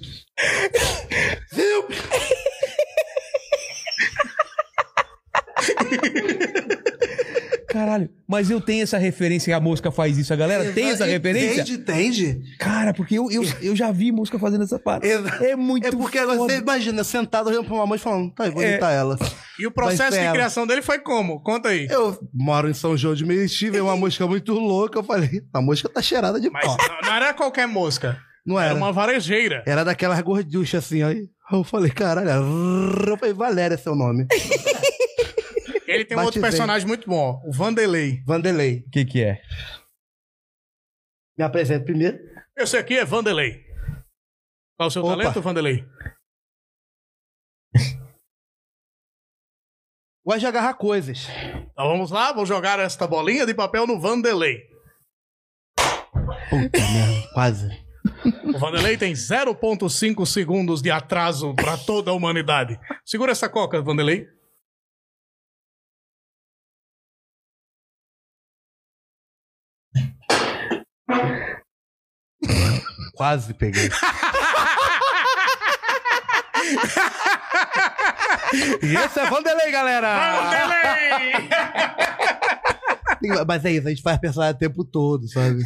B: Caralho, mas eu tenho essa referência que a mosca faz isso. A galera tem essa referência?
C: Ah, Entende, entende. É
B: Cara, porque eu, eu, eu já vi mosca fazendo essa parada.
C: Exa-
B: É muito
C: É porque agora
B: foda. É.
C: você imagina, sentado olhando pra uma mosca e falando, tá, eu vou imitar ela.
D: E o processo
C: Vai ser
D: de
C: ela.
D: criação dele foi como? Conta aí.
C: Eu moro em São João de Meriti, veio uma mosca muito louca. Eu falei, a mosca tá cheirada de
D: Mas
C: pau.
D: não- não era qualquer mosca.
C: Não era.
D: Era uma varejeira.
C: Era daquelas gorduchas assim, aí. Eu falei, caralho. ela- Eu falei, Valéria é seu nome.
D: Ele tem um outro
C: Batizei.
D: personagem muito bom, o Vanderlei.
C: Vanderlei.
B: O que que é?
C: Me apresento primeiro.
D: Esse aqui é Vanderlei. Qual é o seu
C: Opa.
D: talento, Vanderlei?
C: Gosto de agarrar coisas.
D: Então vamos lá, vou jogar esta bolinha de papel no Vanderlei.
C: Puta merda, quase.
D: O Vanderlei tem 0,5 segundos de atraso pra toda a humanidade. Segura essa coca, Vanderlei.
C: Quase peguei. e esse é Vanderlei, galera!
D: Vanderlei!
C: Mas é isso, a gente faz personagem o tempo todo, sabe?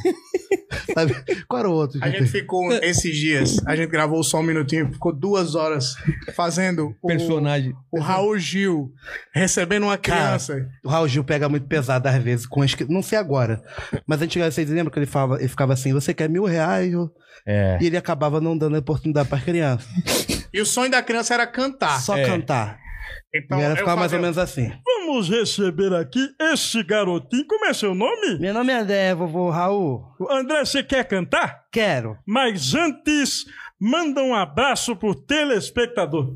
C: Sabe? Qual era o outro?
D: A gente ficou esses dias, a gente gravou só um minutinho, ficou duas horas fazendo o,
B: Personagem.
D: o Raul Gil recebendo uma criança.
C: O Raul Gil pega muito pesado às vezes, com as... cri- não sei agora. Mas antigamente, vocês lembram que ele, falava, ele ficava assim, você quer mil reais?
B: É.
C: E ele acabava não dando a oportunidade para crianças.
D: E o sonho da criança era
J: Ah,
D: cantar.
J: é.
C: Só cantar.
D: Então,
C: e era
D: eu
C: ficava mais ou
D: fazia-
C: menos assim.
J: Vamos receber aqui esse garotinho. Como é seu nome?
C: Meu nome é André, vovô Raul.
J: André, você quer cantar?
C: Quero.
J: Mas antes, manda um abraço pro telespectador.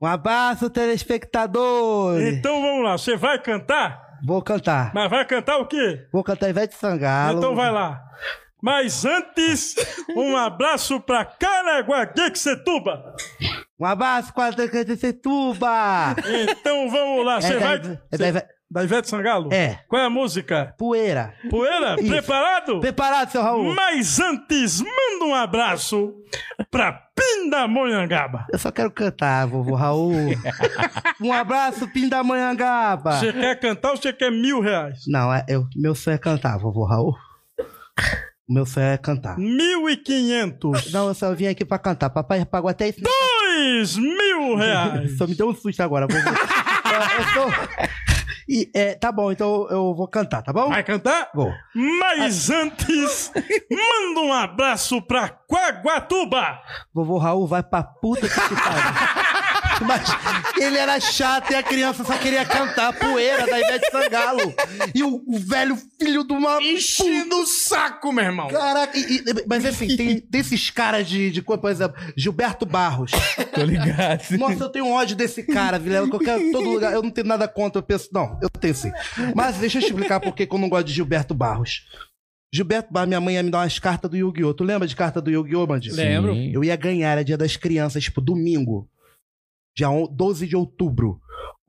C: Um abraço, telespectador.
J: Então vamos lá, você vai cantar?
C: Vou cantar.
J: Mas vai cantar o quê?
C: Vou cantar Ivete Sangalo.
J: Então vai lá. Mas antes, um abraço pra Caraguá Setuba.
C: Um abraço, quatro cantos de tuba.
J: Então vamos lá, você
C: É
J: vai.
C: da- é da Ive-
J: da Ivete Sangalo?
C: É.
J: Qual é a música?
C: Poeira.
J: Poeira?
C: Isso. Então.
J: Preparado?
C: Preparado, seu Raul?
J: Mas antes, manda um abraço pra Pindamonhangaba.
C: Eu só quero cantar, vovô Raul. um abraço, Pindamonhangaba.
J: Você quer cantar ou você quer mil reais?
C: Não, é- eu, meu sonho é cantar, vovô Raul. Meu sonho é cantar.
J: Mil e quinhentos.
C: Não, eu só vim aqui pra cantar. Papai pagou até isso.
J: Dois mil reais.
C: Só me deu um susto agora. Vovô. É, eu sou... E, é, tá bom, então eu vou cantar, tá bom?
J: Vai cantar?
C: Vou.
J: Mas
C: Ah.
J: antes, manda um abraço pra Quaguatuba.
C: Vovô Raul vai pra puta que te pariu. Mas ele era chato e a criança só queria cantar a poeira da Ivete Sangalo. E o, o velho filho de uma.
D: Tá Enchendo o saco, meu irmão.
C: Caraca, e- e- mas enfim, tem, tem esses caras de, de. co- Por exemplo, Gilberto Barros.
B: Tô ligado.
C: Nossa, eu tenho ódio desse cara, Vilela. Qualquer todo lugar. Eu não tenho nada contra. Eu penso. Não, eu tenho sim. Mas deixa eu te explicar por que que eu não gosto de Gilberto Barros. Gilberto Barros, minha mãe ia me dar umas cartas do Yu-Gi-Oh! Tu lembra de carta do Yu-Gi-Oh, Bandido?
E: Lembro.
C: Eu ia ganhar, era dia das crianças, tipo, domingo. Dia on- 12 de outubro.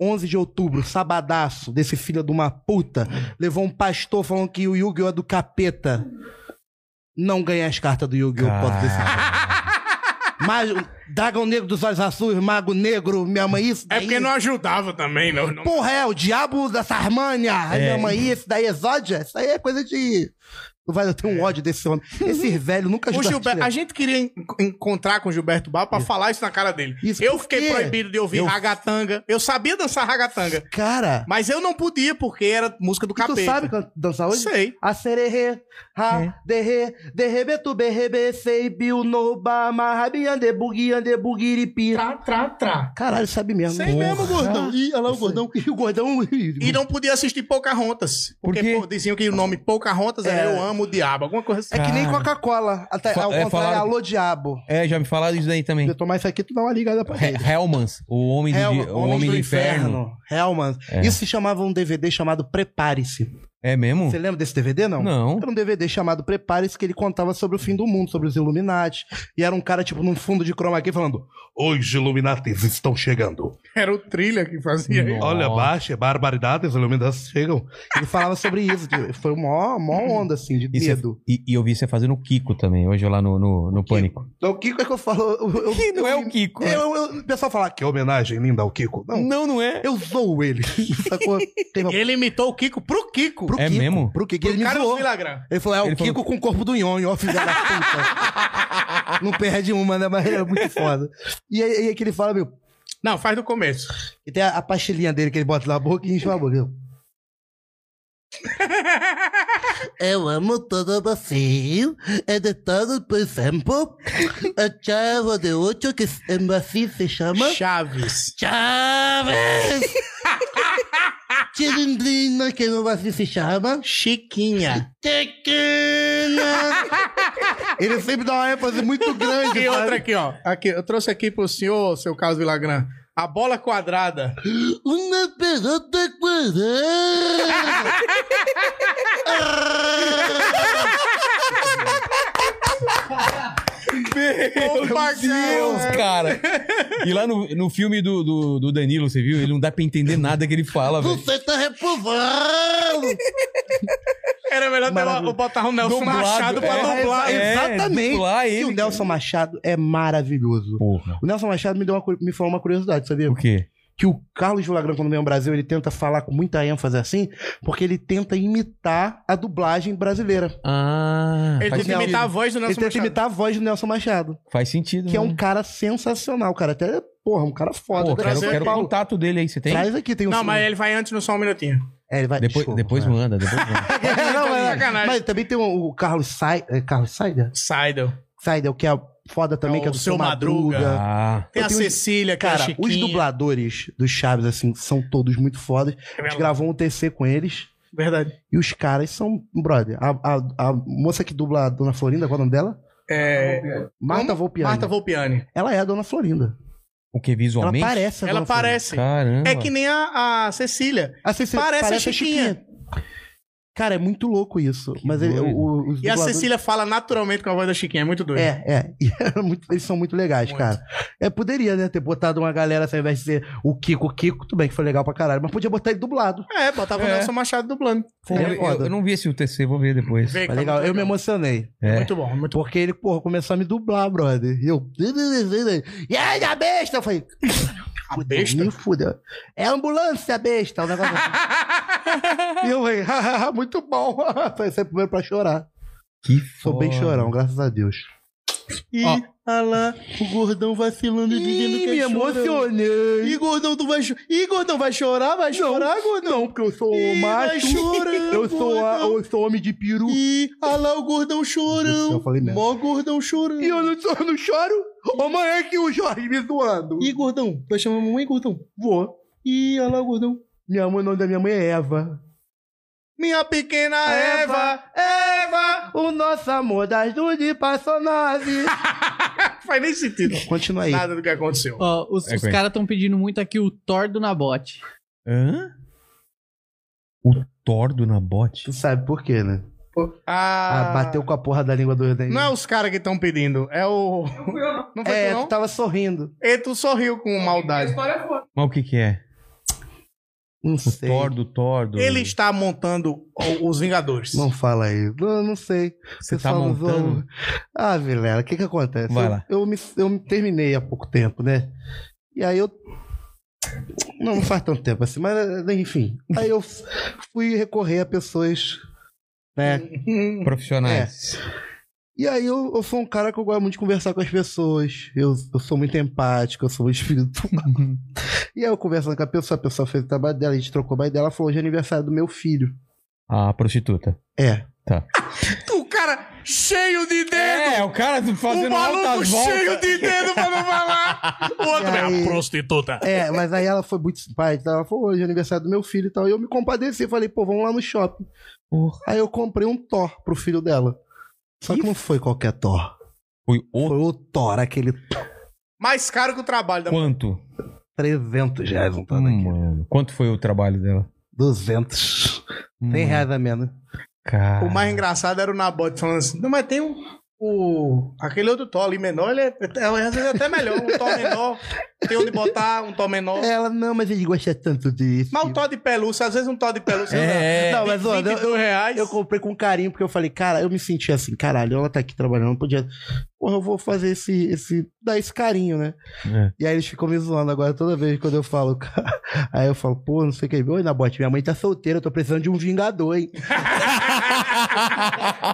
C: 11 de outubro, sabadaço, desse filho de uma puta, levou um pastor falando que o Yu-Gi-Oh! é do capeta. Não ganhei as cartas do Yu-Gi-Oh! por causa desse cara. Mas, o dragão negro dos olhos azuis, mago negro, minha mãe, isso
D: É
C: daí...
D: porque não ajudava também, não. não-
C: Porra, é, o diabo da Sarmânia. Aí minha mãe, esse daí é Zódia. Isso aí é coisa de... Vai, eu tenho um ódio desse homem. Esse velho nunca
D: É. O
C: ajuda
D: Gilberto, a gente queria en- encontrar com o Gilberto Bar pra falar isso na cara dele.
C: Isso,
D: eu
C: por
D: fiquei
C: quê?
D: proibido de ouvir ragatanga. Eu sabia dançar ragatanga,
C: Cara...
D: mas eu não podia porque era música do
C: E
D: capeta.
C: Tu sabe can- dançar hoje?
D: Sei.
C: A sererê, ha, derê, derê, betu, berrê, becei, biu, noba, marrabi, ande, bugui, ande, bugiripi.
D: Trá, trá, trá.
C: Caralho, sabe mesmo.
D: Sei mesmo, gordão.
C: Ih, olha lá o gordão. E o gordão...
D: E não podia assistir Pocahontas. Porque
B: quê?
D: pô, diziam que o nome Pocahontas era
C: É.
D: Eu Amo o Diabo, alguma coisa assim.
C: É que nem Coca-Cola. Até-
B: Fa-
C: Ao
B: é,
C: contrário,
B: falaram-
C: alô, diabo.
B: É, já me falaram isso daí
C: Se
B: também.
C: eu tomar isso aqui, tu dá uma ligada pra ele.
B: He- Hellmans, o É, homem do, di- o homem do inferno.
C: Real, mano. Isso se chamava um DVD chamado Prepare-se.
B: É mesmo?
C: Você lembra desse DVD, não?
B: Não.
C: Era um DVD chamado Prepare-se que ele contava sobre o fim do mundo, sobre os Illuminati. E era um cara, tipo, num fundo de chroma aqui falando:
G: Os Illuminatis estão chegando.
D: Era o trilha que fazia isso.
G: Olha,
C: é
G: baixa, barbaridades, os Illuminatis chegam.
C: Ele falava sobre isso. de- foi uma
B: Hum.
C: mó onda, assim, de
B: E, cê-
C: medo.
B: e- e eu vi você fazendo o Kiko também, hoje lá no, no, no Pânico.
C: Então, o Kiko é que eu falo. Eu, eu,
B: Não é o Kiko.
C: eu, eu- eu- o pessoal fala "Ah, que
G: Que homenagem linda ao Kiko. Não,
B: Não, não é.
C: eu zoo ele. Sacou? Teve uma-
D: Ele imitou o Kiko pro Kiko.
C: pro
B: É
C: Kiko,
B: mesmo?
C: Pro Kiko.
D: Pro
C: ele me
D: Carlos
C: zoou.
D: Villagrán.
C: Ele falou: é o
B: Ele falou-
C: Kiko com o corpo do nhonho, ó, filha da puta. Não perde uma, né? Mas era muito foda. E aí, aí é que ele fala, meu.
D: Não, faz do começo.
C: E tem a, a pastilhinha dele que ele bota na boca e enche na boca. ele- Eu amo todo você. É de todo, por exemplo. A chave de oito que em assim se chama.
D: Chaves.
C: Chaves! Tirindrina, que no Brasil se chama.
D: Chiquinha.
C: Tequina! Ele sempre dá uma ênfase muito grande.
D: E
C: sabe?
D: outra aqui, ó. Aqui, eu trouxe aqui pro senhor, seu Carlos Villagrán, a bola quadrada.
C: Uma pelota quadrada.
D: Opa,
B: Deus, cara. E lá no, no filme do, do, do Danilo, você viu? Ele não dá pra entender nada que ele fala, velho.
C: Você tá reprovado.
D: Era melhor ter
C: Maravilha.
D: eu botar o Nelson
B: Dublado,
D: Machado pra
B: é,
D: dublar.
B: é.
C: Exatamente.
B: dublar
C: E
B: ele,
C: o Nelson Machado é maravilhoso.
B: Porra.
C: O Nelson Machado me, deu uma, cu- me falou uma curiosidade, sabia?
B: O quê?
C: que o Carlos Villagrán, quando vem ao Brasil, ele tenta falar com muita ênfase assim, porque ele tenta imitar a dublagem brasileira.
B: Ah,
D: Ele
C: Faz
D: tenta imitar
C: sentido.
D: a voz do Nelson
C: ele tenta
D: Machado.
C: imitar a voz do Nelson Machado,
B: faz sentido.
C: que é
B: né?
C: um cara sensacional, cara. Até, porra, um cara
B: Pô,
C: foda. Daqui
B: quero,
C: de São
B: quero o
C: Paulo.
B: contato dele aí, você tem?
C: Traz aqui, tem um
D: Não,
C: som.
D: mas ele vai antes no só um minutinho.
C: É, ele vai...
B: Depois,
C: Desculpa,
B: depois
C: vai.
B: manda, depois manda.
C: Não,
D: de
C: mas,
D: sacanagem.
C: mas também tem o, o Carlos Sai... é Carlos Saider?
D: Seidel.
C: Saider, que é foda também,
D: É
C: que é
D: o
C: do
D: Seu
C: Seu Madruga.
D: Madruga.
B: Ah,
D: Tem
C: Eu
D: a
C: tenho-
D: Cecília,
C: Cara,
D: que é a
C: os
D: Chiquinha.
C: dubladores do Chaves, assim, são todos muito
D: É
C: fodas. A gente gravou um TC com eles.
D: Verdade.
C: E os caras são, brother. A, a- a moça que dubla a Dona Florinda, qual é o nome dela?
D: É...
C: Marta
D: Como?
C: Volpiani.
D: Marta Volpiani.
C: Ela é a Dona Florinda.
B: o que
C: Ela
B: visualmente?
C: parece a
D: Ela
C: Dona
D: parece.
B: Caramba.
D: É que nem a, a Cecília.
C: Florinda. A Cecília
D: parece a
C: Cara, é muito louco isso. mas ele,
B: doido.
C: o- os
D: E a
C: dubladores-
D: Cecília fala naturalmente com a voz da Chiquinha. É muito doido.
C: É, é. E era muito- eles são muito legais,
D: Muito.
C: cara. É, poderia, né, ter botado uma galera, assim, ao invés de ser o Kiko, o Kiko, tudo bem que foi legal pra caralho, mas podia botar ele dublado.
D: É, botava o
B: É.
D: Nelson Machado dublando.
B: Eu,
C: Seria
B: eu-
C: é foda.
B: eu não vi esse UTC, vou ver depois.
D: Vê que
C: Mas
D: tá
C: legal,
D: muito
C: eu me emocionei.
B: É.
D: Muito bom, muito bom.
C: Porque ele, porra, começou a me dublar, brother. E eu. E aí, a besta? Eu falei.
D: A
C: "Puta,
D: besta?
C: Me fudeu. É ambulância, a besta. O negócio assim. e eu falei, "Hahaha, muito bom. Foi ser primeiro pra chorar.
B: Que
C: Sou
B: foda.
C: bem chorão, graças a Deus.
D: E
E: Ó.
D: olha lá, o gordão vacilando e dizendo que
C: me
D: é chorão.
C: emocionei.
D: Ih, gordão, tu vai chorar. Ih, gordão, vai chorar, vai chorar, gordão.
C: Não, porque eu sou
D: Ih,
C: o
D: vai
C: macho.
D: chorar,
C: eu, sou a-
D: gordão.
C: eu sou homem de peru.
D: Ih, olha lá o gordão chorão.
C: Eu falei merda.
D: Mó gordão chorando.
C: E eu não, sou- eu não choro? Ô, mãe, é que o Jorge me zoando.
D: Ih, gordão, vai chamar a mamãe, gordão?
C: Vou.
D: Ih, olha lá o gordão.
C: Minha mãe, o nome da minha mãe é Eva.
D: Minha pequena
C: Eva, é
D: Eva, Eva.
C: O nosso amor das duas passou nove.
D: Faz nem sentido.
C: Continua aí.
D: Nada do que aconteceu.
E: Ó, os
B: É,
E: os
B: bem.
E: caras estão pedindo muito aqui o Thor do Nabote.
B: Hã? O tordo na bote?
C: Tu sabe por quê, né? Ah, bateu com a porra da língua do Eden.
D: Não é os caras que estão pedindo, é o. Não foi
C: É,
D: tu, não?
C: tu tava sorrindo.
D: E tu sorriu com maldade.
B: Mas o que que é?
C: Não
B: O
C: sei.
B: tordo, tordo.
D: Ele está montando o- os Vingadores.
C: Não fala aí. Não, não sei.
B: Você tá
C: Pessoal
B: montando?
C: zoa. Ah, Vilela, o que que acontece?
B: Vai
C: Eu-
B: lá.
C: Eu, me, eu me terminei há pouco tempo, né? E aí eu... Não, não faz tanto tempo assim, mas eh, enfim. Aí eu fui recorrer a pessoas, né,
B: Profissionais.
C: E aí eu, eu sou um cara que eu gosto muito de conversar com as pessoas. Eu, eu sou muito empático, eu sou um muito espiritual. e aí eu conversando com a pessoa, a pessoa fez o trabalho dela, a gente trocou a ideia, ela falou hoje é aniversário do meu filho.
B: A prostituta.
C: É.
D: O cara cheio de dedo!
B: o cara
D: o maluco cheio de dedo pra não falar! O outro
C: E
D: é
C: aí?
D: a prostituta.
C: É, mas aí ela foi muito simpática, ela falou hoje é aniversário do meu filho e tal. E eu me compadeci, falei, pô, vamos lá no shopping. Aí eu comprei um Thor pro filho dela. Só que não foi qualquer Thor.
B: Foi o
C: Foi o Thor, aquele
D: Mais caro que o trabalho da
B: quanto?
C: 300 reais um Thor
B: Hum,
C: daquele.
B: mano. Quanto foi o trabalho dela?
C: 200. 100
B: Mano,
C: reais a menos.
B: Cara.
D: O mais engraçado era o Nabote falando assim: não, mas tem um. O, aquele outro Thor ali menor, ele é, é- às vezes é até melhor. Um Thor menor, tem onde botar um Thor menor.
C: Ela, não, mas ele gosta tanto disso.
D: Mas um Thor de pelúcia, às vezes um Thor de pelúcia.
B: É.
C: Não, mas olha, eu,
D: 22 reais.
C: eu comprei com carinho, porque eu falei, cara, eu me senti assim, caralho, ela tá aqui trabalhando, não podia. Porra, eu vou fazer esse. esse dar esse carinho, né?
B: É.
C: E aí eles ficam me zoando agora toda vez quando eu falo, cara. Aí eu falo, pô, não sei o que. Oi, Nabote, minha mãe tá solteira, eu tô precisando de um vingador, hein?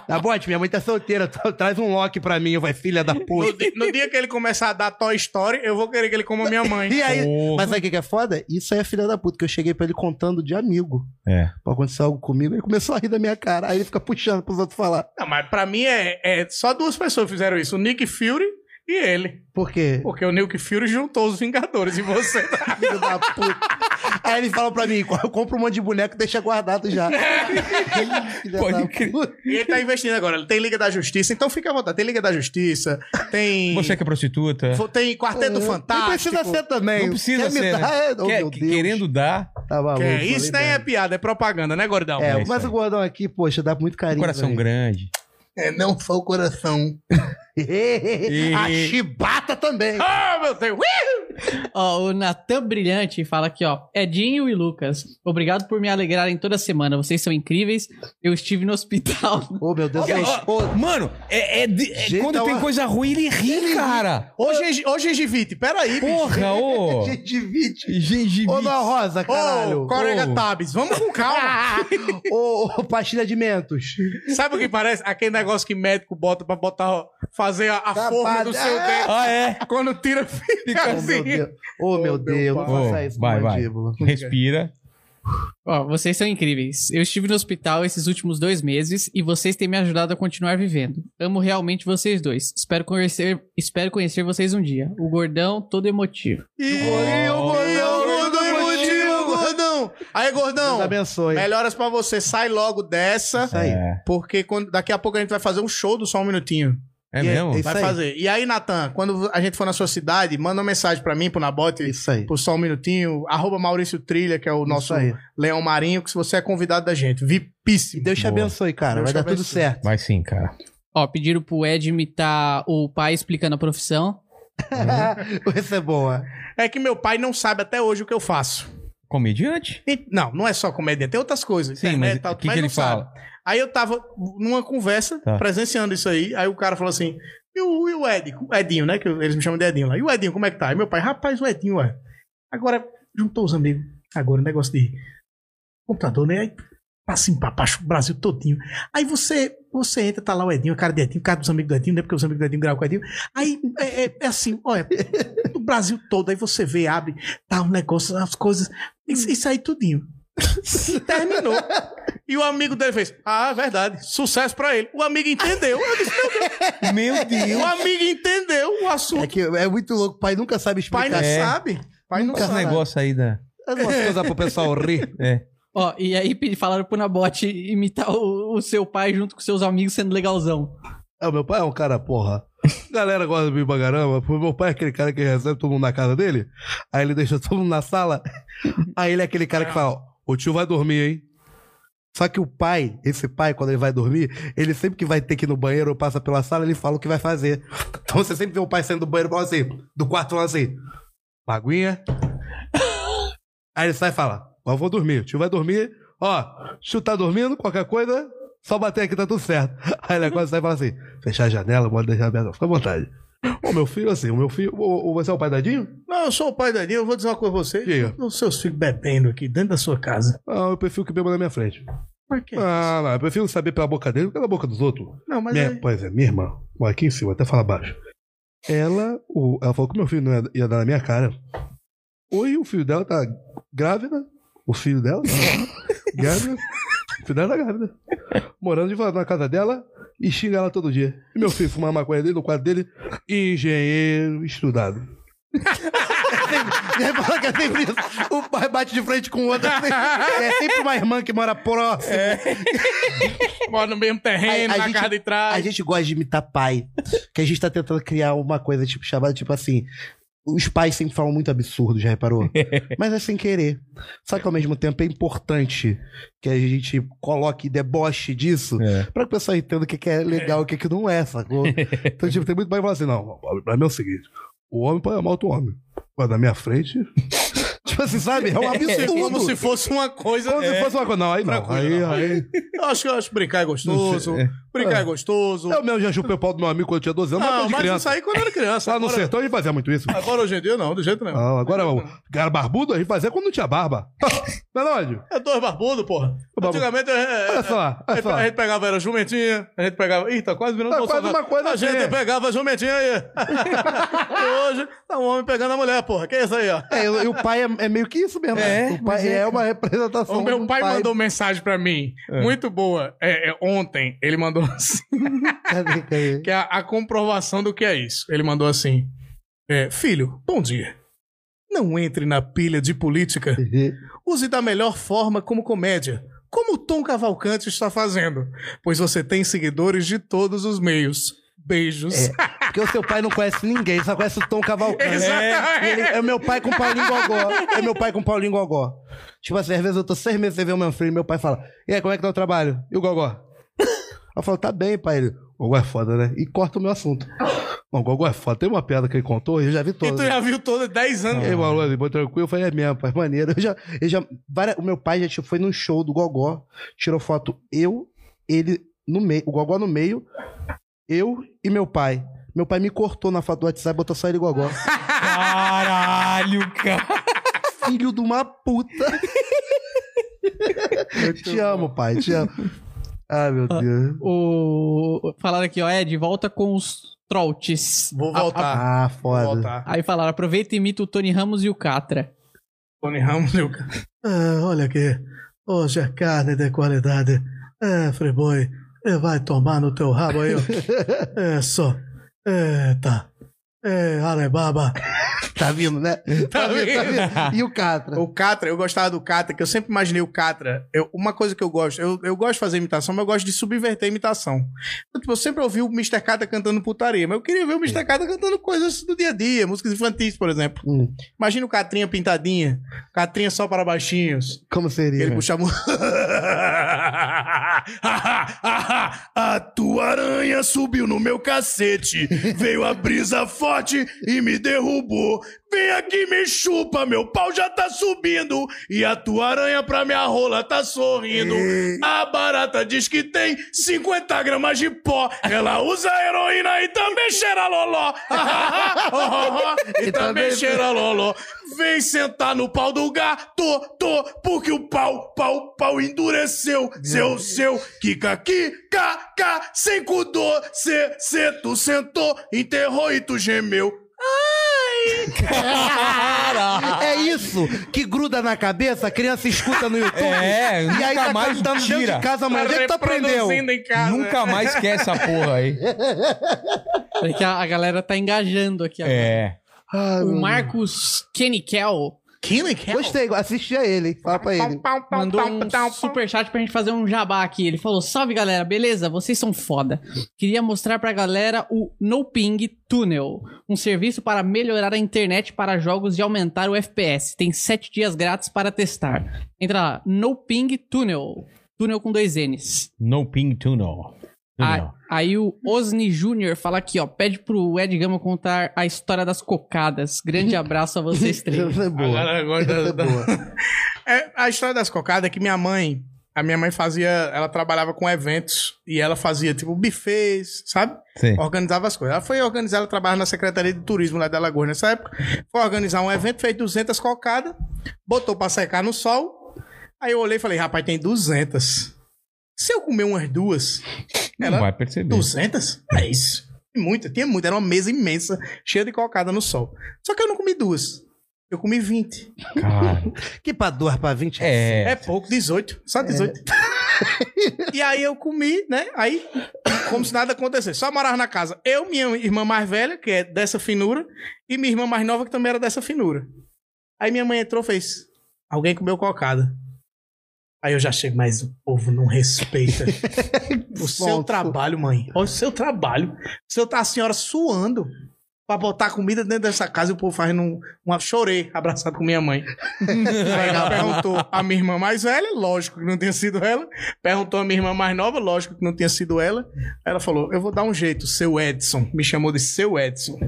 C: Nabote, minha mãe tá solteira, tra- traz um Loki pra mim, vai, filha da
D: No,
C: puta.
D: di- no dia que ele começar a dar Toy Story, eu vou querer que ele coma minha mãe.
C: E aí.
B: Porra.
C: Mas sabe o que que é foda? Isso aí é filha da puta, que eu cheguei pra ele contando de amigo.
B: É.
C: Pô, aconteceu algo comigo, ele começou a rir da minha cara. Aí ele fica puxando pros outros falar.
D: Não, mas pra mim é, é só duas pessoas fizeram isso: o Nick Fury e ele.
C: Por quê?
D: Porque o Nick Fury juntou os Vingadores e você.
C: filho da puta. Aí eles falam pra mim, eu compro um monte de boneco e deixa guardado já. Filha
B: Pode
C: da
B: crer.
C: puta.
D: E ele tá investindo agora. Ele tem Liga da Justiça, então fica à vontade. Tem Liga da Justiça, tem.
B: Você que é prostituta.
D: Fo- Tem Quarteto Fantástico.
C: Não precisa ser também.
B: Não precisa
C: Quer me
B: ser, né?
C: dar? É, oh,
B: Quer-
C: meu
B: que-
C: Deus.
B: querendo dar.
C: Tá maluco,
D: Que é,
C: falei
D: isso nem é
C: merda.
D: piada, é propaganda, né, gordão?
C: É,
B: né? É isso
C: mas
B: aí.
C: o gordão aqui, poxa, dá muito carinho.
B: Coração
C: pra
B: grande.
D: É, não foi o coração.
C: ele. A chibata também.
D: Ah, meu Deus! Ih!
E: Ó, o Natan Brilhante fala aqui, ó. Edinho e Lucas, obrigado por me alegrarem toda semana. Vocês são incríveis. Eu estive no hospital.
C: Oh, meu Deus.
B: Mano, é, é de- é
C: Gente,
B: quando
C: tá
B: tem
C: uma-
B: coisa ruim, ele ri, cara.
D: Ô, gengi- ô gengivite, é peraí, bicho.
B: Porra, ô.
C: Gengivite.
B: Gengivite.
C: Ô, Dona Rosa,
D: Ô,
C: caralho.
D: Corega Tabs, vamos com calma.
C: Ô, ô, pastilha de mentos.
D: Sabe o que parece? Aquele negócio que médico bota pra botar, fazer a, a
C: Tá
D: forma do
C: pad-
D: seu
C: Ah!
D: dente.
B: Ah, é?
D: Quando tira, fica
C: Ô, meu
D: assim.
C: Deus. Ô, meu Deus. Não
B: Ô,
C: faça isso,
B: vai, vai.
C: mandíbula.
B: Respira.
E: Ó, vocês são incríveis. Eu estive no hospital esses últimos dois meses e vocês têm me ajudado a continuar vivendo. Amo realmente vocês dois. Espero conhecer, espero conhecer vocês um dia. O gordão todo emotivo.
D: Ih, o gordão, o gordão, emotivo, o gordão. Aí, gordão.
C: Deus abençoe.
D: Melhoras pra você. Sai logo dessa.
C: Isso aí.
B: É,
D: Porque quando- daqui a pouco a gente vai fazer um show do Só Um Minutinho.
B: é
C: E é-
B: mesmo?
C: é isso
D: vai
C: aí.
D: fazer. E aí, Natan, quando a gente for na sua cidade, manda uma mensagem pra mim, pro Nabote,
C: Isso aí.
D: pro Só Um Minutinho, arroba Maurício Trilha, que é o nosso
C: Isso aí.
D: Leão Marinho, que se você é convidado da gente.
C: E
D: VIPíssimo.
C: Deus te
B: Boa.
C: abençoe, cara.
D: Deus
C: Vai
D: te
C: dar tudo
D: abençoe.
C: certo.
B: Vai sim, cara.
E: Ó, pediram pro Ed imitar o pai explicando a profissão.
C: Essa é boa.
D: É que meu pai não sabe até hoje o que eu faço.
B: Comediante?
D: E- Não, não é só comédia, tem outras coisas.
B: Sim,
D: internet
B: mas
D: e tal,
B: o que, que ele
D: não sabe.
B: fala?
D: Aí eu tava numa conversa,
B: Tá.
D: presenciando isso aí, aí o cara falou assim, e o, e o Ed, o Edinho, né, que eles me chamam de Edinho lá, e o Edinho, como é que tá? Aí meu pai, rapaz, o Edinho, ué, agora juntou os amigos, agora o negócio de computador, né, aí assim pra baixo, o Brasil todinho. Aí você, você entra, tá lá o Edinho, a cara do Edinho, a cara dos amigos do Edinho, né, porque os amigos do Edinho gravam com o Edinho, aí é, é- é assim, olha, do Brasil todo, aí você vê, abre, tá um negócio, as coisas, isso, isso aí tudinho. Hum. Terminou. E o amigo dele fez: Ah, é verdade. Sucesso pra ele. O amigo entendeu. Eu disse, "Meu
B: Meu
D: Deus." o
B: Deus.
D: amigo entendeu o
C: É,
D: assunto.
C: que é muito louco. O pai nunca sabe
D: Pai
C: explicar.
D: não
B: É.
D: sabe. Pai não
B: Esse
D: sabe.
B: negócio aí da...
C: É uma coisa pro pessoal rir.
B: É.
E: Ó, e aí pedi- falaram pro Nabote imitar o, o seu pai junto com seus amigos sendo legalzão.
G: É, meu pai é um cara, porra. A Galera gosta de mim pra caramba. Pô, Meu pai é aquele cara que recebe todo mundo na casa dele. Aí ele deixa todo mundo na sala. Aí ele é aquele cara que fala: O tio vai dormir, hein?
C: Só que o pai, esse pai, quando ele vai dormir, ele sempre que vai ter que ir no banheiro ou passa pela sala, ele fala o que vai fazer. Então você sempre vê
G: um
C: o pai saindo do banheiro falando assim, do quarto falando assim,
G: Uma aguinha. Aí ele sai e fala: Ó, eu vou dormir. O tio vai dormir. Ó, o tio tá dormindo, qualquer coisa, só bater aqui, tá tudo certo. Aí ele agora sai e fala assim: Fechar a janela, pode deixar aberta, fica à vontade. Ô, meu filho, assim, o meu filho. Ô, ô, você é o pai dadinho?
D: Não, eu sou o pai da Lia, eu vou dizer uma coisa pra você.
G: Diga.
D: Os seus filhos bebendo aqui dentro da sua casa.
G: Ah, eu prefiro que beba na minha frente.
D: Por quê?
G: Ah, não, eu prefiro saber pela boca dele do que pela boca dos outros.
D: Não, mas
G: Minha-
D: aí-
G: Pois é, minha irmã, ó, aqui em cima, até falar baixo. Ela, o- ela falou que meu filho não ia, ia dar na minha cara. Oi, o filho dela tá grávida. O filho dela tá grávida. O filho dela tá grávida. Morando de volta na casa dela e xinga ela todo dia. E meu filho fumar maconha dele no quarto dele, engenheiro estudado.
C: E aí fala que é sempre isso. O pai bate de frente com o outro. É sempre, é sempre uma irmã que mora próximo.
D: Mora no mesmo terreno,
C: A- a
D: na
C: gente-
D: casa de
C: A
D: trás.
C: gente gosta de imitar pai. Que a gente tá tentando criar uma coisa tipo chamada, tipo assim. Os pais sempre falam muito absurdo, já reparou? Mas é sem querer. Só que ao mesmo tempo é importante que a gente coloque deboche disso
B: É.
C: pra que o pessoal entenda o que, que é legal e o que, que não é, sacou?
G: Então, tipo, tem muito pai que fala assim, não, pra mim é o seguinte, o homem pode amar outro homem. Mas na minha frente...
C: tipo assim, sabe? É um absurdo.
D: Como se fosse uma coisa.
G: Como se fosse uma coisa... Não, aí não.
D: Tranquilo,
G: Aí,
D: não.
G: aí...
D: Eu acho que eu acho que brincar é gostoso. Brincar é gostoso.
G: Eu mesmo já chupei o pau do meu amigo quando eu tinha 12 anos, mas
D: Não,
G: coisa de
D: mas isso
G: criança.
D: aí é quando eu era criança.
G: Lá no
D: Agora,
G: sertão Tá, a gente fazia muito isso.
D: agora hoje em dia não, do jeito nenhum.
C: Ah.
G: Não, agora o cara barbudo a gente fazia quando não tinha barba. Não é lógico?
D: É dois barbudos, porra.
G: barbudo.
D: Antigamente eu- é-
G: Olha
D: é-
G: só,
D: A
G: olha
D: gente,
G: só.
D: a gente pegava era jumentinha, a gente pegava. Ih, tá quase virando
G: Tá quase
D: Bolsonaro.
G: uma coisa
D: A gente
G: assim.
D: pegava jumentinha aí. e hoje tá um homem pegando a mulher, porra. Que é isso aí, ó.
C: É, e o pai é, é meio que isso mesmo.
G: né?
B: É,
C: o pai é, uma representação.
D: O meu
G: um
C: do
D: um pai, mandou mensagem pra mim, muito boa. É, é, ontem ele mandou assim,
C: Cadê, cadê?
D: que é a, a comprovação do que é isso. Ele mandou assim: é, Filho, bom dia. Não entre na pilha de política. Use da melhor forma como comédia, como o Tom Cavalcante está fazendo, pois você tem seguidores de todos os meios. Beijos.
C: Porque o seu pai não conhece ninguém, só conhece o Tom Cavalcante.
D: Exatamente.
C: É, ele- é meu pai com Paulinho Gogó. É meu pai com Paulinho Gogó. Tipo assim, às vezes eu tô seis meses sem ver o meu filho e meu pai fala: E aí, como é que tá o trabalho? E o Gogó? Eu falo: Tá bem, pai. Ele, Gogó é foda, né? E corta o meu assunto. Não, o Gogó é foda. Tem uma piada que ele contou, eu já vi toda.
D: E tu já viu todo 10 anos.
C: Ele falou ali, bom, tranquilo. Eu falei, é mesmo, faz maneiro. Eu já, eu já, várias- o meu pai já tipo, foi num show do Gogó, tirou foto eu, ele no meio, o Gogó no meio, eu e meu pai. Meu pai me cortou na foto do WhatsApp, botou só ele e Gogó.
B: Caralho, cara.
C: Filho de uma puta. te amo, pai, te amo. Ai, meu
D: Ah.
C: Deus.
E: O... Falaram aqui, ó, Ed, volta com os troutes.
D: Vou
E: A-
D: voltar.
C: Ah,
D: Vou
C: foda.
D: voltar.
E: Aí falaram, aproveita e imita o Tony Ramos e o Catra.
D: Tony Ramos e o
K: Ah, olha aqui. Hoje é carne de qualidade. É, Friboi, é, vai tomar no teu rabo aí. ó. É, só. Eita. É, Alebaba.
C: Tá vindo, né?
D: Tá vendo?
C: E o Catra?
D: O Catra, eu gostava do Catra, que eu sempre imaginei o Catra. Eu- uma coisa que eu gosto, eu, eu gosto de fazer imitação, mas eu gosto de subverter a imitação. Eu, tipo, eu sempre ouvi o Mr. Catra cantando putaria, mas eu queria ver o
C: É.
D: Mr. Catra cantando coisas do dia a dia, músicas infantis, por exemplo.
C: Hum.
D: Imagina o Catrinha pintadinha, Catrinha só para baixinhos.
C: Como seria?
D: Ele puxava. um-
J: A tua aranha subiu no meu cacete. Veio a brisa forte e me derrubou. Vem aqui, me chupa, meu pau já tá subindo. E a tua aranha pra minha rola tá sorrindo. A barata diz que tem 50 gramas de pó. Ela usa heroína e também cheira loló. Oh, e também cheira loló. Vem sentar no pau do gato, tô, porque o pau, pau, pau endureceu. Seu, seu, kika, aqui, cá, sem cudô. Cê, cê, tu sentou, enterrou e tu gemeu.
C: É isso que gruda na cabeça, a criança escuta no YouTube.
B: É,
C: e aí
B: nunca
C: tá
B: mais
C: cantando dentro
B: tira.
C: de casa, mas onde é que tu aprendeu?
D: Reproduzindo em casa.
B: Nunca mais quer essa porra aí.
E: Olha que a, a galera tá engajando aqui agora.
B: É.
C: Ah,
D: Hum,
E: O Marcos Kenikel
D: Kinnikel?
C: Gostei, assistia ele, hein? fala pra ele.
E: mandou um superchat pra gente fazer um jabá aqui. Ele falou: Salve galera, beleza? Vocês são foda. Queria mostrar pra galera o No Ping Tunnel, um serviço para melhorar a internet para jogos e aumentar o FPS. Tem 7 dias grátis para testar. Entra lá, No Ping Tunnel. Tunnel com dois N's.
B: No ping tunnel.
E: A- aí o Osni Júnior fala aqui, ó. Pede pro Ed Gama contar a história das cocadas. Grande abraço a vocês três.
C: Essa é boa.
D: Agora- agora-
C: Essa é boa.
D: É, a história das cocadas é que minha mãe, a minha mãe fazia, ela trabalhava com eventos e ela fazia tipo buffets, sabe?
B: Sim.
D: Organizava as coisas. Ela foi organizar, ela trabalhava na Secretaria de Turismo lá da Lagoa nessa época. Foi organizar um evento, fez 200 cocadas, botou pra secar no sol. Aí eu olhei e falei, rapaz, tem 200. Se eu comer umas duas,
B: Não
D: ela,
B: vai perceber.
D: 200? É isso. Muita, tinha muita. Era uma mesa imensa, cheia de cocada no sol. Só que eu não comi duas. Eu comi 20.
B: Cara.
C: Que pra doar pra assim. 20
B: É.
D: É pouco, 18. Só 18. e aí eu comi, né? Aí, como se nada acontecesse. Só morava na casa. Eu, minha irmã mais velha, que é dessa finura, e minha irmã mais nova, que também era dessa finura. Aí minha mãe entrou e fez: Alguém comeu cocada. Aí eu já chego, mas o povo não respeita o seu
C: Solto.
D: trabalho, mãe. Olha o seu trabalho. Você tá a senhora suando pra botar comida dentro dessa casa e o povo fazendo um, uma chorei abraçado com minha mãe. Aí ela perguntou a minha irmã mais velha, lógico que não tinha sido ela. Perguntou a minha irmã mais nova, lógico que não tinha sido ela. Ela falou: Eu vou dar um jeito, seu Edson. Me chamou de seu Edson.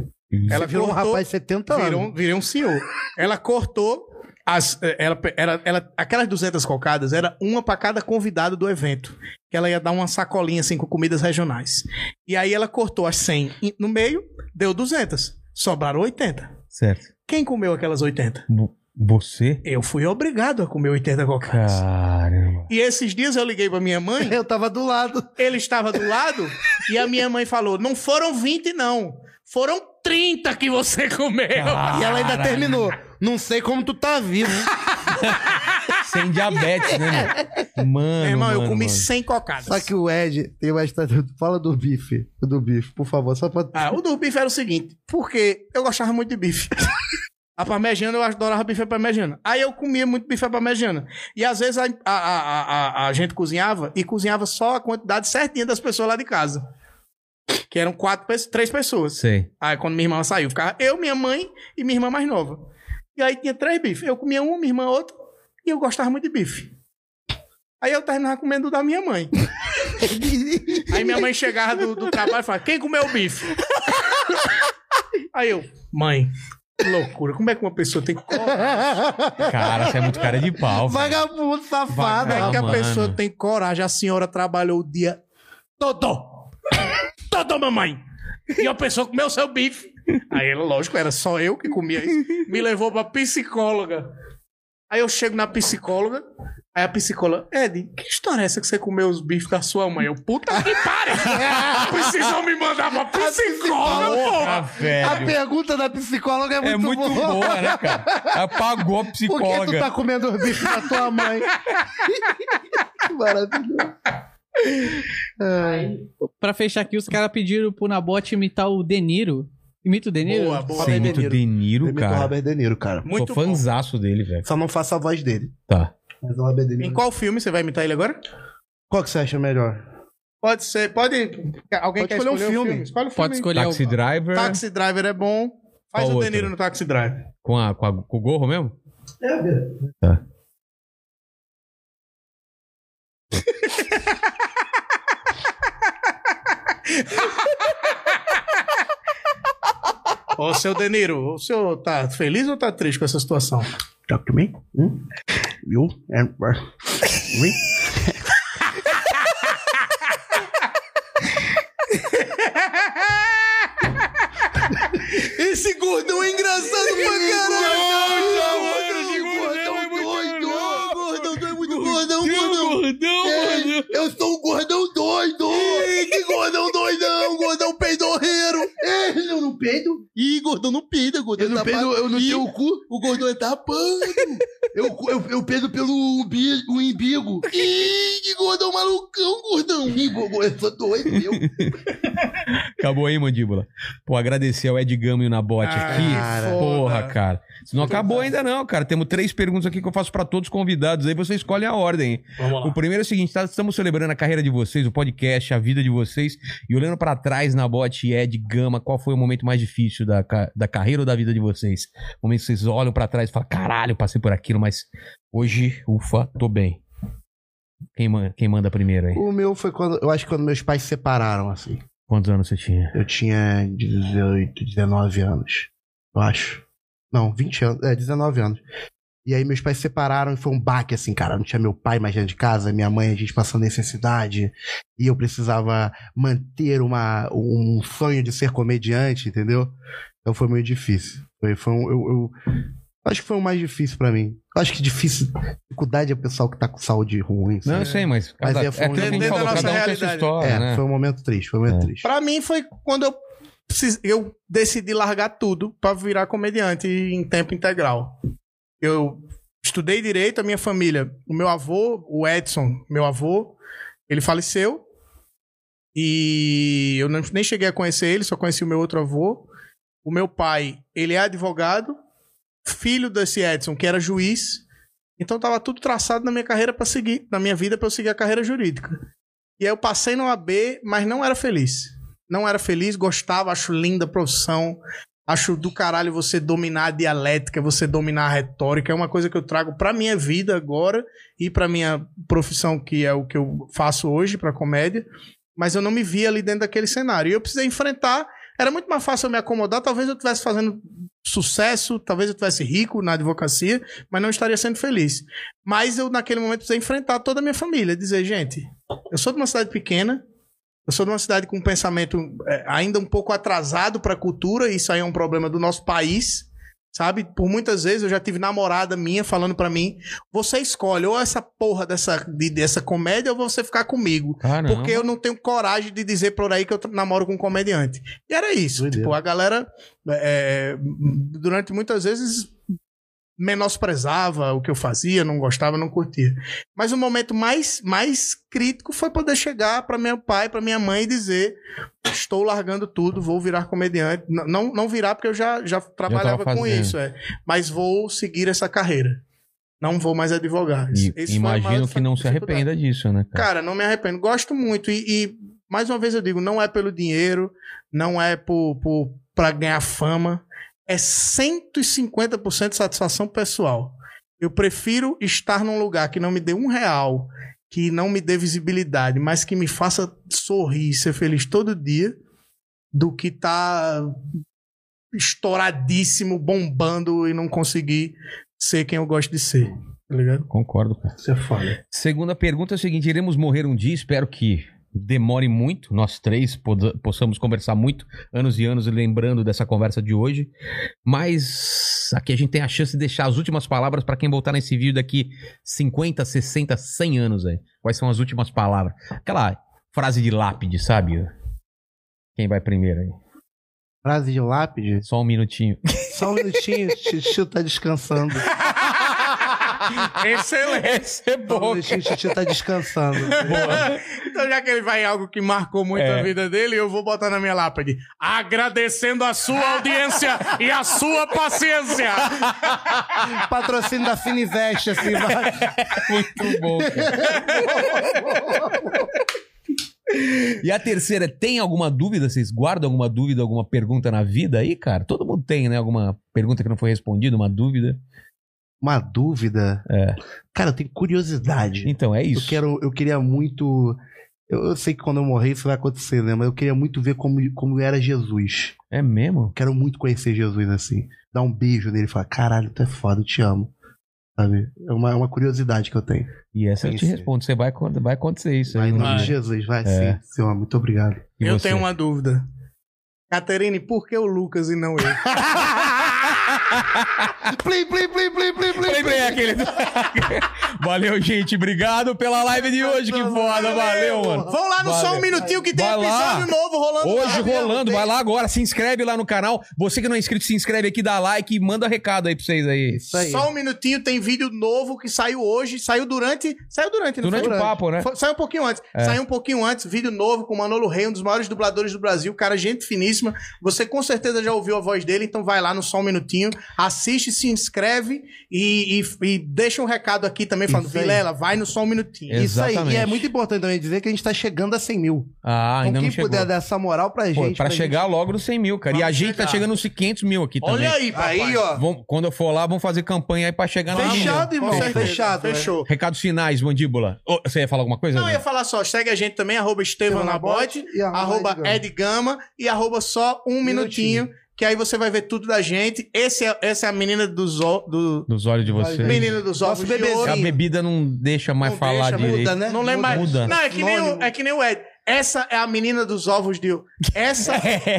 D: Ela
C: Virou um
D: cortou-
C: rapaz de 70 anos.
D: Virou, um- virei um senhor. Ela cortou. As, eh, ela, ela, ela, aquelas 200 cocadas era uma pra cada convidado do evento. Que ela ia dar uma sacolinha assim com comidas regionais. E aí ela cortou as 100 em- no meio, deu 200. Sobraram 80.
B: Certo.
D: Quem comeu aquelas 80?
B: Vo- Você?
D: Eu fui obrigado a comer 80 cocadas.
B: Caramba.
D: E esses dias eu liguei pra minha mãe,
C: Eu tava do lado.
D: ele estava do lado, e a minha mãe falou: Não foram 20, não. Foram 30 que você comeu.
C: E ela ainda terminou. Não sei como tu tá vivo.
B: Sem diabetes, né, mano? Mano.
D: Meu irmão, eu
B: mano,
D: comi
B: mano.
D: 100 cocadas.
C: Só que o Ed tem uma história. Fala do bife. Do bife, por favor. Só pra.
D: Ah, o do bife era o seguinte, porque eu gostava muito de bife. A parmegiana, eu adorava bife à parmegiana. Aí eu comia muito bife à parmegiana. E às vezes a, a, a, a, a gente cozinhava e cozinhava só a quantidade certinha das pessoas lá de casa. Que eram quatro, pe- três pessoas.
B: Sei.
D: Aí quando minha irmã saiu, ficava eu, minha mãe e minha irmã mais nova. E aí tinha três bifes. Eu comia um, minha irmã outro, e eu gostava muito de bife. Aí eu terminava comendo o da minha mãe. aí minha mãe chegava do, do trabalho e falava, quem comeu o bife? Aí eu, mãe, que loucura. Como é que uma pessoa tem que coragem?
B: Cara, você é muito cara de pau, velho.
D: Vagabundo, safado.
B: Vagabundo,
D: Como é que a
B: mano.
D: pessoa tem coragem? A senhora trabalhou o dia todo. Todo, mamãe. E a pessoa comeu seu bife. Aí, lógico, era só eu que comia isso. Me levou pra psicóloga. Aí eu chego na psicóloga. Aí a psicóloga, Ed, que história é essa que você comeu os bifes da sua mãe? Eu, puta que pariu! Precisam me mandar pra psicóloga, porra!
C: É. A pergunta da psicóloga é muito,
B: Ah, É muito boa, né, cara? Apagou a psicóloga.
C: Por que tu tá comendo os bichos da tua mãe? que maravilhoso.
E: Aí, Pra fechar aqui, os caras pediram pro Nabote imitar o De Niro. Imita o De Niro?
C: Boa, boa.
B: Sim, muito De Niro,
C: Imita o
B: cara.
C: Robert De Niro, cara.
B: Sou fanzaço dele, velho.
C: Só não faça a voz dele.
B: Tá.
C: Mas o Robert De
D: Em
C: Niro.
D: qual filme você vai imitar ele agora?
C: Qual que você acha melhor?
D: Pode ser, pode. Alguém
C: Pode
D: quer
C: escolher um
D: escolher, um filme.
C: filme.
D: Escolhe o filme.
B: Pode escolher Taxi
C: um
B: o- Driver.
D: Taxi Driver é bom. Faz
B: Qual
D: o
B: outro?
D: Deniro no Taxi Driver.
B: Com, a, com, a- com o gorro mesmo?
C: É, velho.
D: Ô, seu Deniro, o senhor tá feliz ou tá triste com essa situação?
C: Talk to me. Hmm? You and me.
D: Esse gordão é engraçado pra
C: Gordão, é muito gordão, gordão. Ei, Eu sou um gordão doido! Que gordão doidão, gordão peidorreiro! Ei, eu não peido? Ih, gordão não peida, gordão Eu
H: tá
C: não peido, eu não tenho o cu, o gordão é tapando! Eu, eu, eu peido pelo umbi- o umbigo! Ih, que gordão malucão, gordão! Ih, go- go- eu sou doido, eu!
B: Acabou aí, mandíbula. Pô, agradecer ao Ed Gama e o Nabote
D: Ah,
B: é aqui.
D: cara. tá
B: Porra,
D: foda.
B: cara. Isso não acabou ainda, não, cara. Temos três perguntas aqui que eu faço pra todos os convidados. Aí você escolhe a ordem.
D: Vamos lá.
B: O primeiro é o seguinte: tá? estamos celebrando a carreira de vocês, o podcast, a vida de vocês. E olhando pra trás, Nabote e Ed Gama, qual foi o momento mais difícil da, ca- da carreira ou da vida de vocês? O momento que vocês olham pra trás e falam: caralho, passei por aquilo, mas hoje, ufa, tô bem. Quem, man- quem manda primeiro aí?
C: O meu foi quando, eu acho que quando meus pais se separaram, assim.
B: Quantos anos você tinha?
C: Eu tinha 18, 19 anos, eu acho. Não, 20 anos, é, 19 anos. E aí meus pais se separaram e foi um baque, assim, cara. Não tinha meu pai mais dentro de casa, minha mãe, a gente passando necessidade. E eu precisava manter uma, um sonho de ser comediante, entendeu? Então foi meio difícil. Foi, foi um, eu, eu- acho que foi o mais difícil pra mim. Eu acho que difícil, dificuldade é o pessoal que tá com saúde ruim.
B: Não, eu sei, mas cada-
C: é, foi
B: é
C: um
B: aquilo que a gente
C: momento-
B: falou, Dentro da cada um tem nossa sua realidade. história,
C: É,
B: né? É.
C: foi um momento triste, foi um momento triste.
D: Pra mim foi quando eu, precis- eu decidi largar tudo pra virar comediante em tempo integral. Eu estudei direito, a minha família, o meu avô, o Edson, meu avô, ele faleceu. E eu não- nem cheguei a conhecer ele, só conheci o meu outro avô. O meu pai, ele é advogado, filho desse Edson, que era juiz. Então tava tudo traçado na minha carreira para seguir, na minha vida para eu seguir a carreira jurídica. E aí eu passei no AB, mas não era feliz. Não era feliz, gostava, acho linda a profissão. Acho do caralho você dominar a dialética, você dominar a retórica. É uma coisa que eu trago pra minha vida agora e pra minha profissão, que é o que eu faço hoje pra comédia. Mas eu não me via ali dentro daquele cenário. E eu precisei enfrentar. Era muito mais fácil eu me acomodar. Talvez eu estivesse fazendo sucesso, talvez eu estivesse rico na advocacia, mas não estaria sendo feliz. Mas eu, naquele momento, precisei enfrentar toda a minha família. Dizer, gente, eu sou de uma cidade pequena, eu sou de uma cidade com um pensamento é, ainda um pouco atrasado para a cultura, e isso aí é um problema do nosso país, sabe? Por muitas vezes eu já tive namorada minha falando para mim: você escolhe ou essa porra dessa, de- dessa comédia ou você ficar comigo.
B: Caramba.
D: Porque eu não tenho coragem de dizer por aí que eu tra- namoro com um comediante. E era isso. Tipo, a galera, é, durante muitas vezes, menosprezava o que eu fazia, não gostava, não curtia. Mas o momento mais, mais crítico foi poder chegar para meu pai, para minha mãe e dizer: estou largando tudo, vou virar comediante. N- Não, não virar porque eu já, já trabalhava com
B: fazendo.
D: isso, é. Mas vou seguir essa carreira. Não vou mais advogar.
B: E
D: Esse foi o maior
B: imagino que não se arrependa disso, né, cara?
D: Cara, não me arrependo. Gosto muito. E, e, mais uma vez eu digo, não é pelo dinheiro, não é por, por, pra ganhar fama. É 150% satisfação pessoal. Eu prefiro estar num lugar que não me dê um real, que não me dê visibilidade, mas que me faça sorrir, ser feliz todo dia, do que tá estouradíssimo, bombando e não conseguir ser quem eu gosto de ser. Tá ligado?
B: Concordo, cara.
G: Você é foda.
B: Segunda pergunta é o seguinte: iremos morrer um dia, espero que demore muito, nós três pod- possamos conversar muito, anos e anos, lembrando dessa conversa de hoje. Mas aqui a gente tem a chance de deixar as últimas palavras para quem voltar nesse vídeo daqui 50, 60, 100 anos aí. Quais são as últimas palavras? Aquela frase de lápide, sabe? Quem vai primeiro aí?
C: Frase de lápide?
B: Só um minutinho.
C: Só um minutinho, Titio tá descansando.
D: Excelente.
B: Esse é
C: Só um minutinho, Titio tá descansando.
D: Então, já que ele vai em algo que marcou muito
B: É.
D: a vida dele, eu vou botar na minha lápide. Agradecendo a sua audiência e a sua paciência.
C: Patrocínio da Fininvest, assim, vai.
B: Muito bom, E a terceira, tem alguma dúvida? Vocês guardam alguma dúvida, alguma pergunta na vida aí, cara? Todo mundo tem, né? Alguma pergunta que não foi respondida, uma dúvida.
C: Uma dúvida?
B: É.
C: Cara, eu tenho curiosidade.
B: Então, é isso.
C: Eu quero, eu queria muito. Eu, eu sei que quando eu morrer isso vai acontecer, né? Mas eu queria muito ver como, como era Jesus.
B: É mesmo?
C: Quero muito conhecer Jesus assim. Dar um beijo nele e falar: caralho, tu é foda, eu te amo. Sabe? É uma, é uma curiosidade que eu tenho.
B: E essa eu te respondo. Você vai, acon- vai acontecer isso aí.
C: Em
B: um
C: nome de
B: dia.
C: Jesus, vai
B: É.
C: sim. Senhor, muito obrigado.
B: E
D: eu
B: você?
D: tenho uma dúvida. Caterine, por que o Lucas e não eu?
C: Plim, plim, plim, plim, plim, plim,
B: Lembrei aquele. Valeu, gente. Obrigado pela live de hoje. Que foda. Valeu, mano.
D: Vão lá no Só
B: Valeu.
D: Um Minutinho que tem
B: Vai lá.
D: episódio novo rolando.
B: Hoje
D: lá, viu?
B: rolando, vai lá agora, se inscreve lá no canal. Você que não é inscrito, se inscreve aqui, dá like e manda recado aí pra vocês aí. Isso
D: Só um minutinho, tem vídeo novo que saiu hoje, saiu durante. Saiu durante, não
B: Durante
D: foi?
B: o papo, né?
D: Foi- saiu um pouquinho antes.
B: É.
D: Saiu um pouquinho antes, vídeo novo com o Manolo Rey, um dos maiores dubladores do Brasil, cara, gente finíssima. Você com certeza já ouviu a voz dele, então vai lá no Só um Minutinho, assiste, se inscreve e, e- e deixa um recado aqui também falando:
C: Isso aí.
D: Vilela, vai no Só um Minutinho.
C: Isso aí. E
B: Exatamente.
C: é muito importante também dizer que a gente tá chegando a 100 mil.
B: Ah,
C: então,
B: ainda
C: quem
B: não chegou.
C: puder dar essa moral pra gente.
B: Pô, pra chegar logo nos 100 mil, cara. e a
D: Vamos
B: gente tá
D: chegar.
B: chegando nos 500 mil aqui também.
D: Olha aí, papai.
C: Aí, ó.
B: Vão- quando eu for lá, vamos fazer campanha aí pra chegar na
C: Fechado,
D: Com
C: irmão.
D: certeza.
C: Fechado. né?
D: Fechou.
B: Recados finais, mandíbula. Ô, você ia falar alguma coisa?
D: Não, eu ia falar só, segue a gente também, arroba Estevam
C: Estevam
D: Labote,
C: Labote e arroba
D: arroba Edgama e arroba só um minutinho, que aí você vai ver tudo da gente. Esse é, essa é a menina dos ó- do
B: Nos olhos de vocês. É,
D: menina dos
C: Nosso
D: ovos de
C: bebezinho.
D: ouro.
B: A bebida não deixa mais
D: Não
B: falar
D: deixa,
B: direito.
C: Muda, né?
D: Não lembro
C: Muda.
D: mais.
B: Muda.
D: Não, é que, nem o,
C: Sinônimo.
D: é que nem o Ed. Essa é a menina dos ovos de. Essa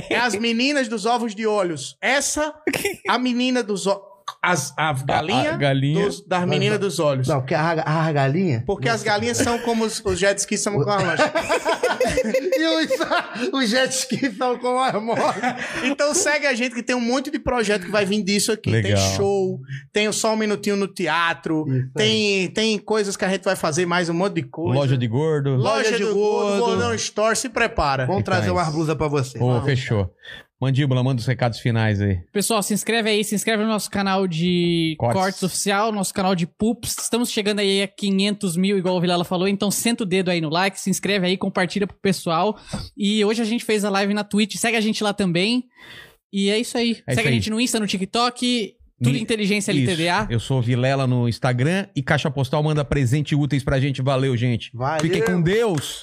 D: é as meninas dos ovos de olhos. Essa a menina dos ovos. As, a galinha,
B: a Ah, galinha.
D: dos- das meninas dos olhos.
C: Não, porque a, a galinha.
D: Porque as galinhas são como os, os jet skis são com a lancha.
C: e os, os jet ski são com a moto.
D: Então segue a gente que tem um monte de projeto que vai vir disso aqui.
B: Legal.
D: Tem show, tem o só um minutinho no teatro, tem, tem coisas que a gente vai fazer mais um monte de coisa.
B: Loja de gordo.
D: Loja
C: Loja
D: de
C: de
D: gordo,
C: gordo.
D: Gordão Store, se prepara.
C: Vamos trazer
B: Então é
C: uma
B: isso.
C: blusa pra você.
B: Ô, fechou. Mandíbula, manda os recados finais aí.
E: Pessoal, se inscreve aí, se inscreve no nosso canal de
B: Cortes.
E: cortes, oficial, nosso canal de pups. Estamos chegando aí a 500 mil, igual o Vilela falou, então senta o dedo aí no like, se inscreve aí, compartilha pro pessoal. E hoje a gente fez a live na Twitch, segue a gente lá também. E é isso aí.
B: É
E: segue
B: isso aí.
E: a gente no Insta, no TikTok, tudo
B: Me-
E: inteligência
B: Isso.
E: LTDA.
B: Eu sou o Vilela no Instagram e Caixa Postal manda presente úteis pra gente. Valeu, gente.
C: Valeu.
B: Fiquem com Deus.